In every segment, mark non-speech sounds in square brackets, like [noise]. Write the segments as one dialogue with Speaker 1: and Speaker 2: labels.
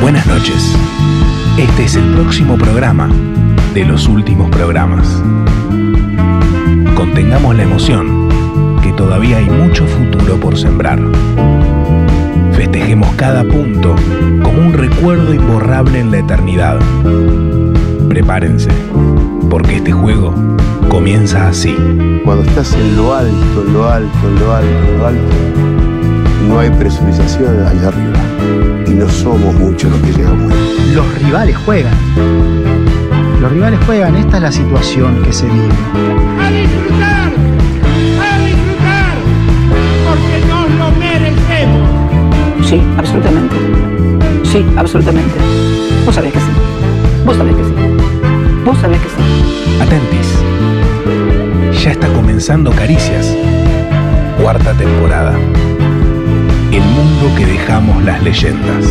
Speaker 1: Buenas noches. Este es el próximo programa de los últimos programas. Contengamos la emoción, que todavía hay mucho futuro por sembrar. Festejemos cada punto como un recuerdo imborrable en la eternidad. Prepárense, porque este juego comienza así.
Speaker 2: Cuando estás en lo alto, en lo alto, en lo alto, en lo alto, no hay presurización allá arriba. Y no somos muchos los que llegamos.
Speaker 3: Los rivales juegan. Los rivales juegan. Esta es la situación que se vive.
Speaker 4: a disfrutar, a disfrutar, porque nos lo merecemos.
Speaker 5: Sí, absolutamente. Sí, absolutamente. Vos sabés que sí. Vos sabés que sí. Vos sabés que sí.
Speaker 1: Atentis. Ya está comenzando Caricias, cuarta temporada. El mundo que dejamos las leyendas.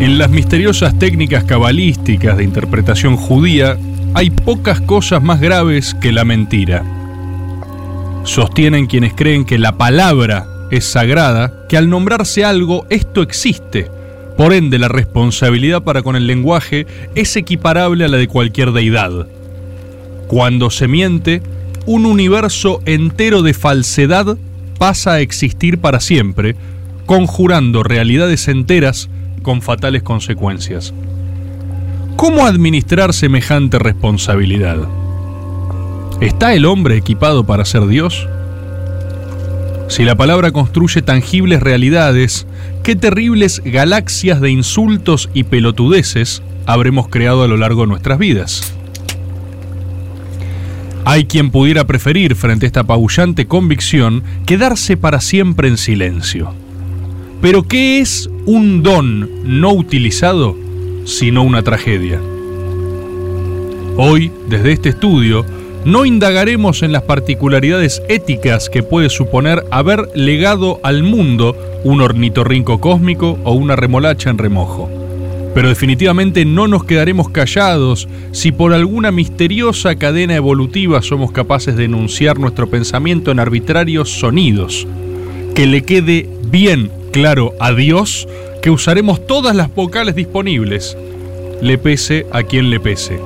Speaker 6: En las misteriosas técnicas cabalísticas de interpretación judía hay pocas cosas más graves que la mentira. Sostienen quienes creen que la palabra es sagrada, que al nombrarse algo esto existe. Por ende, la responsabilidad para con el lenguaje es equiparable a la de cualquier deidad. Cuando se miente, un universo entero de falsedad pasa a existir para siempre, conjurando realidades enteras con fatales consecuencias. ¿Cómo administrar semejante responsabilidad? ¿Está el hombre equipado para ser Dios? Si la palabra construye tangibles realidades, qué terribles galaxias de insultos y pelotudeces habremos creado a lo largo de nuestras vidas. Hay quien pudiera preferir, frente a esta apabullante convicción, quedarse para siempre en silencio. Pero ¿qué es un don no utilizado sino una tragedia? Hoy, desde este estudio, no indagaremos en las particularidades éticas que puede suponer haber legado al mundo un ornitorrinco cósmico o una remolacha en remojo. Pero definitivamente no nos quedaremos callados si por alguna misteriosa cadena evolutiva somos capaces de enunciar nuestro pensamiento en arbitrarios sonidos. Que le quede bien claro a Dios que usaremos todas las vocales disponibles, le pese a quien le pese.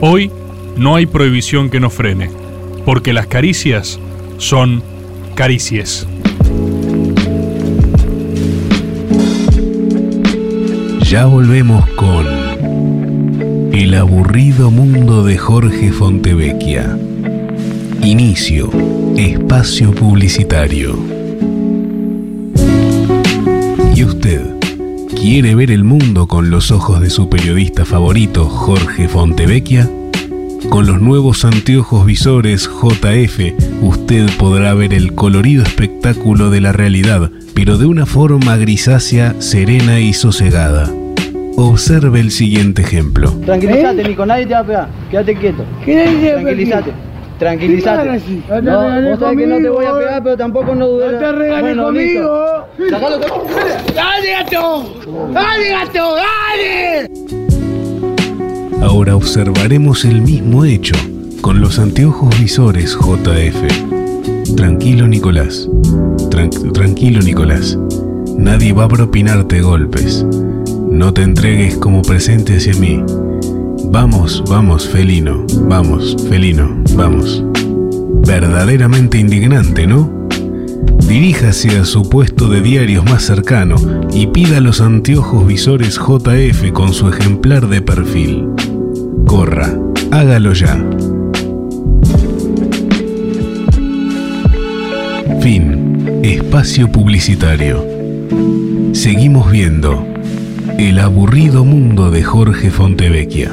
Speaker 6: Hoy no hay prohibición que nos frene, porque las caricias son caricies.
Speaker 1: Ya volvemos con El aburrido mundo de Jorge Fontevecchia. Inicio, espacio publicitario. ¿Y usted quiere ver el mundo con los ojos de su periodista favorito, Jorge Fontevecchia? Con los nuevos anteojos visores JF, usted podrá ver el colorido espectáculo de la realidad, pero de una forma grisácea, serena y sosegada. Observe el siguiente ejemplo.
Speaker 7: Tranquilízate, Nico, nadie te va a pegar. Quédate quieto. Tranquilízate. Tranquilízate.
Speaker 4: No te
Speaker 7: No,
Speaker 4: regañes
Speaker 7: vos sabés que no te voy a
Speaker 4: conmigo, eh.
Speaker 7: pegar, pero tampoco no dudes.
Speaker 4: No te regañes conmigo.
Speaker 7: Sacalo,
Speaker 4: ¡Dale, gato! ¡Dale, gato! ¡Dale!
Speaker 1: Ahora observaremos el mismo hecho con los anteojos visores JF. Tranquilo Nicolás. Tran- tranquilo Nicolás. Nadie va a propinarte golpes. No te entregues como presente hacia mí. Vamos, vamos, felino. Vamos, felino. Vamos. Verdaderamente indignante, ¿no? Diríjase a su puesto de diarios más cercano y pida los anteojos visores JF con su ejemplar de perfil. Corra, hágalo ya. Fin. Espacio publicitario. Seguimos viendo El aburrido mundo de Jorge Fontevecchia.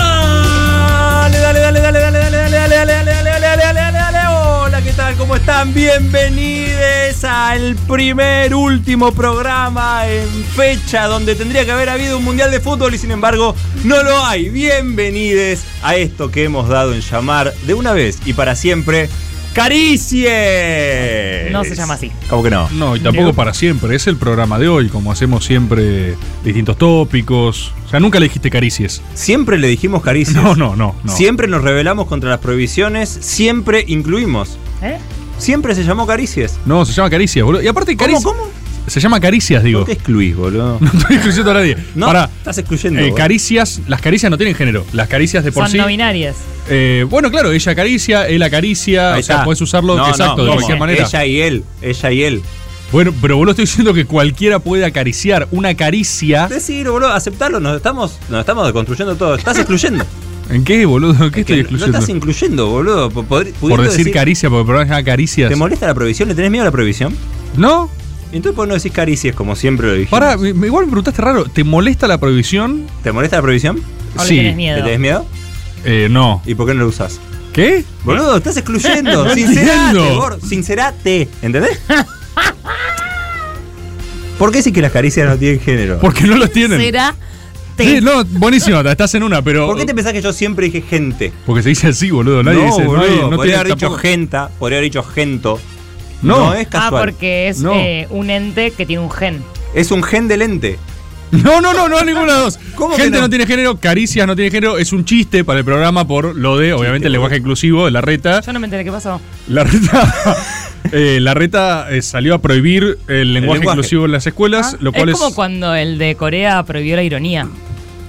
Speaker 8: Dale, dale, dale, dale, dale, dale, dale, dale, dale, dale, dale, dale, dale, dale. Hola, ¿qué tal? ¿Cómo están? Bienvenidos al primer último programa en fecha donde tendría que haber habido un mundial de fútbol y sin embargo no lo hay. Bienvenidos a esto que hemos dado en llamar de una vez y para siempre Caricie.
Speaker 9: No se llama así.
Speaker 8: ¿Cómo que no?
Speaker 6: No, y tampoco
Speaker 9: Digo-
Speaker 6: para siempre. Es el programa de hoy, como hacemos siempre distintos tópicos. O sea, nunca le dijiste caricies.
Speaker 8: Siempre le dijimos caricias.
Speaker 6: No, no, no. no.
Speaker 8: Siempre nos rebelamos contra las prohibiciones, siempre incluimos.
Speaker 9: ¿Eh?
Speaker 8: Siempre se llamó caricias.
Speaker 6: No, se llama caricias, boludo. Y aparte,
Speaker 8: ¿Cómo,
Speaker 6: caricias.
Speaker 8: cómo?
Speaker 6: Se llama caricias, digo.
Speaker 8: No te excluís, boludo.
Speaker 6: [laughs] No estoy excluyendo a nadie.
Speaker 8: No,
Speaker 6: Pará.
Speaker 8: estás excluyendo.
Speaker 6: Eh,
Speaker 8: boludo.
Speaker 6: caricias, las caricias no tienen género. Las caricias de por
Speaker 9: Son
Speaker 6: sí.
Speaker 9: no binarias.
Speaker 6: eh, bueno, claro, ella acaricia, él acaricia.
Speaker 8: Ahí
Speaker 6: o sea,
Speaker 8: está.
Speaker 6: podés usarlo
Speaker 8: No, no,
Speaker 6: exacto, de
Speaker 8: ¿cómo?
Speaker 6: cualquier manera.
Speaker 8: Ella y él, ella y él.
Speaker 6: Bueno, pero vos lo estoy diciendo que cualquiera puede acariciar. Una caricia.
Speaker 8: Decir, boludo, aceptarlo, nos estamos, nos estamos deconstruyendo todo. Estás excluyendo.
Speaker 6: [laughs] ¿En qué, boludo? ¿En qué
Speaker 8: Que
Speaker 6: estoy
Speaker 8: no
Speaker 6: excluyendo?
Speaker 8: estás incluyendo, boludo. P- podri-
Speaker 6: por
Speaker 8: pudiendo
Speaker 6: decir, caricia, porque el programa se llama caricias.
Speaker 8: ¿Te molesta la prohibición? ¿Le tenés miedo a la prohibición?
Speaker 6: ¿No?
Speaker 8: Entonces, ¿por qué no decís caricias como siempre lo dijimos?
Speaker 6: Pará, me- me- igual me preguntaste raro. ¿Te molesta la prohibición?
Speaker 8: ¿Te molesta la prohibición?
Speaker 9: ¿O le
Speaker 6: Sí.
Speaker 9: tenés
Speaker 8: ¿Le
Speaker 9: miedo?
Speaker 8: tenés miedo?
Speaker 6: Eh, no.
Speaker 8: ¿Y por qué no lo usás?
Speaker 6: ¿Qué?
Speaker 8: Boludo, [laughs] estás
Speaker 6: [laughs]
Speaker 8: excluyendo.
Speaker 6: No
Speaker 8: sincerate,
Speaker 6: entiendo.
Speaker 8: gordo. Sincerate. ¿Entendés? [laughs] ¿Por qué decís que las caricias no tienen género?
Speaker 6: Porque no los tienen.
Speaker 9: Será te.
Speaker 6: Sí, no, buenísimo, estás en una, pero.
Speaker 8: ¿Por qué te pensás que yo siempre dije gente?
Speaker 6: Porque se dice así, boludo. Nadie dice.
Speaker 8: boludo,
Speaker 6: hay- no
Speaker 8: podría
Speaker 6: tiene
Speaker 8: haber dicho
Speaker 6: tampoco-
Speaker 8: genta, podría haber dicho gento.
Speaker 6: No.
Speaker 8: es
Speaker 9: Ah,
Speaker 8: casual.
Speaker 9: porque es
Speaker 6: No.
Speaker 9: eh, un ente que tiene un gen.
Speaker 8: Es un gen del ente.
Speaker 6: No, no, no, no, ninguna de las dos.
Speaker 8: ¿Cómo que
Speaker 6: Gente
Speaker 8: no?
Speaker 6: no? tiene género, caricias no tiene género. Es un chiste para el programa por lo de, obviamente, el lenguaje inclusivo de la reta.
Speaker 9: Yo no me enteré qué pasó.
Speaker 6: La reta. [laughs] eh, la reta eh, salió a prohibir el lenguaje,
Speaker 8: lenguaje.
Speaker 6: inclusivo en las escuelas, lo cual
Speaker 9: Ah, es
Speaker 6: es.
Speaker 9: como cuando el de Corea prohibió la ironía.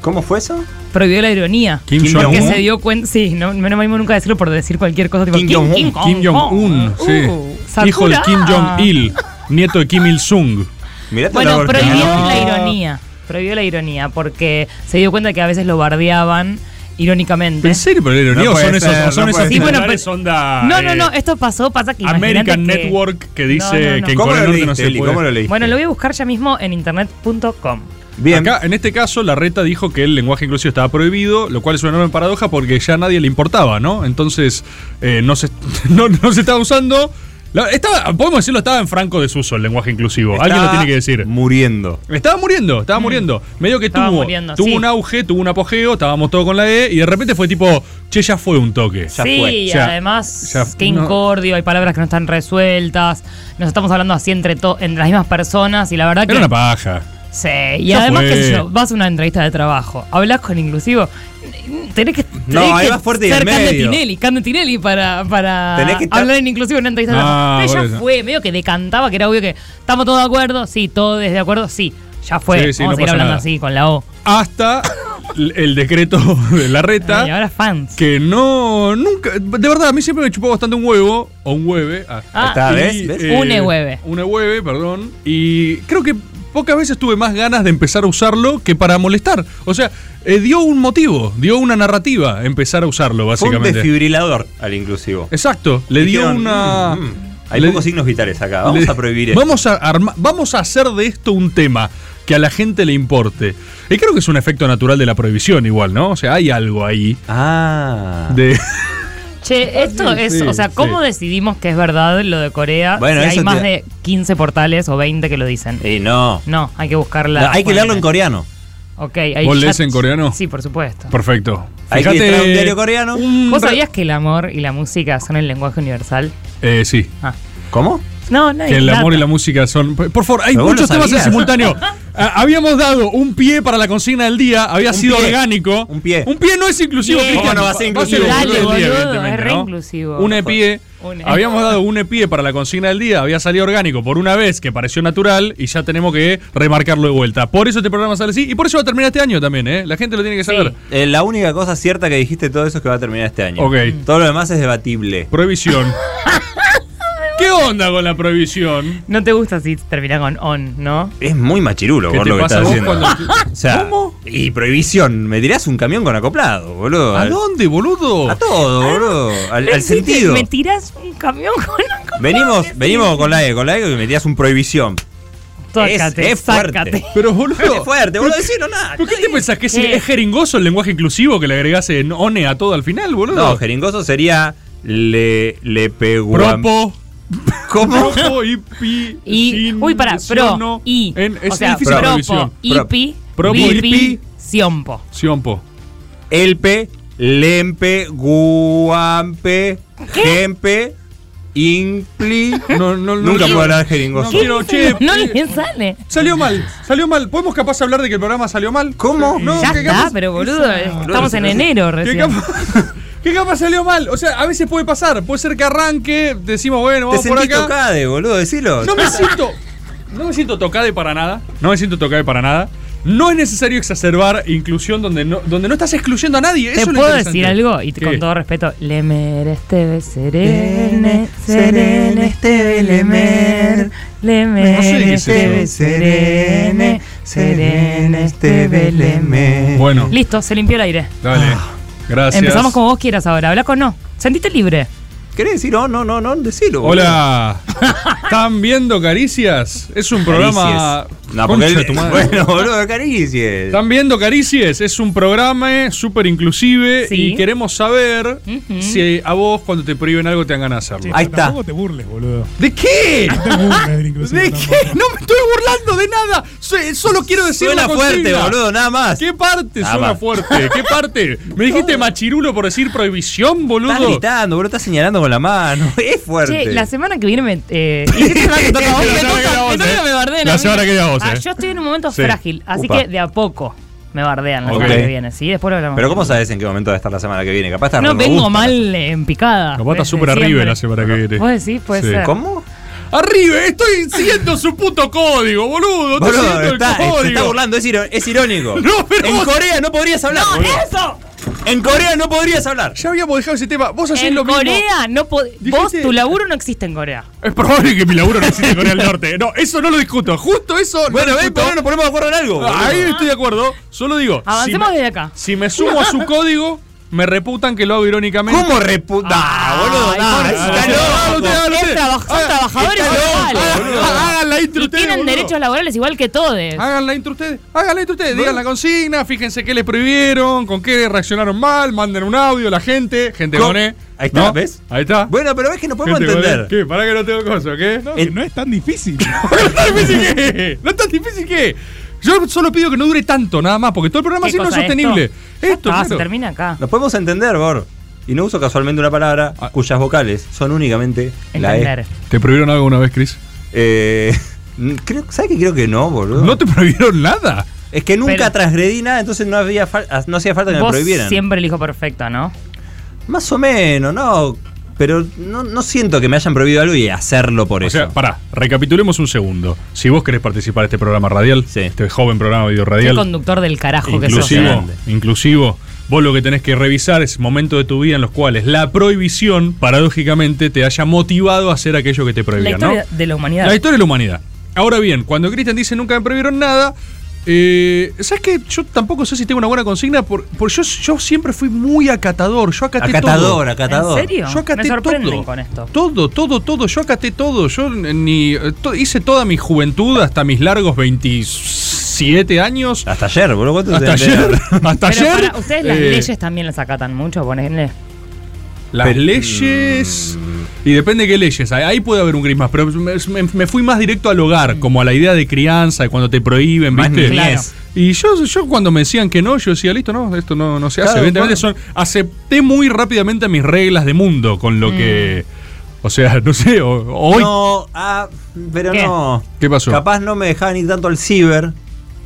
Speaker 8: ¿Cómo fue eso?
Speaker 9: Prohibió la ironía.
Speaker 6: Kim
Speaker 8: Kim
Speaker 9: Porque
Speaker 8: Jong-un.
Speaker 9: se dio cuenta. Sí, no, no me animo nunca a decirlo por decir cualquier cosa. Tipo,
Speaker 8: Kim Jong-un.
Speaker 6: Kim Jong-un, sí.
Speaker 9: Uh,
Speaker 6: Hijo de
Speaker 9: Sakura.
Speaker 6: Kim Jong-il, nieto de Kim Il-sung.
Speaker 8: Mirate
Speaker 9: Ah. Bueno,
Speaker 8: la gorda.
Speaker 9: prohibió
Speaker 8: No.
Speaker 9: la ironía. Prohibió la ironía porque se dio cuenta que a veces lo bardeaban irónicamente.
Speaker 6: ¿En serio? Pero la ironía
Speaker 8: No
Speaker 6: o son
Speaker 8: puede
Speaker 6: esos,
Speaker 8: ser,
Speaker 6: o son
Speaker 8: no
Speaker 6: esos
Speaker 8: puede ser.
Speaker 9: Sí, bueno,
Speaker 6: titulares
Speaker 9: pero-
Speaker 6: onda,
Speaker 9: No, no, no,
Speaker 6: eh,
Speaker 9: esto pasó, pasa que imaginate
Speaker 6: American
Speaker 9: que-
Speaker 6: Network que dice
Speaker 9: No, no, no.
Speaker 6: que en
Speaker 8: ¿Cómo
Speaker 6: Corea
Speaker 8: lo
Speaker 6: del Norte
Speaker 8: leíste,
Speaker 6: no se
Speaker 8: Eli?
Speaker 6: puede.
Speaker 8: ¿Cómo lo leíste?
Speaker 9: Bueno, lo voy a buscar ya mismo en internet.com.
Speaker 8: Bien.
Speaker 6: Acá, en este caso, la reta dijo que el lenguaje inclusivo estaba prohibido, lo cual es una enorme paradoja porque ya a nadie le importaba, ¿no? Entonces, eh, no, se, [laughs] no, no se estaba usando. La- estaba, podemos decirlo, estaba en franco desuso el lenguaje inclusivo. Alguien lo
Speaker 8: Está
Speaker 6: tiene que decir.
Speaker 8: Muriendo.
Speaker 6: Estaba muriendo, estaba muriendo. Medio que
Speaker 9: Mm. Estaba
Speaker 6: tuvo,
Speaker 9: muriendo,
Speaker 6: tuvo
Speaker 9: sí.
Speaker 6: un auge, tuvo un apogeo, estábamos todos con la E y de repente fue tipo, che, ya fue un toque.
Speaker 8: Ya
Speaker 9: sí,
Speaker 8: fue.
Speaker 9: y
Speaker 6: Ya,
Speaker 9: además,
Speaker 6: ya,
Speaker 9: qué
Speaker 6: no.
Speaker 9: incordio, hay palabras que no están resueltas, nos estamos hablando así entre, to- entre las mismas personas y la verdad que...
Speaker 6: Era una paja.
Speaker 9: Sí, y
Speaker 6: Ya
Speaker 9: además,
Speaker 6: fue.
Speaker 9: qué sé yo, vas a una entrevista de trabajo, hablas con inclusivo, tenés que, tenés
Speaker 8: No, ahí
Speaker 9: que
Speaker 8: vas fuerte y
Speaker 9: ser
Speaker 8: en medio.
Speaker 9: Candetinelli, Candetinelli para, para
Speaker 8: Tenés que estar-
Speaker 9: hablar en inclusivo en una entrevista de
Speaker 6: Ah,
Speaker 9: trabajo. Pero
Speaker 6: por
Speaker 9: ya
Speaker 6: eso.
Speaker 9: fue, medio que decantaba, que era obvio que estamos todos de acuerdo, sí, todos de acuerdo, sí, ya fue,
Speaker 6: Sí, sí,
Speaker 9: vamos
Speaker 6: no
Speaker 9: a ir
Speaker 6: pasa
Speaker 9: hablando
Speaker 6: nada.
Speaker 9: así con la O.
Speaker 6: Hasta el el decreto [laughs] de la reta.
Speaker 9: Y ahora fans.
Speaker 6: que no, nunca, de verdad, a mí siempre me chupó bastante un huevo, o un hueve. ah.
Speaker 9: Ah,
Speaker 8: Está, ¿ves?
Speaker 6: Y,
Speaker 8: ¿Ves?
Speaker 6: eh,
Speaker 9: Une hueve.
Speaker 6: Une hueve, perdón. Y creo que pocas veces tuve más ganas de empezar a usarlo que para molestar. O sea, eh, dio un motivo, dio una narrativa empezar a
Speaker 8: Fue
Speaker 6: usarlo,
Speaker 8: un
Speaker 6: básicamente.
Speaker 8: desfibrilador al inclusivo.
Speaker 6: Exacto, le dio
Speaker 8: Dijeron,
Speaker 6: una...
Speaker 8: "Mm, mm, Hay
Speaker 6: le-
Speaker 8: pocos signos vitales acá. Vamos
Speaker 6: le-
Speaker 8: a prohibir esto.
Speaker 6: Vamos a, arma- vamos a hacer de esto un tema que a la gente le importe. Y creo que es un efecto natural de la prohibición igual, ¿no? O sea, hay algo ahí
Speaker 8: Ah.
Speaker 6: de... [laughs]
Speaker 9: Che, esto
Speaker 6: sí,
Speaker 9: es,
Speaker 6: sí,
Speaker 9: o sea, ¿cómo
Speaker 6: sí.
Speaker 9: decidimos que es verdad lo de Corea?
Speaker 8: Bueno,
Speaker 9: si
Speaker 8: eso
Speaker 9: hay más
Speaker 8: te-
Speaker 9: de 15 portales o 20 que lo dicen.
Speaker 8: Y no.
Speaker 9: No, hay que buscarla.
Speaker 8: No, hay que leerlo en coreano.
Speaker 9: Ok, ahí
Speaker 6: ¿Vos
Speaker 9: ya-
Speaker 6: lees en coreano?
Speaker 9: Sí, por supuesto.
Speaker 6: Perfecto.
Speaker 8: Hay que entrar a un diario coreano.
Speaker 6: un
Speaker 9: ¿Vos
Speaker 6: re-
Speaker 9: sabías que el amor y la música son el lenguaje universal?
Speaker 6: Eh, sí.
Speaker 9: Ah.
Speaker 8: ¿Cómo?
Speaker 9: No, no hay
Speaker 6: Que el
Speaker 9: data.
Speaker 6: amor y la música son. Por favor, hay
Speaker 8: Pero vos
Speaker 6: muchos
Speaker 8: lo
Speaker 6: temas en
Speaker 8: sabías. [laughs]
Speaker 6: simultáneo. Ah, habíamos dado un pie para la consigna del día, había
Speaker 8: Un
Speaker 6: sido
Speaker 8: pie.
Speaker 6: orgánico.
Speaker 8: Un pie.
Speaker 6: Un pie no es inclusivo,
Speaker 9: Bien.
Speaker 6: Cristian.
Speaker 8: ¿Cómo no va a ser inclusivo?
Speaker 6: el
Speaker 9: Dale,
Speaker 6: del día,
Speaker 9: boludo,
Speaker 6: evidentemente,
Speaker 9: es re
Speaker 6: ¿no?
Speaker 9: inclusivo.
Speaker 6: Un EPIE.
Speaker 9: Un-
Speaker 6: Habíamos dado un EPIE para la consigna del día, había salido orgánico por una vez que pareció natural y ya tenemos que remarcarlo de vuelta. Por eso este programa sale así y por eso va a terminar este año también, ¿eh? La gente lo tiene que
Speaker 9: Sí.
Speaker 6: saber.
Speaker 8: Eh, la única cosa cierta que dijiste todo eso es que va a terminar este año.
Speaker 6: Ok.
Speaker 8: Todo lo demás es debatible.
Speaker 6: Prohibición. ¿Qué onda con la prohibición?
Speaker 9: No te gusta si termina con on, ¿no?
Speaker 8: [laughs] Es muy machirulo
Speaker 6: ¿Qué
Speaker 8: por
Speaker 6: te
Speaker 8: lo que
Speaker 6: pasa
Speaker 8: estás
Speaker 6: vos
Speaker 8: haciendo.
Speaker 6: cuando-
Speaker 8: [laughs] O sea, Y prohibición. Me tirás un camión con acoplado, boludo.
Speaker 6: ¿A
Speaker 8: Al-
Speaker 6: dónde, boludo?
Speaker 8: A todo, boludo. Al, al
Speaker 9: Sí, Ah, te-
Speaker 8: sentido.
Speaker 9: Me tirás un camión con una cosa.
Speaker 8: Venimos, venimos con la E, con la E que me tirás un prohibición.
Speaker 9: Tócate,
Speaker 8: es fuerte.
Speaker 9: sácate.
Speaker 6: Pero, boludo.
Speaker 8: [laughs] Qué fuerte, boludo, decirlo nada.
Speaker 6: ¿Pero qué te pensás? ¿Que es,
Speaker 9: ¿Qué?
Speaker 6: es jeringoso el lenguaje inclusivo que le agregás en ONE a todo al final, boludo?
Speaker 8: No, jeringoso sería le, le pegó. a-
Speaker 6: Propo.
Speaker 8: ¿Cómo?
Speaker 6: Propo, hipi.
Speaker 9: Y,
Speaker 6: sin-
Speaker 9: uy, pará, pro,
Speaker 6: siono.
Speaker 9: y,
Speaker 6: En- es
Speaker 9: o sea,
Speaker 6: difícil la
Speaker 9: propo,
Speaker 6: división.
Speaker 9: ipi,
Speaker 6: Propo,
Speaker 9: bipi,
Speaker 6: hipi.
Speaker 9: siompo.
Speaker 6: Sionpo.
Speaker 8: Elpe, lempe, guampe, gempe,
Speaker 4: Impli. No, no, no-
Speaker 8: Nunca
Speaker 4: no-
Speaker 8: podrá dar jeringoso.
Speaker 4: No quiero, che,
Speaker 9: No
Speaker 4: eh,
Speaker 9: le sale.
Speaker 4: Salió mal, salió mal. ¿Podemos capaz hablar de que el programa salió mal? ¿Cómo? No,
Speaker 9: ya
Speaker 4: que
Speaker 9: está,
Speaker 4: capaz-
Speaker 9: pero boludo, estamos en enero
Speaker 4: que
Speaker 9: recién.
Speaker 4: capaz, que capaz salió mal. O sea, a veces puede pasar. Puede ser que arranque, decimos, bueno,
Speaker 8: Te
Speaker 4: vamos por
Speaker 8: sentís
Speaker 4: acá.
Speaker 8: tocade, boludo, decilo.
Speaker 4: No me siento. No me siento tocade para nada. No me siento tocade para nada. No es necesario exacerbar inclusión donde no, donde no estás excluyendo a nadie.
Speaker 9: ¿Te
Speaker 4: Eso es lo
Speaker 9: puedo
Speaker 4: interesante.
Speaker 9: decir algo? Y
Speaker 4: ¿Qué?
Speaker 9: con todo respeto, Lemer, Esteve,
Speaker 4: Eh,
Speaker 9: Serene, Serene,
Speaker 6: este
Speaker 9: Esteve, Lemer, Lemer,
Speaker 4: No sé de qué es
Speaker 9: Esteve,
Speaker 4: eso.
Speaker 9: Serene, Serene, Esteve, Lemer.
Speaker 6: Bueno,
Speaker 9: Listo, se limpió el aire.
Speaker 6: dale. Gracias.
Speaker 9: Empezamos como vos quieras ahora. Habla con no. Sentiste libre.
Speaker 8: ¿Querés decir? No, no, no, no, decilo. boludo.
Speaker 6: Hola. ¿Están viendo Caricias? Es un programa.
Speaker 8: Caricias. No, porque
Speaker 6: Concha de
Speaker 8: él,
Speaker 6: tu madre.
Speaker 8: [laughs] Bueno, boludo, caricies.
Speaker 6: ¿Están viendo Caricias? Es un programa eh, súper inclusive
Speaker 9: Sí.
Speaker 6: y queremos saber
Speaker 9: Ujú.
Speaker 6: si a vos cuando te prohíben algo te dan ganas de hacerlo.
Speaker 8: Ahí está.
Speaker 10: Tampoco te burles, boludo.
Speaker 4: ¿De qué?
Speaker 10: No te burles del inclusivo
Speaker 4: ¿De
Speaker 10: tampoco.
Speaker 4: qué? No me estoy burlando de nada. Soy- Solo quiero decir
Speaker 8: Suena
Speaker 4: una
Speaker 8: fuerte,
Speaker 4: consigna.
Speaker 8: boludo, nada más.
Speaker 6: ¿Qué parte
Speaker 8: Ah,
Speaker 6: suena
Speaker 8: va.
Speaker 6: fuerte?
Speaker 8: [laughs]
Speaker 6: ¿Qué parte? ¿Me dijiste machirulo por decir prohibición,
Speaker 8: Estás
Speaker 6: boludo?
Speaker 8: gritando, boludo, estás señalando con la mano. [laughs] Es fuerte.
Speaker 9: Che, la semana que viene me. Eh, y esta semana
Speaker 6: [laughs]
Speaker 9: que toca a vos,
Speaker 6: La
Speaker 9: me
Speaker 6: semana que
Speaker 9: toca-
Speaker 6: viene a vos,
Speaker 9: me toca
Speaker 6: eh.
Speaker 9: me bardean
Speaker 6: La
Speaker 9: a mí.
Speaker 6: semana que viene a vos,
Speaker 9: Ah,
Speaker 6: eh.
Speaker 9: Yo estoy en un momento
Speaker 6: Sí.
Speaker 9: frágil, así
Speaker 8: Upa.
Speaker 9: que de a poco me bardean la
Speaker 6: Ok.
Speaker 9: semana que viene, ¿sí? Después lo hablamos.
Speaker 8: Pero ¿cómo sabes en qué momento va a estar la semana que viene? Capaz está
Speaker 9: no
Speaker 8: re
Speaker 9: vengo
Speaker 8: robusta.
Speaker 9: mal en picada.
Speaker 6: Capaz está
Speaker 9: desde
Speaker 6: súper arriba
Speaker 9: siempre.
Speaker 6: la semana que viene.
Speaker 9: Vos decís, puede
Speaker 6: Sí.
Speaker 9: ser.
Speaker 8: ¿Cómo?
Speaker 6: Arriba, estoy siguiendo su puto código, boludo. Estoy
Speaker 8: Boludo,
Speaker 6: siguiendo
Speaker 8: está,
Speaker 6: el
Speaker 8: se está
Speaker 6: código.
Speaker 8: burlando, es, iro- es irónico.
Speaker 6: [laughs] No, pero
Speaker 8: en
Speaker 6: vos-
Speaker 8: Corea no podrías hablar.
Speaker 9: ¡No,
Speaker 8: boludo.
Speaker 9: eso!
Speaker 8: En Corea no podrías hablar.
Speaker 6: Ya habíamos dejado ese tema. Vos hacés
Speaker 9: En
Speaker 6: lo mismo.
Speaker 9: Corea no pod- Vos,
Speaker 6: Dijiste-
Speaker 9: tu laburo no existe en Corea.
Speaker 6: Es probable que mi laburo no existe en Corea del Norte. No, eso no lo discuto. Justo eso. no
Speaker 8: Bueno,
Speaker 6: lo
Speaker 8: ven,
Speaker 6: discuto.
Speaker 8: pero nos ponemos de acuerdo en algo. boludo.
Speaker 6: Ahí estoy de acuerdo. Solo digo.
Speaker 9: Avancemos
Speaker 6: si me,
Speaker 9: desde acá.
Speaker 6: si me sumo a su código, me reputan que lo hago irónicamente. Ah,
Speaker 8: ¿Cómo reputa?
Speaker 9: Ay,
Speaker 8: boludo, nah,
Speaker 9: por
Speaker 8: está
Speaker 9: favor.
Speaker 8: loco.
Speaker 6: Usted, hágalo
Speaker 9: Es
Speaker 6: usted.
Speaker 9: trabaj- son
Speaker 6: Haga-
Speaker 9: trabajadores
Speaker 8: está loco,
Speaker 9: igual.
Speaker 8: boludo.
Speaker 6: Hagan la intro
Speaker 9: Y
Speaker 6: ustedes.
Speaker 9: tienen
Speaker 6: boludo. Ah,
Speaker 9: derechos laborales igual que todes.
Speaker 6: Hagan la intro ustedes, hagan la intro ustedes, digan la consigna, fíjense qué les prohibieron, con qué reaccionaron mal, manden un audio a la gente, gente
Speaker 8: Co-
Speaker 6: con E.
Speaker 8: Ahí está, ¿ves?
Speaker 6: Ahí está.
Speaker 8: Bueno, pero ves que no podemos
Speaker 6: Gente con E.
Speaker 8: entender.
Speaker 6: ¿Qué? ¿Para que no tengo cosas, qué?
Speaker 10: No,
Speaker 6: No,
Speaker 10: que
Speaker 8: El-
Speaker 10: no es tan difícil.
Speaker 6: [laughs] no es tan difícil que es, no es tan difícil que es. Yo solo pido que no dure tanto, nada más, porque todo el programa
Speaker 9: ¿Qué
Speaker 6: así no es
Speaker 9: cosa, esto?
Speaker 6: sostenible.
Speaker 9: Ya está,
Speaker 6: Esto, claro.
Speaker 9: se termina acá.
Speaker 8: Nos podemos entender, Bor. Y no uso casualmente una palabra
Speaker 6: Ah.
Speaker 8: cuyas vocales son únicamente la E.
Speaker 9: Entender.
Speaker 6: ¿Te prohibieron algo una vez, Chris?
Speaker 8: Eh, [laughs] creo, ¿Sabes que creo que no, boludo?
Speaker 6: No te prohibieron nada.
Speaker 8: Es que nunca
Speaker 9: Pero-
Speaker 8: transgredí nada, entonces no, había fal- ah, no hacía falta que me
Speaker 9: Vos
Speaker 8: prohibieran.
Speaker 9: siempre el hijo perfecto, ¿no?
Speaker 8: Más o menos, no. Pero no, no siento que me hayan prohibido algo y hacerlo por
Speaker 6: O
Speaker 8: eso.
Speaker 6: sea, pará, recapitulemos un segundo. Si vos querés participar de este programa radial,
Speaker 8: Sí.
Speaker 6: este joven programa video
Speaker 9: Qué
Speaker 6: radial,
Speaker 9: conductor del carajo que sos.
Speaker 6: inclusivo, inclusivo, vos lo que tenés que revisar es momentos de tu vida en los cuales la prohibición, paradójicamente, te haya motivado a hacer aquello que te
Speaker 9: La
Speaker 6: prohibían, ¿no?
Speaker 9: historia de la humanidad.
Speaker 6: La historia de la humanidad. Ahora bien, cuando Cristian dice nunca me prohibieron nada, eh, ¿sabes qué? Yo tampoco sé si tengo una buena consigna, por, por yo, yo siempre fui muy acatador. Yo acaté todo.
Speaker 8: acatador, acatador.
Speaker 9: ¿En serio?
Speaker 6: Yo acaté
Speaker 9: Me sorprenden
Speaker 6: todo.
Speaker 9: con esto.
Speaker 6: Todo, todo, todo. Yo acaté todo. Yo ni eh, to- hice toda mi juventud hasta mis largos 27 años.
Speaker 8: Hasta ayer, boludo. ¿cuánto
Speaker 6: Hasta
Speaker 8: te- te-
Speaker 6: ayer. Hasta
Speaker 9: Pero
Speaker 6: ayer.
Speaker 9: para, ustedes las
Speaker 6: eh,
Speaker 9: leyes también las acatan mucho, ponenle.
Speaker 6: Las
Speaker 8: Pero- mm.
Speaker 6: leyes. Y depende qué leyes. Ahí- Ahí puede haber un gris más. Pero me, me- me fui más directo al hogar, como a la idea de crianza, de cuando te prohíben,
Speaker 8: Mm. Más
Speaker 6: ¿viste?
Speaker 8: niñez.
Speaker 6: Y yo, yo cuando me decían que no, yo decía, listo, no, esto no, no se hace.
Speaker 8: Claro,
Speaker 6: Evidentemente son. Acepté muy rápidamente mis reglas de mundo, con lo que. O sea, no sé, o- hoy.
Speaker 8: No, ah, pero
Speaker 9: ¿Qué?
Speaker 8: no.
Speaker 6: ¿Qué pasó?
Speaker 8: Capaz no me dejaba ni tanto al ciber.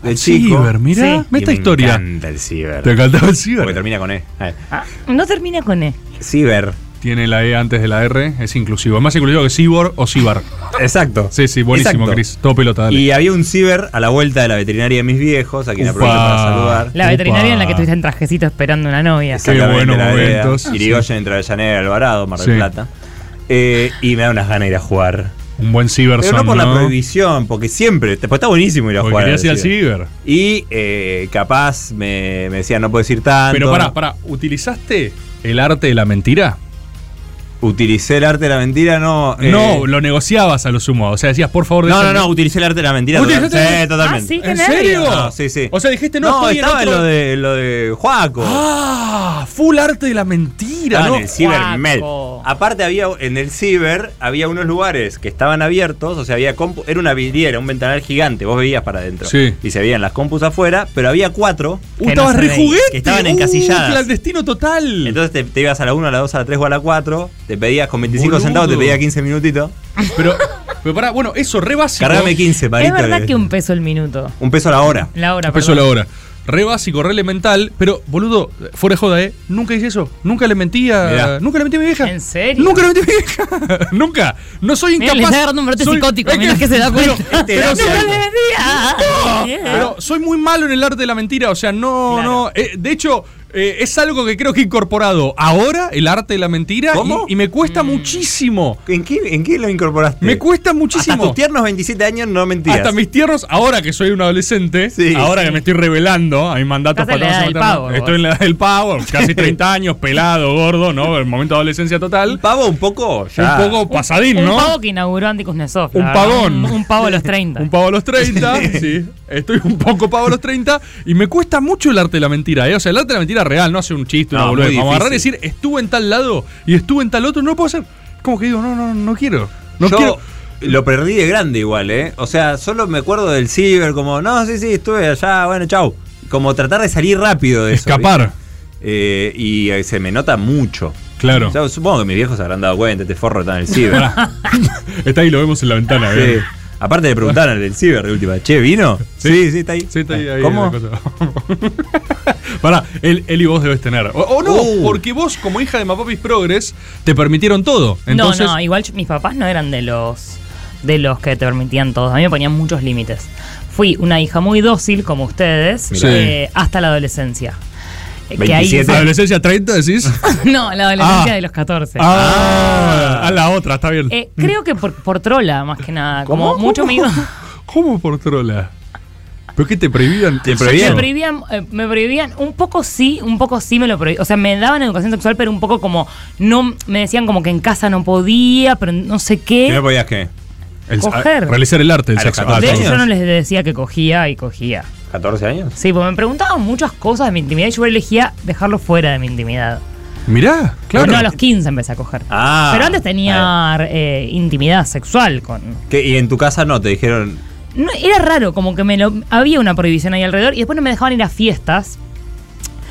Speaker 8: El chico.
Speaker 6: Ciber, mirá,
Speaker 9: Sí.
Speaker 8: Y
Speaker 6: esta
Speaker 8: me
Speaker 6: historia.
Speaker 8: encanta el ciber.
Speaker 6: Te encantaba
Speaker 8: Porque
Speaker 6: el ciber.
Speaker 8: termina con E. Ah,
Speaker 9: Ah, no termina con E.
Speaker 8: Ciber.
Speaker 6: Tiene la E antes de la R, es inclusivo. Es más inclusivo que cibor o cibar.
Speaker 8: Exacto.
Speaker 6: Sí, sí, buenísimo,
Speaker 8: Exacto.
Speaker 6: Chris. Todo pelota, dale.
Speaker 8: Y había un ciber a la vuelta de la veterinaria de mis viejos, a quien
Speaker 6: Ufa.
Speaker 8: aprovecho para saludar.
Speaker 9: La
Speaker 6: Upa.
Speaker 9: veterinaria en la que estuviste en trajecito esperando una novia.
Speaker 6: Qué
Speaker 8: Ah, Exactamente,
Speaker 6: buenos
Speaker 8: la vereda.
Speaker 6: momentos.
Speaker 8: Irigoyen entre Avellaneda y Alvarado, Mar del
Speaker 6: Sí.
Speaker 8: Plata. Eh, y me da unas ganas de ir a jugar.
Speaker 6: Un buen ciber
Speaker 8: Pero no por la prohibición, porque siempre. te- Pues está buenísimo ir a
Speaker 6: Porque
Speaker 8: jugar.
Speaker 6: querías ir al
Speaker 8: ciber.
Speaker 6: ciber.
Speaker 8: Y eh, capaz me, me decían, no puedes ir tanto.
Speaker 6: Pero pará, pará, ¿utilizaste el arte de la mentira?
Speaker 8: Utilicé el arte de la mentira, no. eh,
Speaker 6: no, lo negociabas a lo sumo. O sea, decías, por favor,
Speaker 8: no, no,
Speaker 6: déjame-
Speaker 8: no, utilicé el arte de la mentira.
Speaker 6: ¿Utilizaste
Speaker 8: total-
Speaker 6: el-
Speaker 8: sí, totalmente.
Speaker 9: Ah, sí. Qué
Speaker 6: ¿En
Speaker 9: nervio.
Speaker 6: serio?
Speaker 8: No, sí, sí.
Speaker 6: O sea, dijiste, no,
Speaker 8: no,
Speaker 6: estoy en
Speaker 8: estaba en,
Speaker 6: otro-
Speaker 8: lo de lo de Juaco.
Speaker 6: Ah, full arte de la mentira,
Speaker 8: Estaba
Speaker 6: ¿no?
Speaker 8: en el Ciber
Speaker 9: Juaco.
Speaker 8: Mel. Aparte había en el Ciber había unos lugares que estaban abiertos, o sea, había compu, era una vidriera, un ventanal gigante, vos veías para adentro.
Speaker 6: Sí.
Speaker 8: Y se veían las compus afuera, pero había cuatro.
Speaker 6: Uh,
Speaker 9: Que
Speaker 6: estabas
Speaker 9: no se
Speaker 6: re
Speaker 9: veía, que
Speaker 6: juguete.
Speaker 8: estaban
Speaker 6: uh,
Speaker 8: encasilladas.
Speaker 6: clandestino total.
Speaker 8: Entonces te, te ibas a la 1, a la 2, a la 3 o a la 4 Te pedías con 25
Speaker 6: Boludo.
Speaker 8: centavos, te pedía 15 minutitos.
Speaker 6: Pero, pero pará, bueno, eso re básico.
Speaker 8: Cargame 15,
Speaker 9: Es verdad que un peso el minuto.
Speaker 8: Un peso a la hora.
Speaker 9: La hora,
Speaker 6: Un peso a
Speaker 9: perdón.
Speaker 6: la hora. Re básico, re elemental, pero boludo, fuera de joda, ¿eh? Nunca hice eso. Nunca le mentía.
Speaker 9: Mirá.
Speaker 6: Eh, Nunca le mentí a mi vieja.
Speaker 9: ¿En serio?
Speaker 6: Nunca le metí a mi vieja. nunca. No soy
Speaker 9: Mira,
Speaker 6: incapaz.
Speaker 9: le está agarrando un brote
Speaker 6: Soy-
Speaker 9: psicótico,
Speaker 6: es
Speaker 9: a menos que se da
Speaker 6: pero-
Speaker 9: cuenta.
Speaker 6: pero
Speaker 9: Nunca
Speaker 6: soy-
Speaker 9: le mentía. [laughs]
Speaker 6: No,
Speaker 9: Yeah.
Speaker 6: Pero soy muy malo en el arte de la mentira. O sea, no, no. eh, de hecho. eh, es algo que creo que he incorporado ahora, el arte de la mentira,
Speaker 8: ¿Cómo?
Speaker 6: Y, y me cuesta
Speaker 9: Mm.
Speaker 6: muchísimo.
Speaker 8: ¿En qué, ¿En qué lo incorporaste?
Speaker 6: Me cuesta muchísimo.
Speaker 8: Hasta tus tiernos 27 años no mentías.
Speaker 6: Hasta mis tiernos, ahora que soy un adolescente, ahora que me estoy revelando a mis mandatos
Speaker 8: Estás en la
Speaker 6: paternos y
Speaker 8: edad del
Speaker 6: maternos,
Speaker 8: pavo,
Speaker 6: estoy
Speaker 8: vos.
Speaker 6: en la edad
Speaker 8: [laughs]
Speaker 6: del pavo, casi 30 años, pelado, gordo, ¿no? El momento de adolescencia total.
Speaker 8: pavo un poco,
Speaker 9: ya.
Speaker 6: Un poco pasadín,
Speaker 9: Un
Speaker 6: ¿no?
Speaker 9: pavo que inauguró Andy Kuznetsov. la
Speaker 6: Un
Speaker 9: verdad.
Speaker 6: pavón.
Speaker 9: Un, un pavo a los 30.
Speaker 6: [laughs] Un pavo a los 30, sí. Estoy un poco pavo a los 30 y me cuesta mucho el arte de la mentira, ¿eh? O sea, el arte de la mentira real, no hace un chiste, una
Speaker 8: No,
Speaker 6: boludez.
Speaker 8: muy
Speaker 6: Vamos a agarrar y
Speaker 8: difícil.
Speaker 6: decir, estuve en tal lado y estuve en tal otro, no lo puedo hacer. Como que digo, no, no, no quiero. No
Speaker 8: Yo
Speaker 6: quiero.
Speaker 8: Lo perdí de grande igual, ¿eh? O sea, solo me acuerdo del ciber, como, no, sí, sí, estuve allá, bueno, chau. Como tratar de salir rápido de eso.
Speaker 6: Escapar.
Speaker 8: ¿viste? Eh, y eh, se me nota mucho.
Speaker 6: Claro.
Speaker 8: O sea, supongo que mis viejos se habrán dado cuenta, este forro está en el ciber. [laughs]
Speaker 6: Pará. Está ahí, lo vemos en la ventana,
Speaker 8: Sí.
Speaker 6: ¿eh?
Speaker 8: Aparte le preguntaron al del ciber de última, che, ¿vino? Sí, sí, está ahí.
Speaker 6: Sí, está ahí. ahí
Speaker 8: ¿Cómo?
Speaker 6: en la cosa. [laughs] Pará, él, él y vos debes tener. O, o no,
Speaker 9: Uh.
Speaker 6: porque vos, como hija de Mapapis Progress, te permitieron todo. Entonces,
Speaker 9: no, no, igual yo- mis papás no eran de los de los que te permitían todos. A mí me ponían muchos límites. Fui una hija muy dócil, como ustedes,
Speaker 6: Mirá.
Speaker 9: eh, hasta la adolescencia. Eh, que ahí-
Speaker 6: ¿Adolescencia 30 decís?
Speaker 9: [laughs] no, la adolescencia
Speaker 6: Ah.
Speaker 9: de los 14.
Speaker 6: Ah, a la otra, está bien.
Speaker 9: Eh, creo que por, por trola, más que nada. Como
Speaker 6: [laughs] ¿Cómo?
Speaker 9: mucho me iba-
Speaker 6: [laughs] ¿Cómo por trola? ¿Pero qué te prohibían? ¿Te
Speaker 9: Me prohibían, eh, me prohibían, un poco sí, un poco sí me lo prohibían. O sea, me daban educación sexual, pero un poco como, no, me decían como que en casa no podía, pero no sé qué.
Speaker 8: ¿Qué no podías qué?
Speaker 9: Coger.
Speaker 6: realizar el ah, arte del
Speaker 8: ¿A los
Speaker 6: sexo.
Speaker 8: 14
Speaker 9: De hecho, yo
Speaker 8: años?
Speaker 9: no les decía que cogía y cogía.
Speaker 8: ¿14 años?
Speaker 9: Sí, pues me preguntaban muchas cosas de mi intimidad y yo elegía dejarlo fuera de mi intimidad.
Speaker 6: Mirá, claro.
Speaker 9: No, a los 15 empecé a coger.
Speaker 8: Ah.
Speaker 9: Pero antes tenía eh, intimidad sexual con...
Speaker 8: ¿Qué? ¿Y en tu casa no? Te dijeron,
Speaker 9: No, era raro, como que me lo... Había una prohibición ahí alrededor y después no me dejaban ir a fiestas.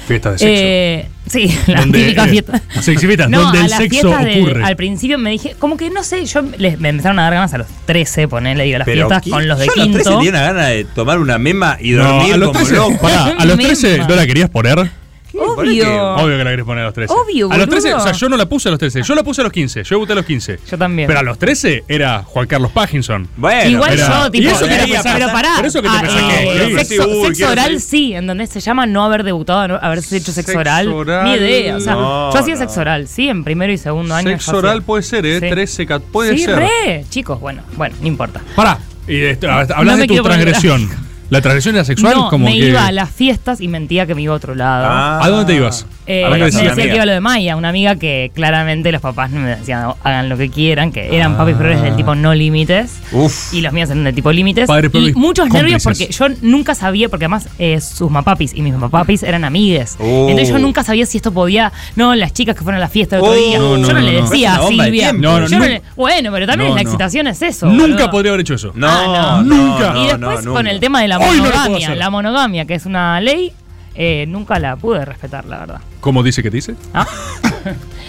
Speaker 6: Fiesta de sexo.
Speaker 9: Eh, sí, [laughs] la
Speaker 6: Donde,
Speaker 9: típica
Speaker 6: eh,
Speaker 9: fiesta.
Speaker 6: sexy fiestas, donde
Speaker 9: a
Speaker 6: el
Speaker 9: las
Speaker 6: sexo
Speaker 9: fiestas de-
Speaker 6: ocurre.
Speaker 9: al principio me dije, como que no sé, yo les, me empezaron a dar ganas a los 13, ponerle, digo, a las
Speaker 8: pero
Speaker 9: fiestas
Speaker 8: ¿qué?
Speaker 9: con los de
Speaker 8: yo a los 13
Speaker 9: quinto.
Speaker 8: tenía una gana de tomar una mema y
Speaker 6: No,
Speaker 8: dormir
Speaker 6: a los
Speaker 8: como
Speaker 6: 13,
Speaker 8: loco.
Speaker 6: pará, a los 13
Speaker 9: Mema.
Speaker 6: no la querías poner.
Speaker 8: ¿Por qué?
Speaker 9: Obvio.
Speaker 6: Obvio que la querés poner a los 13.
Speaker 9: Obvio,
Speaker 6: A los
Speaker 9: boludo.
Speaker 6: 13, o sea, yo no la puse a los 13, yo la puse a los 15, yo voté a los 15.
Speaker 9: Yo también.
Speaker 6: Pero a los 13 era Juan Carlos Paginson.
Speaker 8: Bueno,
Speaker 9: Igual
Speaker 6: era-
Speaker 9: yo, tipo,
Speaker 6: y eso que
Speaker 9: pero,
Speaker 6: te pensás-
Speaker 9: pero pará.
Speaker 6: por eso que te
Speaker 9: Ah,
Speaker 6: pensás
Speaker 9: eh,
Speaker 6: que- que-
Speaker 9: sexo,
Speaker 6: uy,
Speaker 9: sexo
Speaker 6: quiero
Speaker 9: oral
Speaker 6: salir.
Speaker 9: sí, en donde se llama no haber debutado, no haberse hecho sexo,
Speaker 6: Sexo
Speaker 9: oral.
Speaker 6: oral,
Speaker 9: Ni idea. O sea,
Speaker 6: no,
Speaker 9: yo hacía
Speaker 6: no.
Speaker 9: sexo oral, sí, en primero y segundo año.
Speaker 6: Sexo
Speaker 9: yo hacía.
Speaker 6: oral puede ser, ¿eh?
Speaker 9: pues, Sí.
Speaker 6: 13, cat- puede
Speaker 9: sí,
Speaker 6: ser.
Speaker 9: re, chicos, bueno, bueno, no importa.
Speaker 6: Pará, y de esto- hablas
Speaker 9: No me
Speaker 6: de tu
Speaker 9: quiero poner
Speaker 6: transgresión. ¿La transgresión era sexual?
Speaker 9: no,
Speaker 6: como
Speaker 9: me
Speaker 6: que- Ah.
Speaker 9: iba a las fiestas y mentía que me iba a otro lado.
Speaker 6: ¿A dónde te ibas?
Speaker 9: Eh,
Speaker 6: ¿A la
Speaker 9: me
Speaker 6: casa de una
Speaker 9: decía que
Speaker 6: amiga?
Speaker 9: iba a lo de Maya, una amiga que claramente los papás no me decían hagan lo que quieran, que eran
Speaker 6: Ah.
Speaker 9: papis flores del tipo no límites.
Speaker 8: Uf.
Speaker 9: Y los míos eran de tipo límites.
Speaker 6: Padres
Speaker 9: Y
Speaker 6: progres-
Speaker 9: muchos nervios porque
Speaker 6: cómplices.
Speaker 9: yo nunca sabía, porque además eh, sus mapapis y mis mapapis eran amigues.
Speaker 6: Oh.
Speaker 9: Entonces yo nunca sabía si esto podía. No, las chicas que fueron a la fiesta el otro
Speaker 6: Oh.
Speaker 9: día.
Speaker 6: No, no,
Speaker 9: yo no,
Speaker 6: no,
Speaker 9: le
Speaker 6: no.
Speaker 9: decía
Speaker 6: Es una
Speaker 9: a
Speaker 6: bomba de
Speaker 9: Silvia.
Speaker 6: tiempo. No, no,
Speaker 9: Yo no
Speaker 6: nu-
Speaker 9: le- bueno, pero también
Speaker 6: No,
Speaker 9: la
Speaker 6: no.
Speaker 9: excitación es eso.
Speaker 6: Nunca
Speaker 9: boludo. Ah,
Speaker 6: podría haber hecho eso.
Speaker 8: No,
Speaker 6: nunca.
Speaker 8: no,
Speaker 9: y después
Speaker 8: no,
Speaker 9: con
Speaker 8: nunca.
Speaker 9: el tema de la
Speaker 6: Hoy no lo puedo
Speaker 9: monogamia,
Speaker 6: hacer.
Speaker 9: la monogamia, que es una ley, eh, nunca la pude respetar, la verdad.
Speaker 6: ¿Cómo dice que te dice?
Speaker 9: ¿Ah?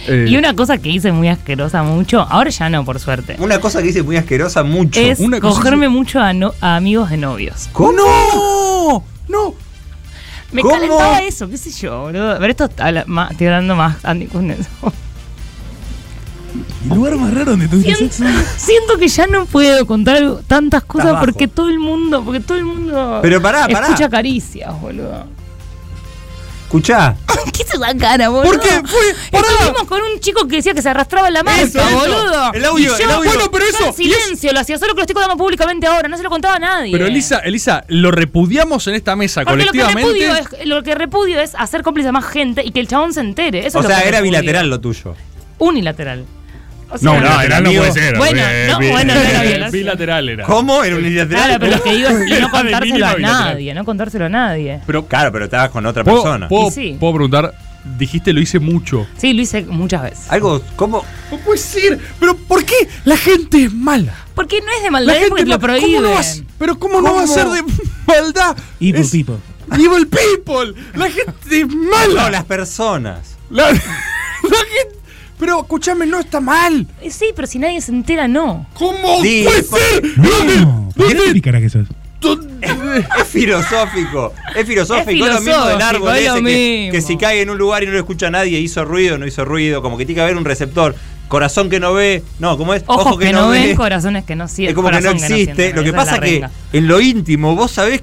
Speaker 6: Eh,
Speaker 9: Y una cosa que hice muy asquerosa mucho, ahora ya no, por suerte.
Speaker 8: Una cosa que hice muy asquerosa mucho.
Speaker 9: Es
Speaker 8: Una cosa
Speaker 9: cogerme mucho a, no- a amigos de novios.
Speaker 8: ¿Cómo?
Speaker 6: ¡No! ¡No!
Speaker 9: Me
Speaker 6: ¿Cómo?
Speaker 9: calentaba eso, qué sé yo, boludo. Pero esto habla- ma- estoy hablando más Andy Kuznetsov.
Speaker 11: El lugar más raro donde tuviste
Speaker 9: Siento,
Speaker 11: sexo.
Speaker 9: siento que ya no puedo contar algo- tantas cosas
Speaker 11: bajo.
Speaker 9: porque todo el mundo, porque todo el mundo
Speaker 8: Pero pará, pará.
Speaker 9: escucha caricias, boludo. [laughs]
Speaker 8: Escuchá.
Speaker 9: ¿Qué es esa cara, boludo? ¿Por qué? Estuvimos con un chico que decía que se arrastraba la mano,
Speaker 4: Eso, eso.
Speaker 9: boludo.
Speaker 4: El audio,
Speaker 9: Y yo-
Speaker 4: el audio.
Speaker 9: Bueno, pero
Speaker 4: Yo
Speaker 9: eso.
Speaker 4: en
Speaker 9: en silencio, lo hacía, solo que lo estoy contando públicamente ahora, no se lo contaba a nadie.
Speaker 6: Pero Elisa, Elisa, lo repudiamos en esta mesa
Speaker 9: Porque lo que,
Speaker 6: colectivamente.
Speaker 9: repudio es, lo que repudio es hacer cómplice a más gente y que el chabón se entere. Eso
Speaker 8: O
Speaker 9: es lo
Speaker 8: sea,
Speaker 9: que
Speaker 8: era
Speaker 9: repudio.
Speaker 8: bilateral lo tuyo.
Speaker 9: Unilateral. O
Speaker 6: No,
Speaker 9: sea,
Speaker 6: bilateral no
Speaker 8: amigo.
Speaker 6: puede ser.
Speaker 9: Bueno,
Speaker 6: eh,
Speaker 9: no,
Speaker 6: bi-
Speaker 9: bueno, no era violación.
Speaker 6: Bilateral era.
Speaker 8: ¿Cómo? ¿Era un bilateral?
Speaker 9: Claro, pero lo que digo
Speaker 6: [laughs]
Speaker 9: es y no
Speaker 6: Era de
Speaker 9: contárselo
Speaker 6: mínima
Speaker 9: a
Speaker 6: bilateral.
Speaker 9: nadie, no contárselo a nadie.
Speaker 6: Pero,
Speaker 8: claro, pero estabas con otra
Speaker 6: ¿Puedo,
Speaker 8: persona.
Speaker 6: ¿puedo,
Speaker 9: Y sí.
Speaker 6: puedo preguntar? Dijiste lo hice mucho.
Speaker 9: Sí, lo hice muchas veces.
Speaker 8: Algo, ¿cómo?
Speaker 6: No puede ser. ¿Pero por qué la gente es mala?
Speaker 9: Porque no es de
Speaker 6: La
Speaker 9: maldad, es
Speaker 6: gente
Speaker 9: porque
Speaker 6: ma-
Speaker 9: lo
Speaker 6: ¿cómo no
Speaker 9: prohíben.
Speaker 6: va a ser- pero ¿cómo, no va a
Speaker 9: ¿Cómo?
Speaker 6: ser de maldad?
Speaker 11: Evil people.
Speaker 6: Evil people. La gente es mala.
Speaker 8: No, las personas.
Speaker 6: [laughs] La, la gente.
Speaker 9: Pero escúchame, no está mal. Eh, Sí, pero si nadie se entera, no.
Speaker 12: ¿Cómo
Speaker 8: Sí, puede porque- ser?
Speaker 6: No, ¿por qué te cara que sos?
Speaker 8: Es filosófico, es filosófico, es
Speaker 6: Es
Speaker 8: lo mismo del
Speaker 6: filosófico,
Speaker 8: árbol
Speaker 6: es lo
Speaker 8: ese que,
Speaker 6: mismo.
Speaker 8: que si cae en un lugar y no lo escucha nadie, hizo ruido, no hizo ruido, como que tiene que haber un receptor, corazón que no ve, no, como es?
Speaker 9: Ojos que, no ven, corazones que no sienten.
Speaker 8: es como que no existe. lo que pasa que en lo íntimo vos sabés,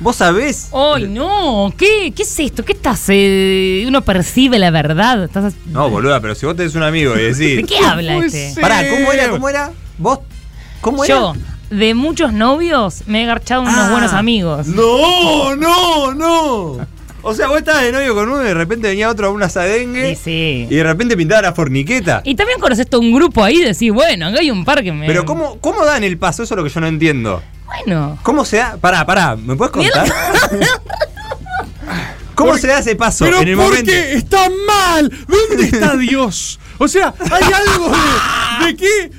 Speaker 8: vos sabés
Speaker 9: ¡Ay, no! ¿Qué, ¿Qué es esto? ¿Qué estás? eh, uno percibe la verdad. Estás-
Speaker 8: No, boluda, pero si vos tenés un amigo y decís.
Speaker 9: ¿De qué habla este?
Speaker 8: Pará, ¿cómo
Speaker 6: Eh,
Speaker 8: era? ¿Cómo era? ¿Vos? [laughs] ¿Cómo era? Ah.
Speaker 9: Yo, de muchos novios, me he garchado unos buenos amigos.
Speaker 8: ¡No, no, no! O sea, vos estabas de novio con uno y de repente venía otro a una sadengue. Y de repente pintaba la forniqueta.
Speaker 9: Y también conoces todo un grupo ahí y decís, bueno, acá hay un par que me.
Speaker 8: Pero ¿cómo, ¿cómo dan el paso? Eso es lo que yo no entiendo.
Speaker 9: Bueno.
Speaker 8: ¿Cómo se da? Pará, pará, ¿me puedes contar? [laughs] ¿Cómo se da ese paso
Speaker 6: Pero
Speaker 8: en el
Speaker 6: ¿por
Speaker 8: momento?
Speaker 6: qué está mal?
Speaker 8: [laughs]
Speaker 6: ¿Dónde está Dios? O sea,
Speaker 9: [laughs]
Speaker 6: hay algo de, de qué,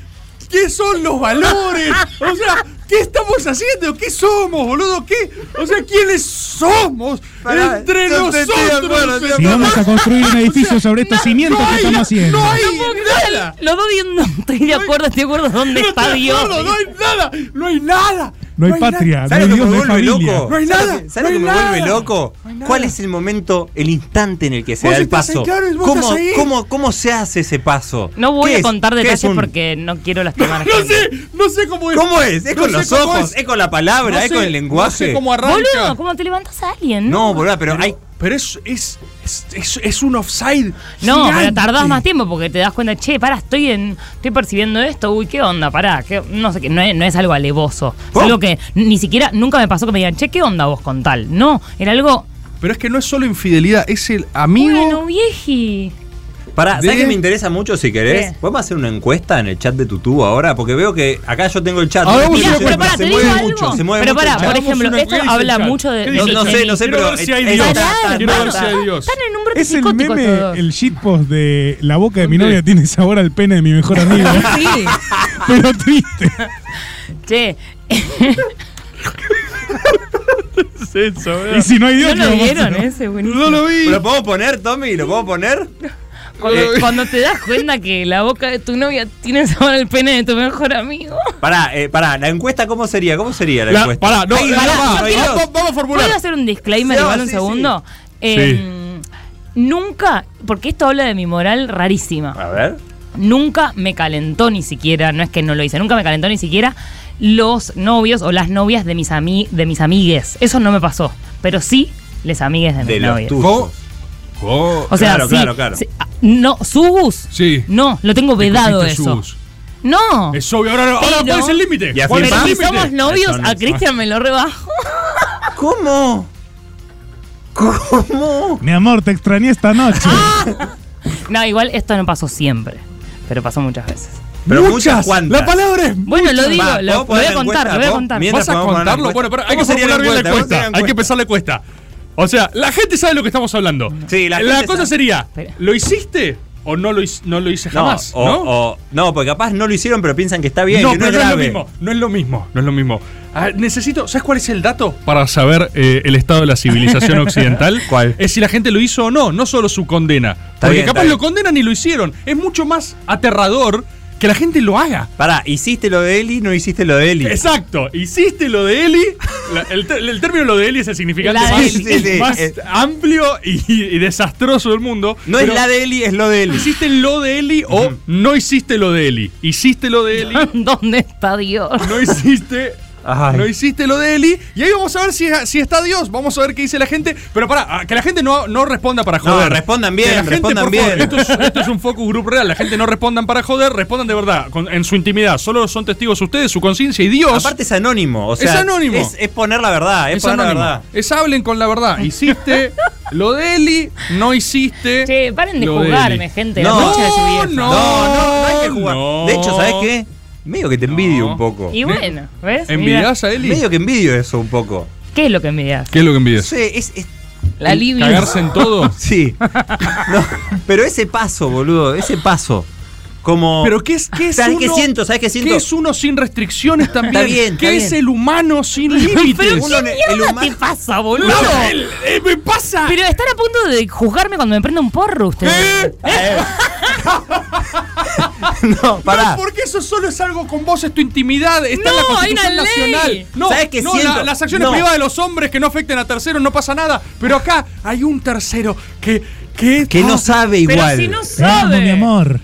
Speaker 6: qué son los valores. O sea, ¿qué estamos haciendo? ¿Qué somos, boludo? ¿Qué? O sea, ¿quiénes somos?
Speaker 4: Pará,
Speaker 6: Entre
Speaker 4: yo te estoy de acuerdo,
Speaker 6: nosotros.
Speaker 4: estoy de
Speaker 6: ¿entendés?
Speaker 4: acuerdo.
Speaker 13: Vamos a [laughs] construir un edificio sobre estos cimientos que estamos haciendo.
Speaker 6: No hay
Speaker 9: nada. Los dos bien- no [laughs] estoy de acuerdo, estoy de acuerdo dónde
Speaker 6: No
Speaker 9: está
Speaker 6: estoy de
Speaker 9: Dios.
Speaker 6: acuerdo, No hay nada, no hay nada.
Speaker 13: No hay patria, no hay
Speaker 8: ¿Sabes lo
Speaker 13: Dios,
Speaker 8: que
Speaker 13: no
Speaker 8: me
Speaker 13: hay
Speaker 8: vuelve
Speaker 13: familia.
Speaker 8: loco?
Speaker 6: No hay
Speaker 8: ¿Sabes lo
Speaker 6: nada,
Speaker 8: que- ¿Sabes lo que
Speaker 6: no
Speaker 8: me
Speaker 6: hay
Speaker 8: vuelve
Speaker 6: nada.
Speaker 8: loco? ¿Cuál es el momento, el instante en el que se
Speaker 6: Vos
Speaker 8: da el
Speaker 6: estás ahí,
Speaker 8: paso?
Speaker 6: claro, vos
Speaker 8: ¿Cómo,
Speaker 6: estás ahí.
Speaker 8: cómo, ¿Cómo se hace ese paso?
Speaker 9: No voy
Speaker 8: ¿Qué
Speaker 9: a
Speaker 8: es?
Speaker 9: contar
Speaker 8: ¿Qué es
Speaker 9: detalles
Speaker 8: un-
Speaker 9: porque no quiero
Speaker 8: [laughs]
Speaker 9: lastimar.
Speaker 6: No sé, no sé cómo es.
Speaker 8: ¿Cómo es? ¿Es
Speaker 6: No
Speaker 8: con
Speaker 6: sé
Speaker 8: los
Speaker 6: cómo
Speaker 8: ojos? ¿Es con la palabra?
Speaker 6: No
Speaker 8: ¿Es
Speaker 6: sé,
Speaker 8: con el lenguaje?
Speaker 6: No sé cómo arranca.
Speaker 9: Boludo, ¿cómo te levantas a alguien?
Speaker 8: No, boludo, pero hay.
Speaker 6: Pero es, es, es, es- es un offside.
Speaker 9: No, pero
Speaker 6: gigante.
Speaker 9: tardás más tiempo porque te das cuenta, che, pará, estoy en, estoy percibiendo esto, uy, qué onda, pará, qué- no sé qué, no es, no es algo alevoso. Es algo que ni siquiera, nunca me pasó que me digan, che, qué onda vos con tal. No, era algo,
Speaker 12: Pero es que no es solo infidelidad, es el amigo.
Speaker 9: bueno, vieji.
Speaker 8: Pará, ¿sabes
Speaker 9: De-
Speaker 8: qué me interesa mucho si querés?
Speaker 9: ¿Qué?
Speaker 8: ¿Podemos hacer una encuesta en el chat de Tutú ahora? Porque veo que acá yo tengo el chat.
Speaker 6: Ahora
Speaker 8: ¿no?
Speaker 6: vamos a
Speaker 8: Mirá,
Speaker 6: hacer una encuesta.
Speaker 8: se
Speaker 6: ¿Te
Speaker 8: mueve
Speaker 6: digo
Speaker 8: mucho,
Speaker 6: algo?
Speaker 8: se mueve
Speaker 9: Pero
Speaker 8: mucho el
Speaker 9: pará,
Speaker 8: chat.
Speaker 9: por ejemplo,
Speaker 6: Hagamos una
Speaker 9: esto
Speaker 6: encuesta
Speaker 9: habla
Speaker 6: en el
Speaker 9: mucho
Speaker 6: chat.
Speaker 9: de.
Speaker 6: ¿Qué
Speaker 9: de
Speaker 6: dice
Speaker 8: No
Speaker 6: el
Speaker 8: sé,
Speaker 6: chat?
Speaker 8: no sé,
Speaker 6: Quiero
Speaker 8: pero
Speaker 6: ver si hay Dios. Quiero ver si hay Dios.
Speaker 9: Están en un brote
Speaker 13: Es el
Speaker 9: psicótico
Speaker 13: meme,
Speaker 9: todos.
Speaker 13: el shitpost de la boca de mi novia tiene sabor al pene de mi mejor amigo.
Speaker 6: [laughs]
Speaker 9: Sí.
Speaker 13: Pero triste.
Speaker 9: [laughs] Che.
Speaker 13: Y si no hay
Speaker 9: [laughs]
Speaker 13: Dios,
Speaker 9: ¿No
Speaker 13: ¿qué
Speaker 9: lo
Speaker 13: vamos a
Speaker 9: vieron
Speaker 13: hacer?
Speaker 9: ese? Buenísimo.
Speaker 8: ¿Lo podemos poner, Tommy? ¿Lo podemos poner?
Speaker 9: Cuando,
Speaker 8: Eh.
Speaker 9: cuando te das cuenta que la boca de tu novia tiene sabor al pene de tu mejor amigo.
Speaker 8: Pará, eh, pará, ¿la encuesta cómo sería? ¿Cómo sería la,
Speaker 6: La-
Speaker 8: encuesta?
Speaker 6: pará, no,
Speaker 8: Ay,
Speaker 6: la-
Speaker 8: pará,
Speaker 6: pará,
Speaker 8: no hay dos.
Speaker 6: pará, pará, Ah, Vamos a formular.
Speaker 9: ¿Puedo hacer un disclaimer
Speaker 6: Sí,
Speaker 9: igual
Speaker 6: sí,
Speaker 9: un
Speaker 6: sí.
Speaker 9: segundo? Eh, Nunca, porque esto habla de mi moral rarísima.
Speaker 8: A ver.
Speaker 9: Nunca me calentó ni siquiera, no es que no lo hice, nunca me calentó ni siquiera los novios o las novias de mis, ami de mis amigues. Eso no me pasó, pero sí les amigues de mis
Speaker 8: De los
Speaker 9: novias.
Speaker 8: tuyos.
Speaker 9: O sea,
Speaker 8: claro,
Speaker 9: sí,
Speaker 8: claro, claro.
Speaker 9: sí, ah, no, Sugus. Sí. No, lo tengo vedado
Speaker 6: Pusiste
Speaker 9: eso.
Speaker 6: sus.
Speaker 9: No.
Speaker 6: Es obvio, ahora, ahora
Speaker 9: Pero-
Speaker 6: ¿cuál es el límite?
Speaker 8: ¿Y a
Speaker 6: ¿Cuál es
Speaker 9: Pero
Speaker 6: el
Speaker 9: si
Speaker 6: límite?
Speaker 9: somos novios,
Speaker 6: Eso no
Speaker 9: a
Speaker 6: es-
Speaker 9: Cristian me lo rebajo.
Speaker 8: ¿Cómo? ¿Cómo?
Speaker 13: Mi amor, te extrañé esta noche.
Speaker 6: Ah,
Speaker 9: No, igual esto no pasó siempre, pero pasó muchas veces.
Speaker 8: Pero muchas, cuantas.
Speaker 6: La palabra es.
Speaker 9: Bueno, lo
Speaker 6: muchas.
Speaker 9: digo, lo, lo voy a contar, lo voy a contar.
Speaker 8: Mientras
Speaker 6: ¿Vas a
Speaker 8: podemos ganar
Speaker 6: contarlo?
Speaker 8: encuesta.
Speaker 6: Bueno, pero hay
Speaker 8: ¿Cómo
Speaker 6: que
Speaker 8: sería
Speaker 6: formular
Speaker 8: la
Speaker 6: bien
Speaker 8: encuesta?
Speaker 6: la
Speaker 8: ¿Cómo sería
Speaker 6: encuesta.
Speaker 8: la
Speaker 6: Hay que
Speaker 8: encuesta?
Speaker 6: empezar la encuesta. O sea, la gente sabe lo que estamos hablando.
Speaker 8: Sí, la gente
Speaker 6: cosa
Speaker 8: sabe.
Speaker 6: sería, ¿lo hiciste o no lo, hice- no lo hice
Speaker 8: No,
Speaker 6: jamás?
Speaker 8: o-
Speaker 6: ¿no?
Speaker 8: o- no, porque capaz no lo hicieron, pero piensan que está bien.
Speaker 6: no,
Speaker 8: que no
Speaker 6: pero
Speaker 8: es
Speaker 6: no es, lo
Speaker 8: grave.
Speaker 6: mismo, no es lo mismo, no es lo mismo. Ah, necesito, ¿sabes cuál es el dato? Para saber eh, el estado de
Speaker 8: [laughs]
Speaker 6: la civilización occidental.
Speaker 8: ¿Cuál?
Speaker 6: Es si la gente lo hizo o no, no solo su condena. porque
Speaker 8: bien,
Speaker 6: capaz
Speaker 8: está
Speaker 6: lo
Speaker 8: bien.
Speaker 6: condenan y lo hicieron. Es mucho más aterrador que la gente lo haga.
Speaker 8: Pará, ¿hiciste lo de Eli? ¿No hiciste lo de Eli?
Speaker 6: Exacto, hiciste lo de Eli. La- el, ter- el término lo de Eli es el significante
Speaker 8: La de
Speaker 6: más,
Speaker 8: Eli. Sí, sí, sí.
Speaker 6: más
Speaker 8: Eh.
Speaker 6: amplio y, y desastroso del mundo.
Speaker 8: No es la de Eli, es lo de Eli.
Speaker 6: ¿Hiciste lo de Eli o no hiciste lo de Eli? ¿Hiciste lo
Speaker 8: [laughs]
Speaker 6: de Eli?
Speaker 9: ¿Dónde está Dios?
Speaker 6: No hiciste.
Speaker 8: Ay.
Speaker 6: No hiciste lo de Eli. Y ahí vamos a ver si, si está Dios. Vamos a ver qué dice la gente. Pero pará, ah, que la gente no, no responda para
Speaker 8: No,
Speaker 6: joder.
Speaker 8: respondan
Speaker 6: Que
Speaker 8: bien,
Speaker 6: la gente,
Speaker 8: respondan
Speaker 6: por favor,
Speaker 8: bien.
Speaker 6: esto, es, esto es un focus group real. La gente no respondan para joder, respondan de verdad, con- en su intimidad. Solo son testigos ustedes, su conciencia y Dios.
Speaker 8: Aparte es anónimo, o sea,
Speaker 6: Es anónimo.
Speaker 8: Es, es poner la verdad, es,
Speaker 6: es
Speaker 8: poner la
Speaker 6: anónimo.
Speaker 8: verdad.
Speaker 6: Es hablen con la verdad. Hiciste lo de Eli, no hiciste.
Speaker 9: Che, paren de
Speaker 6: lo de
Speaker 9: jugarme,
Speaker 6: Eli.
Speaker 9: gente.
Speaker 8: No,
Speaker 9: la concha de su vieja.
Speaker 6: No,
Speaker 8: No, no, no hay que jugar.
Speaker 6: no.
Speaker 8: De hecho, ¿sabes qué? Medio que te envidio un poco.
Speaker 9: Y bueno, ¿ves?
Speaker 6: ¿Envidias a Eli?
Speaker 8: Medio que envidio eso un poco.
Speaker 9: Mirá. ¿Qué es lo que envidias?
Speaker 6: ¿Qué es lo que
Speaker 8: No
Speaker 6: envidias?
Speaker 8: sé, es, es-
Speaker 9: La libido.
Speaker 6: ¿Cagarse en
Speaker 9: [laughs]
Speaker 6: todo?
Speaker 8: [laughs] Sí. No, pero ese paso, boludo, ese paso. Como.
Speaker 6: Pero ¿qué es, qué es
Speaker 8: ¿Sabes
Speaker 6: uno?
Speaker 8: qué siento? ¿Sabes qué siento?
Speaker 6: ¿Qué es uno sin restricciones también?
Speaker 8: [laughs] Está bien,
Speaker 6: ¿Qué
Speaker 8: está
Speaker 6: es
Speaker 8: bien.
Speaker 6: el
Speaker 8: [laughs]
Speaker 6: humano sin límites?
Speaker 9: Pero
Speaker 8: Uno
Speaker 9: ¿qué
Speaker 8: en el- el
Speaker 9: mierda te
Speaker 8: humano-
Speaker 9: pasa, boludo?
Speaker 6: No, Ah, el- eh, ¡Me pasa!
Speaker 9: Pero están a punto de juzgarme cuando me prenda un porro ustedes.
Speaker 6: ¿Eh?
Speaker 9: [laughs]
Speaker 8: no, pará.
Speaker 4: porque eso solo es algo con vos, es tu intimidad, está en la
Speaker 8: No, hay una
Speaker 4: Constitución
Speaker 8: ley.
Speaker 4: Nacional. No,
Speaker 8: ¿Sabés qué
Speaker 4: no,
Speaker 8: siento?
Speaker 4: la- las acciones
Speaker 8: No.
Speaker 4: privadas de los hombres que no afecten a terceros no pasa nada, pero acá hay un tercero que que,
Speaker 8: Que
Speaker 1: Ah,
Speaker 8: no sabe Pero igual. si no sabe.
Speaker 13: mi amor.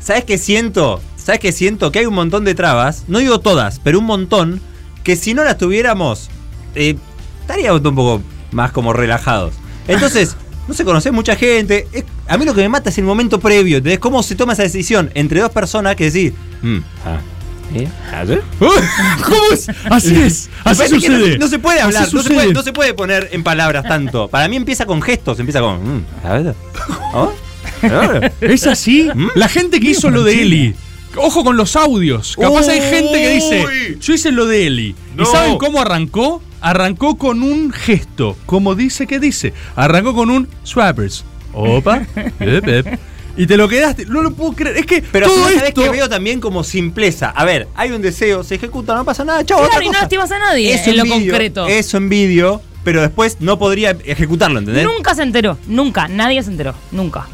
Speaker 8: ¿Sabes qué siento? ¿Sabes qué siento? Que hay un montón de trabas, no digo todas, pero un montón, que si no las tuviéramos, eh, estaríamos un poco más como relajados.
Speaker 6: [laughs]
Speaker 8: Entonces, no se conoce mucha gente. Es- a mí lo que me mata es el momento previo, ¿entendés? ¿Cómo se toma esa decisión entre dos personas que decís, mm, ah, ¿eh? ¿Ah, sí?
Speaker 4: [laughs] ¿Cómo es? Así es,
Speaker 8: Me
Speaker 4: así
Speaker 8: parece que no-
Speaker 4: sucede.
Speaker 8: No, se puede
Speaker 4: Así
Speaker 8: hablar, no se
Speaker 4: sucede.
Speaker 8: puede, no se puede poner en palabras tanto. Para mí empieza con gestos, empieza con. mm, a ver,
Speaker 4: [laughs]
Speaker 8: ¿ah? ¿Mm?
Speaker 4: Es así. La gente que hizo lo de Eli. Ojo con los audios. Capaz hay gente que dice, yo hice lo de Eli. ¿Y
Speaker 6: No.
Speaker 4: saben cómo arrancó? Arrancó con un gesto, como dice que dice. Arrancó con un swappers.
Speaker 8: [laughs]
Speaker 4: Opa. ep, ep. Y te lo quedaste. No lo puedo creer. Es que
Speaker 8: Pero
Speaker 4: todo
Speaker 8: ¿sabés
Speaker 4: esto...
Speaker 8: que veo también como simpleza. A ver, hay un deseo, se ejecuta, no pasa nada, chao.
Speaker 9: Claro, y no lastimas a nadie en lo concreto.
Speaker 8: Eso envidio, pero después no podría ejecutarlo, ¿entendés?
Speaker 9: Nunca se enteró, nunca, nadie se enteró, nunca.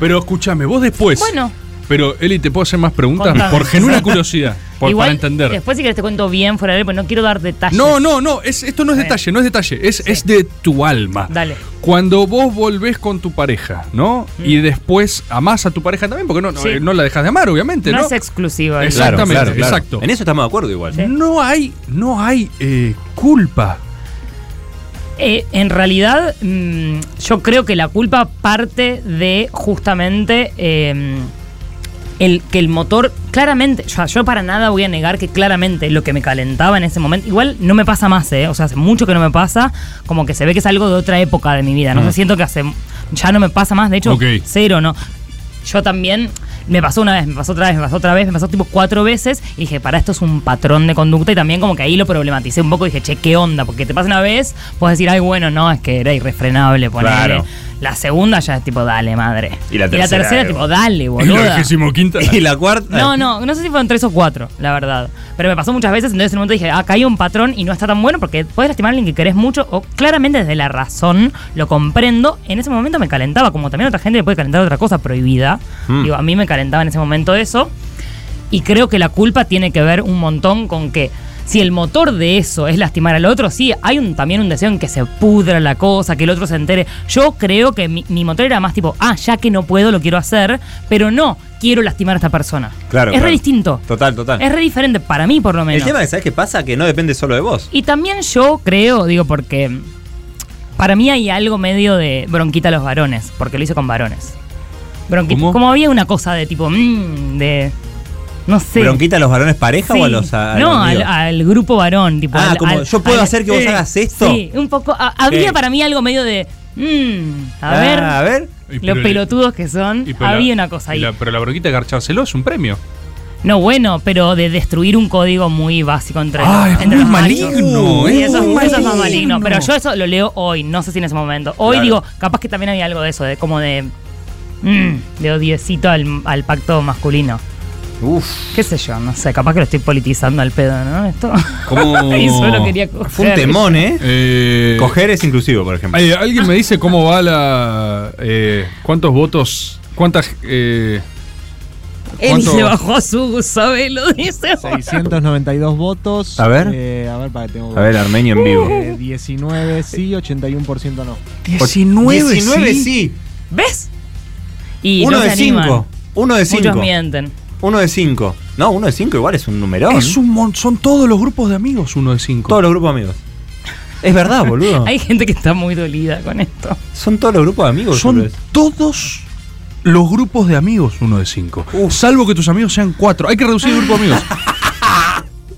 Speaker 4: Pero escúchame, vos
Speaker 6: Pues,
Speaker 4: después...
Speaker 9: Bueno,
Speaker 6: Pero, Eli, ¿te puedo hacer más preguntas?
Speaker 9: Contame. [laughs]
Speaker 6: Por genuina curiosidad, por,
Speaker 9: igual
Speaker 6: para entender.
Speaker 9: después si quieres te cuento bien fuera de porque no quiero dar detalles.
Speaker 6: No, no, no, es, esto no es detalle, no es detalle, es, es de tu alma.
Speaker 9: Dale. Mm.
Speaker 6: Cuando vos volvés con tu pareja, ¿no? Y después amás a tu pareja también, porque no, no,
Speaker 9: Sí.
Speaker 6: eh, no la dejas de amar, obviamente, ¿no?
Speaker 9: No es exclusiva.
Speaker 6: Exactamente, exacto.
Speaker 8: En eso estamos de acuerdo igual.
Speaker 6: No hay, no hay eh, culpa.
Speaker 9: Eh, en realidad, mm, yo creo que la culpa parte de justamente eh, el que el motor, claramente, yo, yo para nada voy a negar que claramente lo que me calentaba en ese momento, igual no me pasa más, ¿eh? o sea, hace mucho que no me pasa, como que se ve que es algo de otra época de mi vida, no
Speaker 6: Mm.
Speaker 9: sé, siento que hace, ya no me pasa más, de hecho,
Speaker 6: Ok.
Speaker 9: cero, ¿no? Yo también me pasó una vez, me pasó otra vez, me pasó otra vez, me pasó tipo cuatro veces y dije, para esto es un patrón de conducta y también como que ahí lo problematicé un poco y dije, che, ¿qué onda? Porque te pasa una vez, puedes decir, ay, bueno, no, es que era irrefrenable, ponele.
Speaker 6: Claro.
Speaker 9: La segunda ya es tipo, dale, madre.
Speaker 6: Y la
Speaker 9: Y la
Speaker 6: tercera,
Speaker 9: tercera
Speaker 6: eh.
Speaker 9: tipo, dale,
Speaker 6: Y la
Speaker 9: boluda.
Speaker 8: [laughs]
Speaker 6: vigésimo quinta. [laughs] Y
Speaker 8: la cuarta.
Speaker 9: No, no, no sé si fueron tres o cuatro, la verdad. Pero me pasó muchas veces, entonces en un momento dije, "Ah, acá hay un patrón y no está tan bueno porque puedes lastimar a alguien que querés mucho o claramente desde la razón lo comprendo. En ese momento me calentaba, como también a otra gente le puede calentar otra cosa prohibida.
Speaker 14: Mm.
Speaker 9: Digo, a mí me calentaba en ese momento eso. Y creo que la culpa tiene que ver un montón con que si el motor de eso es lastimar al otro, sí, hay un, también un deseo en que se pudra la cosa, que el otro se entere. Yo creo que mi, mi motor era más tipo, ah, ya que no puedo, lo quiero hacer, pero no quiero lastimar a esta persona.
Speaker 8: Claro.
Speaker 9: Es re distinto.
Speaker 8: Total, total.
Speaker 9: Es re diferente, para mí por lo menos.
Speaker 8: El tema es, ¿sabes qué pasa? Que no depende solo de vos.
Speaker 9: Y también yo creo, digo, porque para mí hay algo medio de bronquita a los varones, porque lo hice con varones. Bronquita, como había una cosa de tipo, mm, de... No sé.
Speaker 8: ¿Bronquita a los varones pareja o a
Speaker 9: Sí.
Speaker 8: los.? a- a
Speaker 9: no,
Speaker 8: los
Speaker 9: al,
Speaker 8: míos?
Speaker 9: al grupo varón. Tipo,
Speaker 8: Ah,
Speaker 9: al-
Speaker 8: como,
Speaker 9: al-
Speaker 8: ¿yo puedo
Speaker 9: al-
Speaker 8: hacer que vos hagas esto?
Speaker 9: Sí, un poco. a- había
Speaker 8: Eh.
Speaker 9: para mí algo medio de. mm, a
Speaker 6: Ah,
Speaker 9: ver.
Speaker 6: a ver. Y pero
Speaker 9: Los
Speaker 6: el-
Speaker 9: pelotudos que son.
Speaker 6: Y pero la-
Speaker 9: Había una cosa
Speaker 6: y
Speaker 9: ahí.
Speaker 6: la- pero la bronquita de garchárselo es un premio.
Speaker 9: No, bueno, pero de destruir un código muy básico entre,
Speaker 6: Ah, es
Speaker 9: entre
Speaker 6: muy
Speaker 9: los machos.
Speaker 6: maligno,
Speaker 9: Sí,
Speaker 6: es
Speaker 9: eso, eso
Speaker 6: muy
Speaker 9: es más
Speaker 6: maligno.
Speaker 9: maligno. Pero yo eso lo leo hoy, no sé si en ese momento. Hoy
Speaker 6: Claro.
Speaker 9: digo, capaz que también había algo de eso, de como de. mm, de odiecito al, al pacto masculino.
Speaker 8: Uf.
Speaker 9: ¿Qué sé yo? No sé, capaz que lo estoy politizando al pedo, ¿no? Esto. [laughs]
Speaker 6: Como-
Speaker 9: y solo quería coger.
Speaker 8: Fue un temón, ¿eh?
Speaker 6: Eh,
Speaker 8: Coger es inclusivo, por ejemplo.
Speaker 6: Eh, ¿Alguien me dice cómo va la. eh, ¿Cuántos votos? ¿Cuántas. eh,
Speaker 9: Él
Speaker 6: cuánto-
Speaker 9: se bajó a su sabelo, dice.
Speaker 15: 692 votos.
Speaker 8: A ver.
Speaker 15: Eh, a ver, para que tengo.
Speaker 8: A ver, Armenio en vivo.
Speaker 15: Eh, 19 sí, 81% no.
Speaker 8: 19 19 sí.
Speaker 9: ¿Ves? Y
Speaker 8: uno
Speaker 9: no
Speaker 8: de
Speaker 9: se
Speaker 8: cinco.
Speaker 9: animan.
Speaker 8: Uno de cinco.
Speaker 9: Muchos mienten.
Speaker 8: Uno de cinco. No, uno de cinco igual es un numerón.
Speaker 6: Es un mon- son todos los grupos de amigos, uno de cinco.
Speaker 8: Todos los grupos de amigos. Es verdad,
Speaker 9: [laughs]
Speaker 8: boludo.
Speaker 9: Hay gente que está muy dolida con esto.
Speaker 8: Son todos los grupos de amigos.
Speaker 6: Son
Speaker 8: boludo.
Speaker 6: todos los grupos de amigos, uno de cinco. Salvo que tus amigos sean cuatro. Hay que reducir el grupo de [laughs] amigos.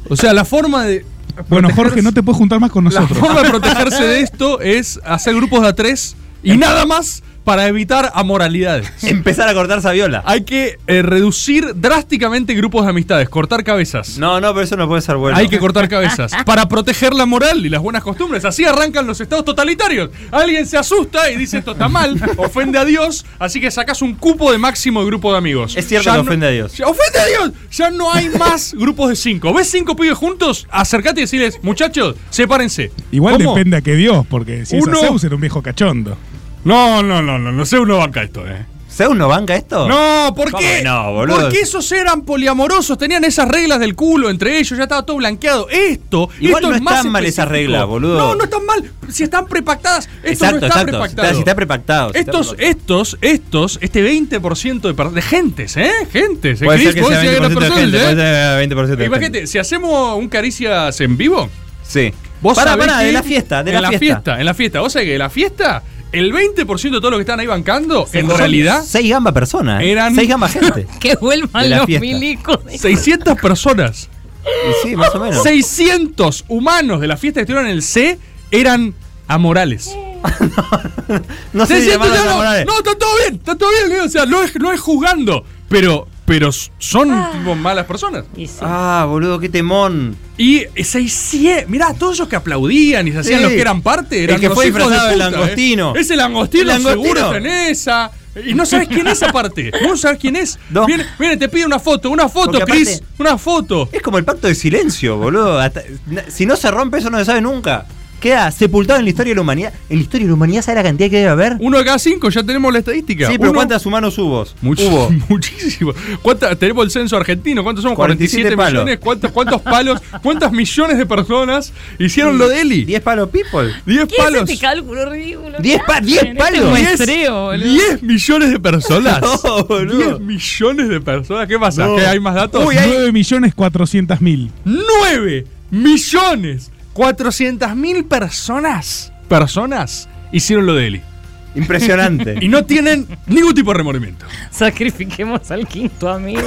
Speaker 6: O sea, la forma de.
Speaker 13: Bueno, Jorge, no te puedes juntar más con
Speaker 6: La
Speaker 13: nosotros.
Speaker 6: forma
Speaker 8: [laughs]
Speaker 6: de protegerse de esto es hacer grupos de a tres y nada más para evitar amoralidades.
Speaker 8: Empezar a cortar sabiola.
Speaker 6: Hay que eh, reducir drásticamente grupos de amistades, cortar cabezas.
Speaker 8: No, no, pero eso no puede ser bueno.
Speaker 6: Hay que
Speaker 8: [laughs]
Speaker 6: cortar cabezas para proteger la moral y las buenas costumbres. Así arrancan los estados totalitarios. Alguien se asusta y dice esto
Speaker 8: [laughs]
Speaker 6: está mal, ofende a Dios, así que sacas un cupo de máximo de grupo de amigos.
Speaker 8: Es cierto que ofende a Dios.
Speaker 6: Ya- ¡Ofende a Dios! Ya no [laughs] hay más grupos de cinco. ¿Ves cinco pibes juntos? Acercate y decirles, muchachos, sepárense.
Speaker 13: [laughs] Igual
Speaker 6: ¿Cómo?
Speaker 13: depende a qué Dios, porque si
Speaker 6: Uno-
Speaker 13: es a Zeus era un viejo cachondo.
Speaker 6: No, no, no, no, no sé uno banca esto, eh.
Speaker 8: ¿Zeus no banca esto?
Speaker 6: No, ¿por
Speaker 8: ¿Cómo
Speaker 6: qué?
Speaker 8: que No, boludo.
Speaker 6: Porque esos eran poliamorosos, tenían esas reglas del culo entre ellos, ya estaba todo blanqueado. Esto,
Speaker 8: Igual
Speaker 6: esto
Speaker 8: no
Speaker 6: es más
Speaker 8: están mal esas
Speaker 6: específico.
Speaker 8: reglas, boludo.
Speaker 6: No, no están mal. Si están prepactadas, esto
Speaker 8: exacto,
Speaker 6: no está
Speaker 8: exacto.
Speaker 6: prepactado.
Speaker 8: Está, si está prepactado. si está
Speaker 6: estos,
Speaker 8: prepactado.
Speaker 6: estos, estos, este 20% de, per- de gentes, ¿eh? Gentes. ¿eh?
Speaker 8: Puede ser
Speaker 6: Chris,
Speaker 8: que
Speaker 6: vos
Speaker 8: sea
Speaker 6: decías que
Speaker 8: 20%
Speaker 6: eran
Speaker 8: de gente,
Speaker 6: personas,
Speaker 8: puede
Speaker 6: ¿eh?
Speaker 8: ser 20% de gente.
Speaker 6: Imagínate, si hacemos un caricias en vivo.
Speaker 8: Sí.
Speaker 6: Vos
Speaker 8: Pará,
Speaker 6: sabés
Speaker 8: pará, de
Speaker 6: que
Speaker 8: la fiesta, de
Speaker 6: en
Speaker 8: la fiesta.
Speaker 6: En la fiesta, vos sabés que de la fiesta, el 20% de todos los que están ahí bancando, en
Speaker 8: Son
Speaker 6: realidad,
Speaker 8: Seis gambas personas. eh.
Speaker 6: eran-
Speaker 8: Seis gambas
Speaker 6: [laughs]
Speaker 8: gente.
Speaker 9: [laughs] Que
Speaker 8: De
Speaker 9: vuelvan
Speaker 8: la
Speaker 9: los
Speaker 8: fiesta.
Speaker 9: milicos.
Speaker 6: 600 personas.
Speaker 8: sí, más o menos.
Speaker 6: 600 humanos de la fiesta que estuvieron en el C eran
Speaker 8: [laughs]
Speaker 6: amorales.
Speaker 8: No sé si
Speaker 6: 600
Speaker 8: llamarlos
Speaker 6: ya no-
Speaker 8: amorales.
Speaker 6: No, está todo bien, está todo bien. Leo, O sea, no es, no es juzgando, pero, pero son tipo, malas personas.
Speaker 8: Ah, boludo, qué temón.
Speaker 6: Y 600. Mirá, todos esos que aplaudían y se hacían
Speaker 8: Sí.
Speaker 6: los que eran parte. Eran
Speaker 8: El que
Speaker 6: los
Speaker 8: fue
Speaker 6: hijos de
Speaker 8: disfrazado de
Speaker 6: puta,
Speaker 8: langostino.
Speaker 6: ¿eh? Es el angostino,
Speaker 8: El langostino.
Speaker 6: seguro está en esa. Y no sabes quién
Speaker 8: [laughs]
Speaker 6: es aparte. Vos no sabes quién es. Viene, viene, te pide una foto, una foto,
Speaker 8: Porque
Speaker 6: Chris.
Speaker 8: aparte-
Speaker 6: una foto.
Speaker 8: Es como el pacto de silencio, boludo. Hasta- na- si no se rompe, eso no se sabe nunca. Queda sepultado en la historia de la humanidad. En la historia de la humanidad, ¿sabes la cantidad que debe haber?
Speaker 6: Uno de cada cinco, ya tenemos la estadística.
Speaker 8: Sí, pero
Speaker 6: Uno-
Speaker 8: ¿cuántas humanos hubo?
Speaker 6: Much-
Speaker 8: Hubo.
Speaker 6: Muchísimo. ¿Cuánta- tenemos el censo argentino? ¿Cuántos somos?
Speaker 8: 47
Speaker 6: 47,
Speaker 8: palos.
Speaker 6: millones. ¿Cuántos, ¿Cuántos palos? ¿Cuántas millones de personas hicieron lo de Eli?
Speaker 8: 10 palos, people.
Speaker 6: 10
Speaker 9: ¿Qué es
Speaker 6: palos.
Speaker 9: este cálculo ridículo?
Speaker 8: Diez pa- diez
Speaker 9: En este
Speaker 8: palos.
Speaker 9: muestreo, boludo.
Speaker 6: 10 millones de personas.
Speaker 8: [laughs] No, boludo.
Speaker 6: 10 millones de personas. ¿Qué pasa?
Speaker 13: No.
Speaker 6: ¿Que hay más datos?
Speaker 13: 9 millones 400 mil.
Speaker 6: 9 millones 400 mil personas. Personas hicieron lo de Eli.
Speaker 8: Impresionante.
Speaker 6: [laughs] y no tienen ningún tipo de remordimiento.
Speaker 9: Sacrifiquemos al quinto amigo.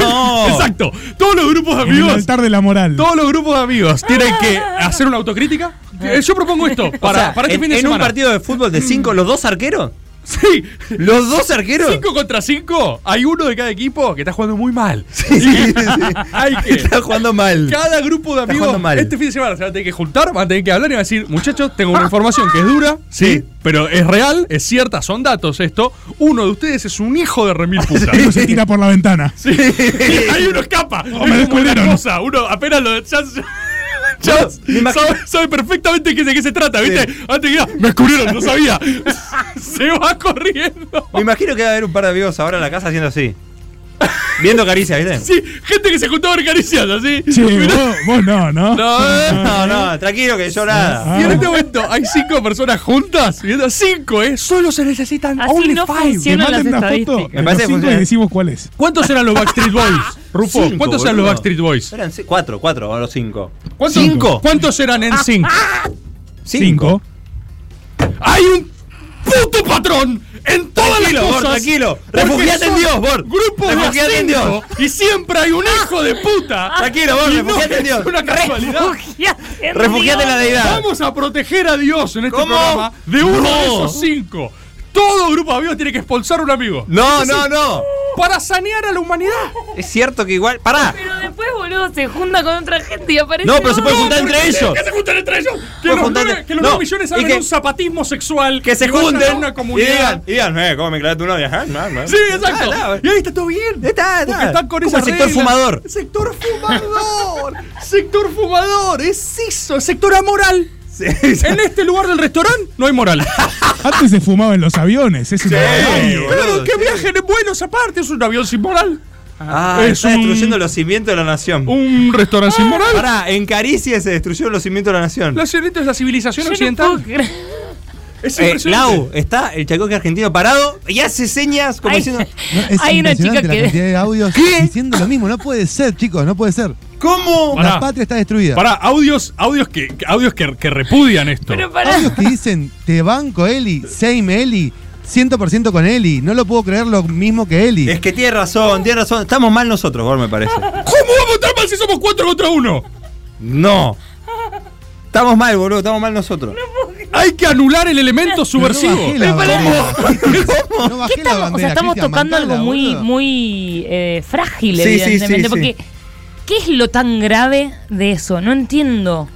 Speaker 8: no.
Speaker 6: Exacto. Todos los grupos de
Speaker 13: En el
Speaker 6: amigos.
Speaker 13: altar de la
Speaker 6: [laughs]
Speaker 13: moral.
Speaker 6: Todos los grupos de amigos tienen que hacer una autocrítica. Eh, Yo propongo
Speaker 8: [laughs]
Speaker 6: esto
Speaker 8: O
Speaker 6: para,
Speaker 8: sea,
Speaker 6: para este
Speaker 8: en,
Speaker 6: fin de
Speaker 8: en un
Speaker 6: semana. Mm.
Speaker 8: partido de fútbol de 5, los dos arqueros.
Speaker 6: Sí.
Speaker 8: ¿Los dos arqueros?
Speaker 6: 5 contra 5, hay uno de cada equipo que está jugando muy mal. hay que.
Speaker 8: Está jugando mal.
Speaker 6: Cada grupo de
Speaker 8: Está
Speaker 6: amigos
Speaker 8: jugando mal.
Speaker 6: este fin de semana se van a tener que juntar, van a tener que hablar y van a decir, muchachos, tengo una información que es dura, sí, pero es real, es cierta, son datos esto. Uno de ustedes es un hijo de remil
Speaker 8: [laughs]
Speaker 6: puta.
Speaker 13: Uno se tira por la ventana.
Speaker 6: [laughs] Sí. Ahí uno escapa. Es como
Speaker 13: descubrieron.
Speaker 6: una cosa. Uno apenas lo. Ya, ya sabe, sabe perfectamente qué- de qué se trata, ¿viste? Antes que diga, me [laughs] descubrieron, no sabía. [laughs] se va corriendo.
Speaker 8: Me imagino que va a haber un par de amigos ahora en la casa haciendo así. Viendo caricia, ¿viste?
Speaker 6: Sí, gente que se juntó a ver caricias, así.
Speaker 13: Sí,
Speaker 6: Mirá.
Speaker 13: vos, vos no, ¿no?
Speaker 6: [laughs]
Speaker 13: Ah,
Speaker 6: No, eh.
Speaker 8: No, no, tranquilo que yo nada.
Speaker 6: Y en este momento hay cinco personas juntas. viendo- Cinco, ¿eh? Solo se necesitan
Speaker 9: Así
Speaker 6: only
Speaker 9: no
Speaker 6: five.
Speaker 13: Te
Speaker 9: funcionan las
Speaker 13: mandan una foto
Speaker 9: estadísticas.
Speaker 13: de
Speaker 8: Me
Speaker 13: los
Speaker 8: parece que
Speaker 13: cinco y
Speaker 8: funciona.
Speaker 13: decimos cuál es.
Speaker 6: ¿Cuántos eran los Backstreet Boys? Rufo,
Speaker 8: Cinco,
Speaker 6: ¿cuántos eran los
Speaker 8: boludo.
Speaker 6: Backstreet Boys?
Speaker 8: Eran ci- cuatro, cuatro o los cinco.
Speaker 6: ¿Cuántos,
Speaker 8: Cinco. Ah,
Speaker 6: ¿Cuántos eran en cinco?
Speaker 13: Cinco.
Speaker 6: ¡Hay un puto patrón en todas
Speaker 8: Tranquilo,
Speaker 6: las
Speaker 8: Bor,
Speaker 6: cosas!
Speaker 8: tranquilo.
Speaker 6: porque
Speaker 8: Refugiate en
Speaker 6: son
Speaker 8: Dios, Bor.
Speaker 6: Grupos de
Speaker 8: Refugiate
Speaker 6: a
Speaker 8: en
Speaker 6: cinco,
Speaker 8: Dios. Ah.
Speaker 6: Y siempre hay un hijo de puta.
Speaker 8: Tranquilo, Bor,
Speaker 6: Y
Speaker 8: refugiate en
Speaker 6: es
Speaker 8: Dios.
Speaker 6: una casualidad.
Speaker 9: Refugiate en
Speaker 8: Refugiate en la
Speaker 9: Dios.
Speaker 8: deidad.
Speaker 6: Vamos a proteger a Dios en este
Speaker 8: ¿Cómo?
Speaker 6: programa de uno
Speaker 8: No.
Speaker 6: de esos cinco. Todo grupo de amigos tiene que expulsar a un amigo.
Speaker 8: No, no, no.
Speaker 6: Para sanear a la humanidad.
Speaker 8: Es cierto que igual. ¡Pará!
Speaker 9: Pero después, boludo, se junta con otra gente y aparece.
Speaker 8: No, pero se puede
Speaker 9: otro.
Speaker 8: juntar entre ellos.
Speaker 6: Que se junten entre ellos. Que
Speaker 8: Pues
Speaker 6: los,
Speaker 8: juntate-
Speaker 6: nueve, que los
Speaker 8: no,
Speaker 6: nueve millones
Speaker 8: y
Speaker 6: hagan
Speaker 8: que-
Speaker 6: un zapatismo sexual.
Speaker 8: Que se
Speaker 6: vayan
Speaker 8: junten.
Speaker 6: a una
Speaker 8: y
Speaker 6: comunidad.
Speaker 8: digan, y digan, eh, ¿cómo me clavé tu novia? Ah, no, no.
Speaker 6: Sí, exacto.
Speaker 8: Ah,
Speaker 6: y ahí está todo bien.
Speaker 8: Está, está.
Speaker 6: Porque están con
Speaker 8: Como
Speaker 6: esa
Speaker 8: el sector fumador.
Speaker 6: Sector fumador. [laughs] sector fumador. Es eso. Sector amoral. En este lugar del restaurante no hay moral.
Speaker 13: [laughs] Antes se fumaba en los aviones. Es una barbarie.
Speaker 8: boludo,
Speaker 6: Claro, que
Speaker 8: sí.
Speaker 6: viajen en buenos aparte. Es un avión sin moral.
Speaker 8: Ah,
Speaker 6: Es
Speaker 8: está
Speaker 6: un-
Speaker 8: destruyendo los cimientos de la nación.
Speaker 6: Un restaurante sin moral.
Speaker 8: Pará, en Caricia se destruyeron los cimientos de la nación.
Speaker 6: La señorita es la civilización
Speaker 9: Yo no
Speaker 6: occidental.
Speaker 9: puedo creer.
Speaker 6: es
Speaker 8: Eh,
Speaker 6: impresionante.
Speaker 8: Lau, está el chacoque argentino parado y hace señas como
Speaker 9: Ay.
Speaker 8: diciendo.
Speaker 16: No, es
Speaker 9: Hay una
Speaker 16: impresionante
Speaker 9: chica
Speaker 16: la
Speaker 9: que-
Speaker 16: cantidad de audios
Speaker 8: ¿Qué?
Speaker 16: diciendo lo mismo. No puede ser, chicos, no puede ser.
Speaker 8: ¿Cómo?
Speaker 6: Pará.
Speaker 16: La patria está destruida.
Speaker 6: Pará, audios, audios, que, que- audios que, que repudian esto.
Speaker 9: Pero pará.
Speaker 16: Audios que dicen, te banco Eli, same Eli, 100% con Eli. No lo puedo creer lo mismo que Eli.
Speaker 8: Es que tiene razón, tiene razón. Estamos mal nosotros, Gor, me parece.
Speaker 6: ¿Cómo vamos a estar mal si somos cuatro contra uno?
Speaker 8: No. Estamos mal, boludo, estamos mal nosotros.
Speaker 6: Hay que anular el elemento
Speaker 16: Pero no
Speaker 6: subversivo.
Speaker 16: bajé la bandera. No bajé
Speaker 9: ¿Qué estamos,
Speaker 16: la
Speaker 9: o sea,
Speaker 16: bandera,
Speaker 9: estamos
Speaker 16: Cristian,
Speaker 9: tocando
Speaker 16: bancala,
Speaker 9: algo muy,
Speaker 16: boludo.
Speaker 9: muy eh, frágil,
Speaker 8: Sí, sí, sí,
Speaker 9: evidentemente.
Speaker 8: sí.
Speaker 9: porque, ¿qué es lo tan grave de eso? No entiendo.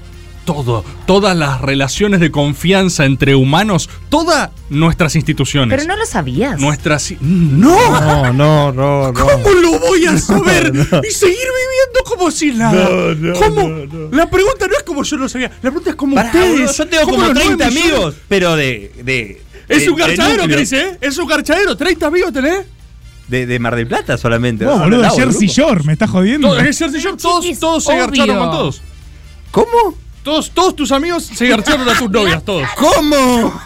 Speaker 17: todo, todas las relaciones de confianza entre humanos, todas nuestras instituciones.
Speaker 9: Pero no lo sabías.
Speaker 17: Nuestras. ¡No!
Speaker 13: No, no, no,
Speaker 6: ¿Cómo lo
Speaker 13: [laughs]
Speaker 6: voy a saber? [laughs] Y seguir viviendo como si nada.
Speaker 17: No, no,
Speaker 6: ¿Cómo? La pregunta no es como yo lo sabía. La pregunta es como
Speaker 8: Pará,
Speaker 6: ustedes.
Speaker 8: boludo, yo tengo
Speaker 6: ¿Cómo
Speaker 8: como
Speaker 6: los
Speaker 8: 30
Speaker 6: nueve millones?
Speaker 8: amigos, pero de. de
Speaker 6: Es
Speaker 8: de-
Speaker 6: un
Speaker 8: de
Speaker 6: garchadero,
Speaker 8: núcleo.
Speaker 6: Cris, ¿eh? Es un garchadero. 30 amigos tenés.
Speaker 8: De, de Mar del Plata solamente.
Speaker 13: No, boludo,
Speaker 8: Bravo,
Speaker 13: Jersey
Speaker 8: grupo.
Speaker 13: Shore, me estás jodiendo.
Speaker 6: Todos, es cierto, yo- todos, todos se
Speaker 13: obvio.
Speaker 6: garcharon con todos.
Speaker 8: ¿Cómo?
Speaker 6: Todos, todos tus amigos se garcharon a tus novias, todos.
Speaker 8: ¿Cómo?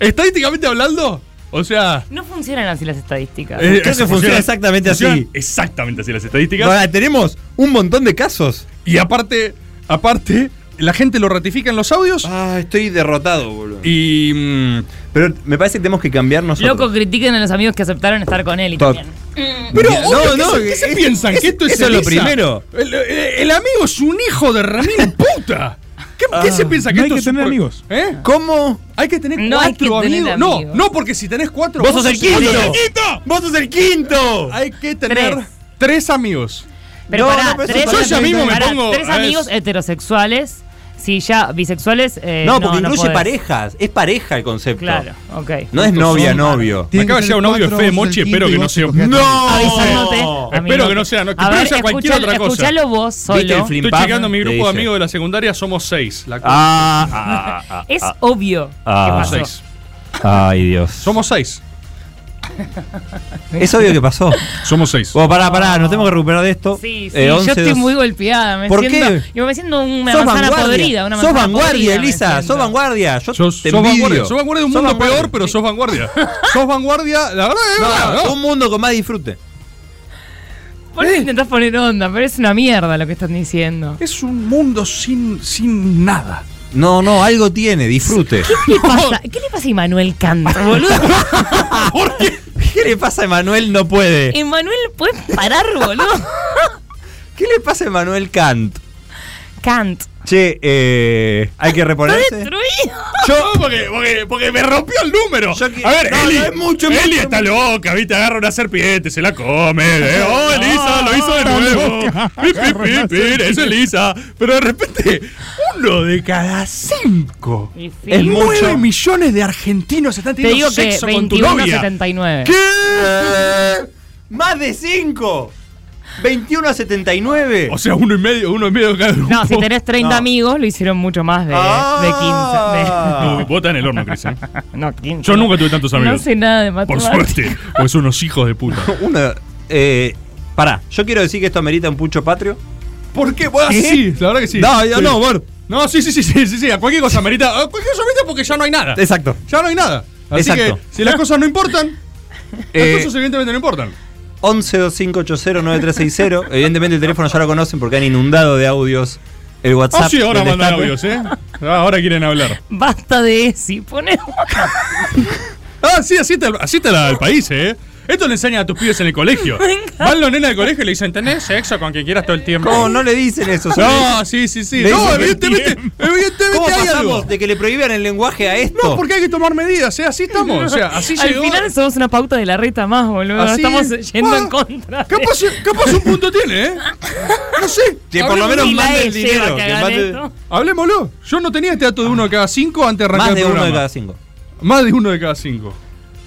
Speaker 6: Estadísticamente hablando, o sea.
Speaker 9: No funcionan así las estadísticas.
Speaker 6: eh,
Speaker 8: Creo que funciona exactamente así.
Speaker 6: funcionan Exactamente así las estadísticas.
Speaker 8: Ahora, tenemos un montón de casos.
Speaker 6: Y aparte, aparte, la gente lo ratifica en los audios.
Speaker 8: Ah, estoy derrotado, boludo.
Speaker 6: Y.
Speaker 8: Mm, pero me parece que tenemos que cambiar nosotros.
Speaker 9: Loco, critiquen a los amigos que aceptaron estar con él y
Speaker 8: Tot-
Speaker 9: también.
Speaker 6: Pero,
Speaker 8: Mira,
Speaker 6: obvio,
Speaker 8: no,
Speaker 6: ¿qué
Speaker 8: no,
Speaker 6: se- ¿qué se
Speaker 8: es-
Speaker 6: piensan?
Speaker 8: es-
Speaker 6: ¿Que esto es
Speaker 8: eso es lo
Speaker 6: ceniza?
Speaker 8: primero.
Speaker 6: El, el- el amigo es un hijo
Speaker 8: [laughs]
Speaker 6: de Ramírez puta. ¿Qué, qué
Speaker 13: Ah,
Speaker 6: se piensa? ¿Que
Speaker 13: no hay
Speaker 6: esto
Speaker 13: que
Speaker 6: es un
Speaker 13: tener
Speaker 6: pro-
Speaker 13: amigos.
Speaker 6: ¿Eh?
Speaker 8: ¿Cómo?
Speaker 6: Hay que tener
Speaker 9: No hay que
Speaker 6: mm, cuatro
Speaker 9: tener
Speaker 6: amigos. No,
Speaker 9: amigos.
Speaker 6: no, porque si tenés cuatro.
Speaker 8: Vos sos el
Speaker 6: quinto.
Speaker 8: quinto.
Speaker 6: ¡Vos sos el quinto!
Speaker 8: ¡Vos sos el quinto!
Speaker 6: Hay que tener
Speaker 9: Tres.
Speaker 6: tres, amigos.
Speaker 9: Pero
Speaker 8: No,
Speaker 9: pará,
Speaker 8: no, pero
Speaker 9: tres,
Speaker 8: eso yo ya mismo me
Speaker 9: pará,
Speaker 8: pongo-
Speaker 9: tres
Speaker 8: a ver.
Speaker 9: amigos heterosexuales. Si ya bisexuales. eh,
Speaker 8: no, porque incluye
Speaker 9: podés.
Speaker 8: parejas. Es pareja el concepto.
Speaker 9: Claro, ok.
Speaker 8: No es novia, novio.
Speaker 6: Me acaba de llegar un audio de Fede Mochi, espero que no sea. ¡No!
Speaker 9: Avisándote.
Speaker 6: Oh. Espero que no sea, no, que
Speaker 9: A ver,
Speaker 6: sea cualquier
Speaker 9: escuchalo-
Speaker 6: otra cosa.
Speaker 9: escuchalo vos
Speaker 8: ¿Viste el
Speaker 9: solo.
Speaker 8: flip?
Speaker 6: Estoy
Speaker 8: Pam,
Speaker 6: checando mi
Speaker 8: te
Speaker 6: grupo de
Speaker 8: dice.
Speaker 6: amigos de la secundaria, somos seis. La
Speaker 8: Ah, ah, ah,
Speaker 9: Es
Speaker 8: ah,
Speaker 9: obvio
Speaker 8: ah,
Speaker 9: que
Speaker 8: ah,
Speaker 9: pasó. [laughs]
Speaker 6: seis.
Speaker 8: Ay, Dios.
Speaker 6: Somos seis.
Speaker 8: Es obvio que pasó.
Speaker 6: Somos seis.
Speaker 8: Bueno, pará, pará, nos tenemos que recuperar de esto.
Speaker 9: Sí, sí,
Speaker 8: Eh,
Speaker 9: yo
Speaker 8: 11,
Speaker 9: estoy
Speaker 8: dos-
Speaker 9: muy golpeada. Me
Speaker 8: ¿Por
Speaker 9: siento,
Speaker 8: qué?
Speaker 9: Yo me siento una
Speaker 8: Sos
Speaker 9: manzana
Speaker 8: vanguardia.
Speaker 9: podrida. Una
Speaker 8: sos
Speaker 9: manzana
Speaker 8: vanguardia,
Speaker 9: podrida, me
Speaker 8: Elisa.
Speaker 9: siento.
Speaker 8: Sos vanguardia. Yo
Speaker 6: Sos,
Speaker 8: te
Speaker 6: sos
Speaker 8: envidio.
Speaker 6: vanguardia. Sos vanguardia de un
Speaker 8: Sos
Speaker 6: mundo
Speaker 8: vanguardia.
Speaker 6: peor, pero sos vanguardia. sos vanguardia, la verdad es
Speaker 8: No,
Speaker 6: verdad, ¿no? Eh.
Speaker 8: Un mundo con más disfrute.
Speaker 9: ¿Por qué intentás poner onda? Pero es una mierda lo que están diciendo.
Speaker 6: Es un mundo sin, sin nada.
Speaker 8: [laughs] No, no, algo tiene, disfrute. [laughs]
Speaker 9: ¿Qué
Speaker 6: [laughs]
Speaker 9: le pasa? ¿Qué le pasa a Immanuel Kant, boludo?
Speaker 8: ¿Qué le pasa a Emanuel no
Speaker 6: Eh.
Speaker 8: puede?
Speaker 9: Emanuel, ¿puedes parar,
Speaker 6: [laughs]
Speaker 9: boludo?
Speaker 8: ¿Qué le pasa a Emanuel Kant?
Speaker 9: Kant.
Speaker 8: Che, eh, hay que
Speaker 9: ¡Está
Speaker 8: reponerse.
Speaker 9: destruido!
Speaker 6: Yo, porque, porque, porque me rompió el número.
Speaker 8: Yo que-
Speaker 6: a ver,
Speaker 8: no,
Speaker 6: Eli,
Speaker 8: no, es mucho, es
Speaker 6: Eli
Speaker 8: mucho,
Speaker 6: está
Speaker 8: mucho.
Speaker 6: loca, viste, agarra una serpiente, se la come. [laughs] eh. Oh, Elisa, lo hizo de [laughs] nuevo. Pi, pi, pi, pi, eso es Elisa. Pero de repente, uno de cada cinco.
Speaker 9: Y sí.
Speaker 8: Es mucho.
Speaker 6: Nueve millones de argentinos están
Speaker 9: Te digo
Speaker 6: teniendo
Speaker 9: que
Speaker 6: sexo con tu novia.
Speaker 9: 21.79.
Speaker 8: Eh, [laughs] ¡Más de 5! 21 a 79.
Speaker 6: O sea, uno y medio, uno y medio de cada grupo.
Speaker 9: No, si tenés 30
Speaker 8: No.
Speaker 9: amigos, lo hicieron mucho más de,
Speaker 8: Ah.
Speaker 6: No, vos estás en el horno, Cris. eh.
Speaker 9: de 15. [laughs] No, 15.
Speaker 6: Yo nunca tuve tantos
Speaker 9: No
Speaker 6: amigos.
Speaker 9: sé nada de matemáticas.
Speaker 6: Por suerte, [laughs] porque son unos hijos de puta.
Speaker 8: [laughs] Una. Eh, pará, yo quiero decir que esto amerita un pucho patrio.
Speaker 6: ¿Por qué? Bueno,
Speaker 8: ¿Qué?
Speaker 6: sí, la verdad que sí.
Speaker 8: No, yo
Speaker 6: Sí.
Speaker 8: no, bueno.
Speaker 6: No, sí, sí, sí, sí, sí, sí, a cualquier cosa merita. A cualquier cosa merita porque ya no hay nada.
Speaker 8: Exacto.
Speaker 6: Ya no hay nada. Así
Speaker 8: Exacto.
Speaker 6: que si las cosas no [laughs] importan,
Speaker 8: Eh,
Speaker 6: las cosas evidentemente no importan.
Speaker 8: 1125809360. Evidentemente el teléfono ya lo conocen porque han inundado de audios el WhatsApp.
Speaker 6: Ah, sí, ahora
Speaker 8: del
Speaker 6: mandan
Speaker 8: destape.
Speaker 6: audios, [laughs] ¿eh? Ah, Ahora quieren hablar.
Speaker 9: Basta de ESI, pone.
Speaker 6: Ah, sí, así está, el- así está la- el país, ¿eh? Esto le enseñan a tus pibes en el colegio. Van los nenes al colegio y le dicen, tenés sexo con quien quieras todo el tiempo.
Speaker 8: No, no le dicen eso. solo le dicen-
Speaker 6: No, sí, sí, sí.
Speaker 8: Le
Speaker 6: No,
Speaker 8: dicen que
Speaker 6: evidentemente,
Speaker 8: tienen. ¿Cómo
Speaker 6: [laughs] evidentemente hay
Speaker 8: pasamos
Speaker 6: algo.
Speaker 8: de que le prohíban el lenguaje a esto?
Speaker 6: No, porque hay que tomar medidas, ¿eh? Así estamos. O sea, así
Speaker 9: Al
Speaker 6: llegó.
Speaker 9: final somos una pauta de la reta más, boludo.
Speaker 6: Así
Speaker 9: Estamos
Speaker 6: es.
Speaker 9: yendo
Speaker 6: Ah,
Speaker 9: en contra. de-
Speaker 6: Capaz, capaz un punto tiene, ¿eh? No sé.
Speaker 8: Que por lo
Speaker 6: Hablemos-
Speaker 8: menos
Speaker 9: Ni la
Speaker 8: mande el
Speaker 9: E lleva
Speaker 8: dinero.
Speaker 9: a
Speaker 8: que
Speaker 9: cagar
Speaker 8: mande-
Speaker 9: esto.
Speaker 6: Hablemoslo. Yo no tenía este dato de uno de cada cinco antes de arrancar
Speaker 8: Más de
Speaker 6: el
Speaker 8: uno
Speaker 6: programa.
Speaker 8: de cada cinco.
Speaker 6: Más de uno de cada cinco.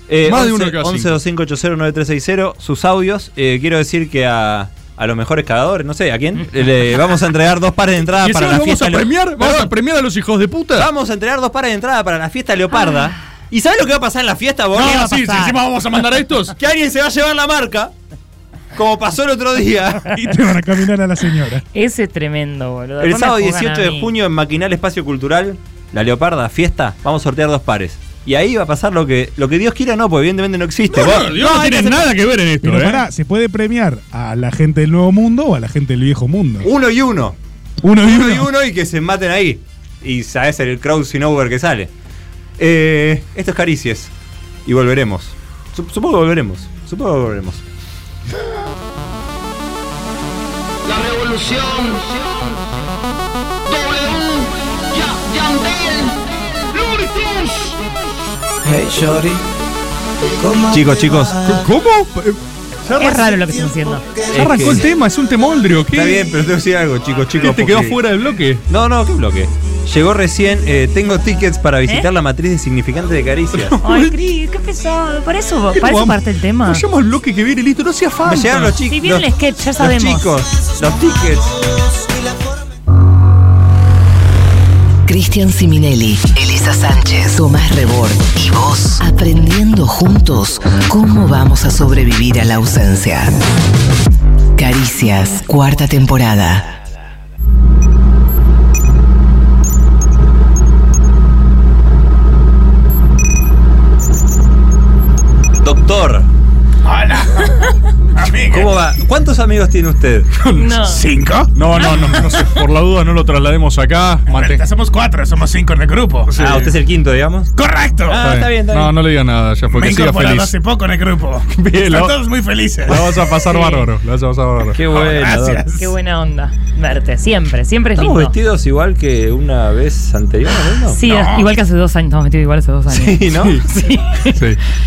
Speaker 8: Eh,
Speaker 6: Más de uno de cada
Speaker 8: 1125809360, sus audios. Eh, quiero decir que a, a los mejores cagadores, no sé, ¿a
Speaker 6: [laughs]
Speaker 8: quién? Le vamos a entregar dos pares de entrada
Speaker 6: y
Speaker 8: para
Speaker 6: encima
Speaker 8: la
Speaker 6: los vamos
Speaker 8: fiesta.
Speaker 6: a
Speaker 8: leo-
Speaker 6: premiar, vamos a
Speaker 8: Perdón,
Speaker 6: premiar a los hijos de puta.
Speaker 8: vamos a entregar dos pares de entrada para la fiesta leoparda. ¿Y sabes lo que va a pasar en la fiesta, boludo?
Speaker 6: No,
Speaker 8: ¿Qué va a
Speaker 6: sí, sí,
Speaker 8: pasar?
Speaker 6: encima vamos a mandar a estos.
Speaker 8: Que alguien se va a llevar la marca, como pasó el
Speaker 9: [laughs]
Speaker 8: otro día.
Speaker 13: Y te van a caminar a la señora.
Speaker 9: Ese es tremendo, boludo.
Speaker 8: El
Speaker 9: Después me
Speaker 8: sábado
Speaker 9: juzgan
Speaker 8: 18
Speaker 9: a
Speaker 8: de
Speaker 9: mí.
Speaker 8: junio en Maquinal Espacio Cultural, La Leoparda, fiesta, vamos a sortear dos pares. Y ahí va a pasar lo que, lo que Dios quiera, no, porque evidentemente no existe. Vos-
Speaker 6: No, Dios, no,
Speaker 8: hay que
Speaker 6: tienes
Speaker 8: hacer-
Speaker 6: nada que ver en esto,
Speaker 13: Pero
Speaker 6: ¿eh?
Speaker 13: pará, ¿se puede premiar a la gente del Nuevo Mundo o a la gente del Viejo Mundo?
Speaker 8: Uno y uno.
Speaker 13: Uno y
Speaker 8: Uno y
Speaker 13: uno.
Speaker 8: uno y que se maten ahí. Y sabes el crossing over que sale. Eh, esto es Caricies. Y volveremos. Sup- Supongo que volveremos. Supongo que volveremos.
Speaker 4: La revolución. W. Ya- Yandel. Luricruz.
Speaker 8: Chicos, chicos.
Speaker 6: ¿Cómo? Eh,
Speaker 9: Es raro lo que estamos haciendo.
Speaker 6: Ya arrancó el tema, es un temoldrio. ¿qué?
Speaker 8: Está bien, pero te voy a decir algo, chicos, chicos.
Speaker 6: ¿Te quedó fuera del bloque?
Speaker 8: No, no, ¿qué bloque? Llegó recién, eh, tengo tickets para visitar la matriz insignificante de Caricias.
Speaker 9: ¿Eh? [laughs] Ay, Cris, qué pesado. Por eso,
Speaker 8: ¿Qué
Speaker 9: para eso
Speaker 8: vamos?
Speaker 9: parte el tema.
Speaker 6: Vayamos al bloque que viene, listo, no hacía falta.
Speaker 8: Me llegaron los chicos.
Speaker 9: Si viene el sketch, ya sabemos.
Speaker 8: Los chicos, los tickets.
Speaker 18: Cristian Siminelli, Elisa Sánchez, Tomás Rebord y vos, aprendiendo juntos cómo vamos a sobrevivir a la ausencia. Caricias, cuarta temporada.
Speaker 8: Doctor. [laughs] Hola. ¿Cómo va? ¿Cuántos amigos tiene usted?
Speaker 9: No.
Speaker 6: ¿Cinco? No, no, no, no sé, por la duda no lo traslademos acá.
Speaker 19: Somos cuatro, somos cinco en el grupo.
Speaker 8: Ah, usted es el quinto, digamos.
Speaker 19: Correcto.
Speaker 9: Ah,
Speaker 6: No, no le digas nada, ya fue
Speaker 19: Me he
Speaker 6: que siga
Speaker 19: incorporado
Speaker 6: feliz.
Speaker 19: hace poco en el grupo.
Speaker 6: [laughs] Bien,
Speaker 19: Están
Speaker 6: lo-
Speaker 19: todos muy felices.
Speaker 6: La vas a pasar bárbaro, la vas a pasar bárbaro.
Speaker 8: Qué bueno.
Speaker 19: gracias.
Speaker 9: Qué buena onda verte. Siempre, siempre es
Speaker 8: ¿Estamos
Speaker 9: lindo.
Speaker 8: vestidos igual que una vez anterior? ¿no?
Speaker 9: Sí, es- igual que hace dos años. Estamos metidos igual hace dos años.
Speaker 8: Sí, ¿no?
Speaker 9: Sí.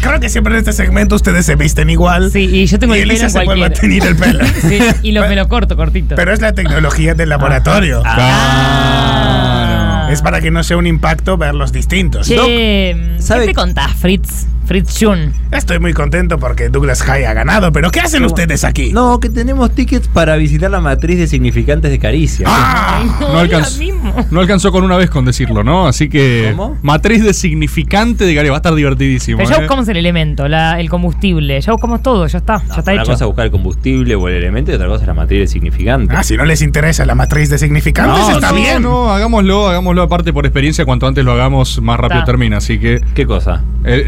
Speaker 19: Creo que siempre en este segmento ustedes se visten igual.
Speaker 9: Sí, y yo tengo el pelo
Speaker 19: Elisa
Speaker 9: en
Speaker 19: se vuelve a
Speaker 9: cualquiera.
Speaker 19: tener el pelo.
Speaker 9: [laughs] Sí, y los pelo corto, cortito.
Speaker 19: Pero es la tecnología del laboratorio.
Speaker 9: Ah.
Speaker 19: Es para que no sea un impacto verlos distintos.
Speaker 9: Che, ¿qué te contás, Fritz? Fritz Jun.
Speaker 19: Estoy muy contento porque Douglas High ha ganado, pero ¿qué hacen
Speaker 8: Qué
Speaker 19: ustedes aquí?
Speaker 8: No, que tenemos tickets para visitar la matriz de significantes de Caricia.
Speaker 19: Ah.
Speaker 8: Ah,
Speaker 6: No alcanzó, no alcanzó con una vez con decirlo, ¿no? Así que. Matriz de significante de Gary, va a estar divertidísimo.
Speaker 9: Pero ya
Speaker 6: ¿eh?
Speaker 9: buscamos el elemento, la- el combustible. Ya buscamos todo, ya está. Ya está
Speaker 8: Una cosa es
Speaker 9: hecho.
Speaker 8: buscar el combustible o el elemento y otra cosa es la matriz de significante.
Speaker 19: Ah, si no les interesa la matriz de significantes,
Speaker 6: No,
Speaker 19: está
Speaker 6: no,
Speaker 19: bien.
Speaker 6: No, hagámoslo, hagámoslo aparte por experiencia. Cuanto antes lo hagamos, más rápido
Speaker 19: Está.
Speaker 6: termina. Así que. eh,
Speaker 8: ¿Qué cosa?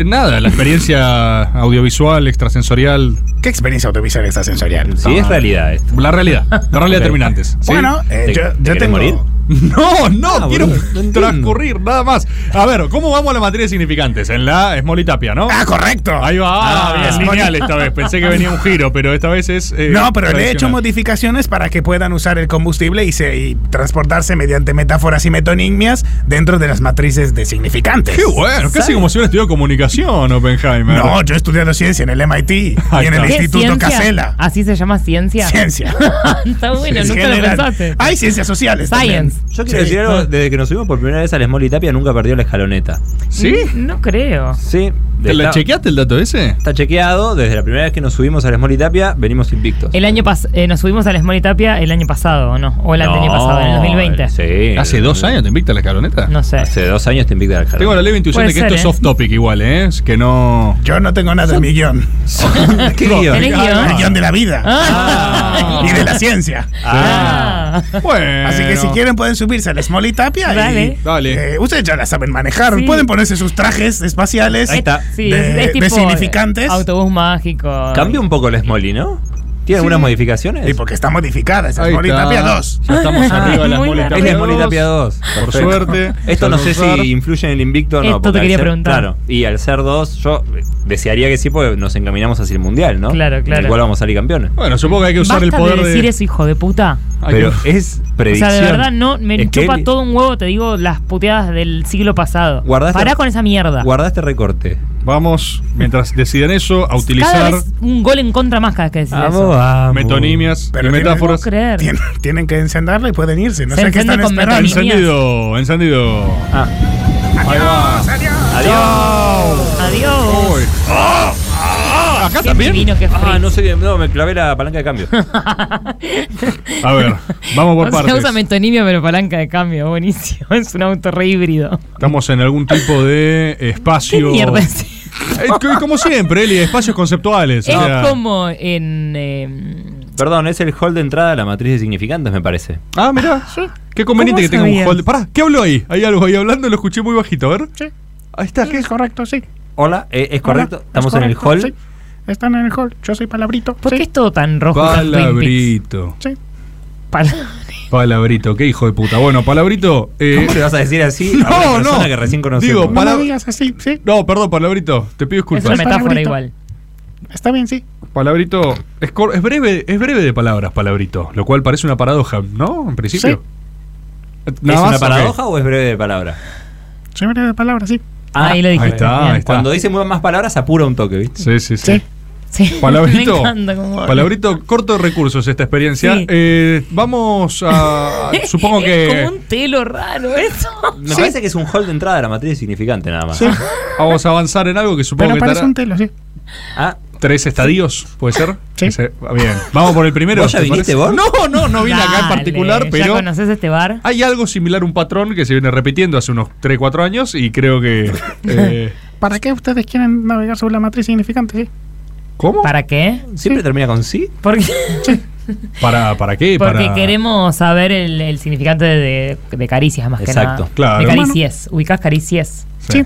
Speaker 6: nada, la experiencia [laughs] audiovisual, extrasensorial.
Speaker 19: ¿Qué experiencia audiovisual extrasensorial?
Speaker 6: Sí, es realidad
Speaker 8: esto.
Speaker 6: La realidad. La [laughs] realidad
Speaker 19: Ok.
Speaker 6: termina antes. ¿sí?
Speaker 19: Bueno, eh,
Speaker 6: ¿Te-
Speaker 19: yo,
Speaker 6: te
Speaker 19: yo
Speaker 6: querés
Speaker 19: tengo. Ah,
Speaker 6: morir? [laughs] No, no, quiero transcurrir nada más. A ver, ¿cómo vamos a la materia de significantes? En la Smolitapia, ¿no?
Speaker 19: Ah, correcto.
Speaker 6: Ahí va,
Speaker 19: Ah,
Speaker 6: ah, bien,
Speaker 19: Smol-
Speaker 6: lineal esta vez. Pensé que venía un giro, pero esta vez es. eh,
Speaker 19: No, pero le he hecho
Speaker 6: tradicional.
Speaker 19: modificaciones para que puedan usar el combustible y, se- y transportarse mediante metáforas y metonimias dentro de las matrices de significantes.
Speaker 6: Qué bueno, casi como si hubiera estudiado comunicación, Oppenheimer.
Speaker 19: No, yo he estudiado ciencia en el MIT y
Speaker 6: [laughs] Ahí
Speaker 19: en el
Speaker 6: está.
Speaker 9: ¿Qué
Speaker 19: Instituto
Speaker 9: ciencia?
Speaker 6: [laughs]
Speaker 19: Casella.
Speaker 9: ¿Así se llama ciencia?
Speaker 19: Ciencia.
Speaker 9: [laughs] está bueno,
Speaker 8: En
Speaker 9: nunca
Speaker 8: general.
Speaker 9: lo pensaste.
Speaker 19: Hay ciencias sociales.
Speaker 9: Science.
Speaker 8: Yo quiero decir algo, desde que nos subimos por primera vez al Small Tapia nunca perdió la escaloneta.
Speaker 9: Mm, No creo.
Speaker 8: Sí.
Speaker 6: ¿Te la chequeaste el dato ese?
Speaker 8: Está chequeado, desde la primera vez que nos subimos al Small Tapia venimos invictos.
Speaker 9: El año pas eh, nos subimos al Small Tapia el año pasado, ¿o no? O el año pasado, en el 2020.
Speaker 8: Sí.
Speaker 6: ¿Hace dos años te invicta la escaloneta?
Speaker 9: No sé.
Speaker 8: Hace dos años te invicta la escaloneta.
Speaker 6: Tengo la leve intuición
Speaker 9: Puede
Speaker 6: de que
Speaker 9: ser,
Speaker 6: esto es
Speaker 9: ¿eh?
Speaker 6: off topic igual, ¿eh? Es que no.
Speaker 19: Yo no tengo nada en mi guión.
Speaker 6: [laughs]
Speaker 8: ¿Qué
Speaker 6: guión?
Speaker 19: El
Speaker 6: ¿Tenés guión?
Speaker 19: guión de la vida.
Speaker 9: Ah.
Speaker 19: [laughs] Y de la ciencia.
Speaker 6: Ah. Bueno.
Speaker 19: Así que si quieren pueden subirse al Small y Tapia. y,
Speaker 9: Dale.
Speaker 19: eh, ustedes ya la saben manejar.
Speaker 9: Sí.
Speaker 19: Pueden ponerse sus trajes espaciales.
Speaker 9: Sí,
Speaker 19: de,
Speaker 9: es, es
Speaker 19: de
Speaker 9: tipo
Speaker 19: significantes.
Speaker 9: autobús mágico.
Speaker 8: Cambió un poco la Smolly, ¿no? ¿Tiene algunas modificaciones?
Speaker 19: Sí, porque está modificada. Esa
Speaker 8: Ahí
Speaker 19: Small y
Speaker 8: está.
Speaker 19: Tapia 2.
Speaker 6: Ya
Speaker 19: [laughs]
Speaker 6: estamos arriba de las
Speaker 8: Muy
Speaker 6: Moli
Speaker 8: largo.
Speaker 6: Tapia
Speaker 8: Es la Moli
Speaker 6: 2.
Speaker 8: Tapia 2.
Speaker 6: Por
Speaker 8: Perfecto.
Speaker 6: suerte.
Speaker 8: Esto no sé
Speaker 6: Saludar.
Speaker 8: si influye en el invicto o no.
Speaker 9: Esto te
Speaker 8: porque al
Speaker 9: quería
Speaker 8: ser-
Speaker 9: preguntar.
Speaker 8: Claro. Y al ser 2, yo eh, desearía que sí, porque nos encaminamos hacia el mundial, ¿no?
Speaker 9: Claro, claro.
Speaker 8: Del cual vamos a salir campeones.
Speaker 6: Bueno, supongo que hay que usar
Speaker 9: Basta
Speaker 6: el poder
Speaker 9: de decir
Speaker 6: de.
Speaker 9: eso, hijo de puta.
Speaker 8: Pero es
Speaker 9: O
Speaker 8: predicción.
Speaker 9: sea, de verdad, no, me
Speaker 8: Es que
Speaker 9: chupa
Speaker 8: él-
Speaker 9: todo un huevo, te digo, las puteadas del siglo pasado.
Speaker 6: Guardaste-
Speaker 9: Pará con esa mierda.
Speaker 8: Guardá este recorte.
Speaker 6: Vamos, mientras deciden eso, a
Speaker 9: Cada
Speaker 6: utilizar
Speaker 9: vez un gol en contra más cada vez que decís eso.
Speaker 6: metonimias
Speaker 19: Pero
Speaker 6: y
Speaker 19: tienen-
Speaker 6: metáforas.
Speaker 9: No puedo creer.
Speaker 19: Tienen, tienen que encenderla y pueden irse. No
Speaker 9: Se
Speaker 19: sé qué
Speaker 9: enciende
Speaker 19: están
Speaker 9: con
Speaker 19: esperando.
Speaker 6: Encendido, encendido.
Speaker 8: Ah.
Speaker 19: Adiós, adiós.
Speaker 6: Adiós.
Speaker 9: Adiós.
Speaker 6: Uy. Acá
Speaker 9: Qué
Speaker 6: también.
Speaker 9: divino que es
Speaker 8: Ah, no sé bien. No, me clavé la palanca
Speaker 9: [laughs]
Speaker 8: de cambio.
Speaker 6: A ver, vamos por
Speaker 9: O sea, usa
Speaker 6: partes.
Speaker 9: metonimia pero palanca de cambio, buenísimo. [laughs] Es un auto re híbrido.
Speaker 6: Estamos en algún tipo de espacio.
Speaker 9: ¿Qué mierda
Speaker 6: [laughs]
Speaker 9: es
Speaker 6: Eh, co- Como siempre, Eli, espacios conceptuales. o
Speaker 9: es
Speaker 6: sea-
Speaker 9: como en... eh,
Speaker 8: Perdón, es el hall de entrada a la matriz de significantes, me parece.
Speaker 9: [laughs]
Speaker 6: Ah, mirá. Qué conveniente que tenga un hold. Pará, ¿qué habló ahí? Hay algo ahí hablando, lo escuché muy bajito, a ver. Ahí está, ¿qué
Speaker 19: es correcto, sí.
Speaker 8: Hola, eh, ¿es
Speaker 19: Hola,
Speaker 8: correcto?
Speaker 19: es
Speaker 8: Estamos en el
Speaker 19: correcto,
Speaker 8: hall.
Speaker 19: sí. Están en el hall. Yo soy palabrito.
Speaker 9: ¿Por
Speaker 19: sí.
Speaker 9: qué es todo tan rojo? esas Twin Peaks?
Speaker 6: Palabrito.
Speaker 19: Sí.
Speaker 6: [laughs]
Speaker 9: Pala-
Speaker 6: Palabrito, qué hijo de puta. Bueno, palabrito. eh,
Speaker 8: ¿Cómo le vas a decir así a una
Speaker 6: [laughs] No, no.
Speaker 8: persona que recién conocemos?
Speaker 6: Digo,
Speaker 8: No
Speaker 6: pala-
Speaker 19: me digas así, sí.
Speaker 6: No, perdón, palabrito. Te pido disculpas.
Speaker 9: Es una metáfora
Speaker 19: palabrito.
Speaker 9: igual.
Speaker 19: Está bien, sí.
Speaker 6: Palabrito. Es, cor- es breve, es breve de palabras, palabrito. Lo cual parece una paradoja, ¿no? En principio.
Speaker 8: ¿Es
Speaker 6: Nada
Speaker 8: una
Speaker 6: más,
Speaker 8: paradoja o es breve de palabra?
Speaker 19: Soy breve de palabras, sí.
Speaker 9: Ah, Ahí lo
Speaker 6: Ahí
Speaker 9: dijiste.
Speaker 6: está,
Speaker 9: bien.
Speaker 6: ahí está.
Speaker 8: Cuando dice muevan más palabras, apura un toque, ¿viste?
Speaker 6: Sí, sí, sí. [laughs]
Speaker 9: Sí. [laughs]
Speaker 6: Palabrito,
Speaker 9: Me encanta cómo habla.
Speaker 6: palabrito corto de recursos esta experiencia.
Speaker 9: Sí.
Speaker 6: Eh, vamos
Speaker 9: [laughs]
Speaker 6: a. Ah, Supongo que.
Speaker 9: Es como un telo raro eso.
Speaker 8: Me parece que es un hall de entrada de la matriz significante nada más.
Speaker 6: Vamos a avanzar en algo que supongo
Speaker 20: Pero
Speaker 6: que
Speaker 20: parece
Speaker 6: estará-
Speaker 20: un telo, sí.
Speaker 8: Ah,
Speaker 6: tres estadios, ¿puede ser? Ese- ah, bien, vamos por el primero.
Speaker 8: ¿Vos ya
Speaker 6: ¿te
Speaker 8: viniste vos?
Speaker 6: parece? No, no, no vine acá en
Speaker 9: Dale,
Speaker 6: particular,
Speaker 9: ¿Ya
Speaker 6: pero
Speaker 9: conoces este bar?
Speaker 6: hay algo similar, un patrón que se viene repitiendo hace unos 3, 4 años y
Speaker 9: [laughs]
Speaker 6: creo que... eh,
Speaker 20: ¿Para qué ustedes quieren navegar sobre la matriz significante? Sí.
Speaker 6: ¿Cómo?
Speaker 9: ¿Para qué?
Speaker 8: ¿Siempre termina con sí?
Speaker 9: Porque,
Speaker 8: [laughs]
Speaker 6: ¿Para, para qué?
Speaker 9: porque
Speaker 6: para...
Speaker 9: queremos saber el, el significante de, de caricias más
Speaker 6: Exacto,
Speaker 9: que nada.
Speaker 6: claro.
Speaker 9: De caricias. Ubicás caricias. Mm.
Speaker 20: Sí.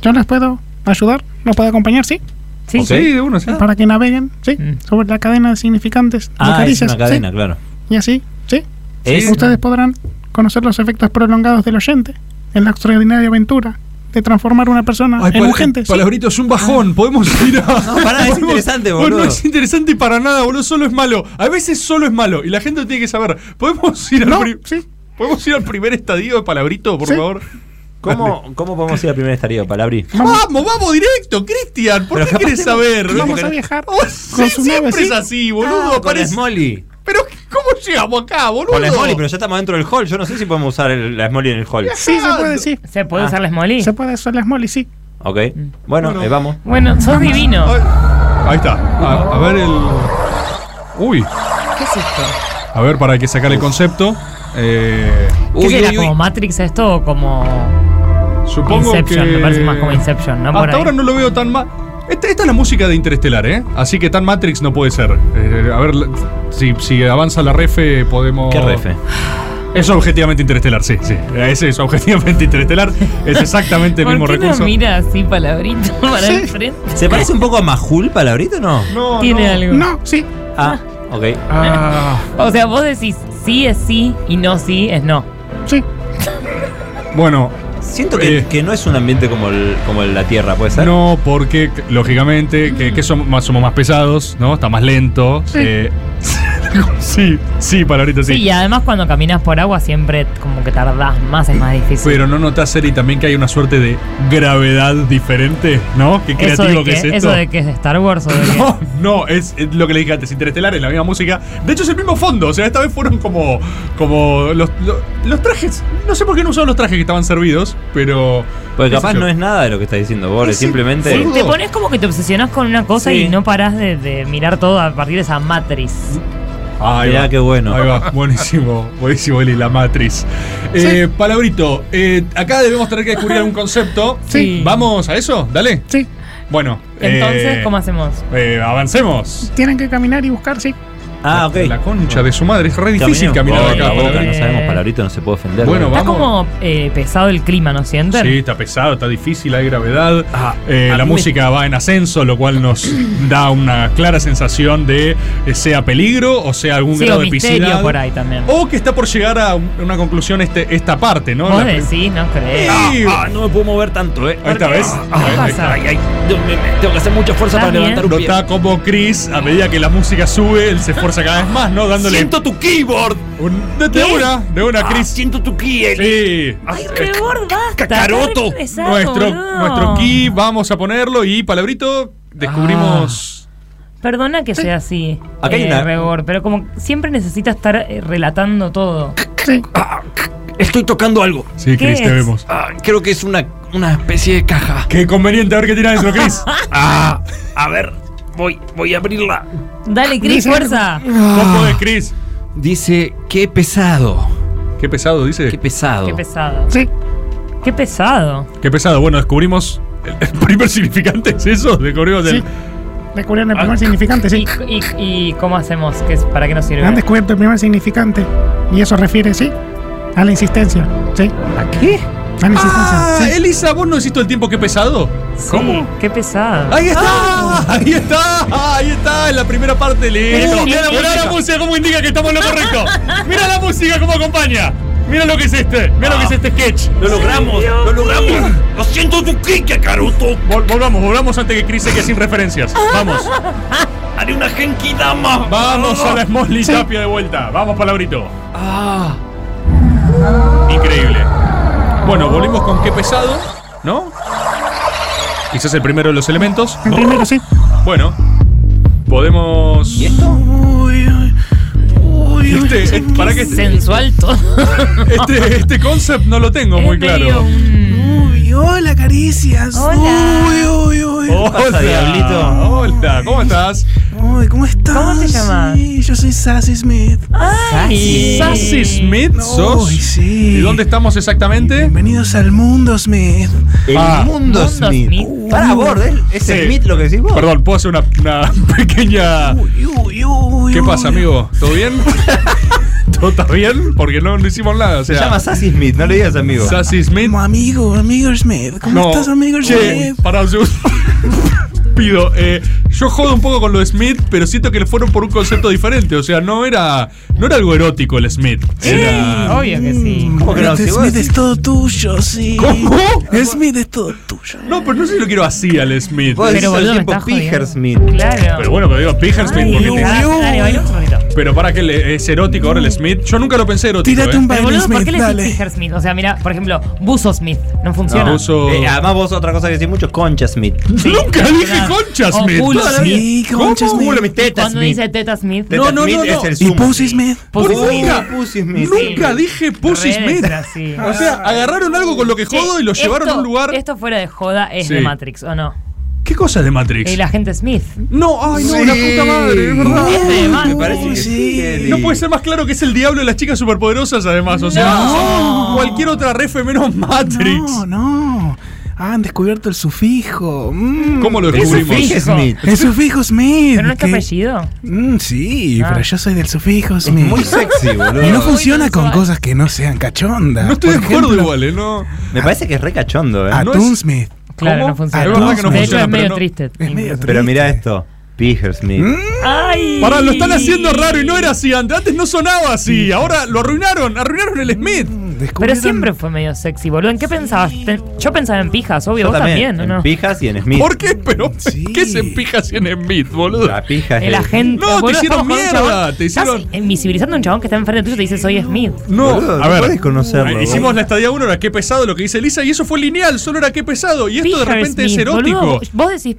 Speaker 20: Yo les puedo ayudar, los puedo acompañar, sí.
Speaker 9: Sí. Mm.
Speaker 6: Sí, de uno, sí.
Speaker 20: Para que naveguen, sí. Sobre la cadena de significantes. de
Speaker 8: ah es
Speaker 20: caricias,
Speaker 8: una cadena,
Speaker 20: sí.
Speaker 8: claro.
Speaker 20: Y así, sí.
Speaker 8: Es-
Speaker 20: Ustedes podrán conocer los efectos prolongados del oyente en la extraordinaria aventura de transformar una persona
Speaker 6: Ay,
Speaker 20: en
Speaker 6: pala- eh,
Speaker 20: un gente. sí.
Speaker 6: palabrito, es un bajón. Podemos
Speaker 8: [laughs]
Speaker 6: ir a.
Speaker 8: Ah. No, pará, es
Speaker 6: [laughs] podemos-
Speaker 8: interesante,
Speaker 6: Bueno,
Speaker 8: boludo.
Speaker 6: No es interesante para nada, boludo. Solo es malo. A veces solo es malo. Y la gente lo tiene que saber. ¿Podemos ir al, pri- ¿podemos ir al primer estadio de palabrito, por favor?
Speaker 8: ¿Cómo, ¿Cómo podemos ir al primer estadio, Palabri?
Speaker 6: Vamos, vamos, directo, Cristian. ¿Por
Speaker 8: Pero
Speaker 6: qué
Speaker 8: capaz
Speaker 6: quieres
Speaker 8: tenemos-
Speaker 6: saber? Oh,
Speaker 8: vamos a
Speaker 20: viajar
Speaker 6: Sí, siempre es así, boludo.
Speaker 8: Ah, con la
Speaker 6: parece-
Speaker 8: Smolly.
Speaker 6: Pero, ¿cómo llegamos acá, boludo?
Speaker 8: Con la Smolly, pero ya estamos dentro del hall. Yo no sé si podemos usar el- la Smolly en el hall.
Speaker 20: Sí, se puede, sí.
Speaker 9: ¿Se puede
Speaker 8: Ah.
Speaker 9: usar la Smolly?
Speaker 20: Se puede usar la Smolly, sí.
Speaker 8: Ok. Bueno, eh, vamos.
Speaker 9: Bueno, sos divino.
Speaker 6: Ahí está. Ah. A, a ver el. Uy.
Speaker 9: ¿Qué es esto?
Speaker 6: A ver, para que sacar el concepto. Eh,
Speaker 9: ¿Qué será? ¿Como Matrix esto o como.?
Speaker 6: Supongo
Speaker 9: Inception,
Speaker 6: que-
Speaker 9: me parece más como Inception, ¿no? Por
Speaker 6: Hasta
Speaker 9: ahí.
Speaker 6: ahora no lo veo tan mal. Esta, esta es la música de Interestelar, ¿eh? Así que tan Matrix no puede ser. Eh, a ver, la- si, si avanza la refe, podemos.
Speaker 8: ¿Qué refe?
Speaker 6: Es objetivamente interestelar, sí, sí. Ese es objetivamente [laughs] interestelar. Es exactamente el
Speaker 9: ¿Por
Speaker 6: mismo
Speaker 9: qué
Speaker 6: recurso.
Speaker 9: No mira así palabrito [laughs] para el frente.
Speaker 8: ¿Se parece un poco a Majul, Palabrito o no?
Speaker 6: No,
Speaker 9: Tiene
Speaker 6: no.
Speaker 9: algo.
Speaker 20: No, sí.
Speaker 8: Ah, ok.
Speaker 6: Ah.
Speaker 9: O sea, vos decís sí es sí y no sí es no.
Speaker 20: Sí.
Speaker 6: Bueno.
Speaker 8: Siento
Speaker 6: Eh.
Speaker 8: que, que no es un ambiente como, el, como el- la Tierra, ¿puede ser?
Speaker 6: No, porque lógicamente que, que somos, más, somos más pesados, ¿no? Está más lento.
Speaker 9: Sí.
Speaker 6: eh, [laughs] sí, sí, palabrita,
Speaker 9: Sí,
Speaker 6: sí.
Speaker 9: y además cuando caminas por agua siempre como que tardás más, es más difícil.
Speaker 6: Pero no notas, Eri, también que hay una suerte de gravedad diferente, ¿no? Qué
Speaker 9: ¿Eso
Speaker 6: creativo
Speaker 9: de,
Speaker 6: que
Speaker 9: qué?
Speaker 6: es esto.
Speaker 9: ¿Eso de que es de Star Wars o de qué?
Speaker 6: [laughs] No, no, es, es lo que le dije antes, Interestelar es la misma música. De hecho es el mismo fondo, o sea, esta vez fueron como como los, lo- los trajes, no sé por qué no usaron los trajes que estaban servidos, pero
Speaker 8: Porque
Speaker 6: qué sé
Speaker 8: capaz
Speaker 6: yo.
Speaker 8: no es nada de lo que está diciendo Borges, simplemente.
Speaker 9: Sí, te pones como que te obsesionás con una cosa
Speaker 8: Sí.
Speaker 9: y no parás de, de mirar todo a partir de esa matriz.
Speaker 6: Ahí
Speaker 8: Mirá
Speaker 6: va.
Speaker 8: qué bueno.
Speaker 6: Ahí va, [laughs] buenísimo, buenísimo Eli, la matriz. Eh, Palabrito, eh, acá debemos tener que descubrir algún concepto.
Speaker 9: Sí.
Speaker 6: ¿Vamos a eso? Dale.
Speaker 20: Sí.
Speaker 6: Bueno.
Speaker 9: Entonces,
Speaker 6: eh,
Speaker 9: ¿cómo hacemos?
Speaker 6: eh, avancemos.
Speaker 20: Tienen que caminar y buscar, sí.
Speaker 8: Ah, ok.
Speaker 6: La concha de su madre, es re difícil caminar de acá.
Speaker 8: boca,
Speaker 6: Palabrito.
Speaker 8: no sabemos, Palabrito no se puede ofender.
Speaker 6: Bueno,
Speaker 9: Está
Speaker 6: vamos.
Speaker 9: como eh, pesado el clima, ¿no sienten?
Speaker 6: Sí, está pesado, está difícil, hay gravedad. Eh,
Speaker 8: Ah, a
Speaker 6: la
Speaker 8: mí me-
Speaker 6: música va en ascenso, lo
Speaker 8: [clears throat]
Speaker 6: cual nos da una clara sensación de eh, sea peligro o sea algún
Speaker 9: Sí,
Speaker 6: grado
Speaker 9: o
Speaker 6: de
Speaker 9: misterio
Speaker 6: piscina.
Speaker 9: por ahí también.
Speaker 6: O que está por llegar a un- una conclusión este, esta parte, ¿no?
Speaker 9: Vos
Speaker 6: La prim-
Speaker 9: decís, no Ah, crees.
Speaker 6: Sí.
Speaker 8: Ah, no me puedo mover tanto, ¿eh?
Speaker 6: Ahí está, ¿ves? Ahí- ahí
Speaker 9: pasa?
Speaker 6: está.
Speaker 8: tengo que hacer mucha fuerza
Speaker 9: para levantar
Speaker 6: Nota como Chris, a medida que la música sube, él se esfuerza cada vez más, ¿no? Dándole.
Speaker 8: Siento tu keyboard! Ah,
Speaker 6: Un- de, de una, de una, Chris.
Speaker 8: siento tu key, Ah,
Speaker 6: Sí.
Speaker 9: Cacaroto.
Speaker 6: Nuestro, nuestro key, vamos a ponerlo y palabrito, descubrimos.
Speaker 8: Ah.
Speaker 9: Perdona que sea así,
Speaker 6: Acá hay
Speaker 9: eh,
Speaker 6: una-
Speaker 9: Rebor, pero como siempre necesita estar eh, relatando todo.
Speaker 8: Estoy tocando algo. Ah,
Speaker 6: Sí,
Speaker 9: ¿Qué Chris, te es? vemos.
Speaker 8: creo que es una, una especie de caja.
Speaker 6: Qué conveniente, a ver qué tiene adentro, Chris.
Speaker 8: [laughs] ah, a ver, voy, voy a abrirla.
Speaker 9: Dale, Cris, fuerza.
Speaker 6: ¿Cómo podés, Chris?
Speaker 8: Dice, qué pesado.
Speaker 6: Qué pesado, dice.
Speaker 8: Qué pesado.
Speaker 9: Qué pesado.
Speaker 20: Sí.
Speaker 9: Qué pesado.
Speaker 6: Qué pesado. Bueno, descubrimos. El, el primer significante es eso. Descubrimos el.
Speaker 20: Descubrieron el
Speaker 9: Ah.
Speaker 20: primer significante, sí.
Speaker 9: ¿Y, y- y cómo hacemos? ¿Qué es- ¿Para qué nos sirve?
Speaker 20: Han descubierto el primer significante. Y eso refiere, sí, a la insistencia, sí.
Speaker 8: ¿A qué?
Speaker 20: A la insistencia.
Speaker 6: Ah, Elisa, ¿vos no hiciste el tiempo qué pesado?
Speaker 9: Sí, Qué pesado.
Speaker 6: Ahí está, ahí está, ahí está, en la primera parte listo.
Speaker 9: Pero
Speaker 6: Mira la,
Speaker 9: sí,
Speaker 6: Ah. mirá
Speaker 9: sí.
Speaker 6: la música como indica que estamos en lo correcto. Mira la música como acompaña. Mira lo que es este, mira lo que es este sketch.
Speaker 8: Lo logramos, lo logramos. Lo siento tu kike, Caruto.
Speaker 6: Vol- volvamos, volvamos antes que Chris se quede sin referencias. Vamos,
Speaker 8: Haré una genki dama.
Speaker 6: vamos a la Smolly Tapia de vuelta. Vamos, palabrito.
Speaker 8: Ah.
Speaker 6: Increíble. Bueno, volvimos con qué pesado, ¿no? Quizás el primero de los elementos. Oh.
Speaker 20: El primero, sí.
Speaker 6: Bueno, Podemos. ¿Y esto? este, eh, para que este,
Speaker 9: Sensual todo.
Speaker 6: este, este concept no lo tengo muy claro.
Speaker 13: Uy, hola, caricias. Hola. Uy, uy, uy.
Speaker 6: Hola, Hola, ¿cómo estás?
Speaker 13: Uy, ¿cómo estás?
Speaker 6: ¿Cómo te llamas?
Speaker 13: Sí, yo soy Sassy Smith.
Speaker 6: Sassy. Sassy Smith, sos.
Speaker 13: Uy, sí.
Speaker 6: ¿Y dónde estamos exactamente? Ah.
Speaker 13: Bienvenidos al mundo Smith.
Speaker 6: El
Speaker 13: mundo Mundo Smith. Smith.
Speaker 8: Para borde, él- es Smith lo que decís vos.
Speaker 6: Perdón, ¿puedo hacer una, una [laughs] pequeña.
Speaker 13: Uy, uy,
Speaker 6: ¿Qué pasa, amigo? ¿Todo
Speaker 8: [laughs]
Speaker 6: bien? ¿Todo está bien? Porque no, no hicimos nada. O sea,
Speaker 8: Se llama Sassy Smith, no le digas amigo.
Speaker 6: Sassy Smith.
Speaker 13: Como amigo, amigo Smith. ¿Cómo
Speaker 6: No.
Speaker 13: estás, amigo
Speaker 6: Che,
Speaker 13: Smith?
Speaker 6: pará un segundo. [laughs] Pido, eh, yo jodo un poco con lo de Smith, pero siento que fueron por un concepto diferente. O sea, no era, no era algo erótico el Smith. Era-
Speaker 13: Obvio que sí.
Speaker 6: ¿Cómo que no? Si vos
Speaker 13: Mm, este Smith
Speaker 6: decís-
Speaker 13: es todo tuyo, sí.
Speaker 6: ¿Cómo?
Speaker 13: Smith es todo tuyo.
Speaker 6: No, pero no sé si lo quiero así al Smith.
Speaker 8: Vos decís Pero, al boludo, me tiempo estás jodiendo. Piger Smith. Claro.
Speaker 6: Pero bueno, pero digo Piger Smith porque te-
Speaker 9: Dale, baila un ratito.
Speaker 6: Pero para que le- es erótico ahora el Smith. Yo nunca lo pensé erótico. eh.
Speaker 9: Pero boludo, ¿por qué le decís Fisher Smith? O sea, mira, por ejemplo, Buzo Smith. No funciona.
Speaker 8: Eh, además vos otra cosa que decís mucho, Concha [laughs] Smith. Oh,
Speaker 6: Nunca dije
Speaker 9: Concha
Speaker 8: Toda
Speaker 9: Oh, Smith.
Speaker 8: la vida.
Speaker 9: Sí,
Speaker 8: ¿Cómo?
Speaker 9: Concha Smith.
Speaker 8: Culo, mis tetas,
Speaker 9: Cuando
Speaker 8: Smith.
Speaker 9: dice Teta Smith.
Speaker 8: Teta No, no, Smith no, es no. el
Speaker 13: ¿Y
Speaker 8: sumo.
Speaker 13: Pussy Smith?
Speaker 6: Por
Speaker 8: Pussy
Speaker 6: Pues nunca,
Speaker 8: Smith.
Speaker 6: nunca dije Pussy
Speaker 9: Re
Speaker 6: Smith.
Speaker 9: destra, sí.
Speaker 6: [laughs] O sea, agarraron algo con lo que jodo y lo
Speaker 9: Che,
Speaker 6: llevaron a
Speaker 9: esto-
Speaker 6: un lugar.
Speaker 9: Esto fuera de joda es
Speaker 6: Sí.
Speaker 9: de Matrix, ¿o no?
Speaker 6: ¿Qué cosa es de Matrix?
Speaker 9: El agente Smith.
Speaker 6: No, ay, no, la puta madre, es verdad.
Speaker 9: Es de
Speaker 6: Me
Speaker 9: Matrix.
Speaker 6: parece que sí. No puede ser más claro que es el diablo de las chicas superpoderosas, además. O sea,
Speaker 13: No.
Speaker 6: cualquier otra refe menos Matrix.
Speaker 13: No, no. Ah, han descubierto el sufijo. Mm.
Speaker 6: ¿Cómo lo descubrimos?
Speaker 13: El sufijo Smith.
Speaker 9: ¿Pero no es tu
Speaker 13: que-
Speaker 9: apellido?
Speaker 13: Mm, sí,
Speaker 9: Ah.
Speaker 13: pero yo soy del sufijo Smith. [laughs]
Speaker 8: muy sexy, boludo.
Speaker 13: Y no
Speaker 8: Muy
Speaker 13: funciona con
Speaker 8: sensual.
Speaker 13: cosas que no sean cachondas.
Speaker 8: No estoy
Speaker 13: Por
Speaker 8: de acuerdo
Speaker 13: ejemplo,
Speaker 8: igual, eh,
Speaker 6: no.
Speaker 8: Me parece que es re cachondo, eh.
Speaker 13: Atún Smith.
Speaker 9: Claro,
Speaker 8: ¿Cómo?
Speaker 9: no funciona.
Speaker 8: Es verdad que no
Speaker 9: de hecho,
Speaker 8: funciona,
Speaker 9: es
Speaker 8: pero
Speaker 9: medio
Speaker 8: no- Mm,
Speaker 9: triste.
Speaker 13: Es medio
Speaker 8: Pero mira esto, Piger Smith.
Speaker 9: ¡Ay!
Speaker 6: Pará, lo están haciendo raro y no era así antes. Antes no sonaba así. Ahora lo arruinaron. Arruinaron el Smith.
Speaker 8: Mm,
Speaker 9: Pero siempre fue medio sexy, boludo. ¿En qué pensabas? Te- Yo pensaba en pijas, obvio.
Speaker 8: Yo
Speaker 9: vos también,
Speaker 8: en
Speaker 9: ¿no? no?
Speaker 8: Pijas y en Smith.
Speaker 6: ¿Por qué? Pero, ¿qué se empija si en Smith, boludo?
Speaker 8: La pija es
Speaker 9: El agente.
Speaker 6: No, te
Speaker 9: boludo,
Speaker 6: hicieron
Speaker 9: estamos con un
Speaker 6: mierda.
Speaker 9: chabón-
Speaker 6: Te hicieron.
Speaker 9: Estás invisibilizando a un chabón que está enfrente tuyo y te dice soy Smith.
Speaker 6: No,
Speaker 8: Boludo,
Speaker 6: a
Speaker 8: no
Speaker 6: ver.
Speaker 8: podés conocerlo,
Speaker 6: Ah,
Speaker 8: vos.
Speaker 6: Hicimos la estadía 1, era qué pesado lo que dice Lisa, y eso fue lineal, solo era qué pesado. Y esto de
Speaker 9: Pijer
Speaker 6: repente es
Speaker 9: Smith,
Speaker 6: erótico.
Speaker 9: boludo. vos decís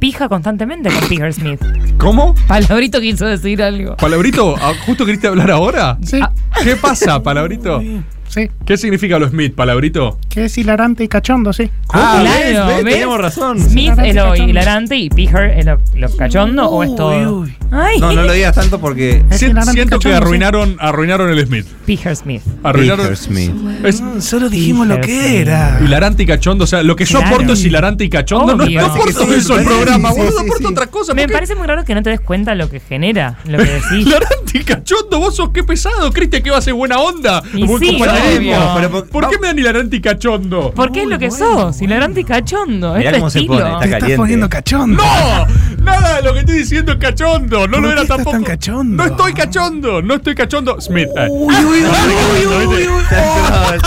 Speaker 9: pija constantemente con Peter Smith.
Speaker 6: ¿Cómo?
Speaker 9: Palabrito quiso decir algo. Ah,
Speaker 6: Palabrito, ah, ¿justo queriste hablar ahora?
Speaker 9: Sí.
Speaker 6: ¿Qué pasa, Palabrito?
Speaker 20: Sí.
Speaker 6: ¿Qué significa lo Smith, Palabrito?
Speaker 20: Que es hilarante y cachondo, sí.
Speaker 6: Ah,
Speaker 9: claro,
Speaker 6: ves, ves,
Speaker 9: ¿ves?
Speaker 6: tenemos razón.
Speaker 9: Smith es lo
Speaker 20: Cachondo.
Speaker 9: hilarante y Pijer es lo, lo cachondo o es todo. Ay. [laughs]
Speaker 8: No, no lo digas tanto porque.
Speaker 6: Sien- siento que arruinaron, arruinaron el Smith.
Speaker 9: Pijer Smith.
Speaker 6: Arruinaron.
Speaker 8: Pijer Smith.
Speaker 6: Es-
Speaker 13: Solo dijimos lo que era.
Speaker 6: Hilarante y cachondo, o sea, lo que yo
Speaker 9: Claro.
Speaker 6: aporto es hilarante y cachondo. No,
Speaker 9: Obvio.
Speaker 6: no aporto eso al [laughs] programa, boludo. aporto otra cosa.
Speaker 9: Me
Speaker 6: ¿por qué?
Speaker 9: parece muy raro que no te des cuenta lo que genera,
Speaker 6: [laughs]
Speaker 9: lo que decís.
Speaker 6: Hilarante y cachondo, vos sos qué pesado, Cristian, que va a ser buena onda.
Speaker 9: Y
Speaker 6: Buen
Speaker 9: sí,
Speaker 6: compañerismo.
Speaker 9: obvio.
Speaker 6: Pero por- ¿Por qué me dan hilarante y cachondo?
Speaker 9: Porque es lo que sos, hilarante y cachondo.
Speaker 6: Mirá
Speaker 9: es tu
Speaker 6: cómo se
Speaker 9: estilo.
Speaker 6: pone, está Te estás caliente. poniendo
Speaker 13: cachondo.
Speaker 6: ¡No! Nada de lo que estoy diciendo es cachondo. No
Speaker 13: ¿Por
Speaker 6: lo
Speaker 13: qué
Speaker 6: era
Speaker 13: estás
Speaker 6: tampoco.
Speaker 13: tan cachondo?
Speaker 6: No estoy cachondo. No estoy cachondo. Smith. eh.
Speaker 13: Uy, uy,
Speaker 6: [laughs]
Speaker 13: uy, uy, uy, uy, uy.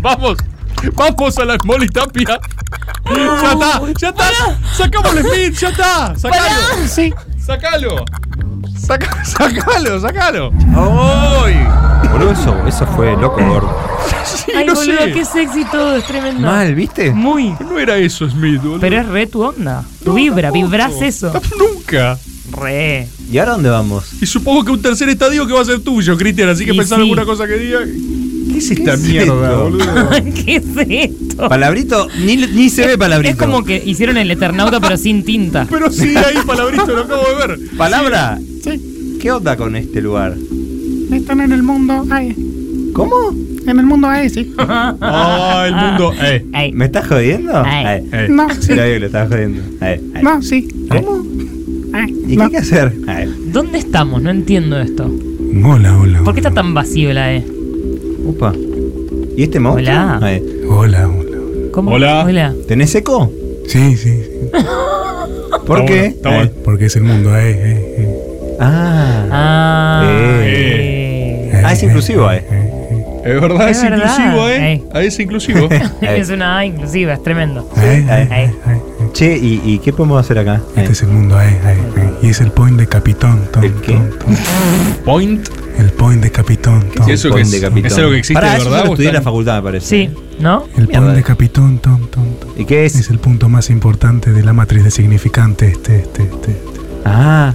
Speaker 6: Vamos. Vamos a la Molly Tapia. Ya está, ya está. Sacamos el Smith, ya está. Sacalo.
Speaker 20: Sí.
Speaker 6: Sacalo. Saca- [laughs] sacalo, sacalo. ¡Ay!
Speaker 8: Boludo, eso, eso fue loco gordo.
Speaker 6: Sí,
Speaker 9: Ay,
Speaker 6: no
Speaker 9: boludo,
Speaker 6: sé.
Speaker 9: qué sexy todo, es tremendo.
Speaker 8: Mal, ¿viste?
Speaker 9: Muy.
Speaker 6: No era eso, Smith, boludo.
Speaker 9: Pero es re tu onda. Tu vibra, vibrás eso.
Speaker 6: Nunca.
Speaker 9: Re.
Speaker 8: ¿Y ahora dónde vamos?
Speaker 6: Y supongo que un tercer estadio que va a ser tuyo, Cristian. Así que
Speaker 9: Y
Speaker 6: pensá en
Speaker 9: sí.
Speaker 6: alguna cosa que diga. ¿Qué es esta
Speaker 8: es
Speaker 6: mierda,
Speaker 8: esto?
Speaker 6: boludo?
Speaker 9: [laughs] ¿Qué es esto?
Speaker 8: Palabrito, ni, ni se ve palabrito.
Speaker 9: Es como que hicieron el Eternauta pero sin tinta.
Speaker 6: [laughs] Pero sí, ahí palabrito, lo acabo de ver.
Speaker 8: ¿Palabra?
Speaker 20: Sí.
Speaker 8: ¿Qué onda con este lugar?
Speaker 20: Están en el mundo AE.
Speaker 8: ¿Cómo?
Speaker 20: En el mundo AE, sí.
Speaker 6: Ah, el mundo. Eh.
Speaker 8: ¿Me estás jodiendo?
Speaker 20: Ay.
Speaker 8: Ay. Ay.
Speaker 20: No, sí.
Speaker 8: Era yo que lo estaba jodiendo. Ay,
Speaker 20: [laughs]
Speaker 8: ay.
Speaker 20: No, sí.
Speaker 8: ¿Cómo?
Speaker 20: Ay,
Speaker 8: ¿Y qué
Speaker 20: no.
Speaker 8: hay que hacer? Ay.
Speaker 9: ¿Dónde estamos? No entiendo esto.
Speaker 13: Hola, hola.
Speaker 9: ¿Por qué está tan vacío la E?
Speaker 8: Upa. ¿Y este monstruo?
Speaker 9: Hola.
Speaker 8: Ay.
Speaker 13: Hola, hola.
Speaker 9: ¿Cómo?
Speaker 6: Hola.
Speaker 9: Hola.
Speaker 8: ¿Tenés eco?
Speaker 13: Sí, sí.
Speaker 8: ¿Por
Speaker 13: Está
Speaker 8: qué?
Speaker 13: bueno, está bueno. Porque es el mundo, eh, eh, eh.
Speaker 8: Ah.
Speaker 9: Ah.
Speaker 8: Eh. Ah, es inclusivo, eh.
Speaker 6: Es verdad,
Speaker 9: Es
Speaker 6: es,
Speaker 9: verdad,
Speaker 6: inclusivo, ¿eh?
Speaker 9: eh. [laughs]
Speaker 6: Ahí es inclusivo.
Speaker 9: Es una A inclusiva, es tremendo.
Speaker 13: Eh,
Speaker 9: Ahí.
Speaker 8: Che, ¿y, y qué podemos hacer acá?
Speaker 21: Este es el mundo ahí, ahí, ahí. Y es el point de Capitón, Tom. ¿El qué?
Speaker 6: ¿Point?
Speaker 21: El point de Capitón, Tom.
Speaker 8: ¿Eso que es- es algo que existe Pará, de eso yo lo verdad o estudié en la está- facultad, me parece.
Speaker 19: Sí, ¿no?
Speaker 21: El point de Capitón, Tom, Tom, Tom.
Speaker 8: ¿Y qué es?
Speaker 21: Es el punto más importante de la matriz de significante, este, este, este.
Speaker 8: Ah,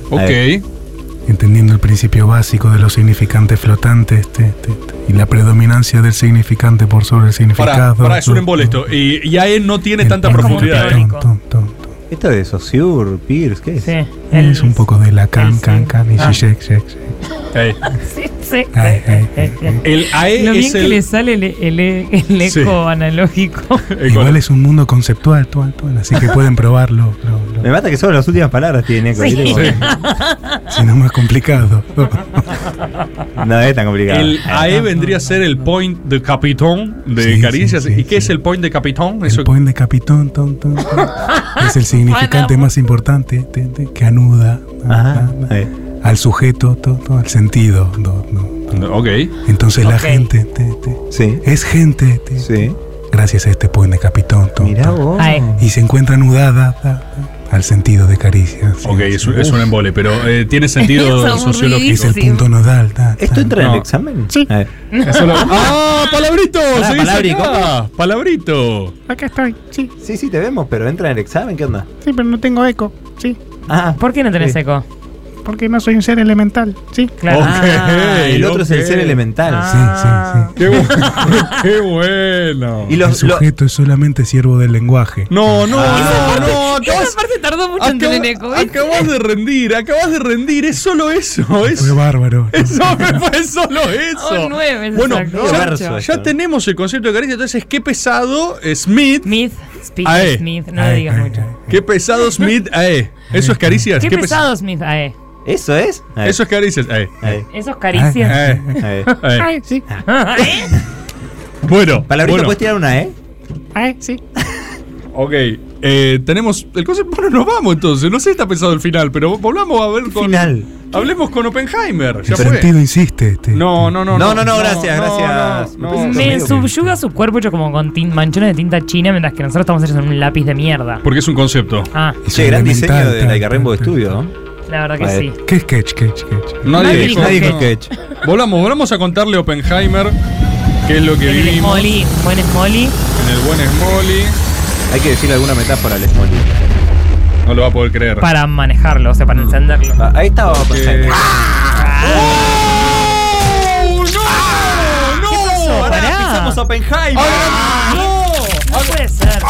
Speaker 21: Entendiendo el principio básico de los significantes flotantes este, este, este, y la predominancia del significante por sobre el
Speaker 6: Pará,
Speaker 21: significado.
Speaker 6: pará, es un embole esto. Y, y AE no tiene tanta profundidad. ¿eh?
Speaker 8: ¿Esto de Saussure, Pierce? ¿Qué es?
Speaker 21: Es un poco de Lacan, can, can, y
Speaker 8: Ah.
Speaker 21: Zizek, Zizek, Zizek.
Speaker 6: Ahí.
Speaker 9: Sí.
Speaker 21: Ay, ay, ay.
Speaker 6: El
Speaker 8: E
Speaker 6: AE
Speaker 9: Lo bien
Speaker 6: es
Speaker 9: que
Speaker 6: el-
Speaker 9: le sale el, el- el eco
Speaker 21: Sí.
Speaker 9: analógico.
Speaker 21: Igual es un mundo conceptual, tual, tual, así que pueden probarlo.
Speaker 8: Me mata que solo las últimas palabras tienen eco.
Speaker 9: Sí.
Speaker 8: ¿viste?
Speaker 6: [laughs]
Speaker 21: Si no, más complicado. [laughs]
Speaker 8: No es tan complicado.
Speaker 6: El AE vendría a ser el point de Capitón de
Speaker 21: Ah. Sí,
Speaker 6: Caricias.
Speaker 21: sí, sí,
Speaker 6: ¿Y qué es el point de Capitón?
Speaker 21: El point de Capitón, Tom, Tom, Tom, es el significante más importante este, este, que anuda
Speaker 8: Ajá,
Speaker 21: a- a- al sujeto, to- to, al sentido. do-
Speaker 6: Ok.
Speaker 21: Entonces la
Speaker 6: Ok.
Speaker 21: gente te- te- es gente te- te, gracias a este poema de Capitón. Tom, Tom.
Speaker 9: Ay.
Speaker 21: Y se encuentra anudada da- da, al sentido de caricia. sí,
Speaker 6: Ok, es,
Speaker 21: sí.
Speaker 6: un- es un embole, pero eh,
Speaker 9: [laughs]
Speaker 21: [laughs]
Speaker 6: tiene
Speaker 21: Es
Speaker 6: sentido
Speaker 21: aburridísimo.
Speaker 6: sociológico.
Speaker 21: Es el punto nodal. ¿Esto
Speaker 8: entra en el examen?
Speaker 22: Sí.
Speaker 9: [laughs]
Speaker 6: Eso lo- ¡Ah, palabrito!
Speaker 8: Pará,
Speaker 6: seguís
Speaker 8: palabri,
Speaker 6: acá. ¡Palabrito!
Speaker 22: Acá estoy, sí.
Speaker 8: Sí, sí, te vemos, pero entra en el examen, ¿qué onda?
Speaker 22: Sí, pero no tengo eco, sí.
Speaker 8: Ah,
Speaker 9: ¿Por qué no tenés
Speaker 8: sí.
Speaker 9: eco?
Speaker 22: Porque no soy un ser elemental, sí.
Speaker 9: Claro.
Speaker 8: Ah, el otro es el
Speaker 6: ok.
Speaker 8: ser elemental.
Speaker 9: Ah.
Speaker 6: Qué,
Speaker 4: [laughs]
Speaker 9: [laughs]
Speaker 6: bu- [laughs] qué bueno.
Speaker 8: Y
Speaker 21: el sujeto es solamente siervo del lenguaje.
Speaker 6: [laughs] No, no,
Speaker 21: Ah.
Speaker 6: no, no. Acabas,
Speaker 9: parte tardó mucho en
Speaker 6: acaba-
Speaker 9: tener eco. ¿viste?
Speaker 6: acabas de rendir, acabas de rendir. Es solo eso. Es,
Speaker 21: Fue bárbaro.
Speaker 6: [laughs] Eso me fue solo eso.
Speaker 9: Un Oh, nueve,
Speaker 6: bueno,
Speaker 9: exacto.
Speaker 6: ya,
Speaker 9: Verso
Speaker 6: ya
Speaker 9: esto, ¿no?
Speaker 6: tenemos el concepto de caricia. Entonces, qué pesado eh, Smith.
Speaker 9: Smith, Smith,
Speaker 6: AE.
Speaker 9: Smith, no
Speaker 21: E,
Speaker 9: lo digas mucho.
Speaker 6: Qué pesado Smith AE. Eso es caricias.
Speaker 9: Qué
Speaker 6: pes-
Speaker 9: pesado, Smith. AE.
Speaker 8: ¿Eso es?
Speaker 6: Eso es caricias. AE.
Speaker 9: E. Esos caricias.
Speaker 6: AE.
Speaker 8: Eh.
Speaker 6: AE.
Speaker 22: Ay, sí.
Speaker 6: Bueno,
Speaker 8: Palabrito,
Speaker 6: bueno.
Speaker 8: ¿puedes tirar una E?
Speaker 20: Oh.
Speaker 22: Ay, sí.
Speaker 6: Ok, eh, tenemos el concepto. Bueno, nos vamos entonces. No sé si está pensado el final, pero volvamos a ver con.
Speaker 8: Final.
Speaker 6: Hablemos con Oppenheimer.
Speaker 21: El
Speaker 6: Ya fue.
Speaker 21: sentido insiste. este.
Speaker 6: No, no, no.
Speaker 8: No, no, no, gracias,
Speaker 6: no,
Speaker 8: gracias.
Speaker 6: no,
Speaker 8: Me
Speaker 9: [laughs]
Speaker 6: no.
Speaker 9: Me subyuga su cuerpo hecho como con tin- manchones de tinta china mientras que nosotros estamos hechos en un lápiz de mierda.
Speaker 6: Porque es un concepto.
Speaker 9: Ah,
Speaker 8: Che, gran diseño
Speaker 21: elemental,
Speaker 8: de
Speaker 21: tal,
Speaker 8: la Rainbow Studio, ¿no?
Speaker 9: la verdad que
Speaker 8: Vale.
Speaker 9: sí.
Speaker 21: ¿Qué sketch, sketch, sketch?
Speaker 6: Nadie,
Speaker 9: Nadie
Speaker 6: dijo,
Speaker 9: dijo
Speaker 6: no. Volvamos, volvamos a contarle a Oppenheimer qué es lo que
Speaker 9: El
Speaker 6: vivimos.
Speaker 9: Smolly, buen Smolly.
Speaker 6: En el buen Smolly.
Speaker 8: Hay que decir alguna metáfora al Smolly.
Speaker 6: No lo va a poder creer.
Speaker 9: Para manejarlo, o sea, para encenderlo.
Speaker 8: Mm. Ah, Ahí estaba Ah. Oppenheimer.
Speaker 6: ¡No!
Speaker 8: Ahora
Speaker 9: Pará.
Speaker 8: pisamos Oppenheimer.
Speaker 9: No puede ser.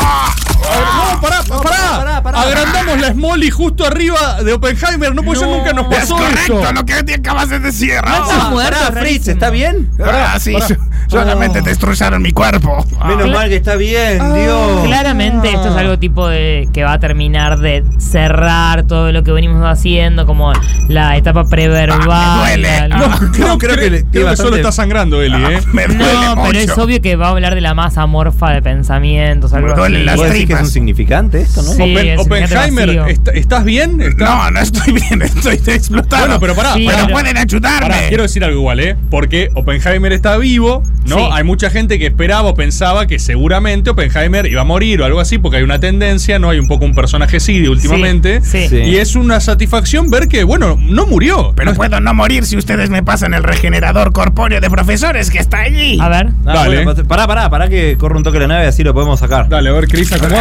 Speaker 6: Ah, no, pará, pará,
Speaker 8: pará, pará.
Speaker 6: Agrandamos la Smolly justo arriba de Oppenheimer. No puede ser, nunca nos pasó eso.
Speaker 21: que te acabas de decir.
Speaker 8: Ah, pará, Fritz, ¿está bien?
Speaker 21: Ah, sí,
Speaker 19: [laughs]
Speaker 21: solamente destrozaron mi cuerpo.
Speaker 19: Ah.
Speaker 8: Menos mal que está bien, Dios.
Speaker 9: Oh, Claramente esto es algo tipo de que va a terminar de cerrar todo lo que venimos haciendo, como la etapa
Speaker 8: Ah,
Speaker 9: preverbal. la- la-
Speaker 6: Creo, creo que, creo que solo está sangrando Eli, ¿eh?
Speaker 9: Ah. No, pero es obvio que va a hablar de la masa amorfa de pensamientos, algo así.
Speaker 8: ¿Vos decís que es un significante esto, no?
Speaker 9: Sí,
Speaker 6: Oppen-
Speaker 9: es
Speaker 6: Oppenheimer,
Speaker 9: vacío.
Speaker 6: ¿est- ¿estás bien? No, no estoy bien, [laughs] estoy explotado. Bueno, pero pará,
Speaker 9: Sí,
Speaker 6: pará,
Speaker 9: pero-
Speaker 6: pueden ayudarme. quiero decir algo igual, ¿eh? Porque Oppenheimer está vivo, ¿no?
Speaker 9: Sí.
Speaker 6: Hay mucha gente que esperaba o pensaba que seguramente Oppenheimer iba a morir o algo así, porque hay una tendencia, ¿no? Hay un poco un personaje sí últimamente.
Speaker 9: sí. Sí.
Speaker 6: Y es una satisfacción ver que, bueno, no murió.
Speaker 21: Pero puedo no morir si ustedes me pasan el regenerador corpóreo de profesores que está allí. pues,
Speaker 9: A ver.
Speaker 8: Ah,
Speaker 6: Dale.
Speaker 8: bueno, pará, pará, pará que corre un toque la nave, así lo podemos sacar.
Speaker 6: Dale, a ver, Cris, ¿cómo?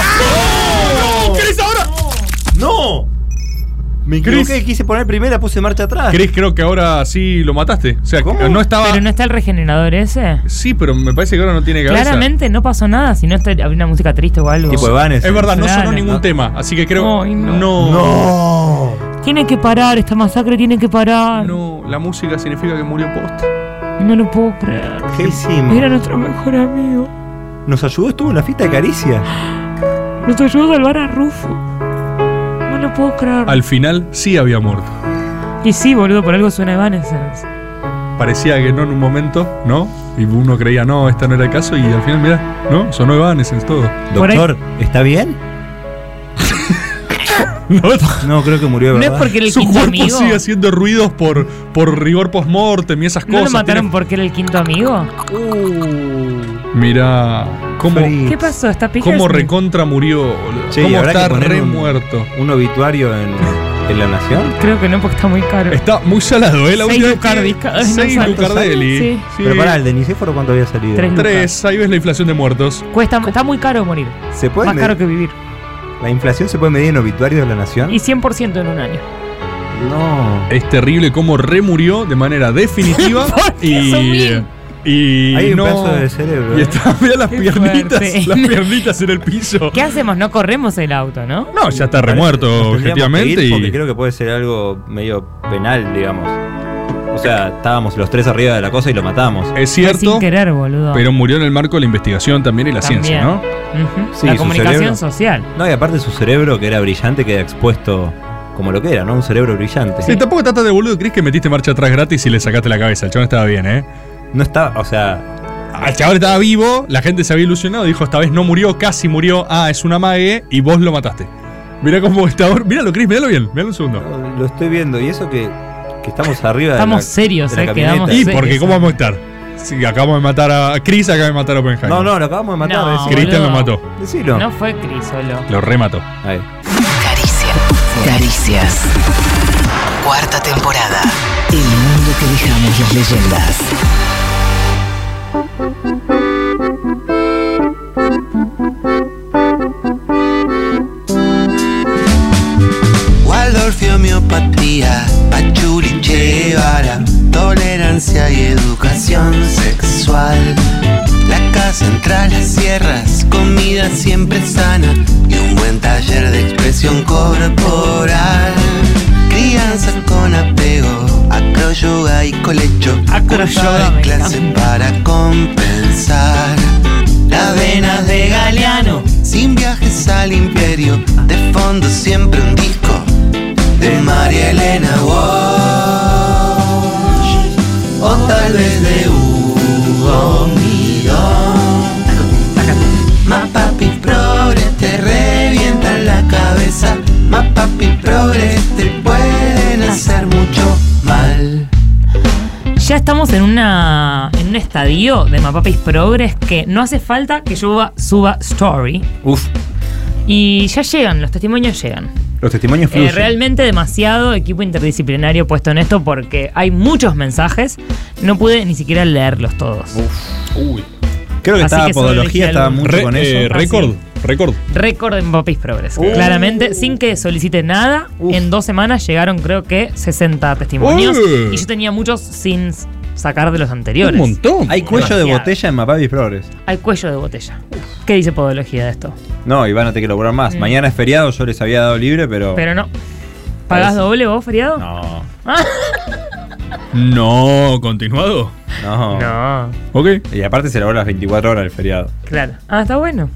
Speaker 8: ¡No!
Speaker 6: ¡Cris, ahora!
Speaker 8: ¡No! Me
Speaker 6: Chris.
Speaker 8: equivoqué, quise poner primera, puse marcha atrás.
Speaker 6: Cris, creo que ahora sí lo mataste. O sea, no estaba.
Speaker 9: Pero no está el regenerador ese.
Speaker 6: Sí, pero me parece que ahora no tiene cabeza.
Speaker 9: Claramente no pasó nada, si no está había una música triste o algo.
Speaker 6: Es verdad, no sonó
Speaker 9: Claro.
Speaker 6: ningún tema, así que creo.
Speaker 9: Ay,
Speaker 6: no.
Speaker 9: no.
Speaker 6: no.
Speaker 9: Tiene que parar, esta masacre tiene que parar. No,
Speaker 6: la música significa que murió post.
Speaker 9: lo puedo creer.
Speaker 8: ¿Qué hicimos?
Speaker 9: Era nuestro mejor amigo.
Speaker 8: Nos ayudó, estuvo en la fiesta de caricia.
Speaker 9: Nos ayudó a salvar a Rufo. No lo puedo creer.
Speaker 6: Al final sí había muerto.
Speaker 9: Y sí, boludo, por algo suena Evanescence.
Speaker 6: Parecía que no en un momento, ¿no? Y uno creía, no, esta no era el caso, y al final, mirá, ¿no? Sonó Evanescence todo.
Speaker 9: Por ahí-
Speaker 8: Doctor, ¿está
Speaker 6: [laughs]
Speaker 8: bien?
Speaker 6: No,
Speaker 8: No, creo que murió,
Speaker 9: No
Speaker 8: ¿verdad?
Speaker 9: es porque era el
Speaker 6: Su
Speaker 9: quinto
Speaker 6: cuerpo
Speaker 9: amigo.
Speaker 6: sigue haciendo ruidos por, por rigor post-mortem y esas
Speaker 9: ¿No lo
Speaker 6: cosas. Uh.
Speaker 9: mataron porque era el quinto amigo?
Speaker 6: Mira. ¿Cómo,
Speaker 9: ¿Qué pasó? ¿Está Pickers?
Speaker 6: cómo recontra murió? boludo?
Speaker 8: Che,
Speaker 6: ¿Cómo
Speaker 8: ¿habrá
Speaker 6: está
Speaker 8: que poner
Speaker 6: re
Speaker 8: un-
Speaker 6: muerto?
Speaker 8: ¿Un obituario en, en la nación?
Speaker 9: Creo que no, porque está muy caro.
Speaker 6: Está muy salado, ¿eh? La
Speaker 9: Seis
Speaker 6: última vez que-
Speaker 9: lucardica- Ay, no
Speaker 6: Seis
Speaker 9: sale.
Speaker 6: lucardelli.
Speaker 9: Sí.
Speaker 8: Pero pará, ¿el de Nicéforo cuánto había salido?
Speaker 9: Tres lucas.
Speaker 6: Tres, ahí ves la inflación de muertos.
Speaker 9: Cuesta, está muy caro morir.
Speaker 8: ¿Se puede
Speaker 9: Más
Speaker 8: medir-
Speaker 9: caro que vivir.
Speaker 8: ¿La inflación se puede medir en obituarios de la nación?
Speaker 9: Y 100% en un año.
Speaker 8: No.
Speaker 6: Es terrible cómo remurió de
Speaker 9: [laughs]
Speaker 6: manera definitiva y. Y
Speaker 8: Hay un
Speaker 6: no-
Speaker 8: pedazo de cerebro,
Speaker 6: Y
Speaker 8: eh.
Speaker 6: está, [laughs] mirá las
Speaker 9: Qué
Speaker 6: piernitas,
Speaker 9: fuerte.
Speaker 6: las piernitas en el piso.
Speaker 9: ¿Qué hacemos? No corremos el auto, ¿no?
Speaker 6: No, ya está remuerto,
Speaker 8: Nos tendríamos
Speaker 6: objetivamente.
Speaker 8: que ir
Speaker 6: y-
Speaker 8: Porque creo que puede ser algo medio penal, digamos. O sea, estábamos los tres arriba de la cosa y lo matamos.
Speaker 6: Es
Speaker 9: Sin
Speaker 6: cierto,
Speaker 9: querer, boludo.
Speaker 6: pero murió en el marco de la investigación también y la
Speaker 9: También.
Speaker 6: ciencia, ¿no?
Speaker 9: Ujú.
Speaker 8: Sí,
Speaker 9: la
Speaker 8: su cerebro.
Speaker 9: comunicación social.
Speaker 8: No, y aparte su cerebro, que era brillante, queda expuesto como lo que era, ¿no? Un cerebro brillante.
Speaker 6: Sí, tampoco trata de boludo, crees que metiste marcha atrás gratis y le sacaste la cabeza. El chabón estaba bien, ¿eh?
Speaker 8: No estaba, o sea.
Speaker 6: El chabón estaba vivo, la gente se había ilusionado, dijo, esta vez no murió, casi murió, ah, es una mague, y vos lo mataste. Mirá cómo [laughs] está ahora. Míralo, Chris, míralo bien, míralo un segundo.
Speaker 8: Lo estoy viendo, y eso que, que estamos arriba de la-
Speaker 9: Estamos serios,
Speaker 8: de la
Speaker 9: eh,
Speaker 8: camioneta.
Speaker 9: quedamos
Speaker 6: Y
Speaker 9: serios.
Speaker 6: porque, ¿cómo vamos a estar? Si acabamos de matar a Chris, acabamos de matar a Oppenheimer.
Speaker 8: No, no, lo acabamos de matar.
Speaker 9: No,
Speaker 8: decilo.
Speaker 6: Cristian lo
Speaker 9: boludo.
Speaker 6: mató.
Speaker 8: Decilo.
Speaker 9: No fue Cris solo.
Speaker 6: Lo remató.
Speaker 8: Ahí.
Speaker 23: Caricias. Cuarta temporada. El mundo que dejamos las leyendas.
Speaker 16: Waldorf y homeopatía, Pachuli Che Guevara, tolerancia y educación sexual. La casa central, las sierras, comida siempre sana y un buen taller de expresión corporal. Crianza con apego, acroyoga y colecho, cursos de clase para compensar. Las venas de Galeano, sin viajes al imperio, de fondo siempre un disco de María Elena Walsh o tal vez de Hugo Midón. Más papi progre te revientan la cabeza, más papi progre te pueden hacer mucho mal.
Speaker 9: Ya estamos en una en un estadio de Mapapis Progress que no hace falta que yo suba, suba story.
Speaker 8: Uf,
Speaker 9: Y ya llegan, los testimonios llegan.
Speaker 8: los testimonios
Speaker 9: Eh,
Speaker 8: fluyen.
Speaker 9: realmente demasiado equipo interdisciplinario puesto en esto porque hay muchos mensajes. No pude ni siquiera leerlos todos.
Speaker 6: Uy.
Speaker 8: Creo que
Speaker 9: Así
Speaker 8: estaba
Speaker 9: que solo elegí
Speaker 8: Podología, estaba
Speaker 9: algo.
Speaker 8: mucho
Speaker 9: Re-
Speaker 8: con
Speaker 9: eh,
Speaker 8: eso.
Speaker 9: récord,
Speaker 6: récord.
Speaker 9: Récord en Papis Progress.
Speaker 8: Uh.
Speaker 9: Claramente, sin que solicite nada, en dos semanas llegaron creo que 60 testimonios.
Speaker 8: Uh.
Speaker 9: Y yo tenía muchos sin s- sacar de los anteriores.
Speaker 8: Hay cuello de
Speaker 9: Demasiado.
Speaker 8: botella en Mapavis Progress.
Speaker 9: Al cuello de botella. ¿Qué dice Podología de esto?
Speaker 8: No, Iván, no te quiero cobrar más.
Speaker 9: Mm.
Speaker 8: Mañana es feriado, yo les había dado libre, pero.
Speaker 9: Pero no. ¿Pagás
Speaker 8: Oh. Parece-
Speaker 9: doble vos, feriado?
Speaker 8: [laughs] No.
Speaker 6: No, continuado.
Speaker 8: No.
Speaker 9: No.
Speaker 6: Ok.
Speaker 8: Y aparte se elaboró las 24 horas el feriado.
Speaker 9: Claro. Ah, está bueno.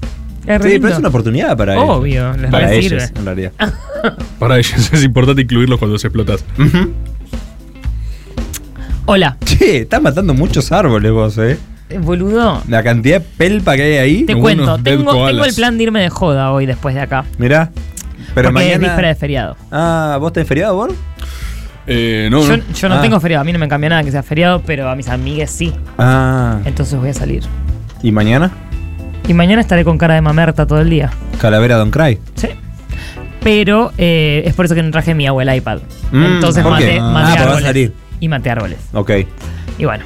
Speaker 9: Es re
Speaker 8: Sí,
Speaker 9: lindo.
Speaker 8: pero es una oportunidad para ellos.
Speaker 9: Obvio, les
Speaker 8: para
Speaker 9: re
Speaker 8: ellos,
Speaker 9: sirve.
Speaker 8: en realidad.
Speaker 9: [laughs]
Speaker 6: Para ellos [laughs] es importante incluirlos cuando se
Speaker 8: [laughs]
Speaker 6: explotas.
Speaker 9: Hola.
Speaker 8: Che, estás matando muchos árboles vos, eh.
Speaker 9: Eh, Boludo.
Speaker 8: La cantidad de pelpa que hay ahí.
Speaker 9: Te cuento, tengo, tengo el plan de irme de joda hoy después de acá.
Speaker 8: Mirá.
Speaker 9: porque
Speaker 8: Pero
Speaker 9: es
Speaker 8: mañana.
Speaker 9: víspera de feriado.
Speaker 8: Ah, ¿vos tenés feriado, vos?
Speaker 6: Eh, no,
Speaker 9: yo
Speaker 6: no.
Speaker 9: yo no
Speaker 8: Ah.
Speaker 9: tengo feriado, a mí no me cambia nada que sea feriado, pero a mis amigues sí.
Speaker 8: Ah.
Speaker 9: Entonces voy a salir.
Speaker 8: ¿Y mañana?
Speaker 9: Y mañana estaré con cara de mamerta todo el día.
Speaker 8: Calavera Don Cry.
Speaker 9: Sí. Pero eh, es por eso que no traje mi abuela iPad.
Speaker 8: Mm,
Speaker 9: Entonces
Speaker 8: ¿por
Speaker 9: maté,
Speaker 8: qué?
Speaker 9: maté
Speaker 8: Ah, pues va a
Speaker 9: árboles.
Speaker 8: salir.
Speaker 9: Y maté árboles.
Speaker 8: Ok.
Speaker 9: Y bueno.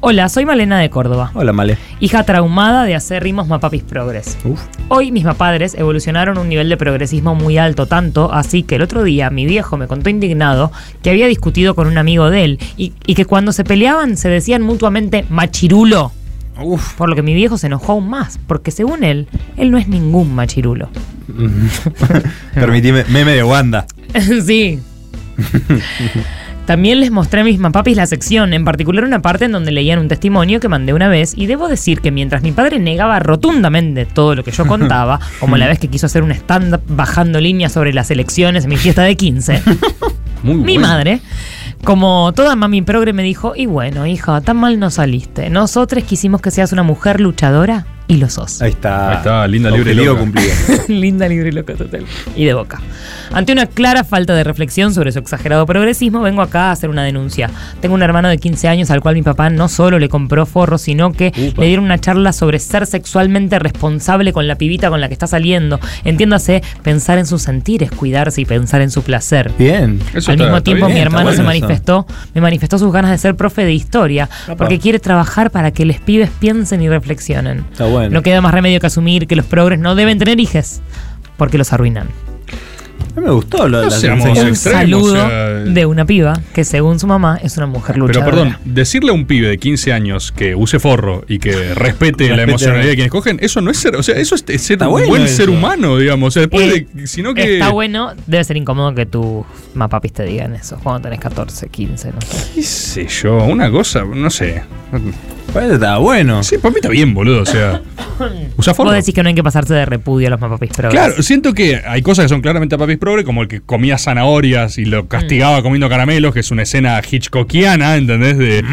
Speaker 9: Hola, soy Malena de Córdoba. [laughs]
Speaker 8: Hola, Male. [laughs]
Speaker 9: Hija traumada de hacer ritmos mapapis progres.
Speaker 8: Uf.
Speaker 9: Hoy mis padres evolucionaron a un nivel de progresismo muy alto, tanto así que el otro día mi viejo me contó indignado que había discutido con un amigo de él y, y que cuando se peleaban se decían mutuamente machirulo. Por lo que mi viejo se enojó aún más, porque según él, él no es ningún machirulo. [laughs]
Speaker 8: Permitime, meme de Wanda.
Speaker 9: sí. También les mostré a mis mapapis la sección, en particular una parte en donde leían un testimonio que mandé una vez, y debo decir que mientras mi padre negaba rotundamente todo lo que yo contaba, como la vez que quiso hacer un stand-up bajando líneas sobre las elecciones en mi fiesta de 15, mi madre, como toda mami progre, me dijo, y bueno, hija, tan mal no saliste. Nosotros quisimos que seas una mujer luchadora y lo sos.
Speaker 8: Ahí está.
Speaker 6: Ahí está, linda libre
Speaker 8: Objetivo
Speaker 6: loca. [laughs]
Speaker 8: cumplido.
Speaker 9: [laughs] Linda, libre y loca total. Y de boca. Ante una clara falta de reflexión sobre su exagerado progresismo, vengo acá a hacer una denuncia. Tengo un hermano de 15 años al cual mi papá no solo le compró forro, sino que
Speaker 24: Upa.
Speaker 9: le dieron una charla sobre ser sexualmente responsable con la pibita con la que está saliendo. Entiéndase, pensar en sus sentires, cuidarse y pensar en su placer.
Speaker 8: Bien. Eso
Speaker 9: Al
Speaker 8: está-
Speaker 9: mismo
Speaker 8: está
Speaker 9: tiempo,
Speaker 8: bien,
Speaker 9: mi
Speaker 8: está
Speaker 9: hermano se
Speaker 8: bueno eso.
Speaker 9: manifestó, me manifestó sus ganas de ser profe de historia,
Speaker 8: Apa.
Speaker 9: porque quiere trabajar para que los pibes piensen y reflexionen.
Speaker 8: Está bueno.
Speaker 9: No queda más remedio que asumir que los progres no deben tener hijes, porque los arruinan.
Speaker 8: No me gustó lo de
Speaker 6: No
Speaker 8: las
Speaker 6: seamos
Speaker 9: Un
Speaker 8: enseñanzas.
Speaker 6: extremos,
Speaker 9: saludo
Speaker 6: o sea,
Speaker 9: de una piba que según su mamá es una mujer
Speaker 6: Pero
Speaker 9: luchadora.
Speaker 6: perdón, decirle a un pibe de 15 años que use forro y que respete la
Speaker 8: Respete.
Speaker 6: emocionalidad de quienes cogen, eso no es ser, o sea, eso es ser un
Speaker 9: bueno
Speaker 6: buen
Speaker 9: eso.
Speaker 6: ser humano, digamos. O sea, después
Speaker 9: Eh,
Speaker 6: de, sino que
Speaker 9: Está bueno, debe ser incómodo que tus mapapis te digan eso cuando tenés 14, 15, no sé.
Speaker 6: qué sé yo, una cosa, no sé.
Speaker 8: Parece está bueno.
Speaker 6: Sí, para mí está bien, boludo, o sea. Usa forro.
Speaker 9: Vos decís que no hay que pasarse de repudio a los mapapis progres.
Speaker 6: Claro, siento que hay cosas que son claramente a papis progre, como el que comía zanahorias y lo castigaba comiendo caramelos, que es una escena hitchcockiana, ¿entendés? De, es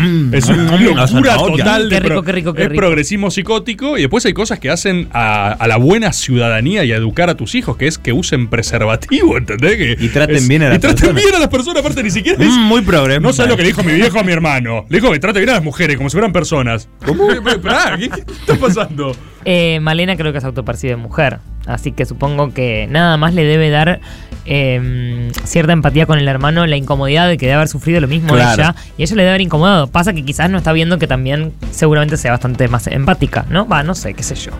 Speaker 8: Ah,
Speaker 6: una
Speaker 9: mm, la
Speaker 6: locura
Speaker 9: zanahoria.
Speaker 6: total. de
Speaker 9: Qué rico,
Speaker 6: pro-
Speaker 9: qué rico, qué
Speaker 6: es
Speaker 9: rico.
Speaker 6: progresismo psicótico. Y después hay cosas que hacen a, a la buena ciudadanía y a educar a tus hijos, que es que usen preservativo, ¿entendés? Que
Speaker 8: Y traten
Speaker 6: es-
Speaker 8: bien a
Speaker 6: y
Speaker 8: las
Speaker 6: traten
Speaker 8: personas.
Speaker 6: bien a las personas, aparte ni siquiera es-
Speaker 8: Mm, muy progre.
Speaker 6: No sé lo que le dijo mi viejo a mi hermano. Le dijo que trate bien a las mujeres, como si fueran personas. ¿Cómo? Pará, ¿qué, qué está pasando?
Speaker 9: Eh, Malena creo que se autopercibe mujer, así que supongo que nada más le debe dar eh, cierta empatía con el hermano, la incomodidad de que debe haber sufrido lo mismo
Speaker 8: Claro.
Speaker 9: ella, y ella le debe haber incomodado. Pasa que quizás no está viendo que también seguramente sea bastante más empática, ¿no? Va, no sé, qué sé yo.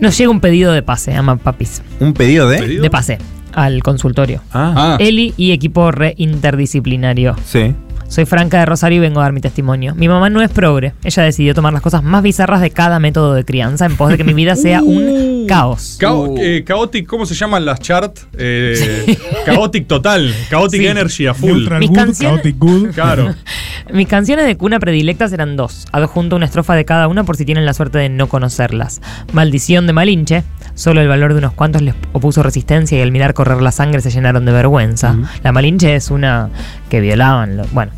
Speaker 9: Nos llega un pedido de pase, ama papis.
Speaker 8: ¿Un pedido de?
Speaker 9: De pase al consultorio.
Speaker 8: Ah.
Speaker 9: Eli y equipo re interdisciplinario.
Speaker 8: Sí.
Speaker 9: Soy Franca de Rosario y vengo a dar mi testimonio. Mi mamá no es progre. Ella decidió tomar las cosas más bizarras de cada método de crianza en pos de que mi vida sea [laughs] un caos.
Speaker 6: Cao- eh, chaotic, ¿cómo se llaman las chart? Eh, Chaotic total, chaotic
Speaker 9: Sí.
Speaker 6: energy a full.
Speaker 9: Neutral Mis good, canciones- chaotic
Speaker 6: [laughs] Claro.
Speaker 9: [laughs] Mis canciones de cuna predilectas eran dos. Adjunto una estrofa de cada una por si tienen la suerte de no conocerlas. Maldición de Malinche. Solo el valor de unos cuantos les opuso resistencia y al mirar correr la sangre se llenaron de vergüenza. La Malinche es una que violaban. lo- bueno,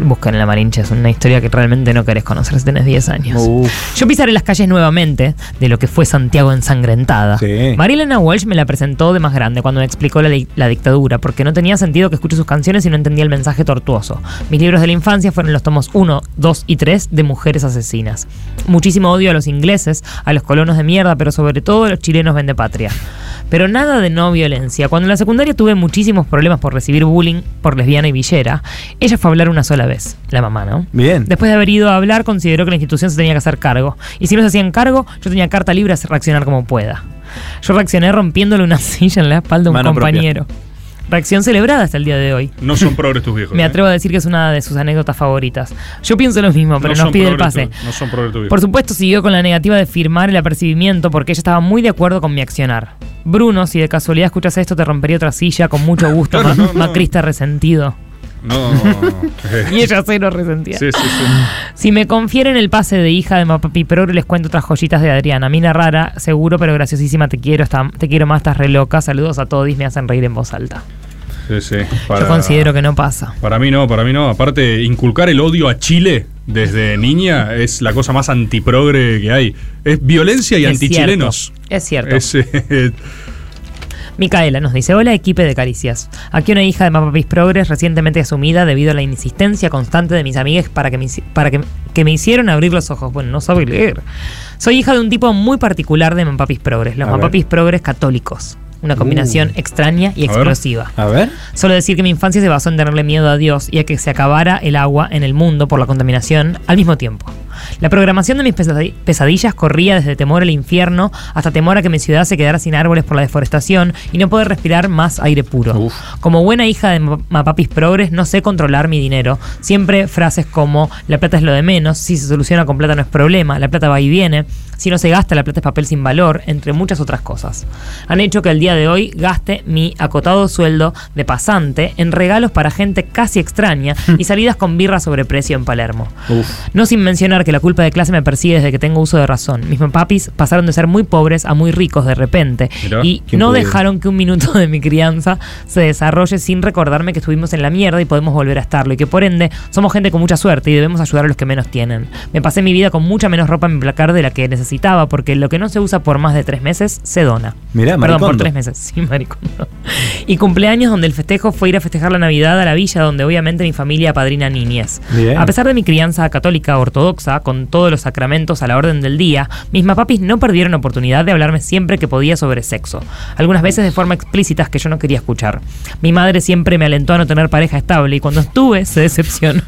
Speaker 9: busquen la Malinche. Es una historia que realmente no querés conocer si tenés 10 años. Yo pisaré las calles nuevamente de lo que fue Santiago ensangrentada. Marilena Walsh me la presentó de más grande cuando me explicó la, di- la dictadura, porque no tenía sentido que escuche sus canciones y no entendía el mensaje tortuoso. Mis libros de la infancia fueron los tomos 1, 2 y 3 de Mujeres Asesinas. Muchísimo odio a los ingleses, a los colonos de mierda, pero sobre todo a los chilenos vendepatria. Pero nada de no violencia. Cuando en la secundaria tuve muchísimos problemas por recibir bullying por lesbiana y villera, ella fue a hablar una sola vez, la mamá, ¿no?
Speaker 8: Bien.
Speaker 9: Después de haber ido a hablar, consideró que la institución se tenía que hacer cargo. Y si no se hacían cargo, yo tenía carta libre a reaccionar como pueda. Yo reaccioné rompiéndole una [laughs] silla en la espalda a un
Speaker 6: Mano propia.
Speaker 9: compañero. Reacción celebrada hasta el día de hoy. [laughs]
Speaker 6: No son progres tus viejos.
Speaker 9: Me
Speaker 6: eh.
Speaker 9: atrevo a decir que es una de sus anécdotas favoritas. Yo pienso lo mismo, pero
Speaker 6: No
Speaker 9: nos
Speaker 6: son
Speaker 9: pide el
Speaker 6: progres
Speaker 9: pase.
Speaker 6: tu- no son progres tus viejos.
Speaker 9: Por supuesto, siguió con la negativa de firmar el apercibimiento porque ella estaba muy de acuerdo con mi accionar. Bruno, si de casualidad escuchas esto, te rompería otra silla con mucho gusto,
Speaker 6: Claro,
Speaker 9: ma-
Speaker 6: [laughs] no, no.
Speaker 9: macrista resentido.
Speaker 6: No.
Speaker 9: [laughs] Y ella cero resentía.
Speaker 6: Sí, sí, sí.
Speaker 9: Si me confieren el pase de hija de Mapapi Progre, les cuento otras joyitas de Adriana. Mina rara, seguro, pero graciosísima. Te quiero, está- te quiero más, estás re loca. Saludos a todos, me hacen reír en voz alta.
Speaker 6: Sí, sí.
Speaker 9: Yo considero que no pasa.
Speaker 6: Para mí no, para mí no. Aparte, inculcar el odio a Chile desde niña es la cosa más antiprogre que hay. Es violencia y
Speaker 9: Es
Speaker 6: antichilenos.
Speaker 9: cierto, Es cierto.
Speaker 6: Es, eh,
Speaker 9: Micaela nos dice, hola equipe de Caricias. Aquí una hija de Mapapis Progres recientemente asumida debido a la insistencia constante de mis amigas para, que me, hici- para que, que me hicieron abrir los ojos. Bueno, no sabe leer. Soy hija de un tipo muy particular de Mapapis Progres, los
Speaker 8: A ver.
Speaker 9: Mapapis Progres católicos. Una combinación
Speaker 8: Uh.
Speaker 9: extraña y
Speaker 8: A ver.
Speaker 9: explosiva.
Speaker 8: A ver.
Speaker 9: Solo decir que mi infancia se basó en tenerle miedo a Dios y a que se acabara el agua en el mundo por la contaminación al mismo tiempo. La programación de mis pesadi- pesadillas corría desde temor al infierno hasta temor a que mi ciudad se quedara sin árboles por la deforestación y no poder respirar más aire puro. Como buena hija de Ma- Mapapis Progres, no sé controlar mi dinero. Siempre frases como la plata es lo de menos, si se soluciona con plata no es problema, la plata va y viene, si no se gasta la plata es papel sin valor, entre muchas otras cosas. Han hecho que el día de hoy gaste mi acotado sueldo de pasante en [laughs] regalos para gente casi extraña y salidas con birra sobre precio en Palermo. No sin mencionar que la culpa de clase me persigue desde que tengo uso de razón. Mis papis pasaron de ser muy pobres a muy ricos de repente.
Speaker 23: Mirá,
Speaker 9: y
Speaker 23: ¿quién
Speaker 9: no
Speaker 23: pudiera?
Speaker 9: dejaron que un minuto de mi crianza se desarrolle sin recordarme que estuvimos en la mierda y podemos volver a estarlo. Y que por ende somos gente con mucha suerte y debemos ayudar a los que menos tienen. Me pasé mi vida con mucha menos ropa en mi placar de la que necesitaba, porque lo que no se usa por más de tres meses se dona.
Speaker 8: Mirá,
Speaker 9: Perdón, por [laughs]
Speaker 8: maricondo.
Speaker 9: tres meses. Sí, maricondo. Y cumpleaños donde el festejo fue ir a festejar la Navidad a la villa, donde obviamente mi familia padrina niñez.
Speaker 8: Bien.
Speaker 9: A pesar de mi crianza católica ortodoxa, con todos los sacramentos a la orden del día, mis papis no perdieron oportunidad de hablarme siempre que podía sobre sexo, algunas veces de forma explícitas que yo no quería escuchar. Mi madre siempre me alentó a no tener pareja estable y cuando estuve se
Speaker 8: [laughs]
Speaker 9: decepcionó.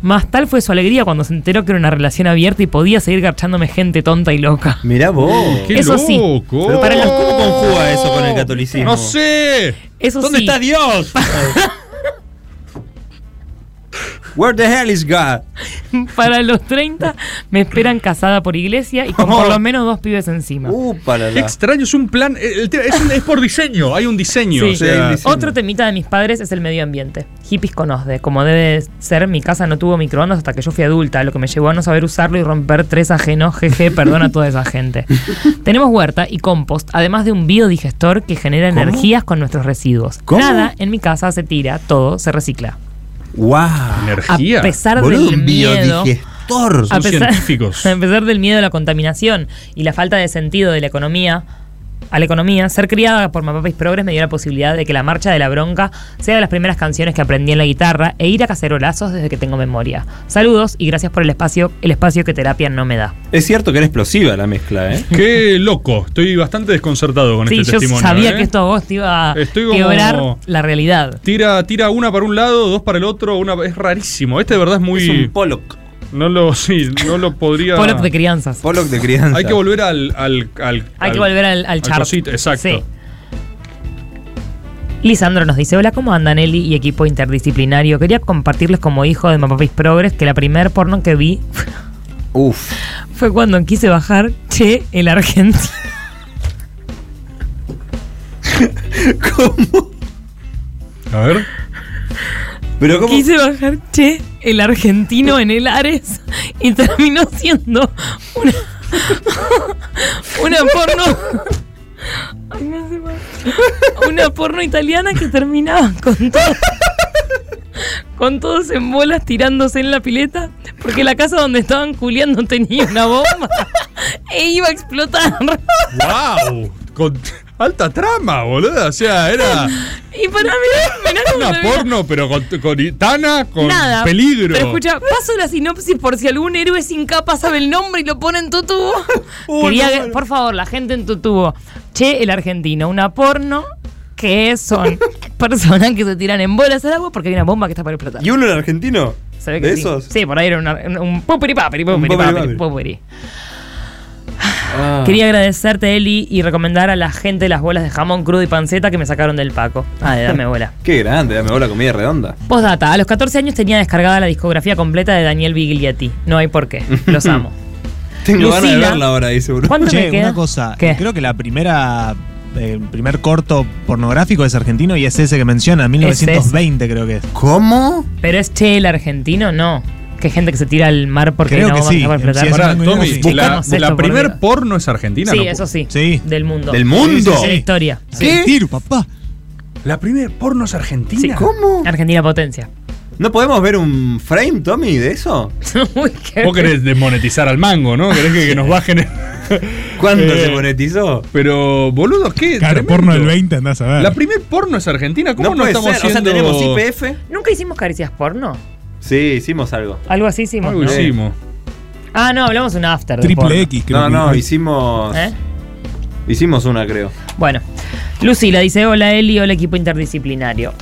Speaker 9: Más tal fue su alegría cuando se enteró que era una relación abierta y podía seguir garchándome gente tonta y loca.
Speaker 8: Mirá vos.
Speaker 9: Qué Eso sí. loco.
Speaker 8: Oh. Pero para los- ¿Cómo conjuga eso con el catolicismo?
Speaker 9: No
Speaker 8: sé.
Speaker 9: Eso
Speaker 8: ¿Dónde
Speaker 9: sí.
Speaker 8: está Dios? Where the hell is God?
Speaker 9: Para los 30 me esperan casada por iglesia y
Speaker 8: [laughs]
Speaker 9: con
Speaker 8: Oh,
Speaker 9: por lo menos dos pibes encima.
Speaker 6: Qué extraño, es un plan. eh, el tema- Es, un- es por diseño, hay un diseño.
Speaker 9: Sí.
Speaker 6: o sea,
Speaker 9: Otro temita de mis padres es el medio ambiente. Hippies con OSDE. Como debe ser, mi casa no tuvo microondas hasta que yo fui adulta, lo que me llevó a no saber usarlo y romper tres ajenos.
Speaker 8: [laughs]
Speaker 9: Jeje, perdón a toda esa gente. Tenemos huerta y compost, además de un biodigestor que genera
Speaker 8: ¿Cómo?
Speaker 9: energías con nuestros residuos.
Speaker 8: ¿Cómo?
Speaker 9: Nada en mi casa se tira, todo se recicla.
Speaker 8: ¡Wow!
Speaker 9: A pesar del miedo.
Speaker 8: biodigestor.
Speaker 9: a pesar- [laughs] a pesar del miedo a la contaminación y la falta de sentido de la economía, a la economía, ser criada por Mapapis Progres me dio la posibilidad de que la marcha de la bronca sea de las primeras canciones que aprendí en la guitarra e ir a cacerolazos desde que tengo memoria. Saludos y gracias por el espacio, el espacio que terapia no me da.
Speaker 8: Es cierto que era explosiva la mezcla, ¿eh?
Speaker 6: Qué loco, estoy bastante desconcertado con
Speaker 9: sí,
Speaker 6: este
Speaker 9: yo
Speaker 6: testimonio.
Speaker 9: sabía
Speaker 6: ¿eh?
Speaker 9: que esto a vos te iba a
Speaker 6: Estoy como-
Speaker 9: quebrar la realidad.
Speaker 6: Tira, tira una para un lado, dos para el otro, una es rarísimo. Este de verdad es muy.
Speaker 9: Es un
Speaker 8: Pollock.
Speaker 6: No lo, [laughs] sí, no lo podría.
Speaker 9: Pollock de crianzas.
Speaker 8: Pollock de crianza.
Speaker 6: Hay que volver al. al, al-
Speaker 9: Hay que volver al- al chart.
Speaker 6: cosito, exacto.
Speaker 9: Sí. Lisandro nos dice, hola, ¿cómo andan Eli y equipo interdisciplinario? Quería compartirles como hijo de Mapapis Progres que la primer porno que vi
Speaker 8: Uf.
Speaker 9: fue cuando quise bajar Che, el argentino.
Speaker 6: A ver.
Speaker 8: Pero ¿cómo?
Speaker 9: Quise bajar Che, el argentino en el Ares y terminó siendo una, una porno... Ay, me hace mal. Una porno italiana que terminaba con todo. Con todos en bolas tirándose en la pileta, porque la casa donde estaban culiando tenía una bomba e iba a explotar.
Speaker 6: ¡Wow! Con [laughs] alta trama, boludo. O
Speaker 9: [laughs]
Speaker 6: sea, era.
Speaker 9: Y para mí, mirá cómo
Speaker 6: Una
Speaker 9: terminó.
Speaker 6: porno, pero con, con Tana, con
Speaker 9: Nada.
Speaker 6: peligro.
Speaker 9: Pero escucha, paso la sinopsis por si algún héroe sin capa sabe el nombre y lo pone en tu tubo.
Speaker 19: Uy,
Speaker 9: Quería
Speaker 19: no,
Speaker 9: que-
Speaker 19: no.
Speaker 9: por favor, la gente en tu tubo. Che, el argentino, una porno que son personas que se tiran en bolas al agua porque hay una bomba que está para explotar.
Speaker 8: ¿Y uno era argentino?
Speaker 9: Se ve que
Speaker 8: ¿De
Speaker 9: sí.
Speaker 8: esos?
Speaker 9: Sí, por ahí era una- un- un popiri papiri, popiri
Speaker 8: popiri
Speaker 9: papiri,
Speaker 8: papiri.
Speaker 9: popiri.
Speaker 8: Ah.
Speaker 9: Quería agradecerte, Eli, y recomendar a la gente las bolas de jamón crudo y panceta que me sacaron del Paco. Ah, de dame
Speaker 8: [laughs]
Speaker 9: bola.
Speaker 8: Qué grande, dame bola comida redonda.
Speaker 9: Postdata, a los 14 años tenía descargada la discografía completa de Daniel Biglietti. No hay por qué, [laughs]
Speaker 8: [laughs]
Speaker 9: los amo.
Speaker 8: Tengo ganas de
Speaker 9: Lucila.
Speaker 8: verla ahora ahí, seguro.
Speaker 9: ¿Cuánto
Speaker 20: che,
Speaker 9: me queda?
Speaker 20: una cosa. Creo que la primera. El primer corto pornográfico es argentino y es ese que menciona, 1920 creo que es.
Speaker 8: ¿Cómo?
Speaker 9: Pero es Che el argentino, no. Que gente que se tira al mar porque
Speaker 20: Creo
Speaker 9: no
Speaker 20: que
Speaker 9: vamos
Speaker 20: sí.
Speaker 9: a
Speaker 20: Sí,
Speaker 9: explotar.
Speaker 20: es
Speaker 6: Pará,
Speaker 20: muy
Speaker 6: Tommy,
Speaker 20: gracioso.
Speaker 6: la,
Speaker 9: Buscamos esto,
Speaker 6: la
Speaker 9: por
Speaker 6: primer
Speaker 9: Dios.
Speaker 6: porno es argentina.
Speaker 9: Sí,
Speaker 6: no
Speaker 9: eso sí.
Speaker 20: Sí.
Speaker 9: Del mundo.
Speaker 6: ¿Del mundo?
Speaker 9: Sí, sí, sí. De la historia.
Speaker 6: ¿Qué?
Speaker 20: Tiro, papá.
Speaker 6: La primer porno es argentina.
Speaker 8: ¿Cómo?
Speaker 9: Argentina potencia.
Speaker 8: ¿No podemos ver un frame, Tommy, de eso?
Speaker 9: [laughs] Uy, qué-
Speaker 6: Vos querés desmonetizar al mango, ¿no? Querés que, que nos bajen. el-
Speaker 8: [laughs] ¿Cuánto
Speaker 6: Eh,
Speaker 8: se monetizó?
Speaker 6: Pero, boludo, ¿qué?
Speaker 13: Claro,
Speaker 6: Tremendo.
Speaker 13: porno del 20, andás a ver.
Speaker 6: La primer porno es argentina. ¿Cómo
Speaker 8: No
Speaker 6: no,
Speaker 8: puede
Speaker 6: estamos
Speaker 8: ser, o sea,
Speaker 6: haciendo-
Speaker 8: tenemos IPF.
Speaker 9: ¿Nunca hicimos caricias porno?
Speaker 8: Sí, hicimos algo.
Speaker 9: Algo así hicimos.
Speaker 8: Algo
Speaker 9: ¿no?
Speaker 8: hicimos.
Speaker 9: Ah, no, hablamos un after. de porno.
Speaker 8: No, no, hicimos.
Speaker 9: ¿Eh?
Speaker 8: Hicimos una, creo.
Speaker 9: Bueno, Lucila dice: Hola Eli, hola equipo interdisciplinario.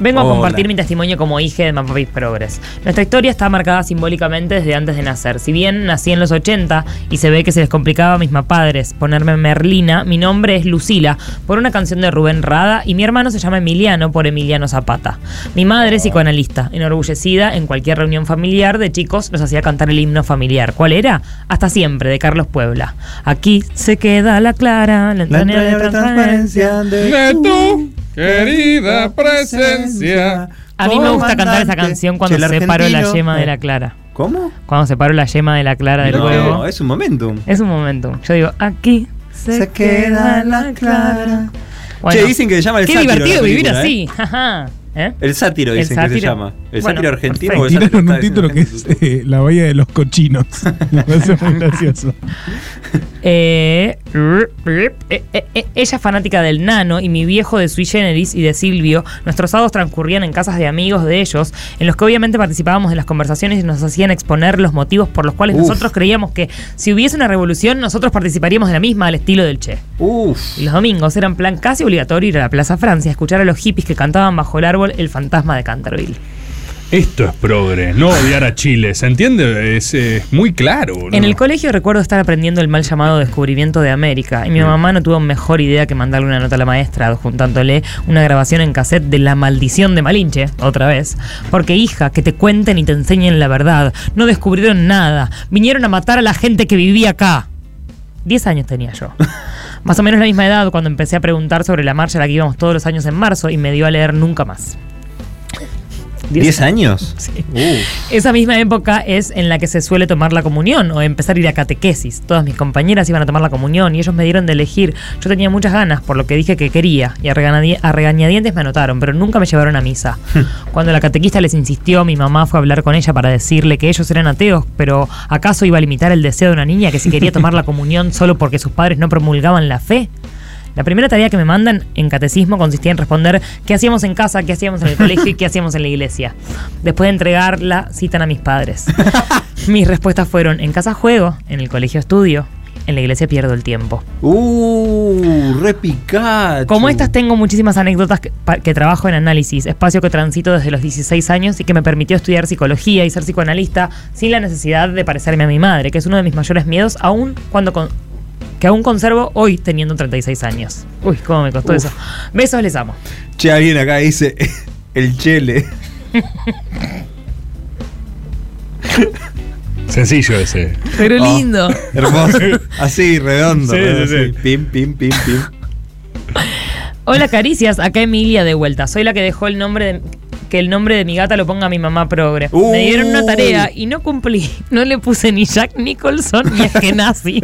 Speaker 9: Vengo
Speaker 8: Hola.
Speaker 9: a compartir mi testimonio como hija de Mapapis Progress. Nuestra historia está marcada simbólicamente desde antes de nacer. Si bien nací en los 80 y se ve que se les complicaba a mis mapadres ponerme Merlina, mi nombre es Lucila, por una canción de Rubén Rada, y mi hermano se llama Emiliano por Emiliano Zapata. Mi madre es psicoanalista, enorgullecida en cualquier reunión familiar de chicos nos hacía cantar el himno familiar. ¿Cuál era? Hasta siempre, de Carlos Puebla. Aquí se queda la clara, la entraña de transparencia
Speaker 6: de tu querida presencia.
Speaker 9: A mí me gusta cantar esa canción cuando
Speaker 6: Che, el
Speaker 9: separo la
Speaker 6: argentino.
Speaker 9: yema de la clara.
Speaker 8: ¿Cómo?
Speaker 9: Cuando separo la yema de la clara del
Speaker 8: no,
Speaker 9: huevo.
Speaker 8: es un momentum.
Speaker 9: Es un momento. Yo digo, aquí se,
Speaker 8: Se
Speaker 9: queda la clara. Bueno.
Speaker 8: che, dicen que se llama el
Speaker 9: Qué
Speaker 8: sátiro.
Speaker 9: divertido
Speaker 8: la
Speaker 9: vivir
Speaker 8: película,
Speaker 9: así.
Speaker 8: ¿eh?
Speaker 9: jaja. ¿Eh?
Speaker 8: El sátiro
Speaker 9: El
Speaker 8: dicen que se
Speaker 9: sátiro.
Speaker 8: llama. El
Speaker 9: Bueno,
Speaker 8: sátiro argentino.
Speaker 9: perfecto.
Speaker 8: o el sátiro
Speaker 13: Tiraron un
Speaker 8: está
Speaker 13: título que es eh, La Bahía de los Cochinos. Me parece muy gracioso.
Speaker 9: Eh, rip, rip. Eh, eh, eh, ella es fanática del nano y mi viejo de Sui Generis y de Silvio. Nuestros sábados transcurrían en casas de amigos de ellos, en los que obviamente participábamos de las conversaciones y nos hacían exponer los motivos por los cuales
Speaker 8: Uf.
Speaker 9: nosotros creíamos que si hubiese una revolución, nosotros participaríamos de la misma al estilo del Che. Y los domingos eran plan casi obligatorio ir a la Plaza Francia a escuchar a los hippies que cantaban bajo el árbol El fantasma de Canterville.
Speaker 6: Esto es progre, no odiar a Chile, ¿se entiende? Es eh, muy
Speaker 9: [laughs]
Speaker 6: claro. boludo.
Speaker 9: En el colegio recuerdo estar aprendiendo el mal llamado descubrimiento de América
Speaker 8: Mm.
Speaker 9: y mi mamá no tuvo mejor idea que mandarle una nota a la maestra adjuntándole una grabación en cassette de La maldición de Malinche, otra vez. Porque hija, que te cuenten y te enseñen la verdad, no descubrieron nada, vinieron a matar a la gente que vivía acá. Diez años tenía
Speaker 8: [laughs]
Speaker 9: yo. Más o menos la misma edad cuando empecé a preguntar sobre la marcha a la que íbamos todos los años en marzo y me dio a leer nunca más.
Speaker 8: ¿Diez años? Sí.
Speaker 9: Esa misma época es en la que se suele tomar la comunión o empezar a ir a catequesis. Todas mis compañeras iban a tomar la comunión y ellos me dieron de elegir. Yo tenía muchas ganas, por lo que dije que quería, y a, regañadi- a regañadientes me anotaron, pero nunca me llevaron a misa. Cuando la catequista les insistió, mi mamá fue a hablar con ella para decirle que ellos eran ateos, pero ¿acaso iba a limitar el deseo de una niña que si quería tomar la comunión solo porque sus padres no promulgaban la fe? La primera tarea que me mandan en catecismo consistía en responder qué hacíamos en casa, qué hacíamos en el colegio y qué hacíamos en la iglesia. Después de entregarla, citan a mis padres. Mis respuestas fueron, en casa juego, en el colegio estudio, en la iglesia pierdo el tiempo.
Speaker 8: ¿eh? Uh, repicado.
Speaker 9: Como estas tengo muchísimas anécdotas que, pa- que trabajo en análisis, espacio que transito desde los 16 años y que me permitió estudiar psicología y ser psicoanalista sin la necesidad de parecerme a mi madre, que es uno de mis mayores miedos, aún cuando con- que aún conservo hoy teniendo 36 años. Uy, cómo me costó
Speaker 8: Uf.
Speaker 9: eso. Besos, les amo.
Speaker 8: Che, alguien acá dice [laughs] el chele.
Speaker 6: Sencillo ese.
Speaker 9: Pero
Speaker 8: Oh,
Speaker 9: lindo.
Speaker 8: Hermoso. Así, redondo.
Speaker 6: Sí,
Speaker 8: redondo,
Speaker 6: sí,
Speaker 8: así. Pim, pim, pim, pim.
Speaker 9: Hola caricias, acá Emilia de vuelta. Soy la que dejó el nombre de- que el nombre de mi gata lo ponga mi mamá progre.
Speaker 4: Uh.
Speaker 9: Me dieron
Speaker 8: uh.
Speaker 9: una tarea y no cumplí. No le puse ni Jack Nicholson ni Eskenazi.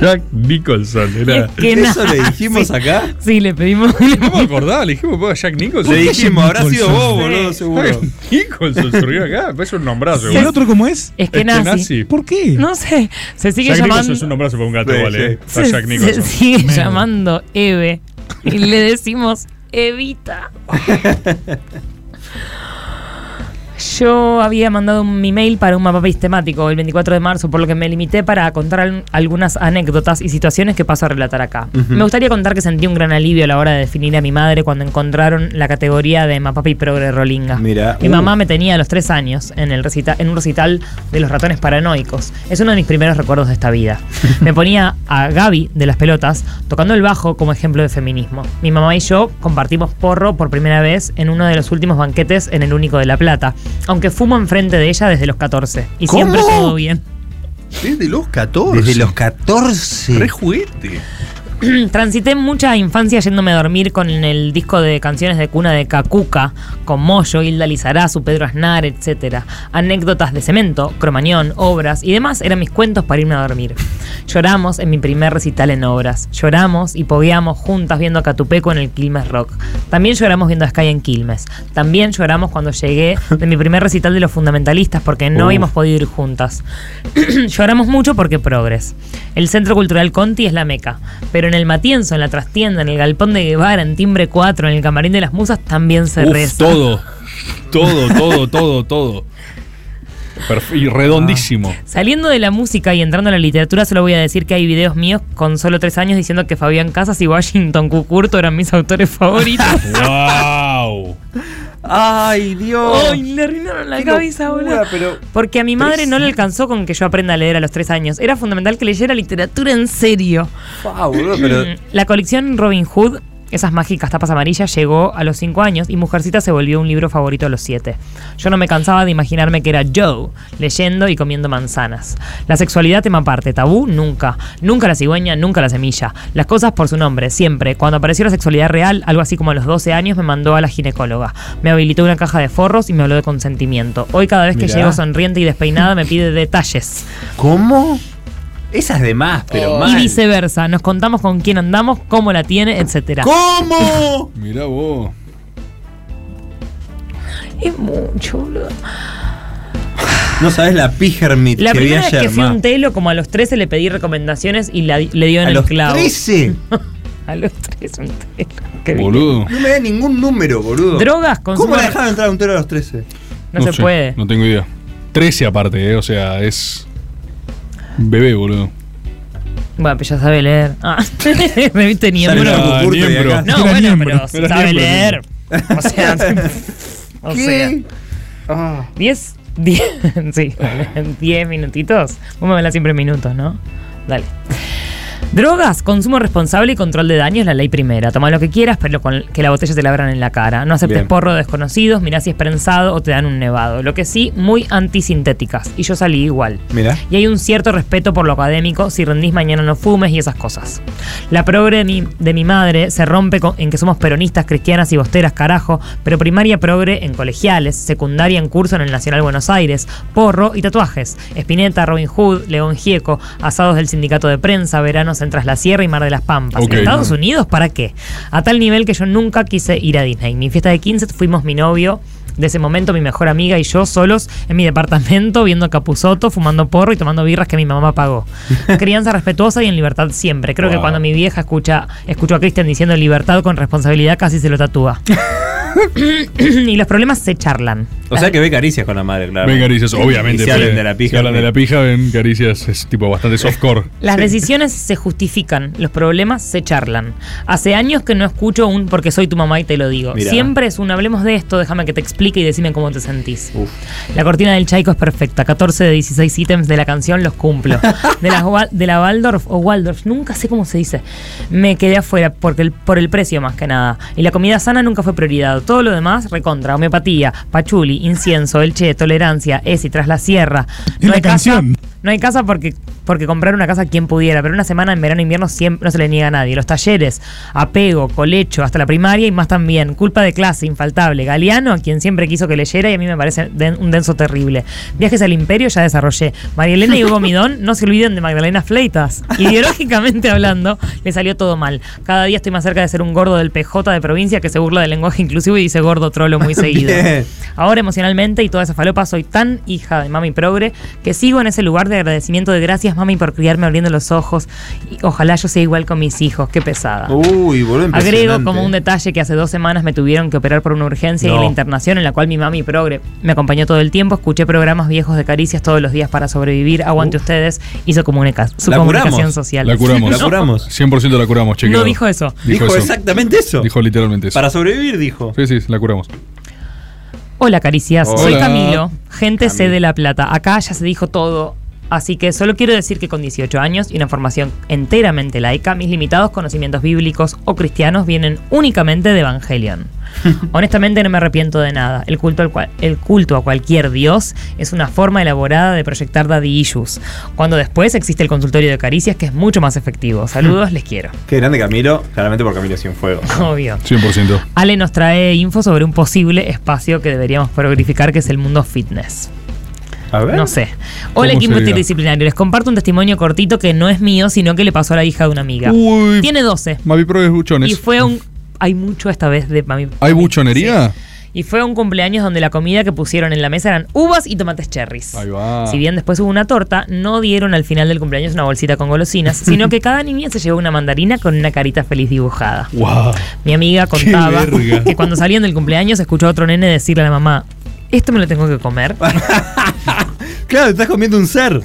Speaker 6: Jack Nicholson. Era.
Speaker 9: Y es que ¿Eso le nada, dijimos sí. acá? Sí, le pedimos.
Speaker 6: No me acordaba, le dijimos "Pobre Jack Nicholson.
Speaker 8: Le dijimos, habrá sido vos,
Speaker 6: Sí.
Speaker 8: boludo, seguro.
Speaker 6: Jack Nicholson surgió acá, es un nombrazo.
Speaker 9: ¿Y el otro
Speaker 6: cómo es?
Speaker 9: Eskenazi.
Speaker 6: ¿Por
Speaker 9: qué? No sé. Se sigue
Speaker 6: Jack
Speaker 9: llamando.
Speaker 6: Nicholson es un nombrazo para un gato,
Speaker 8: Sí,
Speaker 6: vale. eh.
Speaker 9: [laughs] se,
Speaker 6: Está Jack
Speaker 9: se
Speaker 6: Nicholson.
Speaker 9: sigue llamando Eve. Y le decimos Evita. Yo había mandado un email para un mapa temático el 24 de marzo, por lo que me limité para contar al- algunas anécdotas y situaciones que paso a relatar acá.
Speaker 24: Ujú.
Speaker 9: Me gustaría contar que sentí un gran alivio a la hora de definir a mi madre cuando encontraron la categoría de Mapapi Progre Rolinga.
Speaker 8: Mira.
Speaker 9: Mi mamá me tenía a los tres años en, el recita- en un recital de los ratones paranoicos. Es uno de mis primeros recuerdos de esta vida. Me ponía a Gaby de las pelotas tocando el bajo como ejemplo de feminismo. Mi mamá y yo compartimos porro por primera vez en uno de los últimos banquetes en el Único de La Plata, aunque fumo enfrente de ella desde los 14. Y
Speaker 8: ¿Cómo?
Speaker 9: siempre todo bien.
Speaker 8: Desde los 14. Desde los 14. Re juguete.
Speaker 9: [clears throat] Transité mucha infancia yéndome a dormir con el disco de canciones de cuna de Cacuca, con Moyo, Hilda Lizarazu, Pedro Aznar, etc. Anécdotas de cemento, cromañón, obras y demás eran mis cuentos para irme a dormir. Lloramos en mi primer recital en obras. Lloramos y pogueamos juntas viendo a Catupeco en el Quilmes Rock. También lloramos viendo a Sky en Quilmes. También lloramos cuando llegué de mi primer recital de los fundamentalistas porque no
Speaker 24: Uf.
Speaker 9: íbamos podido ir juntas. [clears throat] Lloramos mucho porque progres. El Centro Cultural Conti es la meca, pero en el Matienzo, en la Trastienda, en el Galpón de Guevara, en Timbre 4, en el Camarín de las Musas también se
Speaker 6: Uf,
Speaker 9: reza.
Speaker 6: todo. Todo, todo, todo, todo. Perf- y redondísimo.
Speaker 9: Saliendo de la música y entrando a la literatura, solo voy a decir que hay videos míos con solo tres años diciendo que Fabián Casas y Washington Cucurto eran mis autores favoritos. [laughs] Ah.
Speaker 6: ¡Wow!
Speaker 8: [laughs] ¡Ay, Dios!
Speaker 9: [laughs] ¡Ay, le arruinaron la
Speaker 8: Qué
Speaker 9: cabeza,
Speaker 8: locura,
Speaker 9: boludo!
Speaker 8: pero-
Speaker 9: Porque a mi madre
Speaker 8: Tres-
Speaker 9: no le alcanzó con que yo aprenda a leer a los tres años. Era fundamental que leyera literatura en serio.
Speaker 8: Ah, boludo, pero.
Speaker 9: La colección Robin Hood esas mágicas tapas amarillas llegó a los 5 años y Mujercita se volvió un libro favorito a los 7. Yo no me cansaba de imaginarme que era Joe, leyendo y comiendo manzanas. La sexualidad tema aparte, tabú nunca, nunca la cigüeña, nunca la semilla. Las cosas por su nombre, siempre. Cuando apareció la sexualidad real, algo así como a los 12 años, me mandó a la ginecóloga. Me habilitó una caja de forros y me habló de consentimiento. Hoy cada vez que
Speaker 8: Mirá.
Speaker 9: llego sonriente y despeinada me pide detalles. Oh.
Speaker 8: ¿Cómo? Esas de más, pero mal.
Speaker 9: Y viceversa, nos contamos con quién andamos, cómo la tiene, etcétera.
Speaker 8: ¿Cómo?
Speaker 6: [laughs] Mirá vos.
Speaker 9: Es mucho, boludo.
Speaker 8: No sabes la pijermit
Speaker 9: La
Speaker 8: que vi
Speaker 9: primera vez
Speaker 8: ayer,
Speaker 9: que fui a
Speaker 8: ma.
Speaker 9: un telo, como a los 13, le pedí recomendaciones y la- le dio en
Speaker 8: ¿A
Speaker 9: el
Speaker 8: los
Speaker 9: clavo.
Speaker 8: 13?
Speaker 9: [laughs] a los 13, un telo. Qué bien.
Speaker 6: Boludo.
Speaker 8: No me da ningún número, boludo.
Speaker 9: Drogas,
Speaker 8: ¿Cómo
Speaker 9: consumo-
Speaker 8: me dejaron entrar a un tero a los 13?
Speaker 6: sé, No tengo idea. 13 aparte, eh, o sea, es. Bebé, boludo.
Speaker 9: Bueno, pues ya sabe leer. Ah, [laughs] me viste niembro.
Speaker 6: Era Era Cucurto de acá.
Speaker 9: No,
Speaker 6: Era
Speaker 9: bueno,
Speaker 6: niembro.
Speaker 9: pero sabe
Speaker 6: Era niembro,
Speaker 9: leer. O sea. o sea. Ah.
Speaker 8: ¿Qué?
Speaker 9: Diez. diez [laughs] sí, vale, diez minutitos. Vos me hablas siempre en minutos, ¿no? Dale. Drogas, consumo responsable y control de daños, la ley primera. Toma lo que quieras, pero con que la botella te la abran en la cara. No aceptes
Speaker 19: Bien.
Speaker 9: porro de desconocidos, mirá si es prensado o te dan un nevado. Lo que sí, muy antisintéticas. Y yo salí igual.
Speaker 8: Mira.
Speaker 9: Y hay un cierto respeto por lo académico, si rendís mañana no fumes y esas cosas. La progre de mi, de mi madre se rompe con- en que somos peronistas, cristianas y bosteras, carajo, pero primaria progre en colegiales, secundaria en curso en el Nacional Buenos Aires, porro y tatuajes, Espineta, Robin Hood, León Gieco, asados del sindicato de prensa, veranos en Tras la Sierra y Mar de las Pampas.
Speaker 19: Ok.
Speaker 9: ¿En Estados Unidos para qué? A tal nivel que yo nunca quise ir a Disney. Mi fiesta de 15 fuimos mi novio de ese momento mi mejor amiga y yo solos en mi departamento viendo capuzoto, fumando porro y tomando birras que mi mamá pagó. Crianza respetuosa y en libertad siempre. Creo que
Speaker 19: Wow.
Speaker 9: cuando mi vieja escucha escuchó a Cristian diciendo libertad con responsabilidad casi se lo tatúa. [coughs] y los problemas se charlan.
Speaker 8: O sea que ve caricias con la madre, claro.
Speaker 6: Ven caricias, obviamente.
Speaker 8: Y se hablan
Speaker 6: porque
Speaker 8: de la
Speaker 6: si
Speaker 8: pija.
Speaker 6: hablan de la pija, ven caricias, es tipo bastante softcore.
Speaker 9: Las decisiones se justifican, los problemas se charlan. Hace años que no escucho un porque soy tu mamá y te lo digo.
Speaker 19: Mirá.
Speaker 9: Siempre es un hablemos de esto, déjame que te explique y decime cómo te sentís. La cortina del Chaico es perfecta. 14 de 16 ítems de la canción los cumplo. De la, de la Waldorf o Waldorf, nunca sé cómo se dice. Me quedé afuera porque el- por el precio más que nada. Y la comida sana nunca fue prioridad. Todo lo demás, recontra, homeopatía, pachuli, incienso, elche, tolerancia, esi, tras la sierra. No hay canción. No hay casa porque, porque comprar una casa quien pudiera, pero una semana en verano e invierno siempre no se le niega a nadie. Los talleres, apego, colecho, hasta la primaria y más también. Culpa de clase, infaltable. Galeano, a quien siempre quiso que leyera y a mí me parece den- un denso terrible. Viajes al imperio ya desarrollé. María Elena y Hugo Midón, no se olviden de Magdalena Fleitas. Ideológicamente hablando, le salió todo mal. Cada día estoy más cerca de ser un gordo del PJ de provincia que se burla del lenguaje inclusivo y dice gordo trolo
Speaker 6: [laughs]
Speaker 9: muy seguido.
Speaker 8: Bien.
Speaker 9: Ahora emocionalmente y toda esa falopa soy tan hija de mami progre que sigo en ese lugar de agradecimiento de gracias mami por criarme abriendo los ojos. Y ojalá yo sea igual con mis hijos, qué pesada.
Speaker 8: Uy, boludo,
Speaker 9: Agrego
Speaker 8: impresionante.
Speaker 9: como
Speaker 6: eh.
Speaker 9: un detalle que hace dos semanas me tuvieron que operar por una urgencia y
Speaker 8: No.
Speaker 9: en la internación en la cual mi mami progre me acompañó todo el tiempo, escuché programas viejos de caricias todos los días para sobrevivir, aguante ustedes y su, comunica- su
Speaker 6: La
Speaker 9: comunicación
Speaker 6: curamos.
Speaker 9: social.
Speaker 6: La curamos.
Speaker 9: [laughs] No.
Speaker 6: 100% la curamos, chequeado.
Speaker 9: No dijo eso.
Speaker 8: Dijo exactamente eso.
Speaker 6: Dijo literalmente eso.
Speaker 8: Para sobrevivir, dijo.
Speaker 6: Sí, sí, la curamos.
Speaker 9: Hola caricias, soy
Speaker 6: Hola.
Speaker 9: Camilo, gente C de La Plata. Acá ya se dijo todo, así que solo quiero decir que con 18 años y una formación enteramente laica, mis limitados conocimientos bíblicos o cristianos vienen únicamente de Evangelion. Honestamente no me arrepiento de nada. El culto, al cual- el culto a cualquier dios es una forma elaborada de proyectar daddy issues, cuando después existe el consultorio de caricias que es mucho más efectivo.
Speaker 8: Mm.
Speaker 9: Saludos, les quiero. Oh,
Speaker 8: Qué grande Camilo, claramente por Camilo
Speaker 9: [laughs]
Speaker 8: Cienfuegos.
Speaker 9: Obvio.
Speaker 6: 100%.
Speaker 9: Ale nos trae info sobre un posible espacio que deberíamos progrificar, que es el mundo fitness.
Speaker 8: A ver.
Speaker 9: No sé. Hola
Speaker 8: ¿Cómo
Speaker 9: equipo
Speaker 8: sería?
Speaker 9: interdisciplinario, les comparto un testimonio cortito que no es mío, sino que le pasó a la hija de una amiga.
Speaker 6: Uy.
Speaker 9: Tiene 12.
Speaker 6: Mavi Pro es buchones.
Speaker 9: Y fue un... Hay mucho esta vez de mami.
Speaker 6: ¿Hay buchonería?
Speaker 9: Y fue un cumpleaños donde la comida que pusieron en la mesa eran uvas y tomates cherries.
Speaker 6: Ahí va.
Speaker 9: Si bien después hubo una torta, no dieron al final del cumpleaños una bolsita con
Speaker 6: [laughs]
Speaker 9: golosinas, sino que cada niña se llevó una mandarina con una carita feliz dibujada.
Speaker 6: Wow.
Speaker 9: Mi amiga contaba
Speaker 6: Qué verga.
Speaker 9: que cuando salían del cumpleaños escuchó a otro nene decirle a la mamá, ¿esto me lo tengo que comer?
Speaker 6: [laughs]
Speaker 8: Claro, te estás comiendo un ser.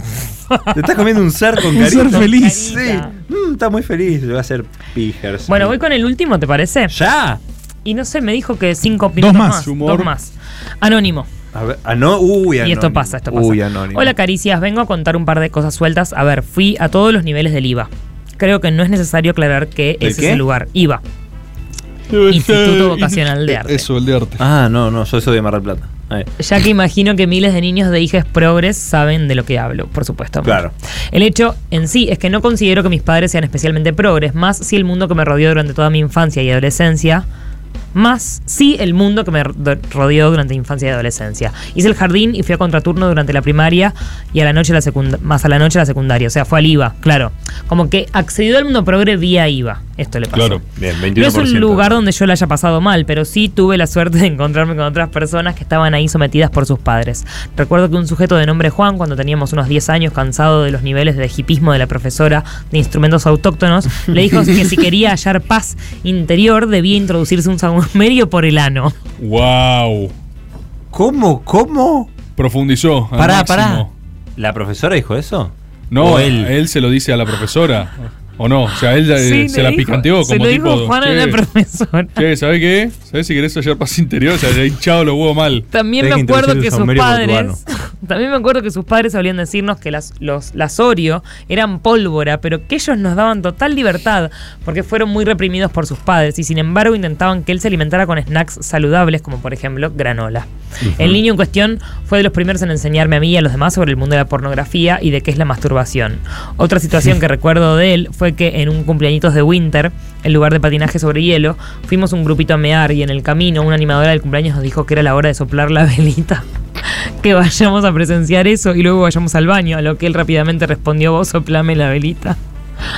Speaker 8: Te estás comiendo un ser con
Speaker 9: Un ser
Speaker 8: carita.
Speaker 9: feliz.
Speaker 8: Sí. Mm, está muy feliz, va a ser pijers.
Speaker 9: Bueno, voy con el último, ¿te parece?
Speaker 8: Ya.
Speaker 9: Y no sé, me dijo que cinco minutos
Speaker 8: más.
Speaker 9: más.
Speaker 8: Humor.
Speaker 9: Dos más. Anónimo.
Speaker 8: A ver, ah, no, uy,
Speaker 9: Y esto
Speaker 8: anónimo.
Speaker 9: pasa, esto pasa.
Speaker 8: Uy, anónimo.
Speaker 9: Hola Caricias, vengo a contar un par de cosas sueltas. A ver, fui a todos los niveles del IVA. Creo que no es necesario aclarar que
Speaker 8: ¿Del
Speaker 9: ese
Speaker 8: qué?
Speaker 9: es el lugar. IVA. Instituto Vocacional e-
Speaker 8: Eh,
Speaker 9: de Arte.
Speaker 8: Eso, el de arte. Ah, no, no, yo soy de Mar del Plata. Ahí.
Speaker 9: Ya que imagino que miles de niños de hijas progres saben de lo que hablo, por supuesto.
Speaker 8: Claro.
Speaker 9: El hecho en sí es que no considero que mis padres sean especialmente progres, más si el mundo que me rodeó durante toda mi infancia y adolescencia, más sí el mundo que me do- rodeó durante mi infancia y adolescencia. Hice el jardín y fui a contraturno durante la primaria y a la noche la secund- más a la noche la secundaria, o sea, fue al IVA, claro. Como que accedió al mundo progre vía IVA. Esto le pasó.
Speaker 8: Claro, bien, 21%.
Speaker 9: No es un lugar donde yo la haya pasado mal, pero sí tuve la suerte de encontrarme con otras personas que estaban ahí sometidas por sus padres. Recuerdo que un sujeto de nombre Juan, cuando teníamos unos 10 años, cansado de los niveles de hipismo de la profesora de instrumentos autóctonos, le
Speaker 6: [laughs]
Speaker 9: dijo que si quería hallar paz interior debía introducirse un saumerio por el ano.
Speaker 6: ¡Wow!
Speaker 8: ¿Cómo? ¿Cómo?
Speaker 6: Profundizó. al
Speaker 8: Pará,
Speaker 6: máximo.
Speaker 8: pará. ¿La profesora dijo eso?
Speaker 6: No,
Speaker 8: ¿O
Speaker 6: él?
Speaker 8: él?
Speaker 6: se lo dice a la profesora. ¿O no? O sea, él eh,
Speaker 9: Sí,
Speaker 6: se
Speaker 9: le
Speaker 6: la
Speaker 9: dijo-
Speaker 6: picanteó
Speaker 9: se
Speaker 6: como
Speaker 9: lo
Speaker 6: tipo.
Speaker 9: dijo Juan a la
Speaker 6: "Che,
Speaker 9: profesora.
Speaker 6: Che, ¿sabés qué? ¿Sabés si querés hallar paz interior? O sea, le ha hinchado los huevos mal.
Speaker 9: También me acuerdo que sus padres. [laughs] También me acuerdo que sus padres solían decirnos que las, los, las Oreo eran pólvora, pero que ellos nos daban total libertad porque fueron muy reprimidos por sus padres y sin embargo intentaban que él se alimentara con snacks saludables, como por ejemplo granola. El niño en cuestión fue de los primeros en enseñarme a mí y a los demás sobre el mundo de la pornografía y de qué es la masturbación. Otra situación que recuerdo de él fue que en un cumpleañitos de Winter, el lugar de patinaje sobre hielo, fuimos un grupito a mear y en el camino una animadora del cumpleaños nos dijo que era la hora de soplar la [laughs] velita. Que vayamos a presenciar eso y luego vayamos al baño, a lo que él rápidamente respondió, vos soplame la velita.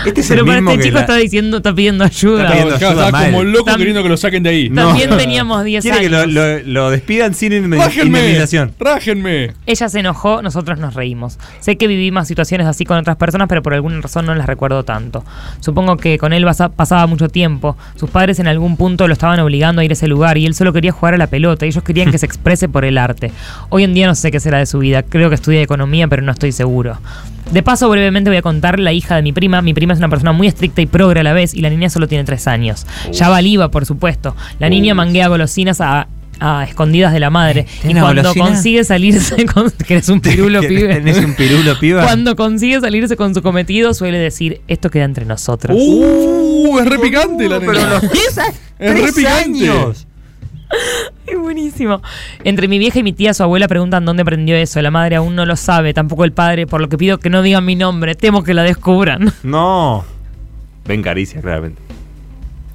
Speaker 8: Este es
Speaker 9: Pero
Speaker 8: el
Speaker 9: para
Speaker 8: mismo
Speaker 9: este
Speaker 8: que
Speaker 9: chico
Speaker 8: la-
Speaker 9: está diciendo, está pidiendo ayuda.
Speaker 8: Está pidiendo
Speaker 6: Estaba
Speaker 8: ayuda mal.
Speaker 9: [laughs]
Speaker 6: como loco
Speaker 9: Tam-
Speaker 6: queriendo que lo saquen de ahí.
Speaker 9: También teníamos 10
Speaker 8: Quiere que lo,
Speaker 9: años.
Speaker 8: lo- lo despidan sin inme-
Speaker 6: ¡Rájenme!
Speaker 8: indemnización.
Speaker 6: ¡Rájenme!
Speaker 9: Ella se enojó, nosotros nos reímos. Sé que viví más situaciones así con otras personas, pero por alguna razón no las recuerdo tanto. Supongo que con él basa- pasaba mucho tiempo. Sus padres en algún punto lo estaban obligando a ir a ese lugar y él solo quería jugar a la pelota. y Ellos querían que se exprese por el arte. Hoy en día no sé qué será de su vida. Creo que estudia economía, pero no estoy seguro. De paso, brevemente voy a contar la hija de mi prima. Mi prima es una persona muy estricta y progre a la vez y la niña solo tiene tres años. Ya va al IVA, por supuesto. La niña manguea golosinas a, a escondidas de la madre. Y
Speaker 8: ¿Tiene una
Speaker 9: cuando
Speaker 8: golosina?
Speaker 9: consigue salirse
Speaker 4: [laughs]
Speaker 9: con... que eres un pirulo pibe.
Speaker 8: Tenés un pirulo, piba.
Speaker 9: Cuando consigue salirse con su cometido suele decir, esto queda entre nosotros.
Speaker 6: ¡Uh! Es re picante la nena. [laughs] Es re picante.
Speaker 9: Es Uh, buenísimo. Entre mi vieja y mi tía, su abuela preguntan dónde aprendió eso. La madre aún no lo sabe, tampoco el padre, por lo que pido que no digan mi nombre. Temo que la descubran. [laughs]
Speaker 8: No. Ven caricia, claramente.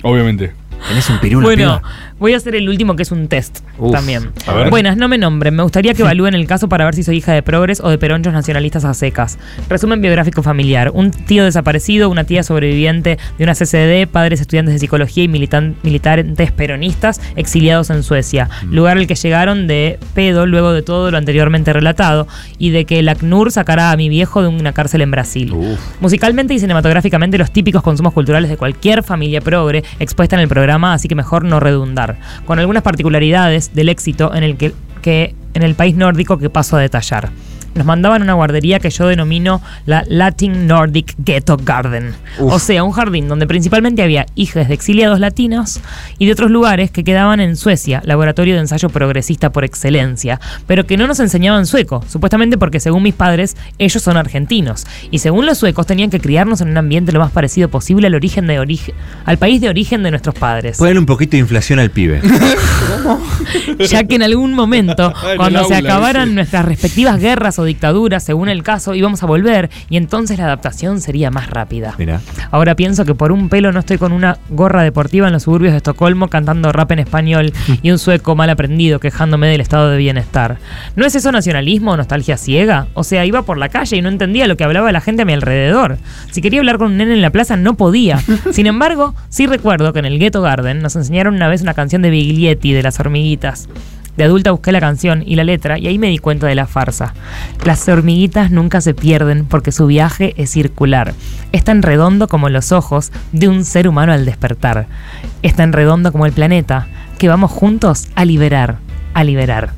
Speaker 6: Obviamente.
Speaker 8: Tenés un pirulo,
Speaker 9: bueno,
Speaker 8: piba.
Speaker 9: voy a hacer el último que es un test
Speaker 8: Uf,
Speaker 9: también.
Speaker 8: a ver.
Speaker 9: Buenas, no me nombren. Me gustaría
Speaker 8: [laughs]
Speaker 9: que evalúen el caso para ver si soy hija de progres o de peronchos nacionalistas a secas. Resumen biográfico familiar. Un tío desaparecido, una tía sobreviviente de una CCD, padres estudiantes de psicología y militan- militantes peronistas exiliados en Suecia.
Speaker 8: Mm.
Speaker 9: Lugar al que llegaron de pedo luego de todo lo anteriormente relatado y de que el ACNUR sacará a mi viejo de una cárcel en Brasil. Musicalmente y cinematográficamente los típicos consumos culturales de cualquier familia progre expuesta en el programa, así que mejor no redundar, con algunas particularidades del éxito en el que, que- en el país nórdico que paso a detallar. Nos mandaban a una guardería que yo denomino la Latin Nordic Ghetto Garden. O sea, un jardín donde principalmente había hijas de exiliados latinos y de otros lugares que quedaban en Suecia, laboratorio de ensayo progresista por excelencia, pero que no nos enseñaban sueco, supuestamente porque según mis padres, ellos son argentinos. Y según los suecos, tenían que criarnos en un ambiente lo más parecido posible al origen de origen, al país de origen de nuestros padres.
Speaker 8: Ponle un poquito de inflación al pibe.
Speaker 9: [laughs] ya que en algún momento,
Speaker 8: En el
Speaker 9: cuando se
Speaker 8: aula,
Speaker 9: acabaran
Speaker 8: dice.
Speaker 9: nuestras respectivas guerras o dictaduras, según el caso, íbamos a volver y entonces la adaptación sería más rápida.
Speaker 8: Mirá.
Speaker 9: Ahora pienso que por un pelo no estoy con una gorra deportiva en los suburbios de Estocolmo cantando rap en español y un sueco mal aprendido quejándome del estado de bienestar. ¿No es eso nacionalismo o nostalgia ciega? O sea, iba por la calle y no entendía lo que hablaba la gente a mi alrededor. Si quería hablar con un nene en la plaza, no podía. Sin embargo, sí recuerdo que en el Ghetto Garden nos enseñaron una vez una canción de Biglietti de las hormiguitas. De adulta busqué la canción y la letra y ahí me di cuenta de la farsa. Las hormiguitas nunca se pierden porque su viaje es circular. Es tan redondo como los ojos de un ser humano al despertar. Es tan redondo como el planeta que vamos juntos a liberar, a liberar.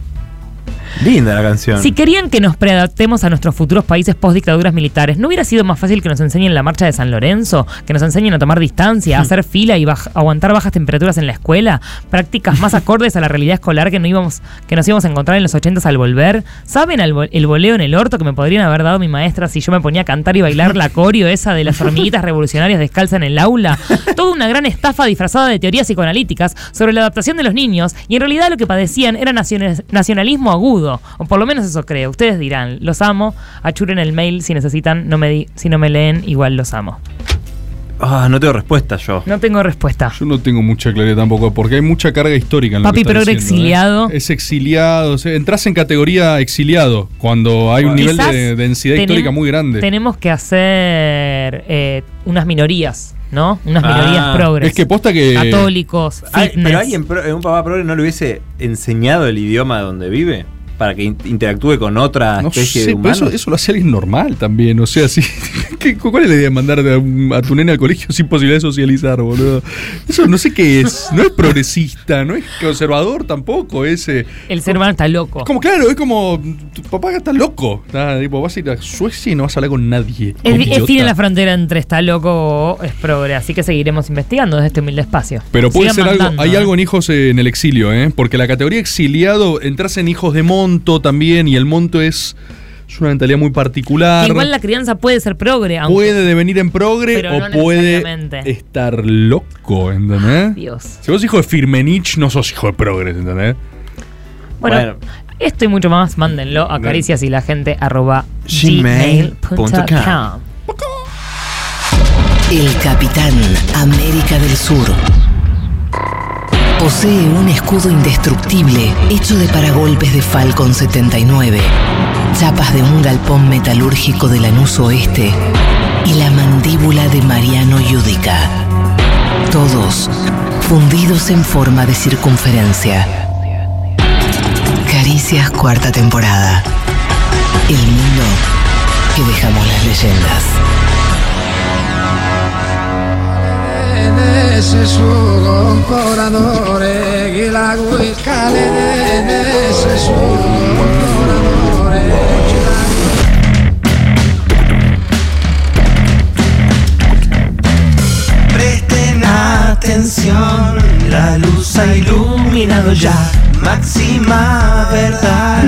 Speaker 8: [laughs] Linda la canción.
Speaker 9: Si querían que nos preadaptemos a nuestros futuros países post dictaduras militares, ¿no hubiera sido más fácil que nos enseñen la marcha de San Lorenzo? ¿Que nos enseñen a tomar distancia, a hacer fila y baj- aguantar bajas temperaturas en la escuela? ¿Prácticas más acordes a la realidad escolar que, no íbamos, que nos íbamos a encontrar en los 80 al volver? ¿Saben al vol- el voleo en el orto que me podrían haber dado mi maestra si yo me ponía a cantar y bailar la corio esa de las hormiguitas revolucionarias descalza en el aula? Toda una gran estafa disfrazada de teorías psicoanalíticas sobre la adaptación de los niños y en realidad lo que padecían era naciones- nacionalismo agudo, o por lo menos eso creo. Ustedes dirán, los amo, achuren el mail si necesitan, no me di- si no me leen, igual los amo.
Speaker 8: Ah, no tengo respuesta yo.
Speaker 9: No tengo respuesta.
Speaker 6: Yo no tengo mucha claridad tampoco, porque hay mucha carga histórica en lo
Speaker 9: Papi,
Speaker 6: que
Speaker 9: pero
Speaker 6: estás
Speaker 9: era
Speaker 6: diciendo, ¿eh?
Speaker 9: exiliado.
Speaker 6: Es exiliado. o sea, entras en categoría exiliado cuando hay un nivel
Speaker 9: Quizás
Speaker 6: de densidad
Speaker 9: tenem-
Speaker 6: histórica muy grande.
Speaker 9: Tenemos que hacer eh, unas minorías, ¿no? Unas minorías progres.
Speaker 6: Ah, Es que posta que.
Speaker 9: Católicos,
Speaker 8: Ay,
Speaker 9: fitness.
Speaker 8: pero alguien, pro- eh, un papá progre no le hubiese enseñado el idioma donde vive para que in- interactúe con otra
Speaker 6: No
Speaker 8: especie
Speaker 6: sé,
Speaker 8: de humano.
Speaker 6: pero eso, eso lo hace alguien normal también. O sea, sí. [laughs] ¿qué- ¿Cuál es la idea de mandar a, un- a tu nene al colegio [laughs] sin posibilidad de socializar, boludo? Eso no sé qué es. No es progresista, no es conservador tampoco. Es, eh,
Speaker 9: El ser humano está loco.
Speaker 6: como, claro, es como. Tu papá está loco. Está, tipo, vas a ir a Suecia y no vas a hablar con nadie.
Speaker 9: Es, es
Speaker 6: idiota.
Speaker 9: fina la frontera entre está loco o es progre, así que seguiremos investigando desde este humilde espacio.
Speaker 6: Pero puede
Speaker 9: Sigan
Speaker 6: ser algo.
Speaker 9: mandando,
Speaker 6: Hay
Speaker 9: ¿eh?
Speaker 6: algo en hijos eh, en el exilio, ¿eh? Porque la categoría exiliado entras en hijos de monto también y el monto es. es una mentalidad muy particular.
Speaker 9: Que igual la crianza puede ser progre, aunque
Speaker 6: puede devenir en progre
Speaker 9: Pero
Speaker 6: o
Speaker 9: no
Speaker 6: puede
Speaker 9: necesariamente.
Speaker 6: estar loco, ¿entendés?
Speaker 9: Dios.
Speaker 6: Si vos sos hijo de Firmenich, no sos hijo de progres, ¿entendés?
Speaker 9: Bueno, esto y mucho más, mándenlo a caricias y la gente arroba
Speaker 18: Gmail punto
Speaker 9: gmail.com.
Speaker 18: El Capitán América del Sur. Posee un escudo indestructible hecho de paragolpes de Falcon 79, chapas de un galpón metalúrgico de Lanús Oeste y la mandíbula de Mariano Yudica. Todos fundidos en forma de circunferencia. Caricias cuarta temporada. El mundo que dejamos las leyendas.
Speaker 23: Ese sugo comporadore che la guisca le dene ese sugo
Speaker 25: Presten atención, la luz ha iluminado ya. Máxima verdad.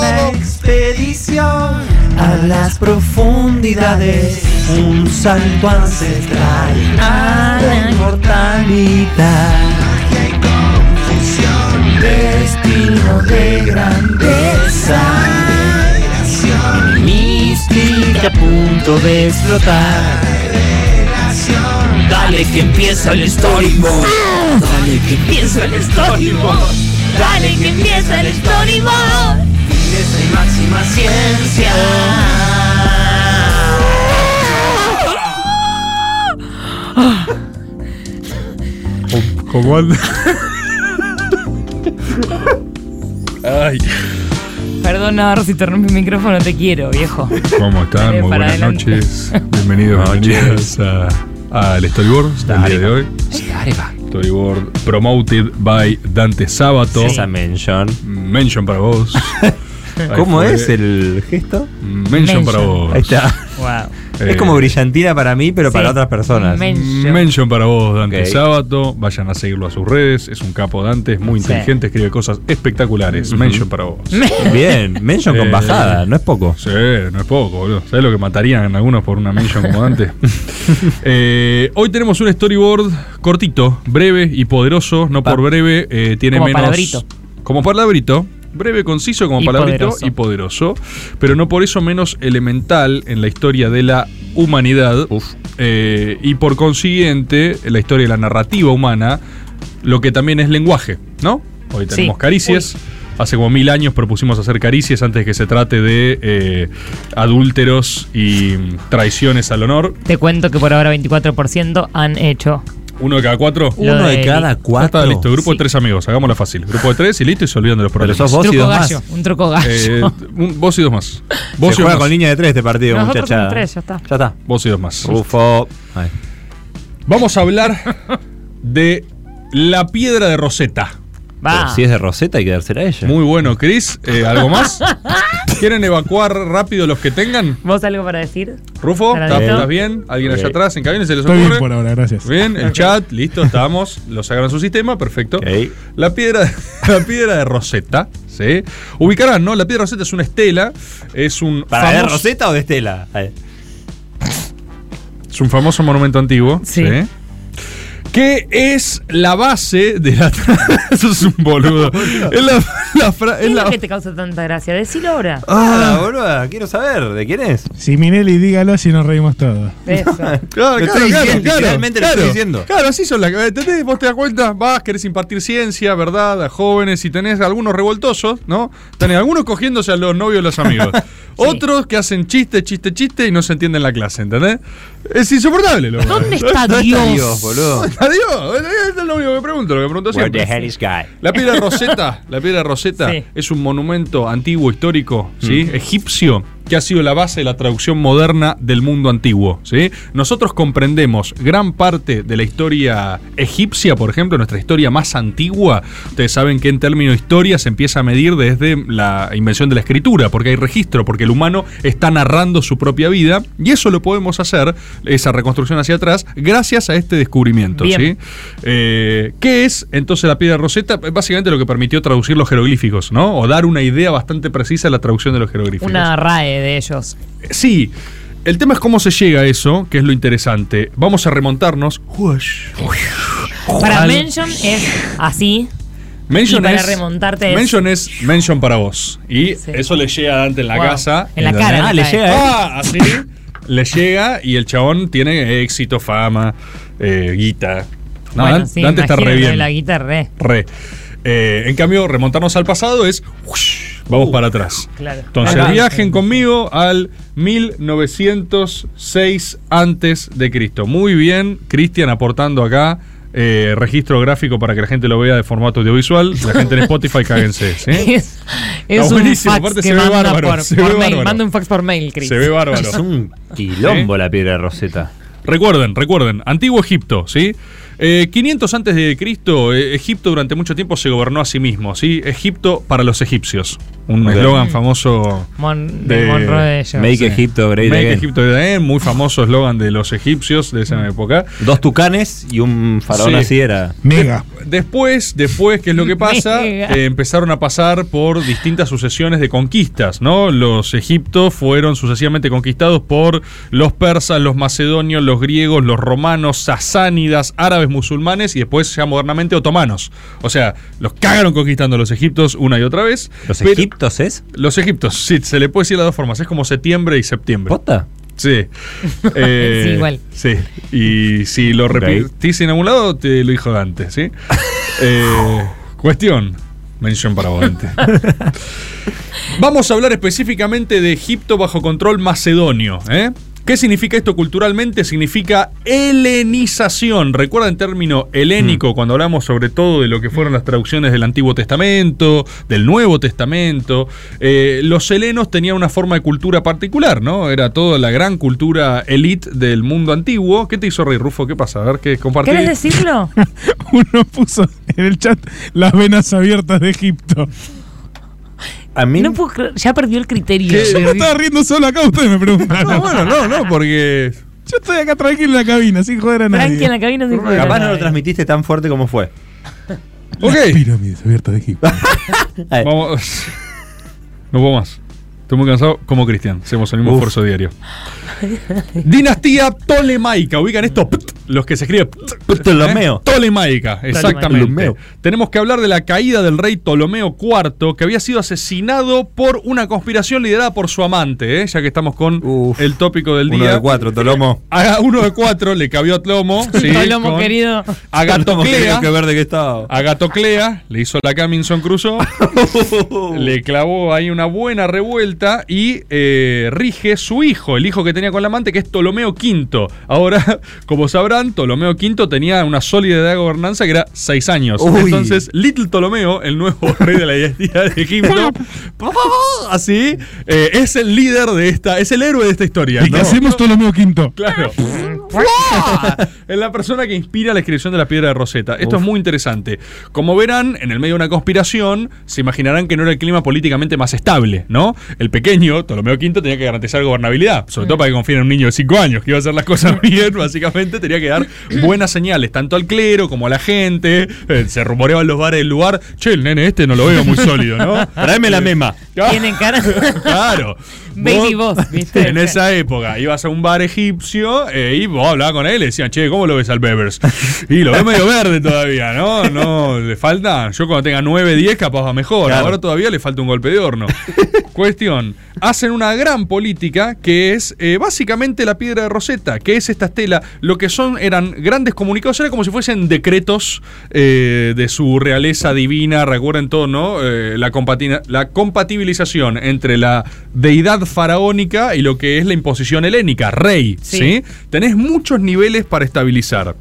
Speaker 25: La expedición a las profundidades. Un salto ancestral a la inmortalidad. Magia y confusión, destino de grandeza mística a punto de explotar. Dale que empieza el storyboard. Dale que empieza el storyboard. Dale que empieza el storyboard. Fines y máxima ciencia.
Speaker 4: ¿Cómo anda?
Speaker 6: Ay.
Speaker 9: Perdona, ahora si te rompí el micrófono, te quiero,
Speaker 6: [laughs]
Speaker 9: viejo.
Speaker 6: ¿Cómo están?
Speaker 9: Dale,
Speaker 6: Muy
Speaker 9: para
Speaker 6: buenas
Speaker 9: adelante.
Speaker 6: noches. Bienvenidos, bienvenidas a- al storyboard del día de hoy. Storyboard promoted by Dante Sábato.
Speaker 8: Esa mention.
Speaker 6: Mention para vos. Ahí
Speaker 8: [laughs] ¿Cómo
Speaker 6: fue.
Speaker 8: es el gesto?
Speaker 6: Mention para vos.
Speaker 8: Ahí está.
Speaker 6: Eh,
Speaker 8: Es como brillantina para mí, pero para otras personas.
Speaker 6: Mention. para vos, Dante
Speaker 8: Ok.
Speaker 6: Sábato. Vayan a seguirlo a sus redes. Es un capo Dante, es muy
Speaker 8: Sí.
Speaker 6: inteligente, escribe cosas espectaculares. Mention para vos.
Speaker 8: Bien, mention con
Speaker 6: Eh,
Speaker 8: bajada, no es poco.
Speaker 6: Sí, no es poco, boludo. ¿Sabes lo que matarían en algunos por una mention como Dante? Eh, hoy tenemos un storyboard cortito, breve y poderoso. No por breve, eh, tiene
Speaker 9: Como
Speaker 6: menos.
Speaker 9: palabrito.
Speaker 6: Como palabrito. Breve, conciso, como
Speaker 9: Y
Speaker 6: palabrito
Speaker 9: poderoso.
Speaker 6: y poderoso. Pero no por eso menos elemental en la historia de la humanidad. Eh, y por consiguiente, en la historia de la narrativa humana, lo que también es lenguaje, ¿no? Hoy
Speaker 9: Sí.
Speaker 6: tenemos caricias. Hace como mil años propusimos hacer caricias antes que se trate de eh, adúlteros y mm, traiciones al honor.
Speaker 9: Te cuento que por ahora 24% han hecho.
Speaker 6: ¿Uno de cada cuatro?
Speaker 9: Uno Lo de de- cada
Speaker 6: Ya
Speaker 9: cuatro.
Speaker 6: Está listo, grupo de tres amigos, hagámosla fácil. Grupo de tres y listo y se olvidan de los problemas.
Speaker 9: truco gallo, un truco gallo.
Speaker 6: Eh, un- vos y dos más. Vos
Speaker 8: Se
Speaker 6: y dos
Speaker 8: juega
Speaker 6: más.
Speaker 8: con línea de tres este partido,
Speaker 9: Nosotros
Speaker 8: muchachada.
Speaker 9: somos tres, ya está.
Speaker 8: Ya está.
Speaker 6: Vos y dos más.
Speaker 8: Rufo.
Speaker 6: Vamos a hablar de la piedra de Rosetta.
Speaker 8: Pero si es de Rosetta hay que dársela a ella.
Speaker 6: Muy bueno, Chris. Eh,
Speaker 9: [laughs]
Speaker 6: ¿Algo más? ¿Quieren evacuar rápido los que tengan?
Speaker 9: ¿Vos algo para decir?
Speaker 6: Rufo, ¿estás
Speaker 9: Agradezco.
Speaker 6: estás bien? ¿Alguien allá
Speaker 9: Ok.
Speaker 6: atrás en cabina se les
Speaker 13: Estoy
Speaker 6: ocurre?
Speaker 13: bien por ahora, gracias. [laughs]
Speaker 6: Bien, el chat, listo, estamos. Lo sacaron a su sistema, perfecto. La piedra, [laughs] la piedra de Rosetta, ¿sí? Ubicarán, ¿no? La piedra de Rosetta es una estela, es un.
Speaker 8: ¿Para de
Speaker 6: famoso-
Speaker 8: Rosetta o de Estela?
Speaker 6: Es un famoso monumento antiguo. Sí. Que es la base de la. [laughs] Eso es un
Speaker 8: [laughs]
Speaker 6: boludo. Es la, la fra- es
Speaker 9: ¿Qué es
Speaker 6: la-
Speaker 9: lo que te causa tanta gracia? Decilo ahora.
Speaker 8: Ah, la boluda, quiero saber, ¿de quién es?
Speaker 13: Si Minelli, dígalo, así nos reímos todos.
Speaker 9: Eso.
Speaker 6: Claro,
Speaker 8: Lo
Speaker 6: claro,
Speaker 8: estoy
Speaker 6: claro,
Speaker 8: diciendo,
Speaker 6: claro,
Speaker 8: literalmente lo
Speaker 6: claro.
Speaker 8: estoy diciendo.
Speaker 6: Claro, así son las. eh, ¿Entendés? Vos te das cuenta, vas, querés impartir ciencia, verdad, a jóvenes, y tenés algunos revoltosos, ¿no? Tenés algunos cogiéndose a los novios de
Speaker 8: [laughs]
Speaker 6: los amigos. Otros que hacen chiste, chiste, chiste y no se entienden la clase, ¿entendés? Es insoportable, loco.
Speaker 9: [laughs] ¿Dónde
Speaker 6: [laughs]
Speaker 9: está
Speaker 6: ¿Dónde
Speaker 9: Dios?
Speaker 6: boludo? ¿Dónde está Dios? Es lo único que pregunto, lo que pregunto
Speaker 8: Where
Speaker 6: siempre.
Speaker 8: the hell is guy?
Speaker 6: La piedra Rosetta, la piedra Rosetta
Speaker 8: Sí.
Speaker 6: es un monumento antiguo histórico, ¿sí?
Speaker 8: Mm.
Speaker 6: egipcio, que ha sido la base de la traducción moderna del mundo antiguo, ¿sí? Nosotros comprendemos gran parte de la historia egipcia, por ejemplo, nuestra historia más antigua. Ustedes saben que en términos de historia se empieza a medir desde la invención de la escritura, porque hay registro, porque el humano está narrando su propia vida y eso lo podemos hacer esa reconstrucción hacia atrás gracias a este descubrimiento,
Speaker 9: Bien.
Speaker 6: ¿sí? Eh, ¿Qué es entonces la piedra Rosetta? Básicamente lo que permitió traducir los jeroglíficos, ¿no? O dar una idea bastante precisa de la traducción de los jeroglíficos. Eh,
Speaker 9: Una RAE de ellos.
Speaker 6: Sí. El tema es cómo se llega a eso, que es lo interesante. Vamos a remontarnos.
Speaker 9: Para
Speaker 6: Al-
Speaker 9: Mention es así.
Speaker 6: Mention
Speaker 9: y para
Speaker 6: es-
Speaker 9: remontarte es.
Speaker 6: Mention es mention para vos. Y eso le llega a Dante en la
Speaker 9: Wow.
Speaker 6: casa.
Speaker 9: En la cara,
Speaker 6: ¿Entendés?
Speaker 9: en la Ah, le cara. llega, ¿eh?
Speaker 6: Ah, así. Le llega y el chabón tiene éxito, fama, eh, guita. No,
Speaker 9: Bueno,
Speaker 6: Dan-
Speaker 9: sí,
Speaker 6: Dante está re
Speaker 9: imagino lo de
Speaker 6: bien.
Speaker 9: La guitarra, re.
Speaker 6: Re. Eh, en cambio, remontarnos al pasado es. ush, vamos para atrás.
Speaker 9: Uh, Claro.
Speaker 6: Entonces,
Speaker 9: Ajá.
Speaker 6: viajen conmigo al 1906 antes de Cristo. Muy bien, Cristian aportando acá eh, registro gráfico para que la gente lo vea de formato audiovisual. La
Speaker 9: [laughs]
Speaker 6: gente en Spotify, cáguense. ¿sí.
Speaker 9: Es, es
Speaker 6: Está
Speaker 9: un
Speaker 6: buenísimo,
Speaker 9: fax
Speaker 6: aparte
Speaker 9: que
Speaker 6: se ve
Speaker 9: manda
Speaker 6: bárbaro,
Speaker 9: por,
Speaker 6: se
Speaker 9: por
Speaker 6: ve
Speaker 9: mail.
Speaker 6: bárbaro.
Speaker 9: Manda un fax por mail, Chris.
Speaker 6: Se ve bárbaro.
Speaker 8: Es un quilombo la piedra de Rosetta.
Speaker 6: Recuerden, recuerden, antiguo Egipto, ¿sí? Eh, 500 antes de Cristo, eh, Egipto durante mucho tiempo se gobernó a sí mismo, ¿sí? Egipto para los egipcios. Un
Speaker 8: Ok.
Speaker 6: eslogan famoso
Speaker 9: Mon- de
Speaker 6: de
Speaker 9: Monroe Jones.
Speaker 8: Make Egipto Great
Speaker 6: Make
Speaker 8: Again.
Speaker 6: Egipto Great Again, muy famoso eslogan de los egipcios de esa época.
Speaker 8: Dos tucanes y un faraón
Speaker 6: Sí.
Speaker 8: así era.
Speaker 13: Mega.
Speaker 6: Después, después, ¿qué es lo que pasa?
Speaker 8: Mega.
Speaker 6: Eh, empezaron a pasar por distintas sucesiones de conquistas, ¿no? Los egiptos fueron sucesivamente conquistados por los persas, los macedonios, los griegos, los romanos, sasánidas, árabes musulmanes y después ya modernamente otomanos. O sea, los cagaron conquistando los egiptos una y otra vez.
Speaker 8: ¿Los egiptos es?
Speaker 6: Los egiptos, sí, se le puede decir de las dos formas. Es como septiembre y septiembre.
Speaker 8: ¿Pota?
Speaker 6: Sí. Eh,
Speaker 9: Sí, igual.
Speaker 6: Sí. Y [laughs] si lo
Speaker 8: Ok.
Speaker 6: repetís en algún lado, te lo dijo Dante, ¿sí? Eh, cuestión. Mención para vos, Dante. Vamos a hablar específicamente de Egipto bajo control macedonio. ¿eh? ¿Qué significa esto culturalmente? Significa helenización. Recuerda el término helénico cuando hablamos sobre todo de lo que fueron las traducciones del Antiguo Testamento, del Nuevo Testamento. Eh, los helenos tenían una forma de cultura particular, ¿no? Era toda la gran cultura elite del mundo antiguo. ¿Qué te hizo reír, Rufo? ¿Qué pasa? A ver, ¿qué compartís?
Speaker 9: ¿Querés decirlo?
Speaker 13: [laughs] Uno puso en el chat las venas abiertas de Egipto.
Speaker 8: A mí
Speaker 9: No puedo creer, ya perdió el criterio.
Speaker 13: Yo me
Speaker 6: [laughs]
Speaker 13: estaba riendo solo acá, ustedes me preguntaron.
Speaker 6: No, bueno, no, no, porque.
Speaker 13: Yo estoy acá tranquilo en la cabina, sin joder a nadie.
Speaker 9: Tranqui en la cabina sin joder a
Speaker 8: Capaz no
Speaker 9: nadie.
Speaker 8: lo transmitiste tan fuerte como fue.
Speaker 6: Ok.
Speaker 13: Pirámides abiertas de
Speaker 8: [laughs]
Speaker 13: Egipto.
Speaker 8: Eh,
Speaker 6: Vamos. [laughs] No puedo más. Estoy muy cansado, como Cristian. Hacemos el mismo
Speaker 8: [laughs]
Speaker 6: esfuerzo diario. Dinastía Ptolemaica. Ubican esto, Pt, los que se escribe Pt, Pt,
Speaker 8: Ptolomeo.
Speaker 6: ¿eh? Ptolemaica, exactamente.
Speaker 8: Ptolomeo.
Speaker 6: Tenemos que hablar de la caída del rey Ptolomeo IV, que había sido asesinado por una conspiración liderada por su amante, ¿eh? ya que estamos con el tópico del
Speaker 8: Uno
Speaker 6: día.
Speaker 8: de cuatro, Tolomo.
Speaker 6: Haga uno de cuatro, le cabió
Speaker 8: [laughs]
Speaker 6: a Tlomo. sí,
Speaker 9: Palomo
Speaker 6: con-
Speaker 9: querido.
Speaker 8: Tolomo,
Speaker 6: Agatoclea.
Speaker 8: querido, qué verde que estaba.
Speaker 6: Agatoclea le hizo la
Speaker 8: [laughs]
Speaker 6: Caminson Crusoe, le clavó ahí una buena revuelta y eh, rige su hijo, el hijo que tenía con la amante, que es Ptolomeo V. Ahora, [laughs] como sabrán, Ptolomeo V tenía una sólida edad de gobernanza que era 6 años.
Speaker 8: Uy.
Speaker 6: Entonces, Little Ptolomeo, el nuevo [laughs] rey de la dinastía
Speaker 8: [laughs]
Speaker 6: de Egipto, así, eh, es el líder de esta, es el héroe de esta historia.
Speaker 13: ¿Y qué
Speaker 6: ¿no?
Speaker 8: [laughs]
Speaker 13: hacemos Ptolomeo Quinto?
Speaker 6: [laughs] Claro. es la persona que inspira la inscripción de la piedra de Rosetta. Esto
Speaker 4: Uf.
Speaker 6: es muy interesante. Como verán, en el medio de una conspiración, se imaginarán que no era el clima políticamente más estable, ¿no? El pequeño, Ptolomeo V, tenía que garantizar gobernabilidad, sobre todo para que confíen en un niño de 5 años que iba a hacer
Speaker 8: [laughs]
Speaker 6: las cosas bien, básicamente tenía que dar buenas señales, tanto al clero como a la gente. Eh, se rumoreaba en los bares del lugar, che, el nene este no lo veo muy sólido, ¿no? Eh,
Speaker 8: Tráeme la mema.
Speaker 6: Tienen
Speaker 9: cara.
Speaker 6: Ah. [laughs] Claro.
Speaker 9: Baby boss, ¿viste?
Speaker 6: En esa época ibas a un bar egipcio eh, y vos hablabas con él y le decían, che, ¿cómo lo ves al Bevers? Y lo ves medio verde todavía, ¿no? No, le falta. Yo cuando tenga 9, 10, capaz va mejor.
Speaker 4: Claro.
Speaker 6: Ahora todavía le falta un golpe de horno. Cuestión. Hacen una gran política que es eh, básicamente la piedra de Rosetta, que es esta estela. Lo que son eran grandes comunicados, era como si fuesen decretos eh, de su realeza divina. Recuerden todo, ¿no? Eh, la, compatina- la compatibilización entre la deidad faraónica y lo que es la imposición helénica, rey.
Speaker 4: Sí.
Speaker 6: ¿sí? Tenés muchos niveles para estabilizar.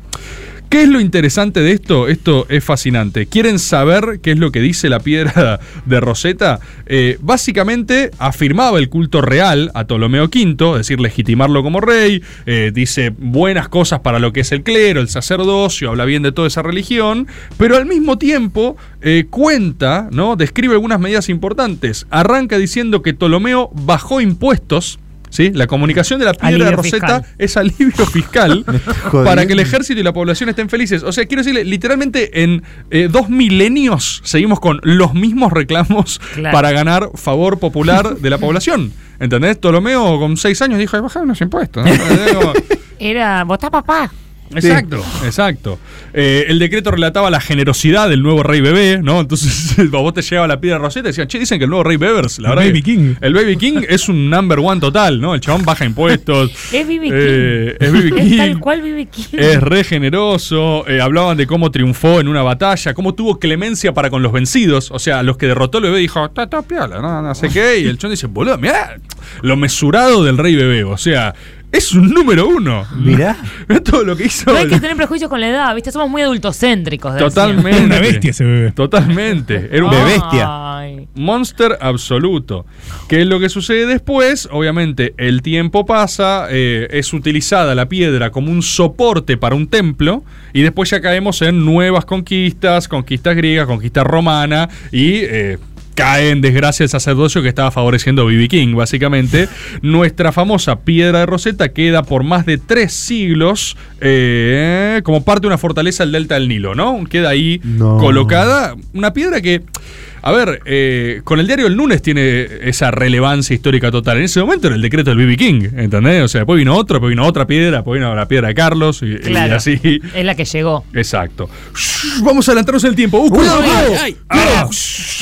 Speaker 6: ¿Qué es lo interesante de esto? Esto es fascinante. ¿Quieren saber qué es lo que dice la piedra de Rosetta? Eh, básicamente afirmaba el culto real a Ptolomeo V, es decir, legitimarlo como rey, eh, dice buenas cosas para lo que es el clero, el sacerdocio, habla bien de toda esa religión, pero al mismo tiempo eh, cuenta, ¿no? describe algunas medidas importantes. Arranca diciendo que Ptolomeo bajó impuestos. ¿Sí? La comunicación de la piedra de
Speaker 4: Alivio
Speaker 6: Rosetta
Speaker 4: fiscal.
Speaker 6: es alivio
Speaker 4: [laughs]
Speaker 6: fiscal para
Speaker 4: jodiendo.
Speaker 6: que el ejército y la población estén felices. O sea, quiero decirle, literalmente en eh, dos milenios seguimos con los mismos reclamos
Speaker 4: Claro.
Speaker 6: para ganar favor popular de la población. [laughs] ¿Entendés? Ptolomeo con seis años dijo, bajar unos
Speaker 4: [laughs]
Speaker 6: impuestos. ¿no? Eh,
Speaker 9: Era, votá papá.
Speaker 6: Exacto, exacto. Eh, el decreto relataba la generosidad del nuevo rey bebé, ¿no? Entonces, [laughs] a vos te llegaba la piedra roseta y decían, che, dicen que el nuevo rey Bevers, la
Speaker 4: El
Speaker 6: verdad.
Speaker 4: Baby
Speaker 6: que-
Speaker 4: King.
Speaker 6: El Baby King es un number one total, ¿no? El chabón
Speaker 4: [laughs]
Speaker 6: baja impuestos.
Speaker 9: Es BB
Speaker 6: Eh,
Speaker 9: King.
Speaker 6: es
Speaker 9: [laughs]
Speaker 6: BB King.
Speaker 9: tal cual BB King.
Speaker 6: Es re generoso. eh, hablaban de cómo triunfó en una batalla, cómo tuvo clemencia para con los vencidos. O sea, los que derrotó el bebé dijo, está, está piola, no, no sé qué. Y el chon dice, boludo, mirá lo mesurado del rey bebé. O sea, es un número uno. [laughs] Mirá. todo lo que hizo.
Speaker 9: No hay
Speaker 6: el-
Speaker 9: que tener prejuicios con la edad, ¿viste? Somos muy adultocéntricos. de [laughs]
Speaker 6: Totalmente.
Speaker 9: recién.
Speaker 6: ese bebé. Totalmente. Era un
Speaker 9: Ay.
Speaker 6: Monster absoluto. ¿Qué es lo que sucede después? Obviamente, el tiempo pasa, eh, es utilizada la piedra como un soporte para un templo, y después ya caemos en nuevas conquistas, conquistas griegas, conquista romana, y. eh, Cae en desgracia el sacerdocio que estaba favoreciendo a B.B. King, básicamente. Nuestra famosa piedra de Rosetta queda por más de tres siglos eh, como parte de una fortaleza del delta del Nilo, ¿no? Queda ahí colocada. Una piedra que a ver, eh, con el diario El Lunes tiene esa relevancia histórica total. En ese momento era el decreto del B.B. King, ¿entendés? O sea, después vino otro, después vino otra piedra, después vino la piedra de Carlos y, y
Speaker 9: Claro.
Speaker 6: así.
Speaker 9: [laughs] Es la que llegó.
Speaker 6: Exacto. Shh, Vamos a adelantarnos en el tiempo. ¡Uh, cuidado, cuidado! Ah,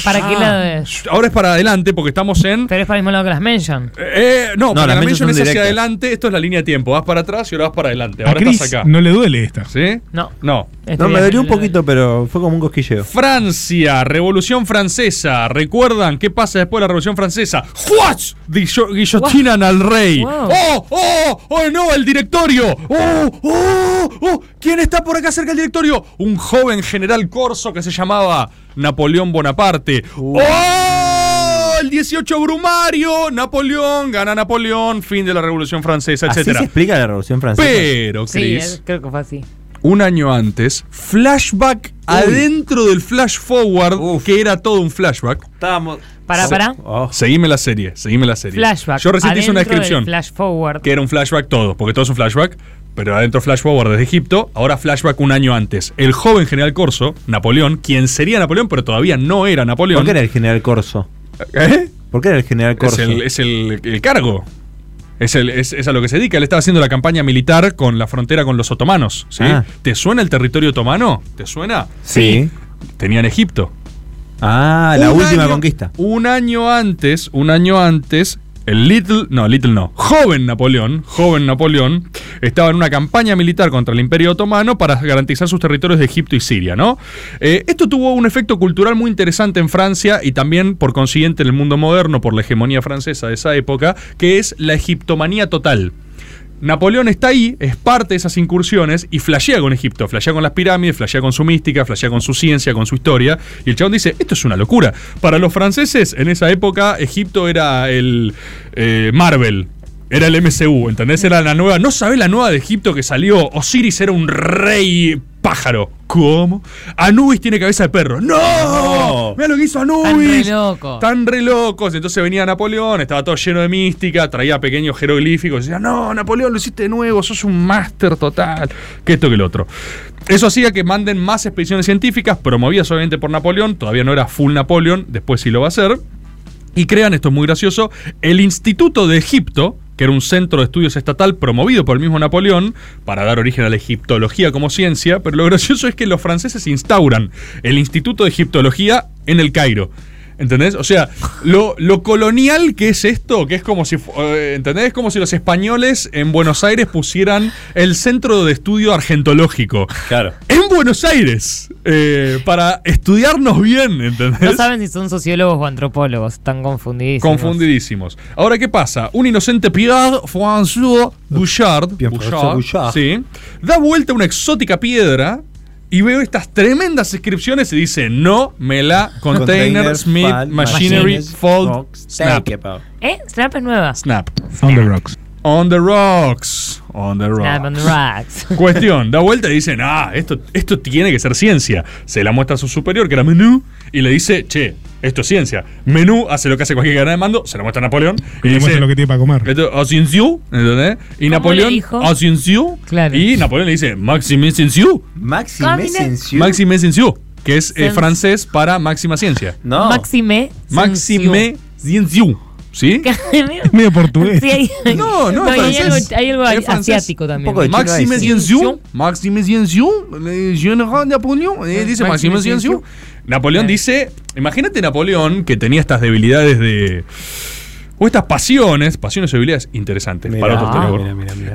Speaker 9: ¿Para qué
Speaker 6: Ah.
Speaker 9: la de-
Speaker 6: shh, Ahora es para adelante porque estamos en.
Speaker 9: Pero es para el mismo lado que las mention.
Speaker 6: Eh, no,
Speaker 9: No,
Speaker 6: para
Speaker 9: las
Speaker 6: la
Speaker 9: mentions son
Speaker 6: mention es hacia
Speaker 9: directas.
Speaker 6: adelante. Esto es la línea de tiempo. Vas para atrás y ahora vas para adelante.
Speaker 13: A
Speaker 6: Ahora
Speaker 13: Chris
Speaker 6: estás acá.
Speaker 13: no le duele esta.
Speaker 6: ¿Sí?
Speaker 9: No.
Speaker 6: No.
Speaker 8: No, me dolió un poquito, pero fue como un cosquilleo.
Speaker 6: Francia, Revolución Francesa. ¿Recuerdan qué pasa después de la Revolución Francesa? ¡Juach! Guillo- guillotinan al rey.
Speaker 4: Wow.
Speaker 6: ¡Oh, oh, oh, no, el directorio! ¡Oh, oh, oh! ¿Quién está por acá cerca del directorio? Un joven general corso que se llamaba Napoleón Bonaparte. ¡Oh! El 18 Brumario, Napoleón, gana Napoleón, fin de la Revolución Francesa,
Speaker 8: Así
Speaker 6: etcétera.
Speaker 8: se explica la Revolución Francesa.
Speaker 6: Pero,
Speaker 9: Sí,
Speaker 6: Cris.
Speaker 9: es- creo que fue así.
Speaker 6: un año antes, flashback adentro del flash forward, que era todo un flashback.
Speaker 8: Estábamos.
Speaker 9: Para, para.
Speaker 6: oh, Seguime la serie, seguime la serie.
Speaker 9: Flashback.
Speaker 6: Yo recién te hice una
Speaker 9: adentro del
Speaker 6: descripción
Speaker 9: Flash forward.
Speaker 6: que era un flashback todo, porque todo es un flashback, pero adentro flash forward desde Egipto, ahora flashback un año antes. El joven general Corso, Napoleón, quien sería Napoleón, pero todavía no era Napoleón.
Speaker 8: ¿Por qué era el general Corso?
Speaker 6: ¿Eh?
Speaker 8: ¿Por qué era el general
Speaker 6: Es
Speaker 8: Corso?
Speaker 6: el, es el- el cargo. Es, el- es- es a lo que se dedica. Él estaba haciendo la campaña militar con la frontera con los otomanos. ¿sí?
Speaker 8: Ah.
Speaker 6: ¿Te suena el territorio otomano? ¿Te suena?
Speaker 8: Sí.
Speaker 6: Tenían Egipto.
Speaker 8: Ah, la
Speaker 6: Un
Speaker 8: última
Speaker 6: año-
Speaker 8: conquista.
Speaker 6: Un año antes, un año antes, el Little, no, Little no, joven Napoleón, joven Napoleón, estaba en una campaña militar contra el Imperio Otomano para garantizar sus territorios de Egipto y Siria, ¿no? Eh, esto tuvo un efecto cultural muy interesante en Francia y también, por consiguiente, en el mundo moderno, por la hegemonía francesa de esa época, que es la egiptomanía total. Napoleón está ahí, es parte de esas incursiones y flashea con Egipto, flashea con las pirámides, flashea con su mística, flashea con su ciencia, con su historia. Y el chabón dice, esto es una locura. Para los franceses, en esa época, Egipto era el eh, Marvel. Era el MCU, ¿entendés? Era la nueva. ¿No sabés la nueva de Egipto que salió? Osiris era un rey pájaro. ¿Cómo? Anubis tiene cabeza de perro. ¡No! Mira lo que hizo Anubis.
Speaker 26: Tan re loco.
Speaker 6: Tan re locos. Entonces venía Napoleón, estaba todo lleno de mística, traía pequeños jeroglíficos. Decía, no, Napoleón, lo hiciste de nuevo, sos un máster total. Que esto que el otro. Eso hacía que manden más expediciones científicas, promovidas obviamente por Napoleón, todavía no era full Napoleón, después sí lo va a ser. Y crean, esto es muy gracioso, el Instituto de Egipto, que era un centro de estudios estatal promovido por el mismo Napoleón para dar origen a la egiptología como ciencia, pero lo gracioso es que los franceses instauran el Instituto de Egiptología en el Cairo. ¿Entendés? O sea, lo, lo colonial que es esto, que es como si, fu- eh, ¿entendés? Es como si los españoles en Buenos Aires pusieran el centro de estudio argentológico.
Speaker 8: Claro.
Speaker 6: En Buenos Aires, eh, para estudiarnos bien, ¿entendés?
Speaker 9: No saben si son sociólogos o antropólogos, están confundidísimos.
Speaker 6: Confundidísimos. Ahora, ¿qué pasa? Un inocente Pierre François Bouchard, Bouchard,
Speaker 8: Bouchard.
Speaker 6: sí, da vuelta a una exótica piedra y veo estas tremendas inscripciones y dice: No me la container,
Speaker 8: Container,
Speaker 6: Smith
Speaker 8: Fall,
Speaker 6: Machinery
Speaker 8: Machines,
Speaker 6: Fold
Speaker 8: Rocks,
Speaker 6: Snap.
Speaker 8: Take About.
Speaker 9: ¿Eh? Snap es nueva.
Speaker 6: Snap. On the rocks. On the rocks. On the
Speaker 9: Snap on the rocks.
Speaker 6: [laughs] Cuestión, da vuelta y dicen, ah, esto, esto tiene que ser ciencia. Se la muestra a su superior, que era Menú, y le dice, che, esto es ciencia. Menú hace lo que hace cualquier cadena de mando, se la muestra a Napoleón. Y
Speaker 13: le
Speaker 6: dice,
Speaker 13: muestra lo que tiene para comer.
Speaker 6: esto, Asensio, ¿entendés? Y
Speaker 9: le
Speaker 6: Napoleón,
Speaker 9: dijo?
Speaker 6: Asensio. Y Napoleón le dice, Maxime Asensio.
Speaker 8: Maxime
Speaker 9: Camine.
Speaker 8: Sensiu.
Speaker 6: Maxime Asensio, que es eh,
Speaker 9: Sens-
Speaker 6: francés para máxima ciencia.
Speaker 8: No.
Speaker 9: Maxime. [laughs]
Speaker 6: Maxime Asensio. ¿Sí? [laughs]
Speaker 13: Medio portugués.
Speaker 9: Sí, hay-
Speaker 6: No, no,
Speaker 9: hay,
Speaker 6: es
Speaker 9: algo,
Speaker 6: francés.
Speaker 9: hay algo
Speaker 6: Es francés.
Speaker 9: asiático también.
Speaker 6: Maxime Cienciu, Maxime Cienciu, eh, General Napoleón, eh, dice
Speaker 9: Maxime
Speaker 6: Maxime Cienciu. Napoleón dice, imagínate Napoleón que tenía estas debilidades de... O estas pasiones, pasiones o debilidades interesantes para otros tenemos.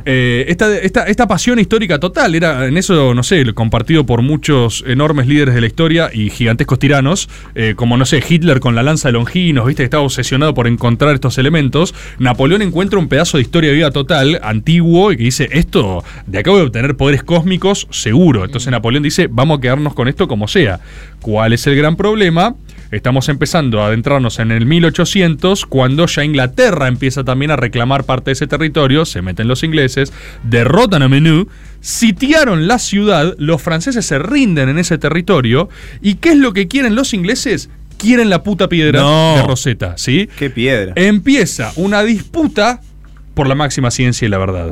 Speaker 6: Eh, esta, esta- esta pasión histórica total era, en eso, no sé, compartido por muchos enormes líderes de la historia y gigantescos tiranos, eh, como, no sé, Hitler con la lanza de Longinos, viste, que estaba obsesionado por encontrar estos elementos. Napoleón encuentra un pedazo de historia de vida total, antiguo, y que dice, esto, de acá voy a obtener poderes cósmicos, seguro. Entonces Napoleón dice, vamos a quedarnos con esto como sea. ¿Cuál es el gran problema? Estamos empezando a adentrarnos en el 1800, cuando ya Inglaterra empieza también a reclamar parte de ese territorio, se meten los ingleses, derrotan a Menú, sitiaron la ciudad, los franceses se rinden en ese territorio, y ¿qué es lo que quieren los ingleses? Quieren la puta piedra
Speaker 8: No.
Speaker 6: de Rosetta, ¿sí?
Speaker 8: Qué piedra.
Speaker 6: Empieza una disputa por la máxima ciencia y la verdad.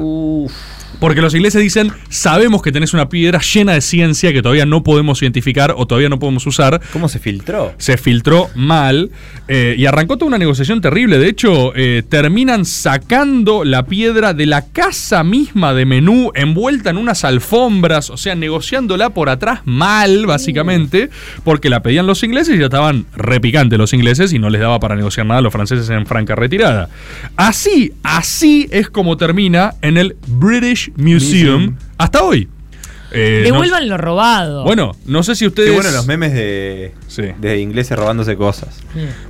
Speaker 6: Porque los ingleses dicen, sabemos que tenés una piedra llena de ciencia que todavía no podemos identificar o todavía no podemos usar.
Speaker 8: ¿Cómo se filtró?
Speaker 6: Se filtró mal eh, y arrancó toda una negociación terrible. De hecho, eh, terminan sacando la piedra de la casa misma de menú, envuelta en unas alfombras, o sea, negociándola por atrás mal, básicamente, porque la pedían los ingleses y ya estaban repicantes los ingleses y no les daba para negociar nada a los franceses en franca retirada. Así, así es como termina en el British Museum, hasta hoy. Eh, no-
Speaker 9: Devuelvan lo robado.
Speaker 6: bueno, no sé si ustedes.
Speaker 8: Qué bueno los memes de, de ingleses robándose cosas.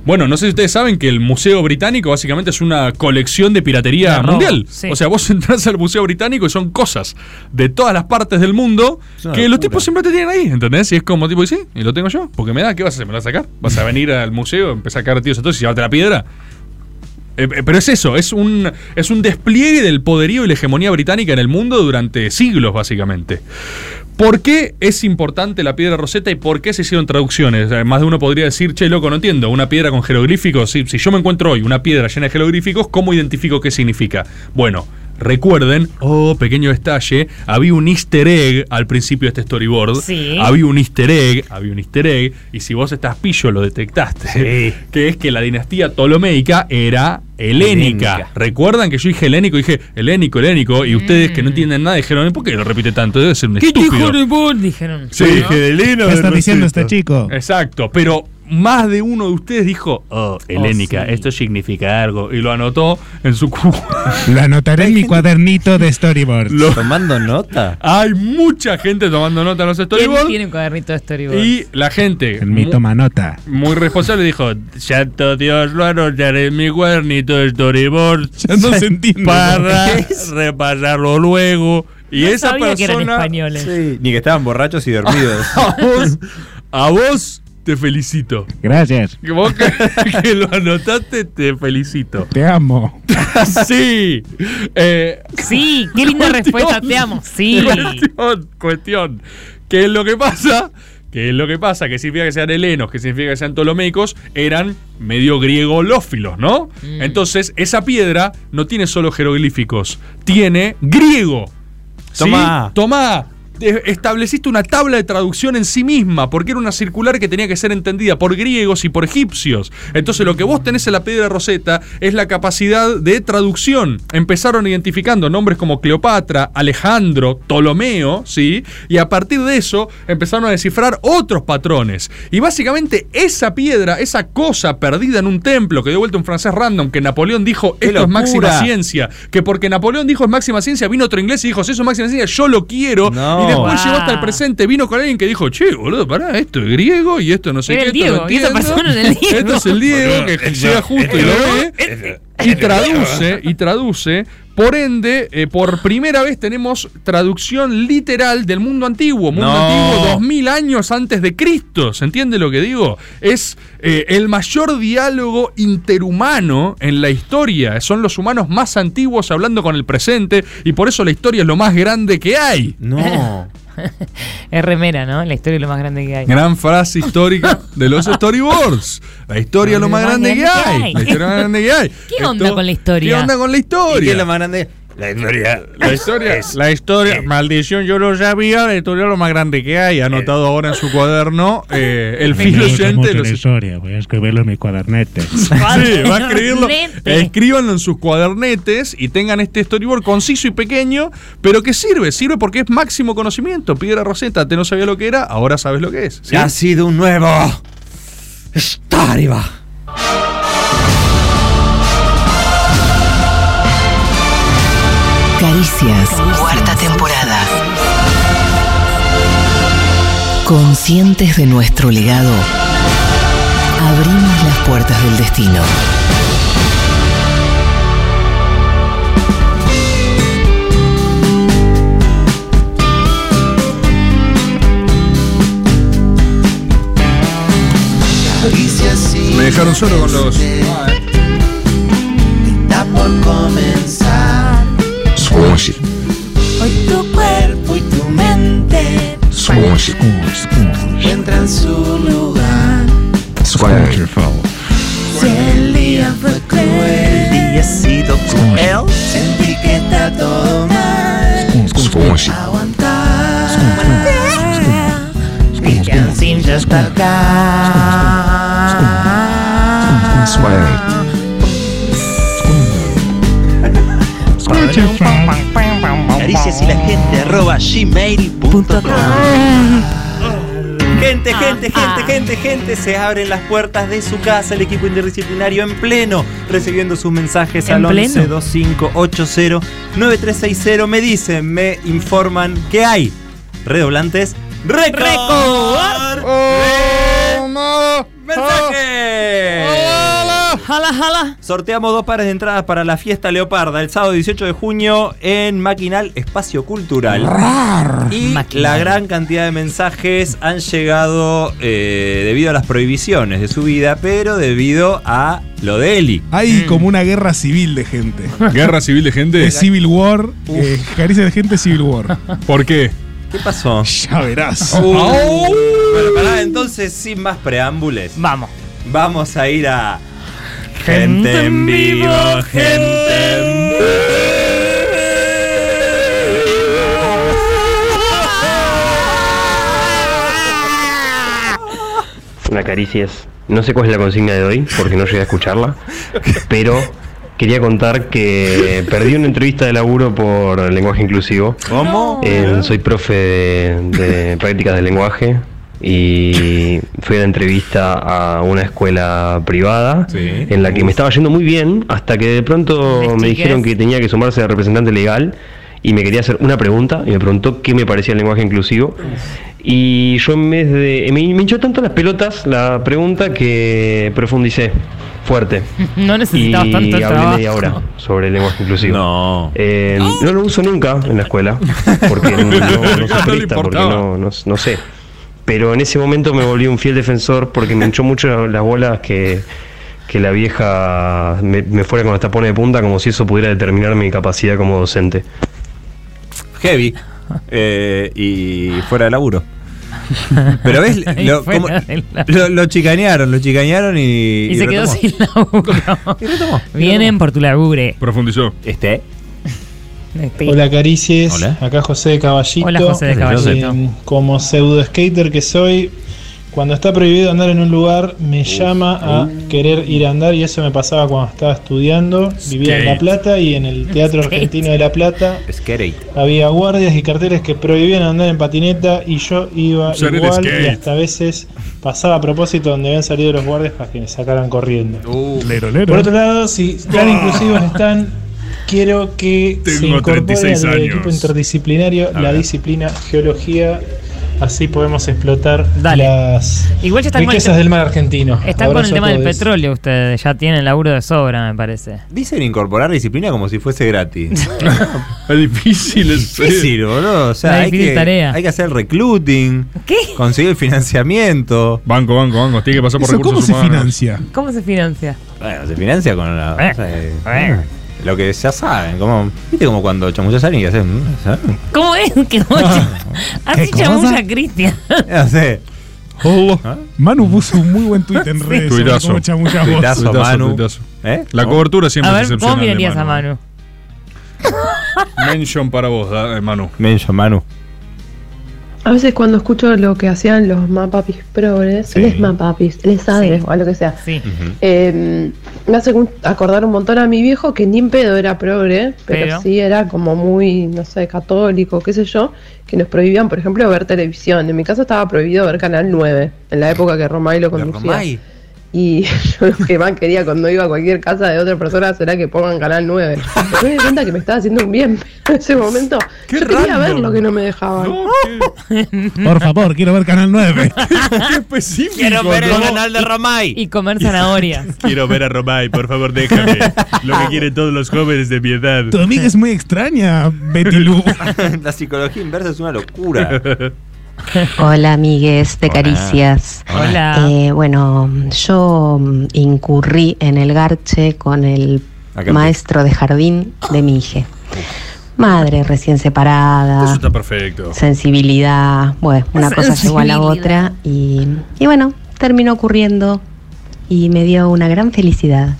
Speaker 6: Bueno, no sé si ustedes saben que el Museo Británico básicamente es una colección de piratería
Speaker 8: Una roba,
Speaker 6: mundial.
Speaker 8: sí.
Speaker 6: O sea, vos [laughs] entras al Museo Británico y son cosas de todas las partes del mundo que
Speaker 8: una
Speaker 6: los tipos siempre te tienen ahí, ¿entendés? Y es como tipo, y sí, y lo tengo yo, porque me da, ¿qué vas a hacer? ¿Me lo vas a sacar? ¿Vas a venir al museo, empezar a cagar tíos entonces y llevarte la piedra? Eh, eh, pero es eso, es un, es un despliegue del poderío y la hegemonía británica en el mundo durante siglos, básicamente. ¿Por qué es importante la piedra roseta y por qué se hicieron traducciones? Eh, Más de uno podría decir, che, loco, no entiendo, una piedra con jeroglíficos. Si, si yo me encuentro hoy una piedra llena de jeroglíficos, ¿cómo identifico qué significa? Bueno, recuerden, oh, pequeño detalle, había un easter egg al principio de este storyboard.
Speaker 27: Sí.
Speaker 6: Había un easter egg, había un easter egg, y si vos estás pillo lo detectaste, [laughs] que es que la dinastía ptolomeica era helénica.
Speaker 27: Helénica.
Speaker 6: Recuerdan que yo dije helénico, dije helénico, helénico,
Speaker 9: Mm.
Speaker 6: y ustedes que no entienden nada dijeron, ¿por qué lo repite tanto? Debe ser un
Speaker 9: ¿Qué
Speaker 6: estúpido.
Speaker 9: hijo de vos? Dijeron.
Speaker 6: Sí, dije de
Speaker 13: ¿Qué
Speaker 6: Elena. de
Speaker 13: está
Speaker 6: Rosetta.
Speaker 13: diciendo este chico?
Speaker 9: Oh.
Speaker 6: Exacto, pero más de uno de ustedes dijo, oh, helénica, esto significa algo, y lo anotó en su [laughs] cu-
Speaker 13: Lo anotaré en mi cuadernito de storyboard.
Speaker 8: Tomando nota.
Speaker 6: Hay mucha gente tomando nota en los
Speaker 9: ¿Quién
Speaker 6: storyboards.
Speaker 9: tiene un cuadernito de storyboard?
Speaker 6: Y la gente
Speaker 13: El mito
Speaker 6: mu-
Speaker 13: manota.
Speaker 6: muy responsable dijo, Santo Dios, lo anotaré en mi cuadernito de storyboard.
Speaker 13: Ya
Speaker 6: [laughs]
Speaker 13: no se entiende.
Speaker 6: Para
Speaker 8: [laughs]
Speaker 6: repasarlo luego. Y esa persona [laughs]
Speaker 8: Sí, ni que estaban borrachos y dormidos.
Speaker 6: a vos, a vos te felicito.
Speaker 13: Gracias.
Speaker 6: Que Vos que, [laughs] que lo anotaste, te felicito.
Speaker 13: Te amo.
Speaker 6: [laughs] sí. Eh,
Speaker 9: Sí, qué
Speaker 6: [laughs]
Speaker 9: linda respuesta, te amo. Sí.
Speaker 6: Cuestión, cuestión. ¿Qué es lo que pasa? ¿Qué es lo que pasa? Que significa que sean helenos, que significa que sean ptolomeicos, eran medio griegolófilos, ¿no? Entonces, esa piedra no tiene solo jeroglíficos, tiene griego. ¿sí?
Speaker 8: Tomá.
Speaker 6: Tomá. Eh, Estableciste una tabla de traducción en sí misma, porque era una circular que tenía que ser entendida por griegos y por egipcios. Entonces, lo que vos tenés en la piedra Rosetta es la capacidad de traducción. Empezaron identificando nombres como Cleopatra, Alejandro, Ptolomeo, ¿sí? Y a partir de eso empezaron a descifrar otros patrones. Y básicamente, esa piedra, esa cosa perdida en un templo, que de vuelta un francés random, que Napoleón dijo:
Speaker 8: ¡Qué
Speaker 6: Esto es máxima
Speaker 8: locura!
Speaker 6: ciencia ciencia, que porque Napoleón dijo es máxima ciencia, vino otro inglés y dijo, si eso es máxima ciencia, yo lo quiero.
Speaker 8: No.
Speaker 6: Y después
Speaker 8: Ah.
Speaker 6: llegó hasta el presente, vino con alguien que dijo, che, boludo, pará, esto es griego y esto no sé
Speaker 9: Era
Speaker 6: qué.
Speaker 9: el
Speaker 6: esto no
Speaker 9: Diego, y esa
Speaker 6: entiendo".
Speaker 9: persona era el Diego.
Speaker 6: [laughs] Esto es el Diego que
Speaker 9: Boludo,
Speaker 6: llega
Speaker 9: eso-
Speaker 6: justo y
Speaker 9: eso-
Speaker 6: lo ve y traduce, y traduce. Por ende, eh, por primera vez tenemos traducción literal del mundo antiguo. Mundo
Speaker 8: No.
Speaker 6: antiguo 2000 años antes de Cristo. ¿Se entiende lo que digo? Es eh, el mayor diálogo interhumano en la historia. Son los humanos más antiguos hablando con el presente y por eso la historia es lo más grande que hay.
Speaker 8: No.
Speaker 9: Es remera, ¿no? La historia es lo más grande que hay.
Speaker 6: [laughs] Gran frase histórica de [laughs] los storyboards. La historia es lo más grande que hay. La historia es lo más grande que hay.
Speaker 9: ¿Qué onda
Speaker 6: Esto-
Speaker 9: con la historia?
Speaker 6: ¿Qué onda con la historia?
Speaker 8: ¿Y qué es lo más grande? La historia.
Speaker 6: La historia.
Speaker 13: La historia, maldición, yo lo sabía, la historia es lo más grande que hay,
Speaker 8: Eh.
Speaker 13: anotado ahora en su cuaderno,
Speaker 8: [laughs]
Speaker 13: eh,
Speaker 6: el
Speaker 13: Me
Speaker 6: fiel
Speaker 13: gusta
Speaker 6: oyente
Speaker 13: mucho
Speaker 6: de los-
Speaker 13: la historia, voy a escribirlo en mi cuadernete.
Speaker 6: Sí, va a escribirlo. Eh,
Speaker 9: Cuadernete.
Speaker 6: Escríbanlo en sus cuadernetes y tengan este storyboard conciso y pequeño, pero que sirve, sirve porque es máximo conocimiento. Piedra Rosetta, te no sabía lo que era, ahora sabes lo que es. ¿sí?
Speaker 8: Ha sido un nuevo. Está arriba.
Speaker 18: Caricias, cuarta temporada. Conscientes de nuestro legado, abrimos las puertas del destino.
Speaker 6: Me dejaron solo con los.
Speaker 25: Está por comenzar.
Speaker 1: Squash,
Speaker 25: Hoy tu cuerpo y tu mente
Speaker 1: squash,
Speaker 25: encuentran su lugar.
Speaker 1: squash.
Speaker 25: Si el día fue cruel, el día ha sido cruel. Sentí que está todo mal. Aguantar. Mi canción ya está acá.
Speaker 8: Caricias y la gente arroba gmail.com. Gente, gente, gente, gente, gente, se abren las puertas de su casa, el equipo interdisciplinario en pleno, recibiendo sus mensajes
Speaker 9: ¿En
Speaker 8: al
Speaker 9: pleno?
Speaker 8: 112580 9360. Me dicen, me informan que hay redoblantes ¡Oh! récord. ¡Mensaje!
Speaker 6: ¡Oh!
Speaker 9: Jala, jala.
Speaker 8: Sorteamos dos pares de entradas para la fiesta Leoparda el sábado 18 de junio en Maquinal Espacio Cultural. Y la gran cantidad de mensajes han llegado eh, debido a las prohibiciones de su vida, pero debido a lo de Eli.
Speaker 9: Mm.
Speaker 13: Hay como una guerra civil de gente.
Speaker 6: [laughs] Guerra civil de gente.
Speaker 13: De Civil War, eh, caricia de gente Civil War.
Speaker 6: ¿Por qué?
Speaker 8: ¿Qué pasó?
Speaker 13: Ya
Speaker 8: [laughs]
Speaker 13: verás.
Speaker 8: Bueno, pará, entonces sin más preámbulos.
Speaker 9: Vamos.
Speaker 8: Vamos a ir a. Gente en vivo, gente en
Speaker 26: Una caricia es. No sé cuál es la consigna de hoy, porque no llegué a escucharla, pero quería contar que perdí una entrevista de laburo por lenguaje inclusivo.
Speaker 8: ¿Cómo?
Speaker 26: Eh, soy profe de, de prácticas de lenguaje y fui a la entrevista a una escuela privada en la que me estaba yendo muy bien hasta que de pronto me dijeron que tenía que sumarse al representante legal y me quería hacer una pregunta y me preguntó qué me parecía el lenguaje inclusivo y yo en vez de... eh, Me, me hinchó tanto las pelotas la pregunta que profundicé fuerte.
Speaker 9: No necesitabas
Speaker 26: y
Speaker 9: tanto
Speaker 26: hablé
Speaker 9: trabajo.
Speaker 26: media hora sobre el lenguaje inclusivo. Eh,
Speaker 8: No.
Speaker 26: no lo uso nunca en la escuela porque no, no soy jurista, porque no, no- no sé. pero en ese momento me volví un fiel defensor porque me hinchó mucho las bolas que, que la vieja me, me fuera con los tapones de punta como si eso pudiera determinar mi capacidad como docente.
Speaker 8: Heavy. eh, y fuera de laburo.
Speaker 9: [laughs]
Speaker 8: Pero ves, lo,
Speaker 9: Fuera
Speaker 8: cómo-
Speaker 9: de
Speaker 8: lo- lo chicanearon, lo chicanearon y.
Speaker 9: Y, se quedó
Speaker 8: retomó.
Speaker 9: sin laburo.
Speaker 8: [laughs]
Speaker 9: Vienen por tu labure.
Speaker 6: Profundizó.
Speaker 8: Este.
Speaker 28: [laughs] Hola Caricies,
Speaker 8: Hola.
Speaker 28: acá José de Caballito.
Speaker 9: Hola, José de Caballito.
Speaker 28: Eh, como pseudo skater que soy, cuando está prohibido andar en un lugar me llama a querer ir a andar y eso me pasaba cuando estaba estudiando. Vivía en La
Speaker 8: Skate.
Speaker 28: Plata y en el Teatro
Speaker 8: Skate.
Speaker 28: Argentino de La Plata
Speaker 8: Skate.
Speaker 28: había guardias y carteles que prohibían andar en patineta y yo iba
Speaker 8: Usar el
Speaker 28: igual
Speaker 8: skate.
Speaker 28: y hasta a veces pasaba a propósito donde habían salido los guardias para que me sacaran corriendo.
Speaker 13: Lero, lero.
Speaker 28: Por otro lado, si tan
Speaker 13: Ah.
Speaker 28: inclusivos están, quiero que se
Speaker 13: Tengo
Speaker 28: incorpore
Speaker 13: 36
Speaker 28: al
Speaker 13: años.
Speaker 28: equipo interdisciplinario
Speaker 13: A
Speaker 28: la
Speaker 13: ver.
Speaker 28: disciplina geología. Así podemos explotar las
Speaker 9: Igual ya están con el
Speaker 28: riquezas
Speaker 9: te-
Speaker 28: del mar argentino.
Speaker 9: Están con el
Speaker 28: Abrazo a
Speaker 9: tema del
Speaker 28: todos.
Speaker 9: petróleo ustedes, ya tienen laburo de sobra, me parece.
Speaker 8: Dicen incorporar disciplina como si fuese
Speaker 9: [laughs]
Speaker 8: gratis.
Speaker 6: es difícil, es
Speaker 8: difícil, boludo. O sea,
Speaker 9: Una
Speaker 8: hay
Speaker 9: difícil
Speaker 8: que,
Speaker 9: tarea.
Speaker 8: hay que hacer recluting. Conseguir financiamiento.
Speaker 6: Banco, banco, banco. Tiene que pasar por
Speaker 8: ¿Eso cómo
Speaker 6: recursos
Speaker 8: se
Speaker 6: humanos.
Speaker 8: financia?
Speaker 9: ¿Cómo se financia?
Speaker 8: Bueno, se financia con la.
Speaker 9: Eh,
Speaker 8: o sea, eh,
Speaker 9: eh.
Speaker 8: Lo que ya saben, como, viste como cuando chamuchas a alguien y haces, mm, [laughs] ¿sabes?
Speaker 9: ¿Cómo es [laughs] que vos
Speaker 8: [laughs]
Speaker 9: Así
Speaker 8: Ah. cosa?
Speaker 9: chamulla a Cristian.
Speaker 8: No sé.
Speaker 13: Oh. Manu puso un muy buen tuit en redes. sobre
Speaker 6: Tuitazo.
Speaker 13: cómo chamullás vos.
Speaker 6: Tuitazo,
Speaker 8: Tuitazo,
Speaker 6: Manu.
Speaker 8: tuitazo. ¿Eh?
Speaker 6: La cobertura siempre
Speaker 9: a
Speaker 6: es
Speaker 9: ver, ¿cómo
Speaker 6: excepcional. de
Speaker 9: mirarías a
Speaker 6: Manu.
Speaker 9: Manu?
Speaker 6: Mention para vos, da- eh, Manu.
Speaker 8: Mention, Manu.
Speaker 5: A veces cuando escucho lo que hacían los mapapis progres,
Speaker 8: Sí.
Speaker 5: les mapapis, les adres o lo que sea, eh, me hace un- acordar un montón a mi viejo que ni en pedo era progre, pero,
Speaker 14: Pero.
Speaker 5: sí era como muy, no sé, católico, qué sé yo, que nos prohibían, por ejemplo, ver televisión. En mi casa estaba prohibido ver Canal 9, en la época que Romay lo conducía.
Speaker 8: Romay.
Speaker 5: Y [laughs] yo lo que más quería cuando iba a cualquier casa de otra persona será que pongan Canal 9. Me di cuenta que me estaba haciendo un bien [laughs] en ese momento. yo quería ver lo que no me dejaban.
Speaker 1: Por favor, quiero ver
Speaker 4: [laughs]
Speaker 1: Canal 9.
Speaker 8: ¡Qué específico!
Speaker 9: Quiero ver el
Speaker 8: canal de Romay.
Speaker 9: Y comer [laughs] zanahorias.
Speaker 4: Quiero ver a Romay, por favor, déjame. Lo que quieren todos los jóvenes de mi edad.
Speaker 1: Tu
Speaker 6: [laughs]
Speaker 1: amiga es muy extraña, Betty Lu.
Speaker 8: [laughs] la psicología inversa es una locura.
Speaker 29: Hola amigues de Caricias.
Speaker 8: Hola.
Speaker 29: Eh, bueno, yo mm, incurrí en el garche con el
Speaker 8: Acá
Speaker 29: maestro de jardín de mi hija. Madre recién separada,
Speaker 6: Eso está perfecto.
Speaker 29: sensibilidad, bueno, una cosa llegó a la otra y, y bueno, terminó ocurriendo y me dio una gran felicidad.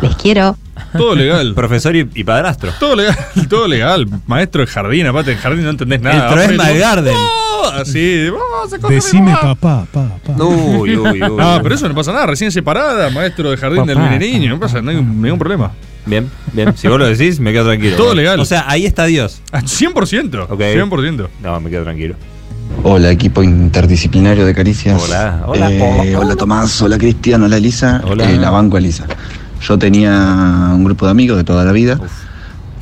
Speaker 29: Les quiero.
Speaker 6: Todo legal.
Speaker 8: Profesor y, y padrastro.
Speaker 6: Todo legal, [laughs] todo legal. Maestro de jardín, aparte en jardín no entendés nada.
Speaker 8: El Troesma
Speaker 6: Aprendes-
Speaker 8: de Garden.
Speaker 6: No, así, vamos a coger
Speaker 1: Decime papá, papá.
Speaker 6: [laughs]
Speaker 8: Uy, uy, uy.
Speaker 6: Ah, pero eso no pasa nada, recién separada, maestro de jardín del
Speaker 8: Papá.
Speaker 6: mineriño, no pasa, no hay ningún problema.
Speaker 8: Bien, bien. Si vos lo decís, me quedo tranquilo.
Speaker 6: Todo legal. Ah,
Speaker 8: O sea, ahí está Dios.
Speaker 6: 100%.
Speaker 8: Ok.
Speaker 6: 100%.
Speaker 8: No, me quedo tranquilo.
Speaker 16: Hola equipo interdisciplinario de Caricias.
Speaker 8: Hola, hola,
Speaker 16: Eh,
Speaker 8: hola.
Speaker 16: hola, Tomás, hola Cristian, hola Elisa.
Speaker 8: Hola.
Speaker 16: Eh, la banco Elisa. Yo tenía un grupo de amigos de toda la vida.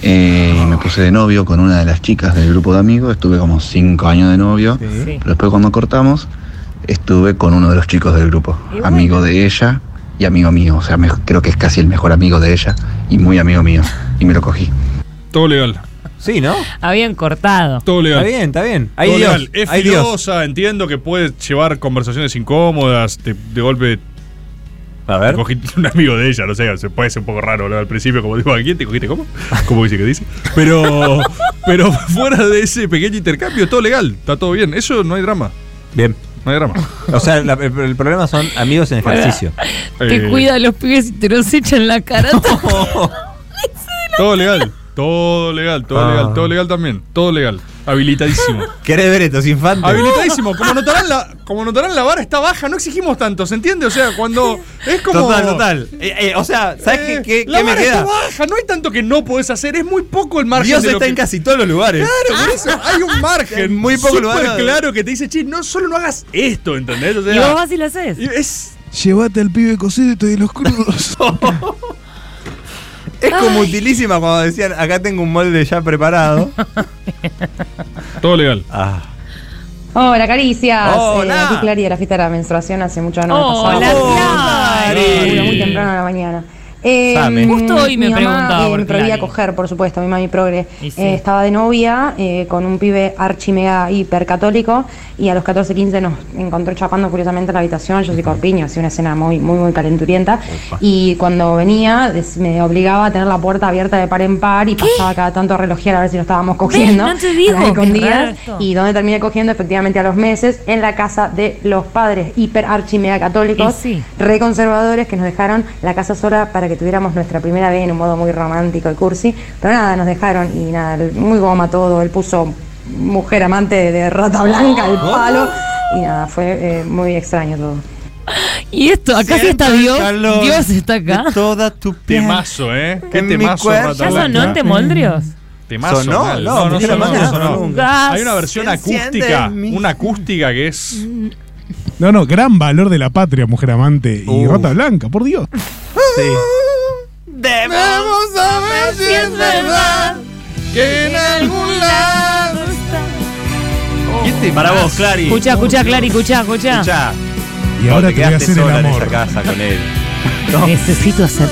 Speaker 16: Eh, me puse de novio con una de las chicas del grupo de amigos. Estuve como cinco años de novio. Pero después cuando cortamos, estuve con uno de los chicos del grupo. Amigo de ella y amigo mío. O sea, me- creo que es casi el mejor amigo de ella y muy amigo mío. Y me lo cogí.
Speaker 6: Todo legal.
Speaker 8: Sí, ¿no?
Speaker 9: Habían cortado.
Speaker 6: Todo legal.
Speaker 8: Está bien, está bien. Hay
Speaker 6: Todo
Speaker 8: Dios,
Speaker 6: legal. Es
Speaker 8: hay Dios.
Speaker 6: filosa, entiendo que puede llevar conversaciones incómodas, te- de golpe.
Speaker 8: A ver.
Speaker 6: Cogiste un amigo de ella, no sé, se puede ser un poco raro, ¿no? Al principio, como digo, ¿a quién te cogiste cómo? ¿Cómo dice que dice?
Speaker 8: [laughs]
Speaker 6: Pero, pero fuera de ese pequeño intercambio, todo legal, está todo bien. Eso no hay drama.
Speaker 8: Bien.
Speaker 6: No hay drama.
Speaker 8: O sea, la- el, el problema son amigos en ejercicio.
Speaker 9: Te cuida a los pibes y te los echan en
Speaker 4: [laughs]
Speaker 9: la cara. [laughs]
Speaker 6: Todo legal, todo legal, todo
Speaker 8: Ah.
Speaker 6: legal, todo legal también, todo legal. Habilitadísimo.
Speaker 8: ¿Querés ver estos infantes?
Speaker 6: [laughs] Habilitadísimo. Como notarán, la, como notarán, la vara está baja, no exigimos tanto, ¿se entiende? O sea,
Speaker 8: [laughs]
Speaker 6: cuando es como.
Speaker 8: Total, total. Eh, eh, o sea, ¿sabes qué- qué-
Speaker 6: la
Speaker 8: qué me
Speaker 6: vara
Speaker 8: queda?
Speaker 6: está baja, no hay tanto que no podés hacer, es muy poco el margen.
Speaker 8: Dios
Speaker 6: de lo
Speaker 8: está
Speaker 6: que-
Speaker 8: en casi todos los lugares.
Speaker 6: Claro, por eso
Speaker 8: [laughs]
Speaker 6: hay un margen.
Speaker 8: Muy poco
Speaker 6: súper
Speaker 8: lugar.
Speaker 6: claro que te dice, che, no solo no hagas esto, ¿entendés? O sea,
Speaker 9: y vos vas y lo haces.
Speaker 6: Es,
Speaker 1: Llévate al pibe cocido y te de los crudos.
Speaker 8: Es como utilísima cuando decían, acá tengo un molde ya preparado.
Speaker 6: Todo legal.
Speaker 8: Ah.
Speaker 14: Hola, caricias.
Speaker 8: Hola.
Speaker 14: Eh, aquí Clary de la fiesta de la menstruación hace mucho que no me
Speaker 8: Hola,
Speaker 14: pasaba.
Speaker 8: Clary.
Speaker 14: Muy, muy temprano a la mañana. Eh,
Speaker 9: Same. Justo hoy me
Speaker 14: mi mamá,
Speaker 9: preguntaba
Speaker 14: eh,
Speaker 9: por
Speaker 14: me prohibía
Speaker 9: Clary.
Speaker 14: coger, por supuesto, mi mami progre.
Speaker 9: Y sí.
Speaker 14: Eh, estaba de novia eh, con un pibe archi mega hiper católico y a los 14, 15 nos encontró chapando curiosamente en la habitación. Yo soy corpiño, así una escena muy, muy, muy calenturienta. Y cuando venía des- me obligaba a tener la puerta abierta de par en par y pasaba cada tanto a relojear a ver si lo estábamos cogiendo.
Speaker 9: no te digo,
Speaker 14: a las
Speaker 9: qué
Speaker 14: escondidas.
Speaker 9: raro esto.
Speaker 14: Y donde terminé cogiendo efectivamente a los meses en la casa de los padres hiper archi mega católicos
Speaker 9: Y sí.
Speaker 14: reconservadores que nos dejaron la casa sola para que tuviéramos nuestra primera vez en un modo muy romántico y cursi. Pero nada, nos dejaron y nada, el- muy goma todo. Él puso mujer amante de, de rata blanca, el palo. Y nada, fue eh, muy extraño todo.
Speaker 9: Y esto, acá sí está Dios. Dios está acá.
Speaker 8: Toda tu
Speaker 6: Temazo, ¿eh? Qué
Speaker 8: En mi
Speaker 6: temazo.
Speaker 8: cuerpo.
Speaker 6: Rata
Speaker 8: ¿Ya sonó
Speaker 6: Blanca.
Speaker 8: en Temoldrios?
Speaker 6: Temazo.
Speaker 8: ¿Sonó?
Speaker 6: mal.
Speaker 8: No,
Speaker 6: no, no
Speaker 8: ni
Speaker 6: sonó,
Speaker 8: siquiera
Speaker 6: no
Speaker 8: sonó.
Speaker 6: sonó.
Speaker 8: Nunca.
Speaker 6: Hay una versión
Speaker 8: Enciende
Speaker 6: acústica,
Speaker 8: mi-
Speaker 6: una acústica que es...
Speaker 13: No, no, gran valor de la patria, mujer amante y
Speaker 6: Uf.
Speaker 13: rata blanca, por Dios.
Speaker 4: Vamos a ver si es verdad que en algún lado está.
Speaker 8: Para vos, Clary.
Speaker 9: Escucha, escucha, Clary, escucha, escucha.
Speaker 8: Escuchá.
Speaker 13: Y ahora te voy a
Speaker 8: quedaste
Speaker 13: hacer el
Speaker 8: sola en
Speaker 13: amor.
Speaker 8: esa casa con él.
Speaker 9: Necesito hacer.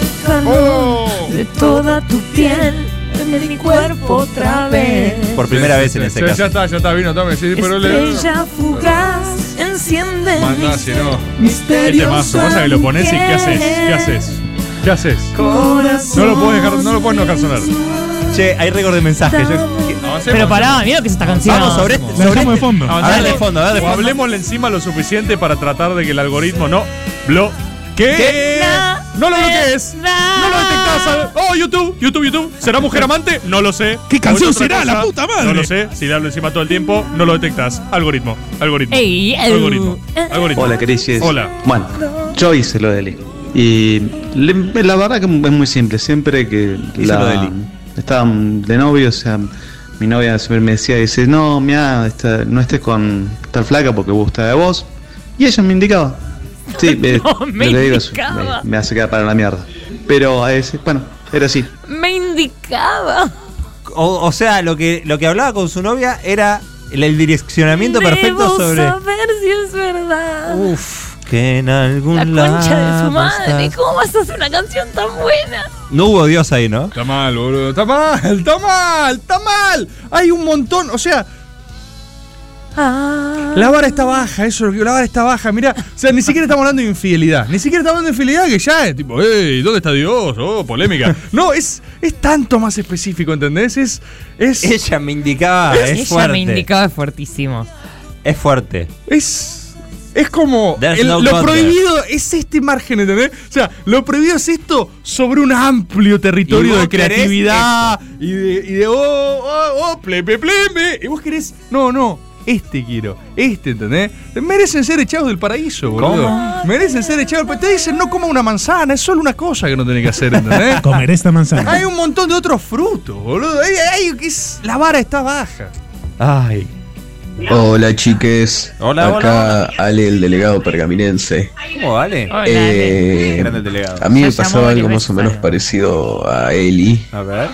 Speaker 4: de toda tu piel en mi cuerpo otra vez.
Speaker 8: Por primera vez en ese
Speaker 6: Ya- Ya
Speaker 8: caso.
Speaker 6: está, ya está, vino, tome. Sí, pero le...
Speaker 4: Estrella fugaz enciende
Speaker 6: Mandá, si no. Qué
Speaker 4: Misteriosa
Speaker 6: temazo. Pasa que lo pones y ¿qué haces? ¿Qué haces? ¿Qué haces? No lo puedes dejar, no lo puedes no dejar sonar.
Speaker 8: Che, hay récord de mensajes.
Speaker 9: Pero pará, mira lo que es esta canción.
Speaker 6: Vamos sobre
Speaker 9: este.
Speaker 13: La dejamos de fondo.
Speaker 6: Avanzá.
Speaker 8: A ver, de fondo, a ver, de
Speaker 6: O
Speaker 8: fondo.
Speaker 6: Hablemosle encima lo suficiente para tratar de que el algoritmo no bloquee. No lo bloquees. No lo detectás. a- Oh, YouTube, YouTube, YouTube. ¿Será mujer amante? No lo sé.
Speaker 13: ¿Qué canción
Speaker 6: ¿O es otra
Speaker 13: será? ¡La puta madre!
Speaker 6: No lo sé. Si le hablo encima todo el tiempo, no lo detectás. Algoritmo, algoritmo.
Speaker 9: Ey, eh.
Speaker 6: algoritmo, algoritmo.
Speaker 28: Hola, Crisis.
Speaker 6: Hola.
Speaker 28: Bueno, yo hice lo de Eli. Y le- la verdad que es muy simple. Siempre que
Speaker 8: Hice
Speaker 28: la-
Speaker 8: lo de Eli.
Speaker 28: estaban de novio, o sea, mi novia siempre me decía, dice, no, mira, no estés con tal flaca porque gusta de vos. Y ella me indicaba.
Speaker 9: [laughs]
Speaker 28: Sí, eh,
Speaker 9: No, me
Speaker 28: le digo eso,
Speaker 9: indicaba.
Speaker 28: me, me hace quedar para la mierda. Pero a veces, bueno, era así.
Speaker 9: Me indicaba.
Speaker 8: O, o sea, lo que, lo que hablaba con su novia era el, el direccionamiento perfecto
Speaker 4: Debo
Speaker 8: sobre.
Speaker 4: saber si es verdad.
Speaker 8: Uf, que en algún
Speaker 4: La concha de
Speaker 8: lado
Speaker 4: su madre.
Speaker 8: estás.
Speaker 4: ¿Cómo vas a hacer una canción tan buena?
Speaker 8: No hubo Dios ahí, ¿no?
Speaker 6: Está mal, boludo. Está mal, está mal, está mal. Hay un montón. O sea,
Speaker 4: Ah.
Speaker 6: La vara está baja, eso, es lo que- la vara está baja, mirá. O sea, ni siquiera estamos hablando de infidelidad. Ni siquiera estamos hablando de infidelidad que ya es tipo, hey, ¿dónde está Dios? Oh, polémica. No, es, [laughs] es tanto más específico, ¿entendés? Es. es
Speaker 8: Ella me indicaba, Ah, es
Speaker 9: Ella
Speaker 8: fuerte.
Speaker 9: me indicaba es fuertísimo.
Speaker 8: Es fuerte.
Speaker 6: Es. Es como.
Speaker 8: There's
Speaker 6: el-
Speaker 8: no
Speaker 6: lo
Speaker 8: God
Speaker 6: prohibido es este margen, ¿entendés? O sea, lo prohibido es esto sobre un amplio
Speaker 8: Y
Speaker 6: territorio
Speaker 8: vos
Speaker 6: de
Speaker 8: querés
Speaker 6: creatividad y de, y de. Oh, oh, oh, plebe, plebe. Y vos querés. No, no. Este quiero, este, ¿entendés? Merecen ser echados del paraíso, boludo.
Speaker 13: ¿Cómo?
Speaker 6: Merecen ser echados del paraíso. Te dicen no coma una manzana, es solo una cosa que no tenés que hacer,
Speaker 9: [laughs]
Speaker 6: ¿entendés?
Speaker 13: ¿Eh? Comer esta manzana.
Speaker 6: Hay un montón de otros frutos, boludo. Hay- hay- es- la vara está baja.
Speaker 8: Ay.
Speaker 30: Hola chiques.
Speaker 8: Hola,
Speaker 30: Acá Ale, el delegado pergaminense.
Speaker 8: ¿Cómo vale?
Speaker 30: Eh,
Speaker 8: Grande el delegado.
Speaker 30: a mí
Speaker 8: Ya
Speaker 30: me
Speaker 8: llamó
Speaker 30: pasaba
Speaker 8: varias
Speaker 30: algo más
Speaker 8: veces,
Speaker 30: o menos parecido a Eli.
Speaker 8: A ver.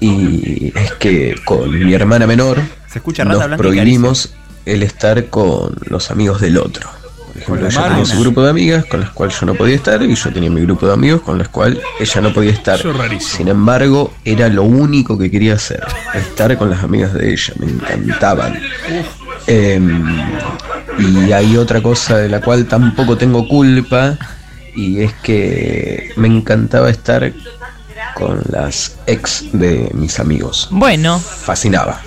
Speaker 30: Y es que con mi hermana menor
Speaker 8: Se escucha rata
Speaker 30: nos
Speaker 8: blanca y
Speaker 30: prohibimos el estar con los amigos del otro. Por ejemplo,
Speaker 8: Con la
Speaker 30: ella tenía
Speaker 8: hermana.
Speaker 30: su grupo de amigas con las cuales yo no podía estar y yo tenía mi grupo de amigos con las cuales ella no podía estar.
Speaker 6: Eso es rarísimo.
Speaker 30: Sin embargo, era lo único que quería hacer, estar con las amigas de ella, me encantaban. Em, y hay otra cosa de la cual tampoco tengo culpa y es que me encantaba estar con las ex de mis amigos.
Speaker 9: Bueno.
Speaker 30: Fascinaba,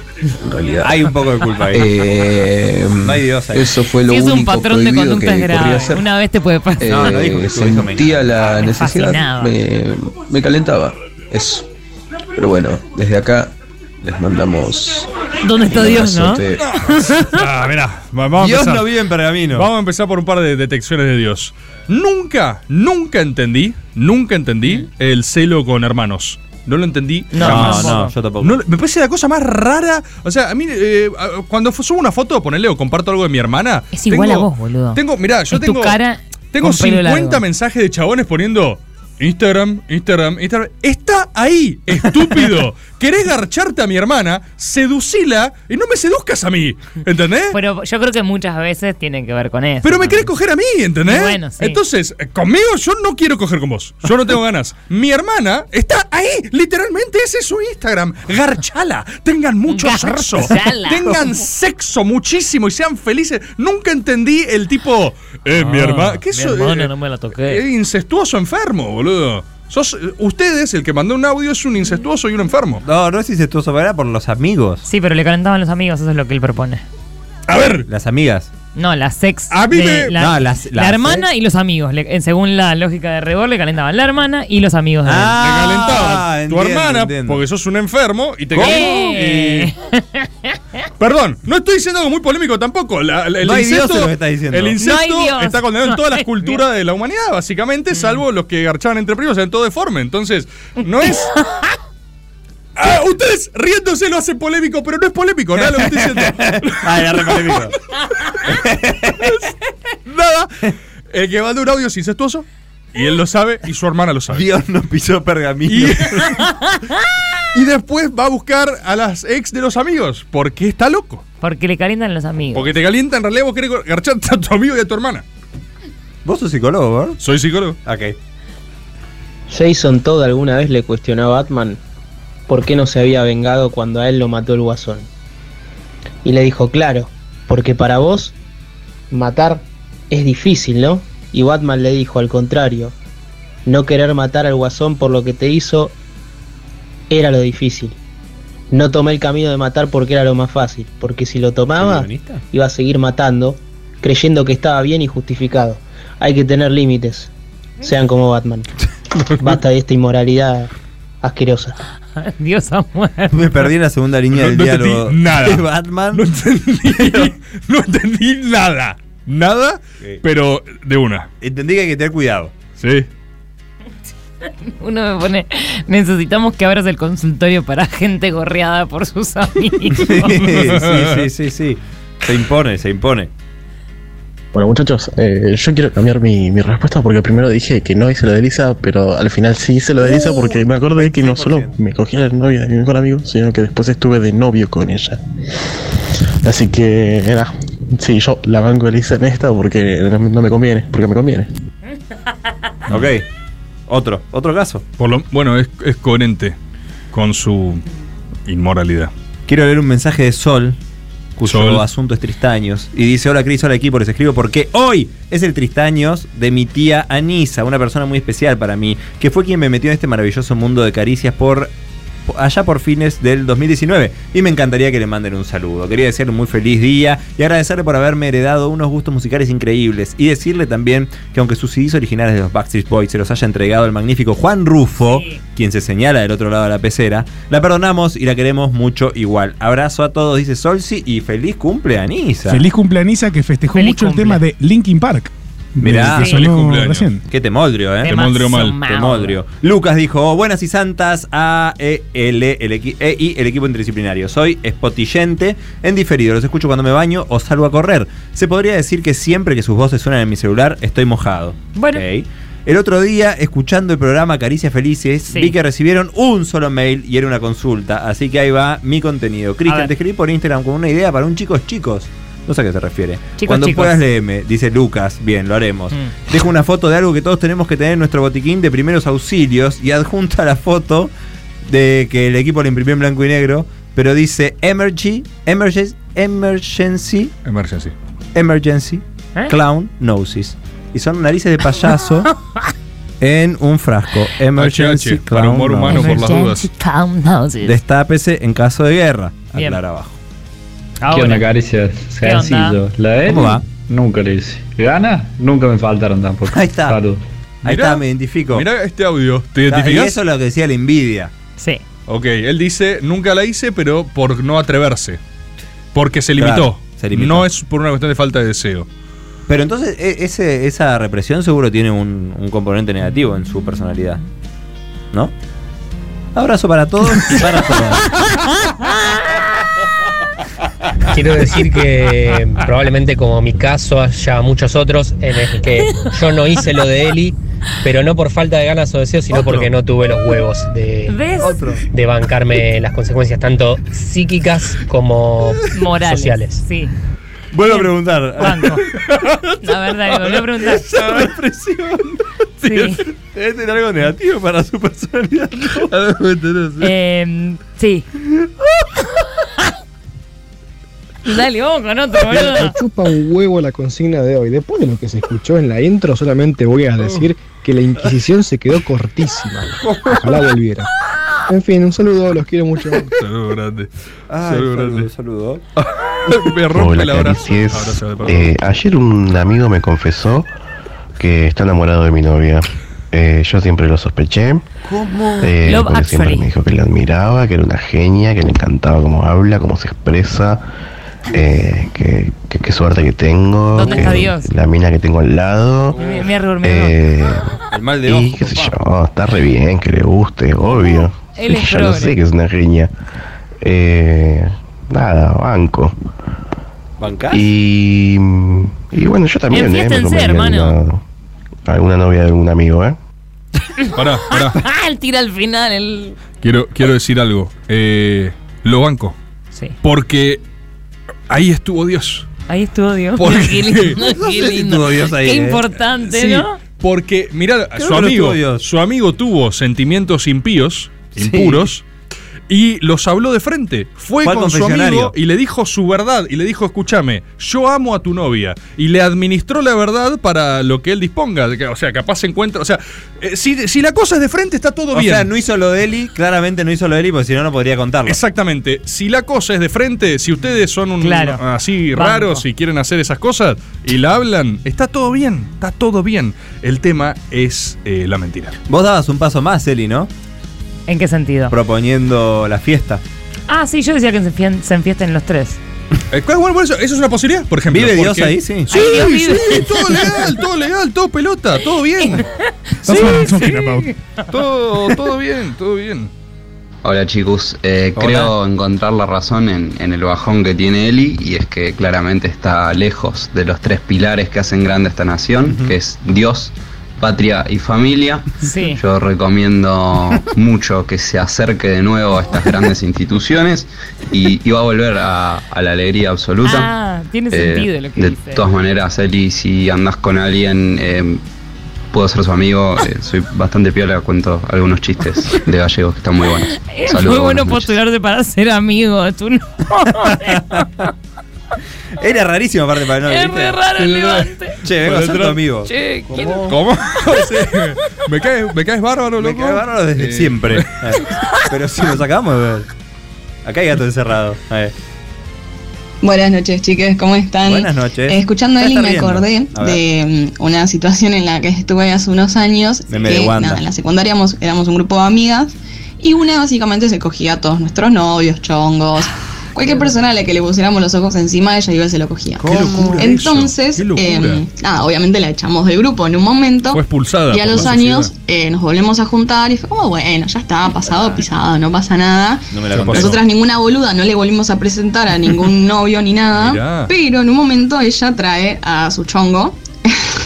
Speaker 30: en realidad.
Speaker 8: Hay un poco de culpa ahí.
Speaker 30: Eh,
Speaker 8: No hay Dios ahí.
Speaker 30: Eso fue lo
Speaker 9: Si es
Speaker 30: único
Speaker 9: un patrón de
Speaker 30: prohibido
Speaker 9: conducta es
Speaker 30: que podría
Speaker 9: grave.
Speaker 30: hacer.
Speaker 9: Una vez te puede pasar.
Speaker 30: Eh, sentía la necesidad, me, me calentaba. Eso. Pero bueno, desde acá les mandamos.
Speaker 9: ¿Dónde está Dios, no?
Speaker 30: abrazote.
Speaker 6: Ah, mirá, va- vamos
Speaker 8: Dios
Speaker 6: a empezar.
Speaker 8: no vive en pergamino.
Speaker 6: Vamos a empezar por un par de detecciones de Dios. Nunca, nunca entendí, nunca entendí el celo con hermanos. No lo entendí.
Speaker 8: No,
Speaker 6: jamás.
Speaker 8: no, yo tampoco.
Speaker 6: No lo- me parece la cosa más rara. O sea, a mí, eh, a- cuando f- subo una foto, ponele o comparto algo de mi hermana.
Speaker 9: Es igual a vos, boludo.
Speaker 6: Tengo, mirá, yo
Speaker 9: Es tu
Speaker 6: tengo.
Speaker 9: cara
Speaker 6: tengo
Speaker 9: con pelo
Speaker 6: 50
Speaker 9: largo.
Speaker 6: mensajes de chabones poniendo Instagram, Instagram, Instagram. Está Está ahí,
Speaker 9: [laughs]
Speaker 6: estúpido. Querés garcharte a mi hermana, seducila y no me seduzcas a mí. ¿Entendés?
Speaker 9: Pero yo creo que muchas veces tienen que ver con eso.
Speaker 6: Pero me querés coger a mí, ¿entendés?
Speaker 9: Bueno, sí.
Speaker 6: Entonces, eh, conmigo yo no quiero coger con vos. Yo no tengo ganas. Mi hermana está ahí, literalmente ese es su Instagram. Garchala. Tengan mucho sexo.
Speaker 31: Garchala.
Speaker 6: Tengan sexo muchísimo y sean felices. Nunca entendí el tipo, eh, mi
Speaker 31: Ah,
Speaker 6: hermana. ¿Qué eh?
Speaker 31: mi hermana no
Speaker 9: me la toqué.
Speaker 6: Es incestuoso enfermo, boludo. Sos, eh, ustedes, el que mandó un audio, es un incestuoso y un enfermo.
Speaker 8: No, no es incestuoso, era por los amigos.
Speaker 9: Sí, pero le calentaban los amigos, eso es lo que él propone.
Speaker 6: A ver.
Speaker 8: Las amigas.
Speaker 9: No, la sex.
Speaker 8: A mí
Speaker 9: de
Speaker 8: me-
Speaker 9: La,
Speaker 8: No, las-
Speaker 9: la
Speaker 8: las
Speaker 9: hermana y los amigos. Le- en- según la lógica de Rebor, le calentaban la hermana y los amigos de él.
Speaker 6: Ah, tu hermana, porque sos un enfermo y te
Speaker 9: ¿Cómo?
Speaker 6: y- Perdón, no estoy diciendo algo muy polémico tampoco. La- la- el
Speaker 8: No hay Dios
Speaker 6: incesto,
Speaker 8: en lo que estás diciendo.
Speaker 6: el
Speaker 8: No hay
Speaker 6: incesto
Speaker 8: Dios.
Speaker 6: está condenado en
Speaker 8: No
Speaker 6: todas las
Speaker 8: hay Mm.
Speaker 6: culturas de la humanidad, básicamente, salvo los que garchaban entre primos, eran todo deforme. Entonces,
Speaker 8: [laughs]
Speaker 6: no es. Ah, ustedes riéndose lo hacen polémico, pero no es polémico, nada lo que estoy diciendo.
Speaker 8: [laughs] Ah, era re polémico.
Speaker 6: [laughs] nada. El que manda un audio es incestuoso y él lo sabe y su hermana lo sabe.
Speaker 8: Dios nos pisó pergamino.
Speaker 6: Y [laughs] después va a buscar a las ex de los amigos. Porque está loco.
Speaker 9: Porque le calientan los amigos.
Speaker 6: Porque te calienta en realidad vos querés garcharte a tu amigo y a tu hermana.
Speaker 8: Vos sos psicólogo, ¿verdad?
Speaker 6: Soy psicólogo.
Speaker 8: Ok.
Speaker 24: Jason Todd alguna vez le cuestionó a Batman por qué no se había vengado cuando a él lo mató el guasón. Y le dijo, claro, porque para vos matar es difícil, ¿no? Y Batman le dijo, al contrario, no querer matar al guasón por lo que te hizo era lo difícil. No tomé el camino de matar porque era lo más fácil, porque si lo tomaba
Speaker 8: guionista?
Speaker 24: iba a seguir matando, creyendo que estaba bien y justificado. Hay que tener límites, sean como Batman. Basta de esta inmoralidad asquerosa.
Speaker 9: [laughs] Dios ha muerto.
Speaker 8: Me perdí en la segunda línea
Speaker 24: No-
Speaker 8: del
Speaker 24: no entendí
Speaker 8: diálogo.
Speaker 6: nada.
Speaker 8: de Batman. No
Speaker 6: entendí nada. Nada, pero de una.
Speaker 8: Entendí que hay que tener cuidado.
Speaker 6: Sí.
Speaker 9: [laughs] Uno me pone, necesitamos que abras el consultorio para gente gorreada por sus amigos.
Speaker 32: [laughs]
Speaker 8: [laughs] sí, sí, sí, sí. Se impone, se impone.
Speaker 2: Bueno, muchachos, eh, yo quiero cambiar mi, mi respuesta porque primero dije que no hice lo de Elisa, pero al final sí hice lo de Elisa porque me acordé que no solo me cogí a la novia de mi mejor amigo, sino que después estuve de novio con ella. Así que, era, sí, yo la banco a Elisa en esta porque no, no me conviene, porque me conviene.
Speaker 8: Ok. Otro, otro caso.
Speaker 32: Por lo, bueno, es, es coherente con su inmoralidad.
Speaker 8: Quiero leer un mensaje de Sol, cuyo
Speaker 32: Sol.
Speaker 8: asunto es Tristaños. Y dice, hola Cris, hola equipo, les escribo porque hoy es el Tristaños de mi tía Anisa, una persona muy especial para mí, que fue quien me metió en este maravilloso mundo de caricias por allá por fines del 2019 y me encantaría que le manden un saludo. Quería desearle un muy feliz día y agradecerle por haberme heredado unos gustos musicales increíbles y decirle también que aunque sus CDs originales de los Backstreet Boys se los haya entregado el magnífico Juan Rufo, quien se señala del otro lado de la pecera, la perdonamos y la queremos mucho igual. Abrazo a todos, dice Solsi y feliz cumple Anisa.
Speaker 13: Feliz cumpleaños que festejó
Speaker 9: Feliz
Speaker 13: mucho
Speaker 9: cumple.
Speaker 13: el tema de Linkin Park.
Speaker 8: Mirá,
Speaker 13: que sonó recién.
Speaker 8: Qué temoldrio, ¿eh?
Speaker 9: Te moldrio mal.
Speaker 8: Te moldrio. Lucas dijo, "Oh, buenas y santas a E, EL, el, equi- EI, el equipo interdisciplinario. Soy espotillente en diferido. Los escucho cuando me baño o salgo a correr. Se podría decir que siempre que sus voces suenan en mi celular, estoy mojado.
Speaker 9: Bueno.
Speaker 8: Ok. El otro día, escuchando el programa Caricias Felices,
Speaker 9: Sí.
Speaker 8: vi que recibieron un solo mail y era una consulta. Así que ahí va mi contenido. Cristian, te escribí por Instagram con una idea para un chicos chicos. No sé a qué se refiere.
Speaker 2: Chicos,
Speaker 8: Cuando
Speaker 2: chicos.
Speaker 8: puedas leerme, dice Lucas. Bien, lo haremos.
Speaker 2: Mm.
Speaker 8: Dejo una foto de algo que todos tenemos que tener en nuestro botiquín de primeros auxilios y adjunta la foto de que el equipo le imprimió en blanco y negro, pero dice emergency, emergency, emergency,
Speaker 32: Emergency,
Speaker 8: emergency,
Speaker 32: ¿Eh?
Speaker 8: clown noses. Y son narices de payaso en un frasco. Emergency,
Speaker 32: para
Speaker 8: clown
Speaker 32: humor humano por las
Speaker 8: noses. Destápese en caso de guerra.
Speaker 9: Bien. Ah,
Speaker 8: Aclara abajo.
Speaker 22: ¿Qué onda, caricias?
Speaker 9: ¿Qué
Speaker 22: Sencillo.
Speaker 9: onda?
Speaker 22: La de él,
Speaker 8: ¿Cómo va?
Speaker 22: nunca le hice. ¿Gana? Nunca me faltaron tampoco.
Speaker 8: Ahí está.
Speaker 22: Salud.
Speaker 8: Ahí
Speaker 6: Mirá,
Speaker 8: está, me identifico.
Speaker 6: Mirá este audio. ¿Te
Speaker 8: Está, y
Speaker 6: identificás?
Speaker 8: eso es lo que decía la envidia.
Speaker 9: Sí.
Speaker 6: Ok, él dice, nunca la hice, pero por no atreverse. Porque se limitó.
Speaker 8: Claro, se limitó.
Speaker 6: No es por una cuestión de falta
Speaker 8: [laughs]
Speaker 6: de deseo.
Speaker 8: Pero entonces e- ese- esa represión seguro tiene un, un componente negativo en su personalidad. ¿No? Abrazo para todos y
Speaker 20: [laughs]
Speaker 8: para todas.
Speaker 4: Quiero decir que
Speaker 24: mm,
Speaker 4: probablemente como mi caso haya muchos otros en el que yo no hice lo de Eli,
Speaker 24: Pero no por falta de ganas o deseo, sino porque no tuve los huevos de, de bancarme las consecuencias, tanto psíquicas como
Speaker 9: Morales.
Speaker 24: sociales.
Speaker 9: Sí.
Speaker 8: Vuelvo a preguntar. [laughs]
Speaker 9: Banco. La verdad, volví a preguntar.
Speaker 33: Esa represión.
Speaker 9: Sí.
Speaker 8: Debe tener algo negativo para su personalidad.
Speaker 9: Eh. Em, sí. [laughs] Dale, vamos con otro,
Speaker 3: Me
Speaker 9: boludo.
Speaker 3: chupa un huevo la consigna de hoy. Después de lo que se escuchó en la intro, solamente voy a decir que la Inquisición se quedó cortísima. Ojalá volviera. En fin, un saludo, los quiero
Speaker 8: [laughs]
Speaker 3: mucho.
Speaker 6: Saludo grande.
Speaker 8: Ay,
Speaker 6: saludo
Speaker 8: grande.
Speaker 6: [laughs] Me rompe el
Speaker 2: Hola,
Speaker 6: abrazo.
Speaker 2: Cariciés.
Speaker 6: Abrazo de perdón.
Speaker 2: Eh, ayer un amigo me confesó que está enamorado de mi novia. Eh, yo siempre lo sospeché.
Speaker 9: ¿Cómo?
Speaker 2: eh,
Speaker 9: Love
Speaker 2: porque siempre me
Speaker 9: Actually.
Speaker 2: dijo que la admiraba, que era una genia, que le encantaba cómo habla, cómo se expresa. eh, que que- qué suerte que tengo.
Speaker 9: ¿Dónde
Speaker 2: que
Speaker 9: está Dios?
Speaker 2: La mina que tengo al lado.
Speaker 9: Mi- mi error, mi error.
Speaker 2: Eh,
Speaker 8: El mal
Speaker 2: de y qué sé yo, está re bien, que le guste, obvio.
Speaker 9: Él
Speaker 2: [laughs]
Speaker 9: es
Speaker 2: yo lo
Speaker 9: progre.
Speaker 2: sé que es una genia. Eh, nada, banco.
Speaker 8: ¿Bancás?
Speaker 2: Y, y bueno, yo también, eh, me
Speaker 9: Enfiéstense,
Speaker 2: comería
Speaker 9: hermano.
Speaker 2: alguna, alguna novia de algún amigo, ¿eh?
Speaker 6: Pará, pará.
Speaker 9: [laughs] Ah, Él tira al final. El...
Speaker 6: Quiero, quiero decir algo. Eh, lo banco.
Speaker 9: Sí.
Speaker 6: Porque ahí estuvo Dios.
Speaker 9: Ahí estuvo Dios.
Speaker 6: ¿Por
Speaker 9: Mira, Qué
Speaker 6: qué?
Speaker 9: lindo,
Speaker 6: No
Speaker 9: qué
Speaker 6: sé si
Speaker 9: lindo.
Speaker 6: tuvo Dios ahí,
Speaker 9: qué
Speaker 6: eh.
Speaker 9: importante,
Speaker 6: Sí,
Speaker 9: ¿no?
Speaker 6: Porque, mirá,
Speaker 9: Creo
Speaker 6: su
Speaker 9: que no
Speaker 6: amigo,
Speaker 9: tuvo
Speaker 6: su amigo tuvo sentimientos impíos, impuros, y los habló de frente. Fue,
Speaker 8: Fue al
Speaker 6: con su
Speaker 8: confesionario.
Speaker 6: amigo y le dijo su verdad. Y le dijo, escúchame, yo amo a tu novia. Y le administró la verdad para lo que él disponga. O sea, capaz se encuentra. O sea, eh, si, si la cosa es de frente, está todo
Speaker 8: O
Speaker 6: bien.
Speaker 8: sea, no hizo lo de Eli, claramente no hizo lo de Eli, porque si no, no podría contarlo.
Speaker 6: Exactamente. Si la cosa es de frente, si ustedes son un,
Speaker 8: Claro.
Speaker 6: así
Speaker 8: Banco.
Speaker 6: raros y quieren hacer esas cosas y la hablan, está todo bien, está todo bien. El tema es eh, la mentira.
Speaker 8: Vos dabas un paso más, Eli, ¿no?
Speaker 9: ¿En qué sentido?
Speaker 8: Proponiendo la fiesta.
Speaker 9: Ah, sí, yo decía que se, enfien- se enfiesten los tres.
Speaker 6: Eh, ¿cuál- cuál- cuál- eso, eso es una posibilidad, por ejemplo.
Speaker 8: ¿Vive Dios
Speaker 6: porque-
Speaker 8: ahí? Sí.
Speaker 6: Sí,
Speaker 8: Ahí Dios
Speaker 6: sí,
Speaker 8: vive.
Speaker 6: sí, todo [laughs] legal, todo legal, todo pelota, todo bien.
Speaker 22: That's what I'm talking
Speaker 6: Todo, todo bien, todo bien.
Speaker 22: Hola chicos, Eh,
Speaker 6: Hola.
Speaker 22: creo encontrar la razón en, en el bajón que tiene Eli y es que claramente está lejos de los tres pilares que hacen grande esta nación, que es Dios, patria y familia.
Speaker 9: Sí.
Speaker 22: Yo recomiendo [laughs] mucho que se acerque de nuevo a estas
Speaker 9: [laughs]
Speaker 22: grandes instituciones y, y va a volver a, a la alegría absoluta. Eh,
Speaker 9: Ah, tiene sentido lo que
Speaker 22: De
Speaker 9: dice.
Speaker 22: todas maneras, Eli, si andás con alguien, eh, puedo ser su amigo, eh, soy bastante piola, cuento algunos chistes de gallegos que están muy buenos.
Speaker 9: [laughs] Es
Speaker 22: Saludos,
Speaker 9: muy
Speaker 22: buenas
Speaker 9: bueno postularse para ser amigo. Tú
Speaker 22: [laughs]
Speaker 9: no.
Speaker 8: Era rarísimo, aparte, para no
Speaker 9: Es re raro el levante.
Speaker 8: Che, vengo a
Speaker 6: Por
Speaker 8: ser tu
Speaker 6: detrás.
Speaker 8: amigo. [laughs]
Speaker 9: Che, ¿quién-
Speaker 6: ¿Cómo? Sí. me, caes, me caes bárbaro, loco.
Speaker 8: Es bárbaro desde
Speaker 6: Eh, [laughs]
Speaker 8: siempre. Eh, Pero si nos acabamos de ver. Acá hay gato encerrado.
Speaker 9: [laughs]
Speaker 8: A ver.
Speaker 25: Buenas noches, chiques, ¿cómo están?
Speaker 8: Buenas noches.
Speaker 25: Eh, escuchando a
Speaker 8: Ya
Speaker 25: Eli
Speaker 8: está
Speaker 25: me
Speaker 8: riendo.
Speaker 25: acordé
Speaker 8: A ver.
Speaker 25: de mm, una situación en la que estuve hace unos años.
Speaker 8: Meme
Speaker 25: que,
Speaker 8: de Wanda.
Speaker 25: nada, en la secundaria éramos, éramos un grupo de amigas y una básicamente se cogía a todos nuestros
Speaker 6: [gasps]
Speaker 25: novios, chongos. Cualquier persona a la que le pusiéramos los ojos encima, ella iba y se lo cogía. Mm,
Speaker 6: locura
Speaker 25: Entonces,
Speaker 6: eso, qué locura.
Speaker 25: em, nada, obviamente la echamos del grupo en un momento.
Speaker 6: Fue expulsada
Speaker 25: Y a
Speaker 6: por
Speaker 25: los
Speaker 6: la
Speaker 25: años
Speaker 6: sociedad.
Speaker 25: eh, nos volvemos a juntar y fue como, "Oh, bueno, ya está, pasado, pisado, no pasa nada.
Speaker 8: No me la conté.
Speaker 25: Nosotras ninguna boluda no le volvimos a presentar
Speaker 8: [laughs]
Speaker 25: a ningún novio ni nada.
Speaker 8: Mirá.
Speaker 25: Pero en un momento ella trae a su chongo.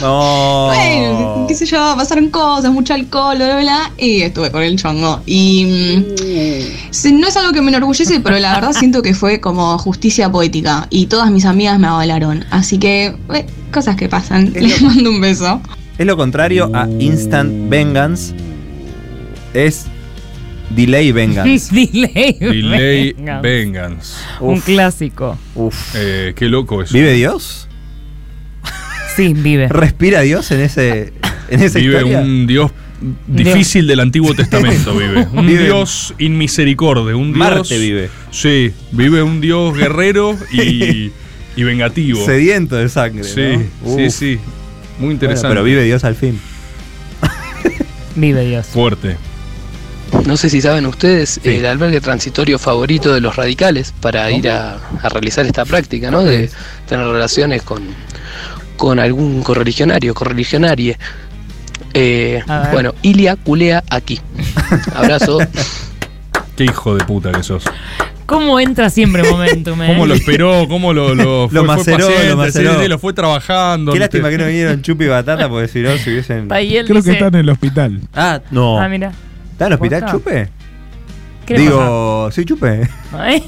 Speaker 8: No.
Speaker 25: Bueno, qué sé yo, pasaron cosas, mucho alcohol, bla, bla, bla. Y estuve con el chongo. Y mm, sí, no es algo que me enorgullece, pero la verdad siento que fue como justicia poética. Y todas mis amigas me avalaron. Así que, eh, cosas que pasan. Les mando un beso.
Speaker 8: Es lo contrario a Instant Vengeance. Es Delay
Speaker 9: [laughs]
Speaker 8: Vengeance.
Speaker 9: Delay.
Speaker 6: Delay
Speaker 9: Vengeance.
Speaker 6: Vengeance.
Speaker 9: Un clásico.
Speaker 8: Uf.
Speaker 6: Eh, qué loco eso.
Speaker 8: ¿Vive Dios?
Speaker 9: Sí, vive.
Speaker 8: ¿Respira Dios en ese en esa
Speaker 6: vive
Speaker 8: historia?
Speaker 6: un Dios difícil del Antiguo Testamento,
Speaker 8: [laughs]
Speaker 6: vive. Un
Speaker 8: Vive.
Speaker 6: Dios inmisericordia, un Dios...
Speaker 8: Marte vive.
Speaker 6: Sí, vive un Dios guerrero
Speaker 8: [laughs]
Speaker 6: y, y vengativo.
Speaker 8: Sediento de sangre.
Speaker 6: Sí,
Speaker 8: ¿no?
Speaker 6: sí,
Speaker 8: Uf.
Speaker 6: sí. Muy
Speaker 8: Bueno,
Speaker 6: interesante.
Speaker 8: pero vive Dios al fin.
Speaker 9: Vive Dios.
Speaker 6: Fuerte.
Speaker 4: No sé si saben ustedes, el albergue transitorio favorito de los radicales
Speaker 6: Oh.
Speaker 4: para ir a, a realizar esta práctica, ¿no? De tener relaciones con, con algún correligionario, correligionarie. Eh,
Speaker 9: A ver.
Speaker 4: bueno,
Speaker 9: [laughs]
Speaker 4: Ilia culea aquí. Abrazo.
Speaker 6: Qué hijo de puta que sos.
Speaker 9: ¿Cómo entra siempre Momentum? eh?
Speaker 6: ¿Cómo lo
Speaker 9: [laughs]
Speaker 6: esperó? ¿Cómo lo, lo,
Speaker 8: Lo maceró, lo
Speaker 6: paciente, sí,
Speaker 8: maceró.
Speaker 6: sí, lo fue trabajando.
Speaker 8: Qué lástima que no vinieron Chupi y Batata porque si no se hubiesen.
Speaker 9: Está ahí él
Speaker 13: Creo que
Speaker 9: dice-
Speaker 13: están en
Speaker 9: [laughs]
Speaker 13: el hospital.
Speaker 8: Ah, no.
Speaker 9: Ah, mira.
Speaker 8: ¿Está en el hospital
Speaker 9: Posta.
Speaker 8: Chupe?
Speaker 9: ¿Qué le
Speaker 8: Digo, soy Chupe.
Speaker 9: Ay.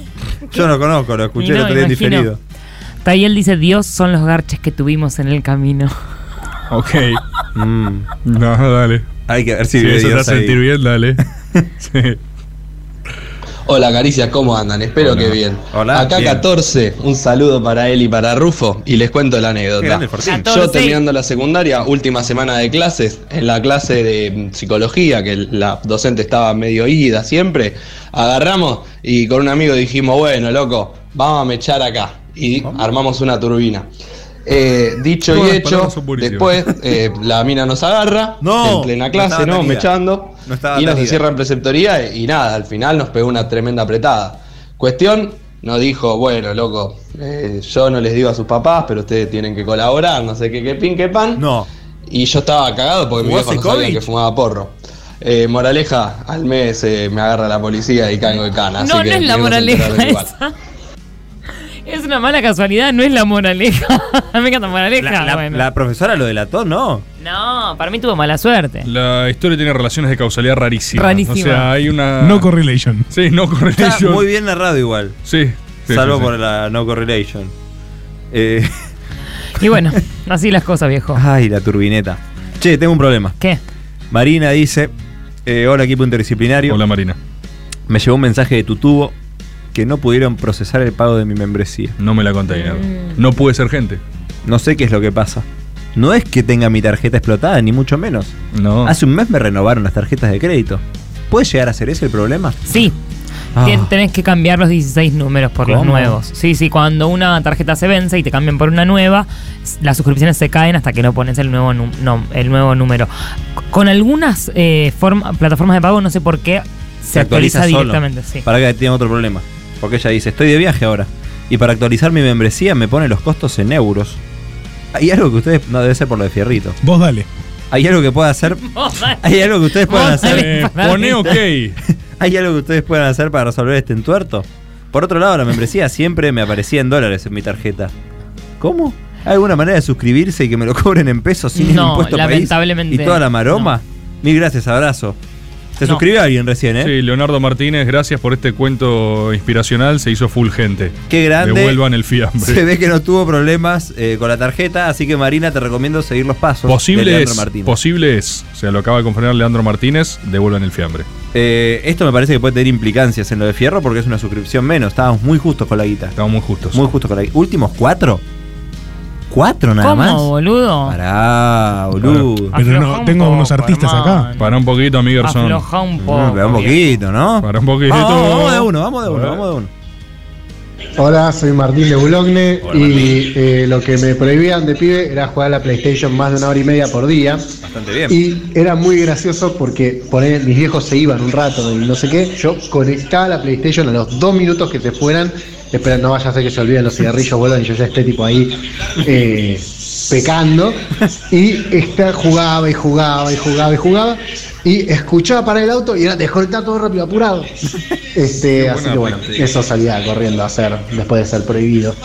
Speaker 8: Yo no conozco, lo escuché
Speaker 9: Y no,
Speaker 8: el otro día en
Speaker 9: imagino.
Speaker 8: diferido.
Speaker 9: Tayel dice, Dios son los garches que tuvimos en el camino.
Speaker 6: [laughs] Ok.
Speaker 34: No, dale.
Speaker 8: Mm. Hay que ver si
Speaker 6: Sí,
Speaker 8: vive
Speaker 6: eso te
Speaker 8: Dios
Speaker 6: hace
Speaker 8: ahí.
Speaker 6: sentir
Speaker 8: [laughs]
Speaker 6: bien, dale. Sí.
Speaker 35: Hola Caricias, ¿cómo andan? Espero que bien.
Speaker 8: Hola,
Speaker 35: Acá
Speaker 8: bien.
Speaker 35: 14, un saludo para él y para Rufo y les cuento la
Speaker 8: Qué
Speaker 35: anécdota.
Speaker 8: grande el Fortín.
Speaker 35: Yo
Speaker 8: 14.
Speaker 35: terminando la secundaria, última semana de clases, en la clase de mm, psicología, que la docente estaba medio ida siempre, agarramos y con un amigo dijimos, bueno, loco, vamos a mechar acá. Y armamos una turbina. Eh, dicho y
Speaker 6: Todas las
Speaker 35: hecho,
Speaker 6: palabras son buenísimas.
Speaker 35: después eh, la mina nos agarra
Speaker 8: No,
Speaker 35: en plena
Speaker 8: no
Speaker 35: clase,
Speaker 8: estaba
Speaker 35: ¿no?
Speaker 8: tenida.
Speaker 35: Mechando.
Speaker 8: No estaba
Speaker 35: y nos
Speaker 8: tenida.
Speaker 35: encierra en preceptoría y nada, al final nos pegó una tremenda apretada. Cuestión, nos dijo, bueno, loco, eh, yo no les digo a sus papás, pero ustedes tienen que colaborar, no sé qué, qué pin, qué pan.
Speaker 8: No.
Speaker 35: Y yo estaba cagado porque mi
Speaker 8: ¿Jugó
Speaker 35: viejo no sabía
Speaker 8: Sekovic?
Speaker 35: que fumaba porro. Eh, moraleja, al mes eh, me agarra la policía y caigo de cana. así
Speaker 9: no,
Speaker 35: que
Speaker 9: no es la
Speaker 35: me iba a
Speaker 9: moraleja
Speaker 35: enterar igual.
Speaker 9: esa. Es una mala casualidad, no es la moraleja. [laughs] Me encanta moraleja.
Speaker 8: La,
Speaker 9: bueno.
Speaker 8: la profesora lo delató, ¿no?
Speaker 9: No, para mí tuvo mala suerte.
Speaker 6: La historia tiene relaciones de causalidad rarísimas.
Speaker 9: Rarísima.
Speaker 6: O sea, hay una.
Speaker 13: No correlation.
Speaker 6: Sí, no correlation.
Speaker 8: Está Ah, muy bien narrado igual.
Speaker 6: Sí. sí,
Speaker 8: Salvo
Speaker 6: sí.
Speaker 8: por la no correlation. Eh,
Speaker 9: Y
Speaker 8: [laughs]
Speaker 9: bueno, así las cosas, viejo.
Speaker 8: Ay, la turbineta. Che, tengo un problema.
Speaker 9: ¿Qué?
Speaker 8: Marina dice: eh, Hola, equipo interdisciplinario.
Speaker 6: Hola, Marina.
Speaker 8: Me llegó un mensaje de tu tubo que no pudieron procesar el pago de mi membresía.
Speaker 6: No me la
Speaker 9: Mm.
Speaker 6: contagiaron. No pude ser gente.
Speaker 8: No sé qué es lo que pasa. No es que tenga mi tarjeta explotada, ni mucho menos.
Speaker 6: No.
Speaker 8: Hace un mes me renovaron las tarjetas de crédito. ¿Puede llegar a ser ese el problema?
Speaker 9: Sí. Tien- Tenés que cambiar los 16 números por los
Speaker 8: Ah. ¿Cómo?
Speaker 9: nuevos. Sí, sí, cuando una tarjeta se vence y te cambian por una nueva, s- las suscripciones se caen hasta que no pones el nuevo, nu- no, el nuevo número. C- Con algunas eh, forma- plataformas de pago, no sé por qué, se, actualiza,
Speaker 8: solo.
Speaker 9: directamente. Sí.
Speaker 8: Para que tiene otro problema. Porque ella dice, estoy de viaje ahora. Y para actualizar mi membresía me pone los costos en euros. Hay algo que ustedes... No, debe ser por lo de Fierrito.
Speaker 13: Vos dale.
Speaker 8: Hay algo que pueda hacer...
Speaker 9: Oh,
Speaker 8: Hay algo que ustedes puedan
Speaker 6: Vos
Speaker 8: hacer...
Speaker 6: dale, Eh, pará. pone ok.
Speaker 8: [laughs] Hay algo que ustedes puedan hacer para resolver este entuerto. Por otro lado, la membresía siempre me aparecía en dólares en mi tarjeta. ¿Cómo? ¿Hay alguna manera de suscribirse y que me lo cobren en pesos sin el
Speaker 9: No,
Speaker 8: impuesto país?
Speaker 9: lamentablemente,
Speaker 8: ¿Y toda la maroma? Mil gracias, abrazo. Se
Speaker 6: No.
Speaker 8: suscribió alguien recién, ¿eh?
Speaker 6: Sí, Leonardo Martínez, gracias por este cuento inspiracional. Se hizo full gente.
Speaker 8: Qué grande.
Speaker 6: Devuelvan el fiambre.
Speaker 8: Se ve que no tuvo problemas eh, con la tarjeta, así que Marina te recomiendo seguir los pasos de
Speaker 6: Posible
Speaker 8: Leandro
Speaker 6: es,
Speaker 8: Martínez.
Speaker 6: posible es. O sea, lo acaba de confirmar Leandro Martínez. Devuelvan el fiambre.
Speaker 8: Eh, esto me parece que puede tener implicancias en lo de Fierro porque es una suscripción menos. Estábamos muy justos con la guita.
Speaker 6: Estábamos muy justos.
Speaker 8: Muy justos con la guita. ¿Últimos cuatro? ¿Cuatro nada
Speaker 9: ¿Cómo,
Speaker 8: más?
Speaker 9: boludo?
Speaker 8: Pará, boludo.
Speaker 13: Pero no, tengo unos artistas
Speaker 9: Ah.
Speaker 13: acá.
Speaker 6: Para un poquito, Amigerson.
Speaker 9: Afloja un poco.
Speaker 8: Para un poquito, ¿no?
Speaker 6: Para un poquito.
Speaker 8: Vamos, vamos, vamos de uno, vamos de uno, vamos de uno.
Speaker 3: Hola, soy Martín de Boulogne y eh, lo que me prohibían de pibe era jugar a la PlayStation más de una hora y media por día.
Speaker 8: Bastante bien.
Speaker 3: Y era muy gracioso porque poner, mis viejos se iban un rato y no sé qué. Yo conectaba la PlayStation a los dos minutos que se fueran. Espera, no vaya a ser que se olviden los cigarrillos, vuelvan y yo ya esté tipo ahí eh, pecando. Y esta jugaba y jugaba y jugaba y jugaba. Y escuchaba para el auto y era desconectar todo rápido, apurado. Este, así que bueno, eso salía corriendo a hacer después de ser prohibido.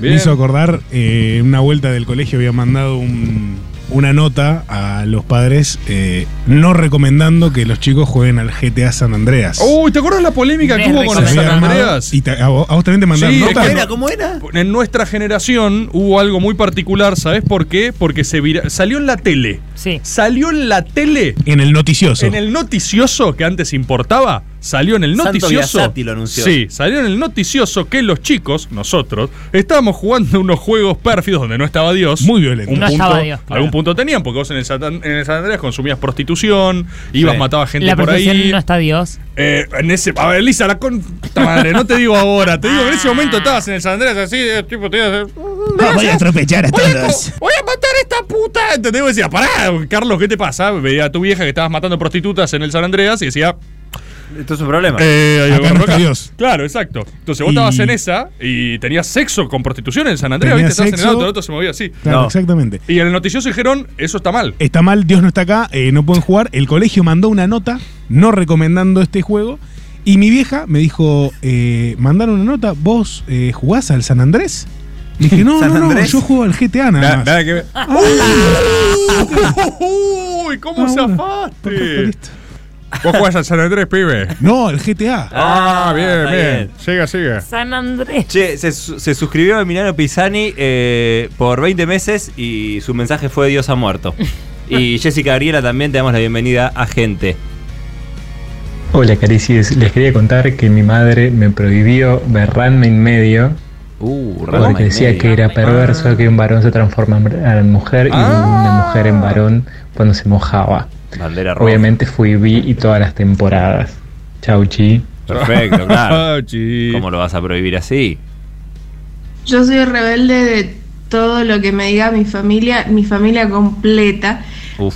Speaker 13: Me hizo acordar, eh, una vuelta del colegio había mandado un- una nota a los padres eh, no recomendando que los chicos jueguen al GTA San Andreas.
Speaker 6: Uy, ¿te acuerdas la polémica que hubo con
Speaker 13: Se había
Speaker 6: San
Speaker 13: armado
Speaker 6: Andreas?
Speaker 13: Y te- a, vos, a vos también te mandaron
Speaker 6: Sí,
Speaker 13: nota.
Speaker 6: es que no-
Speaker 8: ¿Cómo era?
Speaker 6: En nuestra generación hubo algo muy particular, ¿sabes por qué? Porque se vira- salió en la tele.
Speaker 9: Sí.
Speaker 6: Salió en la tele.
Speaker 13: En el noticioso.
Speaker 6: En el noticioso que antes importaba, salió en el
Speaker 8: Santo
Speaker 6: noticioso.
Speaker 8: Biasati lo anunció.
Speaker 6: Sí, salió en el noticioso que los chicos, nosotros, estábamos jugando unos juegos pérfidos donde no estaba Dios. Muy
Speaker 13: violento.
Speaker 9: No estaba Dios, claro.
Speaker 6: Algún punto tenían, porque vos en el, Satan- en el San Andreas consumías prostitución, ibas,
Speaker 9: Sí.
Speaker 6: matabas gente
Speaker 9: La
Speaker 6: por ahí.
Speaker 9: perfección no está Dios.
Speaker 6: Eh, en ese, a ver, Lisa, la con. puta madre, no te digo ahora, te digo, en ese momento estabas en el San Andrés así, eh, tipo, te ibas a-
Speaker 9: Ah,
Speaker 13: voy a atropellar a todos.
Speaker 6: Voy a matar a esta puta. Entendés, vos decías, pará, Carlos, ¿qué te pasa? Veía a tu vieja que estabas matando prostitutas en el San Andreas y decía,
Speaker 8: Esto es un problema.
Speaker 6: eh, hay algo
Speaker 8: Acá no
Speaker 6: roca.
Speaker 8: está Dios.
Speaker 6: Claro, exacto. Entonces vos
Speaker 8: Y-
Speaker 6: estabas en esa y tenías sexo con prostitución en San Andreas,
Speaker 13: Tenías
Speaker 6: ¿viste? Estabas en el
Speaker 13: sexo.
Speaker 6: auto, el auto se movía así.
Speaker 13: Claro, exactamente.
Speaker 6: Y en el noticioso dijeron, eso
Speaker 13: [laughs]
Speaker 6: está mal.
Speaker 13: Está mal, Dios no está acá, eh, no pueden jugar. El colegio mandó una nota no recomendando este juego. Y mi vieja me dijo, eh, mandaron una nota, ¿vos eh, jugás al San Andrés? Le dije, no,
Speaker 1: ¿San
Speaker 13: no, no,
Speaker 1: Andrés?
Speaker 13: yo juego al GTA nada
Speaker 1: Nada-
Speaker 13: más.
Speaker 1: nada que ver.
Speaker 4: Uy, ¿cómo zafaste?
Speaker 6: Vos jugás al San Andrés, pibe.
Speaker 13: No, el GTA.
Speaker 6: Ah, bien,
Speaker 8: está
Speaker 6: bien. Siga, siga.
Speaker 9: San Andrés.
Speaker 8: Che, se, su- se suscribió Emiliano Pisani eh, por 20 meses y su mensaje fue Dios ha muerto.
Speaker 9: [laughs]
Speaker 8: Y Jessica Gabriela también te damos la bienvenida a Gente.
Speaker 28: Hola Caricis, les quería contar que mi madre me prohibió ver Ranma en medio.
Speaker 8: Ranma
Speaker 28: porque
Speaker 8: y
Speaker 28: decía
Speaker 8: Uh, medio.
Speaker 28: que era perverso que un varón se transforma en en mujer y una mujer en varón cuando se mojaba.
Speaker 8: Ah. Bandera roja.
Speaker 28: Obviamente fui vi y todas las temporadas. Chau chi. [laughs]
Speaker 8: Perfecto, claro. ¿Cómo lo vas a prohibir así?
Speaker 27: Yo soy rebelde de todo lo que me diga mi familia, mi familia completa,
Speaker 8: Uf.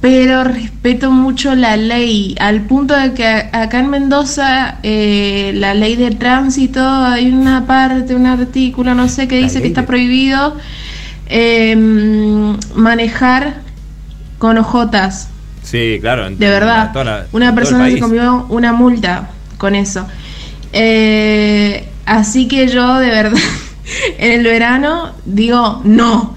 Speaker 27: pero respeto mucho la ley, al punto de que acá en Mendoza eh, la ley de tránsito, hay una parte, un artículo, no sé, que dice que está prohibido eh, manejar con ojotas.
Speaker 8: Sí, claro. en-
Speaker 27: De
Speaker 8: en
Speaker 27: verdad.
Speaker 8: toda la- en todo
Speaker 27: Una
Speaker 8: el
Speaker 27: persona se
Speaker 8: país.
Speaker 27: comió una multa con eso. Eh, así que yo, de verdad, [laughs] en el verano digo no.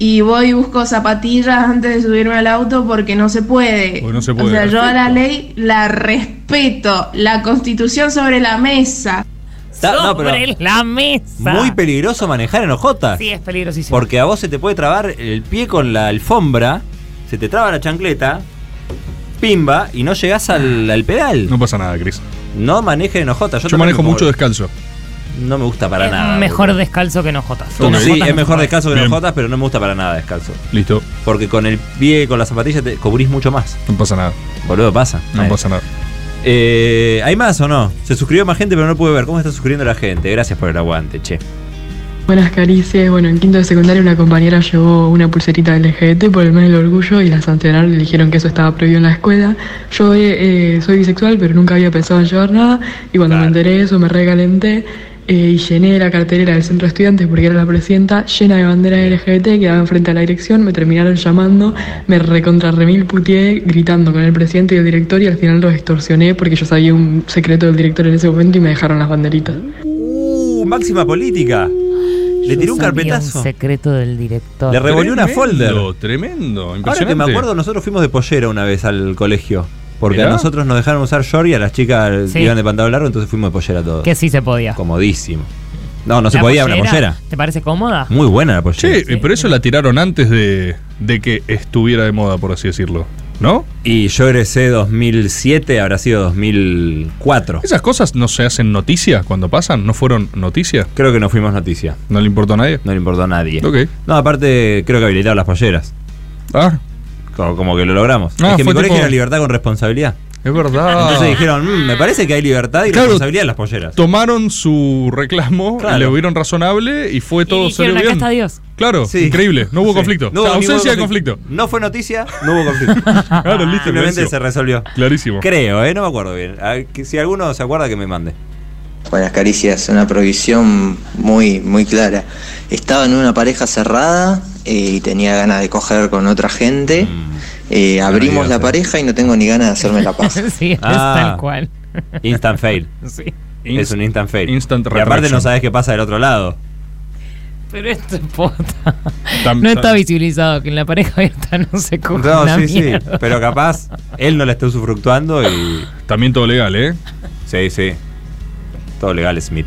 Speaker 27: Y voy y busco zapatillas antes de subirme al auto porque no se puede.
Speaker 6: Porque no se puede,
Speaker 27: O sea, yo a la
Speaker 6: perfecto.
Speaker 27: ley la respeto. La constitución sobre la mesa.
Speaker 8: Está- no, pero
Speaker 27: Sobre
Speaker 9: La mesa.
Speaker 8: muy peligroso manejar en ojotas.
Speaker 9: Sí, es peligrosísimo.
Speaker 8: Porque a vos se te puede trabar el pie con la alfombra, se te traba la chancleta, pimba, y no llegás al, al pedal. No
Speaker 4: pasa nada, Cris.
Speaker 8: No manejes en ojotas.
Speaker 4: Yo,
Speaker 8: también
Speaker 4: manejo
Speaker 8: me-
Speaker 4: mucho descalzo.
Speaker 8: No me gusta para nada.
Speaker 9: Mejor descalzo que enojotas.
Speaker 8: boludo. Sí, es
Speaker 9: descalzo.
Speaker 8: mejor descalzo que en
Speaker 4: Bien.
Speaker 8: ojotas, pero no me gusta para nada descalzo.
Speaker 4: Listo.
Speaker 8: Porque con el pie, con la zapatilla, te cubrís mucho más.
Speaker 4: No pasa nada.
Speaker 8: Boludo, pasa.
Speaker 4: No
Speaker 8: Ahí.
Speaker 4: pasa nada.
Speaker 8: Eh, ¿Hay más o no? Se suscribió más gente, pero no pude ver. ¿Cómo está suscribiendo la gente? Gracias por el aguante, che.
Speaker 36: Buenas caricias. Bueno, en quinto de secundaria una compañera llevó una pulserita LGBT por el mes del orgullo y la sancionaron y le dijeron que eso estaba prohibido en la escuela. Yo eh, eh, soy bisexual, pero nunca había pensado en llevar nada y cuando me enteré de eso me recalenté eh, y llené la cartelera del centro de estudiantes porque era la presidenta llena de banderas LGBT que daban frente a la dirección, me terminaron llamando, me recontra remil puteé gritando con el presidente y el director y al final los extorsioné porque yo sabía un secreto del director en ese momento y me dejaron las banderitas.
Speaker 8: Uh, máxima política. Le tiró un carpetazo.
Speaker 9: Un secreto del director.
Speaker 8: Le revolvió una folder.
Speaker 9: Tremendo,
Speaker 4: Tremendo,
Speaker 8: Ahora que me
Speaker 4: impresionante.
Speaker 8: acuerdo, nosotros fuimos de pollera una vez al colegio. Porque
Speaker 9: Mirá.
Speaker 8: a nosotros nos dejaron usar short y a las chicas
Speaker 9: Sí.
Speaker 8: iban de pantalón largo, entonces fuimos de pollera todos.
Speaker 9: Que sí se podía.
Speaker 8: Comodísimo. No, no se
Speaker 9: La
Speaker 8: podía una pollera.
Speaker 9: ¿Te parece cómoda?
Speaker 8: Muy buena la pollera.
Speaker 6: Che, eh, pero eso la tiraron antes de, de que estuviera de moda, por así decirlo. ¿No?
Speaker 8: Y yo egresé 2007, habrá sido 2004.
Speaker 6: ¿Esas cosas no se hacen noticia cuando pasan? ¿No fueron noticia?
Speaker 8: Creo que no fuimos noticia.
Speaker 6: ¿No le importó a nadie?
Speaker 8: No le importó a nadie.
Speaker 6: Ok.
Speaker 8: No, aparte creo que habilitaron las polleras.
Speaker 6: Ah.
Speaker 8: Como, como que lo logramos.
Speaker 6: Ah,
Speaker 8: es que
Speaker 6: fue
Speaker 8: mi colegio
Speaker 6: tipo-
Speaker 8: era libertad con responsabilidad.
Speaker 6: Es verdad.
Speaker 8: Entonces dijeron, "Mm, me parece que hay libertad y
Speaker 6: Claro.
Speaker 8: responsabilidad en las polleras.
Speaker 6: Tomaron su reclamo, le hubieron razonable y fue todo salió
Speaker 9: dijeron, "Acá
Speaker 6: bien.
Speaker 9: está Dios".
Speaker 6: Claro,
Speaker 8: Sí.
Speaker 6: increíble. No hubo
Speaker 8: Sí.
Speaker 6: conflicto.
Speaker 8: No hubo
Speaker 6: O sea,
Speaker 8: ni
Speaker 6: ausencia de
Speaker 8: hubo
Speaker 6: conflicto.
Speaker 8: No fue noticia, no hubo
Speaker 6: [laughs]
Speaker 8: conflicto. claro, listo. Simplemente
Speaker 6: buenísimo.
Speaker 8: se resolvió.
Speaker 6: Clarísimo.
Speaker 8: Creo, ¿eh? No me acuerdo bien. A ver, que si alguno se acuerda que me mande.
Speaker 32: Buenas caricias, una prohibición muy, muy clara. Estaba en una pareja cerrada eh, y tenía ganas de coger con otra gente.
Speaker 8: Mm.
Speaker 32: Eh, abrimos la pareja y no tengo ni ganas de hacerme la paz.
Speaker 9: [laughs] sí, [laughs] es
Speaker 8: Ah.
Speaker 9: tal cual.
Speaker 8: Instant fail.
Speaker 9: [laughs] Sí.
Speaker 8: es un instant fail.
Speaker 6: Instant
Speaker 8: y aparte
Speaker 6: retraction.
Speaker 8: no sabes qué pasa del otro lado.
Speaker 9: Pero esto es posta. No está visibilizado que en la pareja abierta no se coge
Speaker 8: No,
Speaker 9: una
Speaker 8: sí, sí.
Speaker 9: mierda.
Speaker 8: Pero capaz él no la está usufructuando y.
Speaker 6: También todo legal, ¿eh?
Speaker 8: Sí, sí. Todo legal, Smith.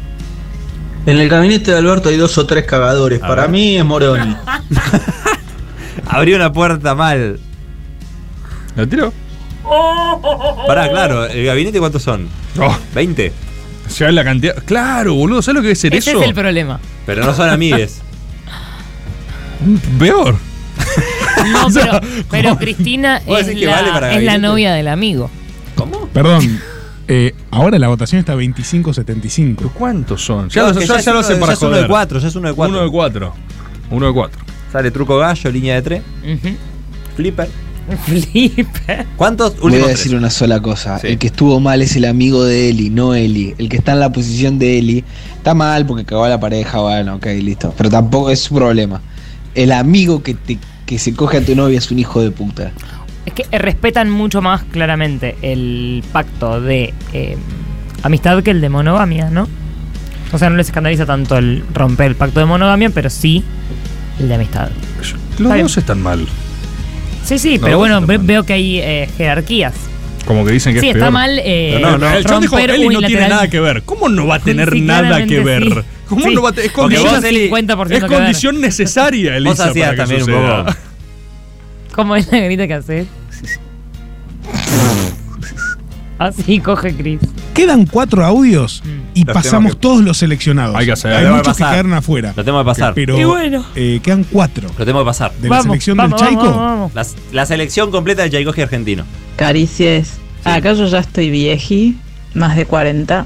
Speaker 37: En el gabinete de Alberto hay dos o tres cagadores.
Speaker 8: A
Speaker 37: Para
Speaker 8: ver.
Speaker 37: mí es Moroni.
Speaker 8: [laughs] Abrió una puerta mal.
Speaker 6: ¿La tiró?
Speaker 8: Pará, claro. ¿El gabinete cuántos son? ¿20?
Speaker 6: Ya la cantidad. Claro, boludo, ¿sabes lo que es ser
Speaker 9: Ese
Speaker 6: eso?
Speaker 9: es el
Speaker 8: [laughs]
Speaker 9: problema.
Speaker 8: Pero no son amigues.
Speaker 6: Peor.
Speaker 9: No, pero, pero Cristina
Speaker 8: ¿Vos
Speaker 9: es,
Speaker 8: decís que
Speaker 9: la,
Speaker 8: vale para
Speaker 9: es la
Speaker 8: gabinete?
Speaker 9: novia del amigo.
Speaker 13: Perdón. eh, ahora la votación está 25-75.
Speaker 6: ¿Cuántos son?
Speaker 8: No, es que ya es uno- ya es uno de cuatro, ya es uno de cuatro.
Speaker 6: Uno de cuatro. Uno de cuatro.
Speaker 8: Sale truco gallo, línea de tres. Flipper.
Speaker 9: Flipper.
Speaker 8: ¿Cuántos
Speaker 30: Voy a
Speaker 8: últimos
Speaker 30: decir una sola cosa. El que estuvo mal es el amigo de Eli, no Eli. El que está en la posición de Eli está mal porque cagó a la pareja, bueno, ok, listo. Pero tampoco es su problema. El amigo que, te- que se coge a tu novia es un hijo de puta.
Speaker 9: Es que respetan mucho más claramente el pacto de eh, amistad que el de monogamia, ¿no? O sea, no les escandaliza tanto el romper el pacto de monogamia, pero sí el de amistad.
Speaker 6: Los
Speaker 9: Está
Speaker 6: dos están mal.
Speaker 9: Sí, sí,
Speaker 6: No,
Speaker 9: pero
Speaker 6: no
Speaker 9: bueno,
Speaker 6: está
Speaker 9: ve- veo que hay eh, jerarquías.
Speaker 6: Como que dicen que
Speaker 9: Sí,
Speaker 6: es
Speaker 9: está
Speaker 6: peor.
Speaker 9: mal, eh,
Speaker 6: Pero no, no. El chabón dijo,
Speaker 9: romper
Speaker 6: Eli no tiene
Speaker 9: unilateral-
Speaker 6: nada que ver. ¿Cómo no va a tener
Speaker 9: Sí,
Speaker 6: nada
Speaker 9: claramente
Speaker 6: que ver?
Speaker 9: sí.
Speaker 6: ¿Cómo
Speaker 9: Sí.
Speaker 6: no va a tener? Es
Speaker 9: Porque
Speaker 6: condición,
Speaker 9: vos, Eli, 50%
Speaker 6: es
Speaker 9: que ver.
Speaker 6: condición necesaria,
Speaker 8: Vos
Speaker 6: Elisa,
Speaker 8: hacías
Speaker 6: para que
Speaker 8: también un
Speaker 6: suceda.
Speaker 8: poco.
Speaker 9: ¿Cómo es la grita que haces? Así coge Chris.
Speaker 13: Quedan cuatro audios y
Speaker 8: Los
Speaker 13: pasamos
Speaker 8: tengo que-
Speaker 13: todos los seleccionados.
Speaker 8: Hay que hacer.
Speaker 13: Hay
Speaker 8: Lo tengo
Speaker 13: muchos
Speaker 8: que
Speaker 13: que
Speaker 8: pasar.
Speaker 13: quedaron afuera.
Speaker 8: Lo tengo que pasar.
Speaker 13: Pero
Speaker 8: Y bueno.
Speaker 13: eh, quedan cuatro.
Speaker 8: Lo tengo que pasar.
Speaker 13: ¿De la Vamos, selección del vamos, Chaico? vamos, vamos.
Speaker 8: La, la selección completa del Chaikovsky argentino.
Speaker 7: Caricies. Acá yo ya estoy vieji, más de 40.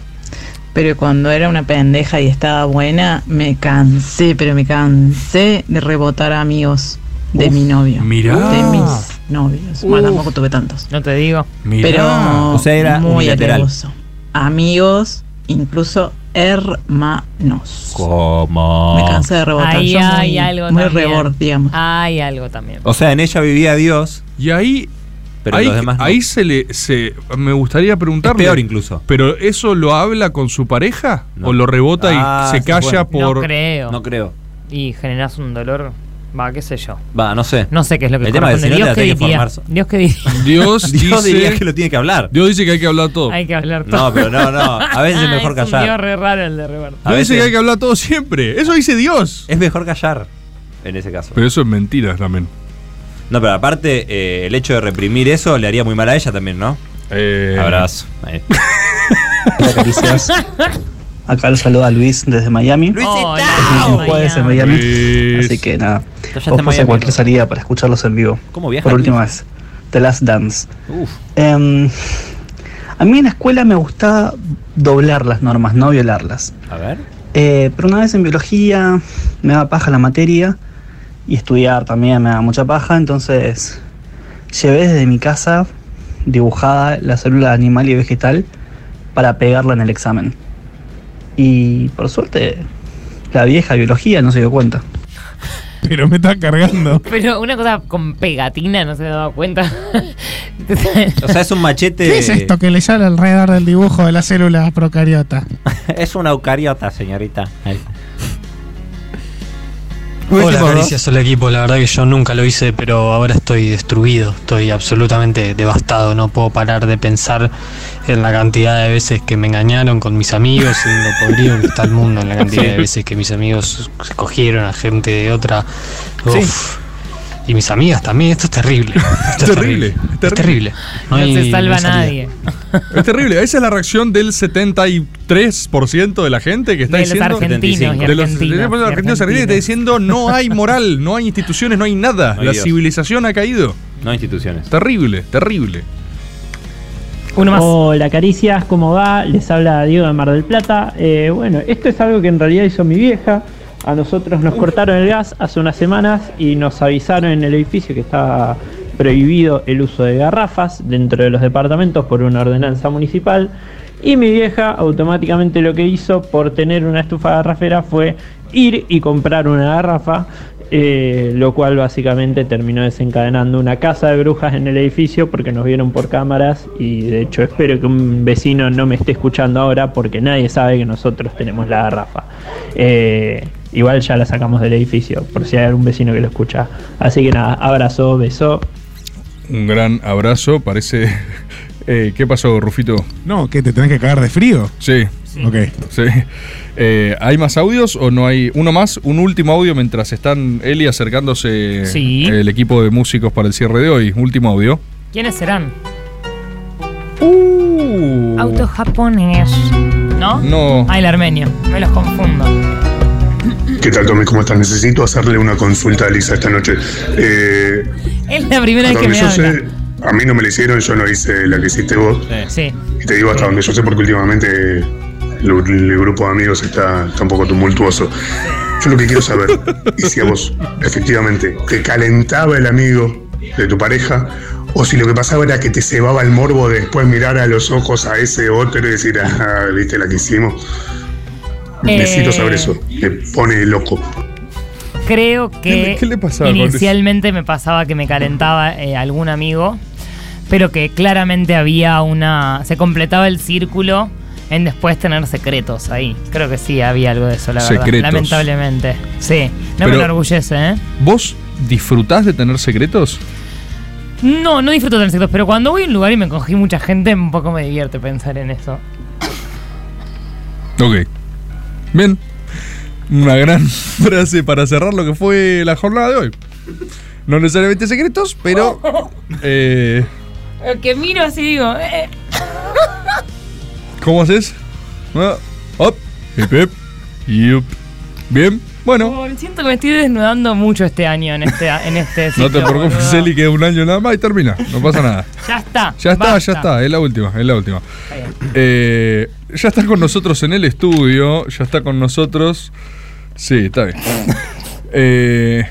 Speaker 7: Pero cuando era una pendeja y estaba buena, me cansé, pero me cansé de rebotar amigos de mi novio.
Speaker 6: mirá.
Speaker 7: De mis novios.
Speaker 9: Uf.
Speaker 7: Bueno, tampoco tuve tantos.
Speaker 9: No te digo.
Speaker 7: Pero
Speaker 8: O sea, era
Speaker 7: muy
Speaker 8: unilateral.
Speaker 7: alevoso. Amigos, incluso hermanos.
Speaker 8: ¿Cómo?
Speaker 7: Me cansé de rebotar.
Speaker 9: Ahí
Speaker 7: Yo
Speaker 9: hay
Speaker 7: muy-
Speaker 9: algo
Speaker 7: muy
Speaker 9: también.
Speaker 7: rebord, digamos.
Speaker 9: Hay algo también.
Speaker 8: O sea, en ella vivía Dios.
Speaker 6: Y ahí.
Speaker 8: Pero
Speaker 6: ahí
Speaker 8: los demás no.
Speaker 6: ahí se le. Se, me gustaría preguntarle.
Speaker 8: Es peor incluso.
Speaker 6: ¿Pero eso lo habla con su pareja? ¿O lo rebota
Speaker 8: Ah,
Speaker 6: y se
Speaker 8: sí,
Speaker 6: calla
Speaker 8: bueno.
Speaker 6: por.?
Speaker 9: No creo.
Speaker 8: No creo.
Speaker 9: Y generas un dolor. Va, qué sé yo.
Speaker 8: Va, no sé.
Speaker 9: No sé qué es lo que
Speaker 8: El tema es
Speaker 9: corresponde.
Speaker 8: que si no te
Speaker 9: Dios
Speaker 8: la
Speaker 9: qué
Speaker 8: tenés que
Speaker 9: diría.
Speaker 6: [laughs]
Speaker 8: formar.
Speaker 9: Dios que diría.
Speaker 8: [laughs]
Speaker 6: Dios,
Speaker 8: Dios
Speaker 6: dice-
Speaker 8: diría que lo tiene que hablar.
Speaker 6: Dios dice que hay que hablar [laughs] todo.
Speaker 9: Hay que hablar todo.
Speaker 8: No, pero no,
Speaker 9: [laughs]
Speaker 6: Ah,
Speaker 8: no. A veces es mejor
Speaker 9: Ah, Es un Dios
Speaker 8: callar.
Speaker 9: re raro el de Roberto.
Speaker 8: A
Speaker 6: Dios dice
Speaker 8: veces-
Speaker 6: que hay que hablar todo siempre. Eso dice Dios.
Speaker 8: Es mejor callar en ese caso.
Speaker 6: Pero eso es mentira también.
Speaker 8: No, pero aparte, eh, el hecho de reprimir eso le haría muy mal a ella también, ¿no?
Speaker 6: Eh.
Speaker 8: Abrazo. Ahí.
Speaker 7: Hola,
Speaker 9: [laughs]
Speaker 7: caricias. Acá lo saluda Luis desde Miami. Luis
Speaker 8: Oh,
Speaker 7: jueves en Miami. Así que nada.
Speaker 8: Entonces ya está
Speaker 7: Os
Speaker 8: en
Speaker 7: puse
Speaker 8: Miami,
Speaker 7: cualquier
Speaker 8: ¿no?
Speaker 7: salida para escucharlos en vivo.
Speaker 8: ¿Cómo viaja
Speaker 7: Por
Speaker 8: Luis?
Speaker 7: última vez. The Last Dance.
Speaker 8: Uf.
Speaker 7: Em, a mí en la escuela me gustaba doblar las normas, no violarlas.
Speaker 8: A ver.
Speaker 7: Eh, pero una vez en biología me daba paja la materia y estudiar también me daba mucha paja, entonces llevé desde mi casa dibujada la célula animal y vegetal para pegarla en el examen. Y por suerte la vieja biología no se dio cuenta.
Speaker 13: Pero me está cargando.
Speaker 9: Pero una cosa con pegatina, no se daba cuenta.
Speaker 8: O sea, es
Speaker 9: [laughs]
Speaker 8: un machete.
Speaker 20: ¿Qué es esto que le sale alrededor del dibujo de las células procariota?
Speaker 8: [laughs] Es una eucariota, señorita. Ahí.
Speaker 26: Hola,
Speaker 8: Último, ¿no?
Speaker 26: caricias al equipo. La verdad que yo nunca lo hice, pero ahora estoy destruido. Estoy absolutamente devastado. No puedo parar de pensar en la cantidad de veces que me [laughs] engañaron con mis amigos y en lo podrido que está el mundo, en la cantidad de veces que mis amigos se cogieron a gente de otra. Uf. Y mis amigas también. Esto es
Speaker 6: [laughs]
Speaker 26: terrible. Esto es terrible. Es terrible.
Speaker 9: No,
Speaker 26: hay-
Speaker 9: se salva
Speaker 26: hay salida.
Speaker 9: nadie.
Speaker 6: Es terrible. Esa es la reacción del 73% de la gente que está
Speaker 9: De los
Speaker 6: diciendo.
Speaker 9: argentinos y
Speaker 6: de los
Speaker 9: argentinas,
Speaker 6: 73% de los
Speaker 9: y
Speaker 6: argentinos argentinos está
Speaker 9: argentinos.
Speaker 6: diciendo no hay moral, no hay [laughs] instituciones, no hay nada.
Speaker 8: No hay
Speaker 6: la
Speaker 8: Dios.
Speaker 6: civilización ha caído.
Speaker 8: No instituciones.
Speaker 6: Terrible, terrible.
Speaker 38: Hola, caricias, ¿cómo va? Les habla Diego de Mar del Plata. Eh, bueno, esto es algo que en realidad hizo mi vieja. A nosotros nos cortaron el gas hace unas semanas y nos avisaron en el edificio que estaba prohibido el uso de garrafas dentro de los departamentos por una ordenanza municipal. Y mi vieja automáticamente lo que hizo por tener una estufa garrafera fue ir y comprar una garrafa, eh, lo cual básicamente terminó desencadenando una casa de brujas en el edificio porque nos vieron por cámaras y de hecho espero que un vecino no me esté escuchando ahora porque nadie sabe que nosotros tenemos la garrafa. Eh, igual ya la sacamos del edificio por si hay algún vecino que lo escucha. Así que nada, abrazo, beso.
Speaker 6: Un gran abrazo. Parece. [laughs] Eh, ¿Qué pasó, Rufito?
Speaker 13: No, que te tenés que cagar de frío.
Speaker 6: Sí.
Speaker 13: Ok.
Speaker 6: Sí. Eh, ¿Hay más audios o no hay? Uno más, un último audio mientras están Eli acercándose
Speaker 9: Sí.
Speaker 6: el equipo de músicos para el cierre de hoy. Último audio.
Speaker 9: ¿Quiénes serán? Auto japonés. ¿No?
Speaker 6: Uh. No.
Speaker 9: Ah, el armenio. Me los confundo.
Speaker 39: ¿Qué tal, Tommy? ¿Cómo estás? Necesito hacerle una consulta a Elisa esta noche. Eh,
Speaker 9: Es la primera vez
Speaker 39: hasta
Speaker 9: que me
Speaker 39: donde yo
Speaker 9: habla.
Speaker 39: sé, a mí no me la hicieron, yo no hice la que hiciste vos.
Speaker 9: Sí.
Speaker 39: Y te digo hasta donde yo sé porque últimamente el, el grupo de amigos está, está un poco tumultuoso. Yo lo que quiero
Speaker 9: [laughs]
Speaker 39: saber es si a vos, efectivamente, te calentaba el amigo de tu pareja o si lo que pasaba era que te cebaba el morbo de después mirar a los ojos a ese otro y decir, ah, viste la que hicimos. Necesito
Speaker 9: Eh.
Speaker 39: saber eso. Me pone loco.
Speaker 9: Creo que
Speaker 39: ¿Qué le- qué le pasaba con
Speaker 9: inicialmente me pasaba que me calentaba eh, algún amigo pero que claramente había una. Se completaba el círculo en después tener secretos ahí. Creo que sí había algo de eso, la
Speaker 40: Secretos.
Speaker 9: verdad. Lamentablemente. Sí, no me
Speaker 40: Pero-
Speaker 9: enorgullece, ¿eh?
Speaker 40: ¿Vos disfrutás de tener secretos?
Speaker 9: No, no disfruto tener secretos, pero cuando voy a un lugar y me cogí mucha gente, un poco me divierte pensar en eso.
Speaker 40: Ok. Bien.
Speaker 6: Una gran [laughs] frase para cerrar lo que fue la jornada de hoy. No necesariamente secretos, pero. eh,
Speaker 9: El que miro así digo, eh,
Speaker 6: ¿Cómo haces? Ah, op, hip, hip, yup. Bien, bueno.
Speaker 9: como siento que me estoy desnudando mucho este año en este en este
Speaker 6: No te
Speaker 9: ciclo,
Speaker 6: preocupes,
Speaker 9: boludo.
Speaker 6: Eli, que un año nada más y termina. No pasa nada.
Speaker 9: Ya está.
Speaker 6: Ya está,
Speaker 9: basta.
Speaker 6: ya está, es la última, es la última. Eh, ya está con nosotros en el estudio, ya está con nosotros. Sí, está bien. Eh,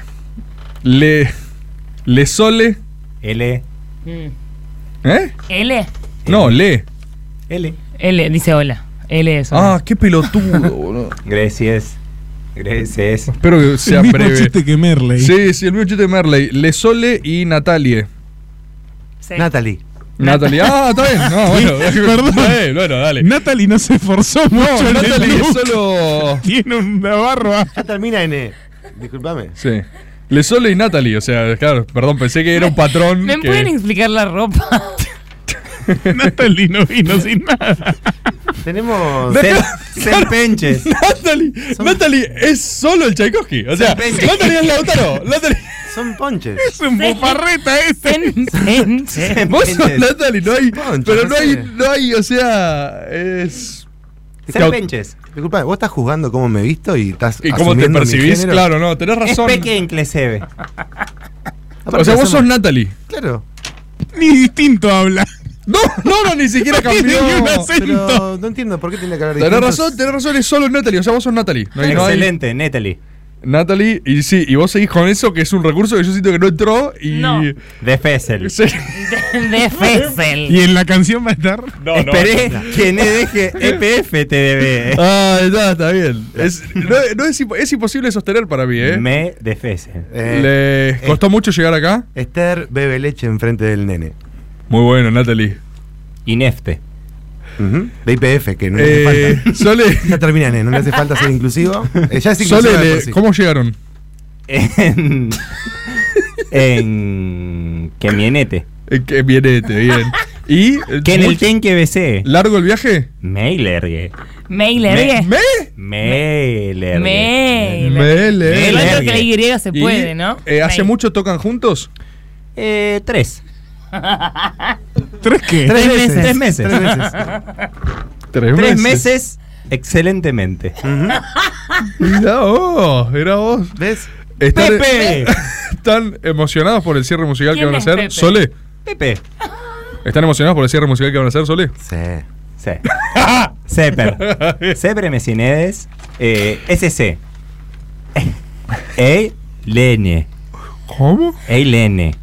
Speaker 6: le. Le Sole.
Speaker 4: L.
Speaker 9: Mm.
Speaker 6: ¿Eh?
Speaker 9: L.
Speaker 8: Eh.
Speaker 6: No,
Speaker 8: [laughs]
Speaker 6: Le.
Speaker 4: L.
Speaker 9: L, dice hola. L es hola.
Speaker 6: Ah, qué pelotudo, boludo.
Speaker 4: Gracias. Gracias.
Speaker 6: Espero que sea
Speaker 13: el mismo
Speaker 6: breve.
Speaker 13: chiste que Merley.
Speaker 6: Sí, sí, el mío chiste de Merley. Le Sole y Natalie.
Speaker 4: Natalie.
Speaker 6: Natalie. Ah, está bien.
Speaker 13: [laughs]
Speaker 6: No, bueno.
Speaker 13: Perdón.
Speaker 6: Bueno, bueno, dale.
Speaker 13: Natalie no se esforzó mucho. en el
Speaker 6: Natalie
Speaker 13: look.
Speaker 6: solo.
Speaker 13: Tiene una
Speaker 6: ah.
Speaker 13: barba.
Speaker 6: [laughs]
Speaker 16: Ya termina N. Disculpame.
Speaker 6: Sí. Le Sole y Natalie, o sea, claro, perdón, pensé que era un patrón.
Speaker 9: ¿Me
Speaker 6: que-
Speaker 9: pueden explicar la
Speaker 6: [laughs]
Speaker 9: ropa?
Speaker 13: Natalie no vino sin nada.
Speaker 16: Tenemos.
Speaker 4: penches.
Speaker 6: Natalie, Natalie es solo el Tchaikovsky. O sea,
Speaker 16: Penches.
Speaker 6: Natalie es
Speaker 16: [laughs]
Speaker 6: Lautaro. Natalie.
Speaker 16: Son ponches.
Speaker 13: Es un bufarreta ese.
Speaker 6: este. [laughs] Vos sos
Speaker 16: Penches.
Speaker 6: Natalie, no hay.
Speaker 16: Poncho,
Speaker 6: pero
Speaker 16: no
Speaker 6: no hay,
Speaker 16: sé.
Speaker 6: no hay, o sea, es.
Speaker 16: Ser penches. Disculpame, vos estás juzgando cómo me he visto y estás.
Speaker 6: ¿Y cómo te
Speaker 16: asumiendo mi
Speaker 6: percibís?
Speaker 16: género?
Speaker 6: Claro, no, tenés
Speaker 4: Es
Speaker 6: razón.
Speaker 4: peque inclesebe.
Speaker 6: O sea, vos sos Natalie.
Speaker 16: Claro.
Speaker 13: Ni distinto habla.
Speaker 6: No, no, no,
Speaker 13: [laughs]
Speaker 6: ni siquiera
Speaker 16: No tiene
Speaker 6: cambió.
Speaker 16: ni un acento. Pero no entiendo por qué tiene que haber
Speaker 6: Tenés
Speaker 16: distintos-
Speaker 6: razón, tenés razón, es solo Natalie. O sea, vos sos Natalie. No hay- no hay-
Speaker 4: Excelente, Natalie.
Speaker 6: Natalie, y sí, y vos seguís con eso, que es un recurso que yo siento que no entró y.
Speaker 9: No.
Speaker 4: De Fessel.
Speaker 6: Sí.
Speaker 9: [laughs] De Fessel.
Speaker 13: Y en la canción va a estar.
Speaker 6: No,
Speaker 4: Esperé que ne deje E EPF TDB.
Speaker 6: Ah, está, está bien. Es, no, no es, impo- es imposible sostener para mí, ¿eh?
Speaker 4: Me de Fessel. Eh,
Speaker 6: ¿Les Eh, costó mucho llegar acá?
Speaker 16: Esther bebe leche enfrente del nene.
Speaker 6: Muy bueno, Natalie.
Speaker 4: Inefte.
Speaker 16: Ujú, De IPF, que no le
Speaker 6: Eh,
Speaker 16: hace falta.
Speaker 6: [laughs] Sole.
Speaker 16: Ya termina, nene, no le hace falta ser inclusivo. Eh, ya es inclusivo.
Speaker 6: Sole,
Speaker 16: de
Speaker 6: le-
Speaker 16: por sí.
Speaker 6: ¿cómo llegaron?
Speaker 4: En. En. Que mienete.
Speaker 6: Eh, Que vienete, bien. ¿Y?
Speaker 4: Que en el
Speaker 6: mucho-
Speaker 4: ten que besé.
Speaker 6: ¿Largo el viaje?
Speaker 4: Mailer.
Speaker 9: Mailer.
Speaker 6: ¿Me?
Speaker 4: Mailer. eh.
Speaker 9: Mailer.
Speaker 6: Mele.
Speaker 9: Igual creo que la Y se puede, ¿no?
Speaker 6: eh, ¿Hace
Speaker 9: Mailer.
Speaker 6: mucho tocan juntos?
Speaker 4: Eh, tres.
Speaker 13: ¿Tres qué?
Speaker 4: Tres meses. Tres meses.
Speaker 16: Tres meses.
Speaker 6: Tres,
Speaker 4: Tres meses. Excelentemente.
Speaker 6: Mirá vos, mirá vos.
Speaker 16: ¿Ves?
Speaker 6: Están,
Speaker 4: Pepe.
Speaker 6: [laughs] están emocionados por el cierre musical que
Speaker 4: ¿Quién
Speaker 6: van a
Speaker 4: es
Speaker 6: hacer.
Speaker 4: Pepe?
Speaker 6: Sole.
Speaker 4: Pepe.
Speaker 6: ¿Están emocionados por el cierre musical que van a hacer, Sole?
Speaker 16: Sí.
Speaker 4: Sí. [laughs]
Speaker 6: [laughs]
Speaker 4: Seper. Seper Mesinedes. Eh, SC. Eilene.
Speaker 6: ¿Cómo?
Speaker 4: Eilene.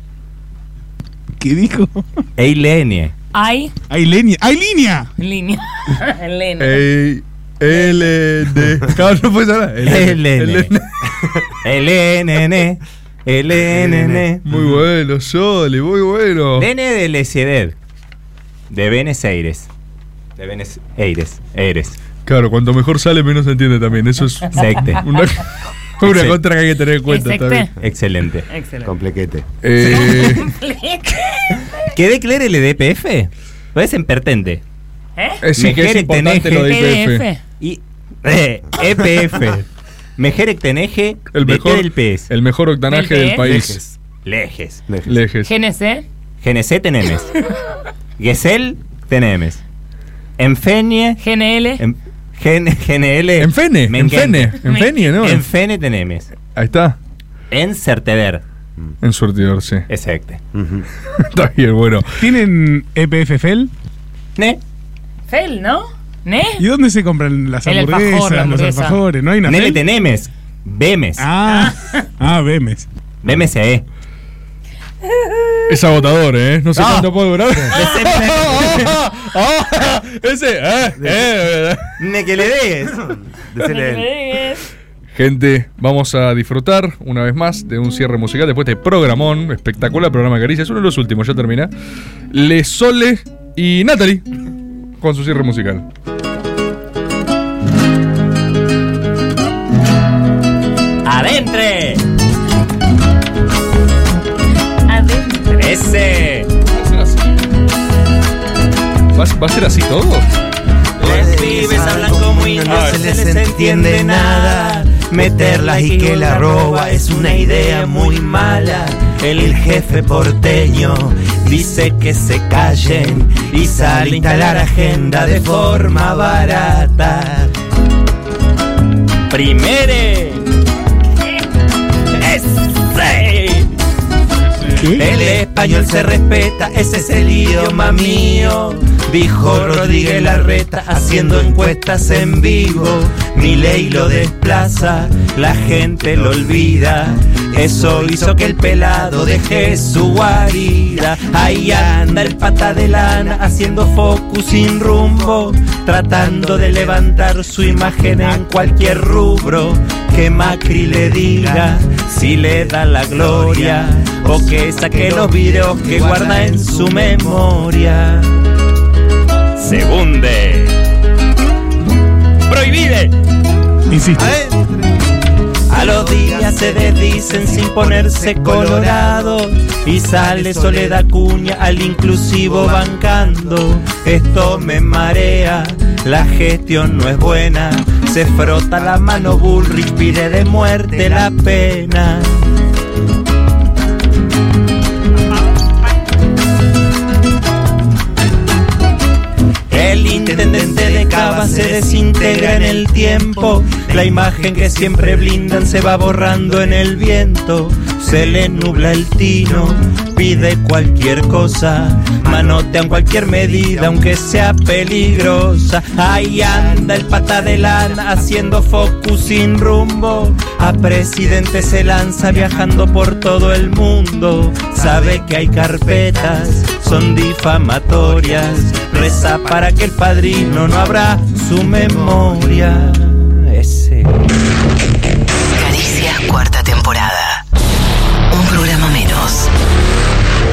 Speaker 13: ¿Qué dijo?
Speaker 4: Eilene.
Speaker 9: Hay
Speaker 13: Hay línea. ¡Hay línea!
Speaker 9: línea. [laughs] Elena.
Speaker 6: Ey, LD. Claro, no puedes hablar.
Speaker 4: Elene. Elenene. Elenene.
Speaker 6: Muy bueno, Sole, muy bueno.
Speaker 4: Dene de Lesiedad. De Buenos Aires. De Buenos Aires. Aires.
Speaker 6: Claro, cuanto mejor sale, menos se entiende también. [laughs] Eso es
Speaker 4: Secte.
Speaker 6: una, una contra que hay que tener en cuenta
Speaker 9: Exacte.
Speaker 6: también.
Speaker 4: Excelente.
Speaker 9: Excelente.
Speaker 16: Complequete.
Speaker 6: Eh,
Speaker 4: [laughs] ¿Que declare el E DPF? Lo es impertente.
Speaker 6: eh, sí, que es
Speaker 4: Mejere
Speaker 6: importante lo de E IPF.
Speaker 4: Y eh, EPF. Mejere teneje
Speaker 6: El
Speaker 4: de
Speaker 6: mejor,
Speaker 4: del PS.
Speaker 6: el mejor octanaje
Speaker 9: ¿Del
Speaker 6: del
Speaker 9: PS?
Speaker 6: país.
Speaker 4: Lejes.
Speaker 6: Lejes.
Speaker 9: GNC.
Speaker 4: GNC tenemes. Gesel tenemes. Enfenie.
Speaker 9: GNL.
Speaker 4: em- gen- GNL.
Speaker 6: Enfene,
Speaker 4: Menguente.
Speaker 6: enfene, enfene, ¿no?
Speaker 4: Enfene tenemes.
Speaker 6: Ahí está. Mm.
Speaker 4: En certeder.
Speaker 6: En surtidor, sí.
Speaker 4: Exacte.
Speaker 6: [laughs] Está bien, bueno.
Speaker 13: ¿Tienen E EPF FEL?
Speaker 4: Ne.
Speaker 9: Fel, ¿no? ¿Ne?
Speaker 13: ¿Y dónde se compran las
Speaker 9: El alfajor,
Speaker 13: hamburguesas,
Speaker 9: la
Speaker 13: los
Speaker 9: hamburguesa.
Speaker 13: alfajores? ¿No hay una
Speaker 4: Nele
Speaker 13: FEL?
Speaker 6: E
Speaker 4: tenemes. Bemes.
Speaker 13: Ah, ah, Bemes.
Speaker 4: Bemes e.
Speaker 6: Es agotador, ¿eh? No sé
Speaker 4: Ah.
Speaker 6: [laughs] cuánto puede durar. [laughs]
Speaker 4: Ah,
Speaker 6: ah, ah, ese, eh, eh, eh.
Speaker 4: Ne que le des.
Speaker 16: Decile él.
Speaker 41: Gente,
Speaker 6: Vamos a disfrutar una vez más de un cierre musical después de este programón, espectacular programa Caricia, es uno de los últimos, ya termina. Le Sole y Natalie con su cierre musical.
Speaker 32: ¡Adentre!
Speaker 4: Adentro.
Speaker 32: ¡Ese!
Speaker 6: ¿Va, a- va a ser así todo?
Speaker 32: Los pibes hablan como indios,
Speaker 6: Ah,
Speaker 32: se les entiende nada. Meterla y que la roba es una idea muy mala. El jefe porteño dice que se callen y sale a instalar agenda de forma barata. Primere. Ese. El español se respeta, ese es el idioma mío. Dijo Rodríguez Larreta haciendo encuestas en vivo. Mi ley lo desplaza, la gente lo olvida. Eso hizo que el pelado deje su guarida. Ahí anda el pata de lana haciendo focus sin rumbo. Tratando de levantar su imagen en cualquier rubro. Que Macri le diga si le da la gloria. O que saque los videos que guarda en su memoria. Se hunde. Prohibide.
Speaker 42: Insisto.
Speaker 32: A los días se desdicen sin ponerse colorado y sale Soledad Cuña al inclusivo bancando. Esto me marea, la gestión no es buena. Se frota la mano Bullrich, pide de muerte la pena. El intendente de Cava se desintegra en el tiempo. La imagen que siempre blindan se va borrando en el viento. Se le nubla el tino, pide cualquier cosa. Manotean cualquier medida, aunque sea peligrosa. Ahí anda el pata de lana haciendo focus sin rumbo. A presidente se lanza viajando por todo el mundo. Sabe que hay carpetas, son difamatorias. Reza para que el padrino no abra su memoria. Ese.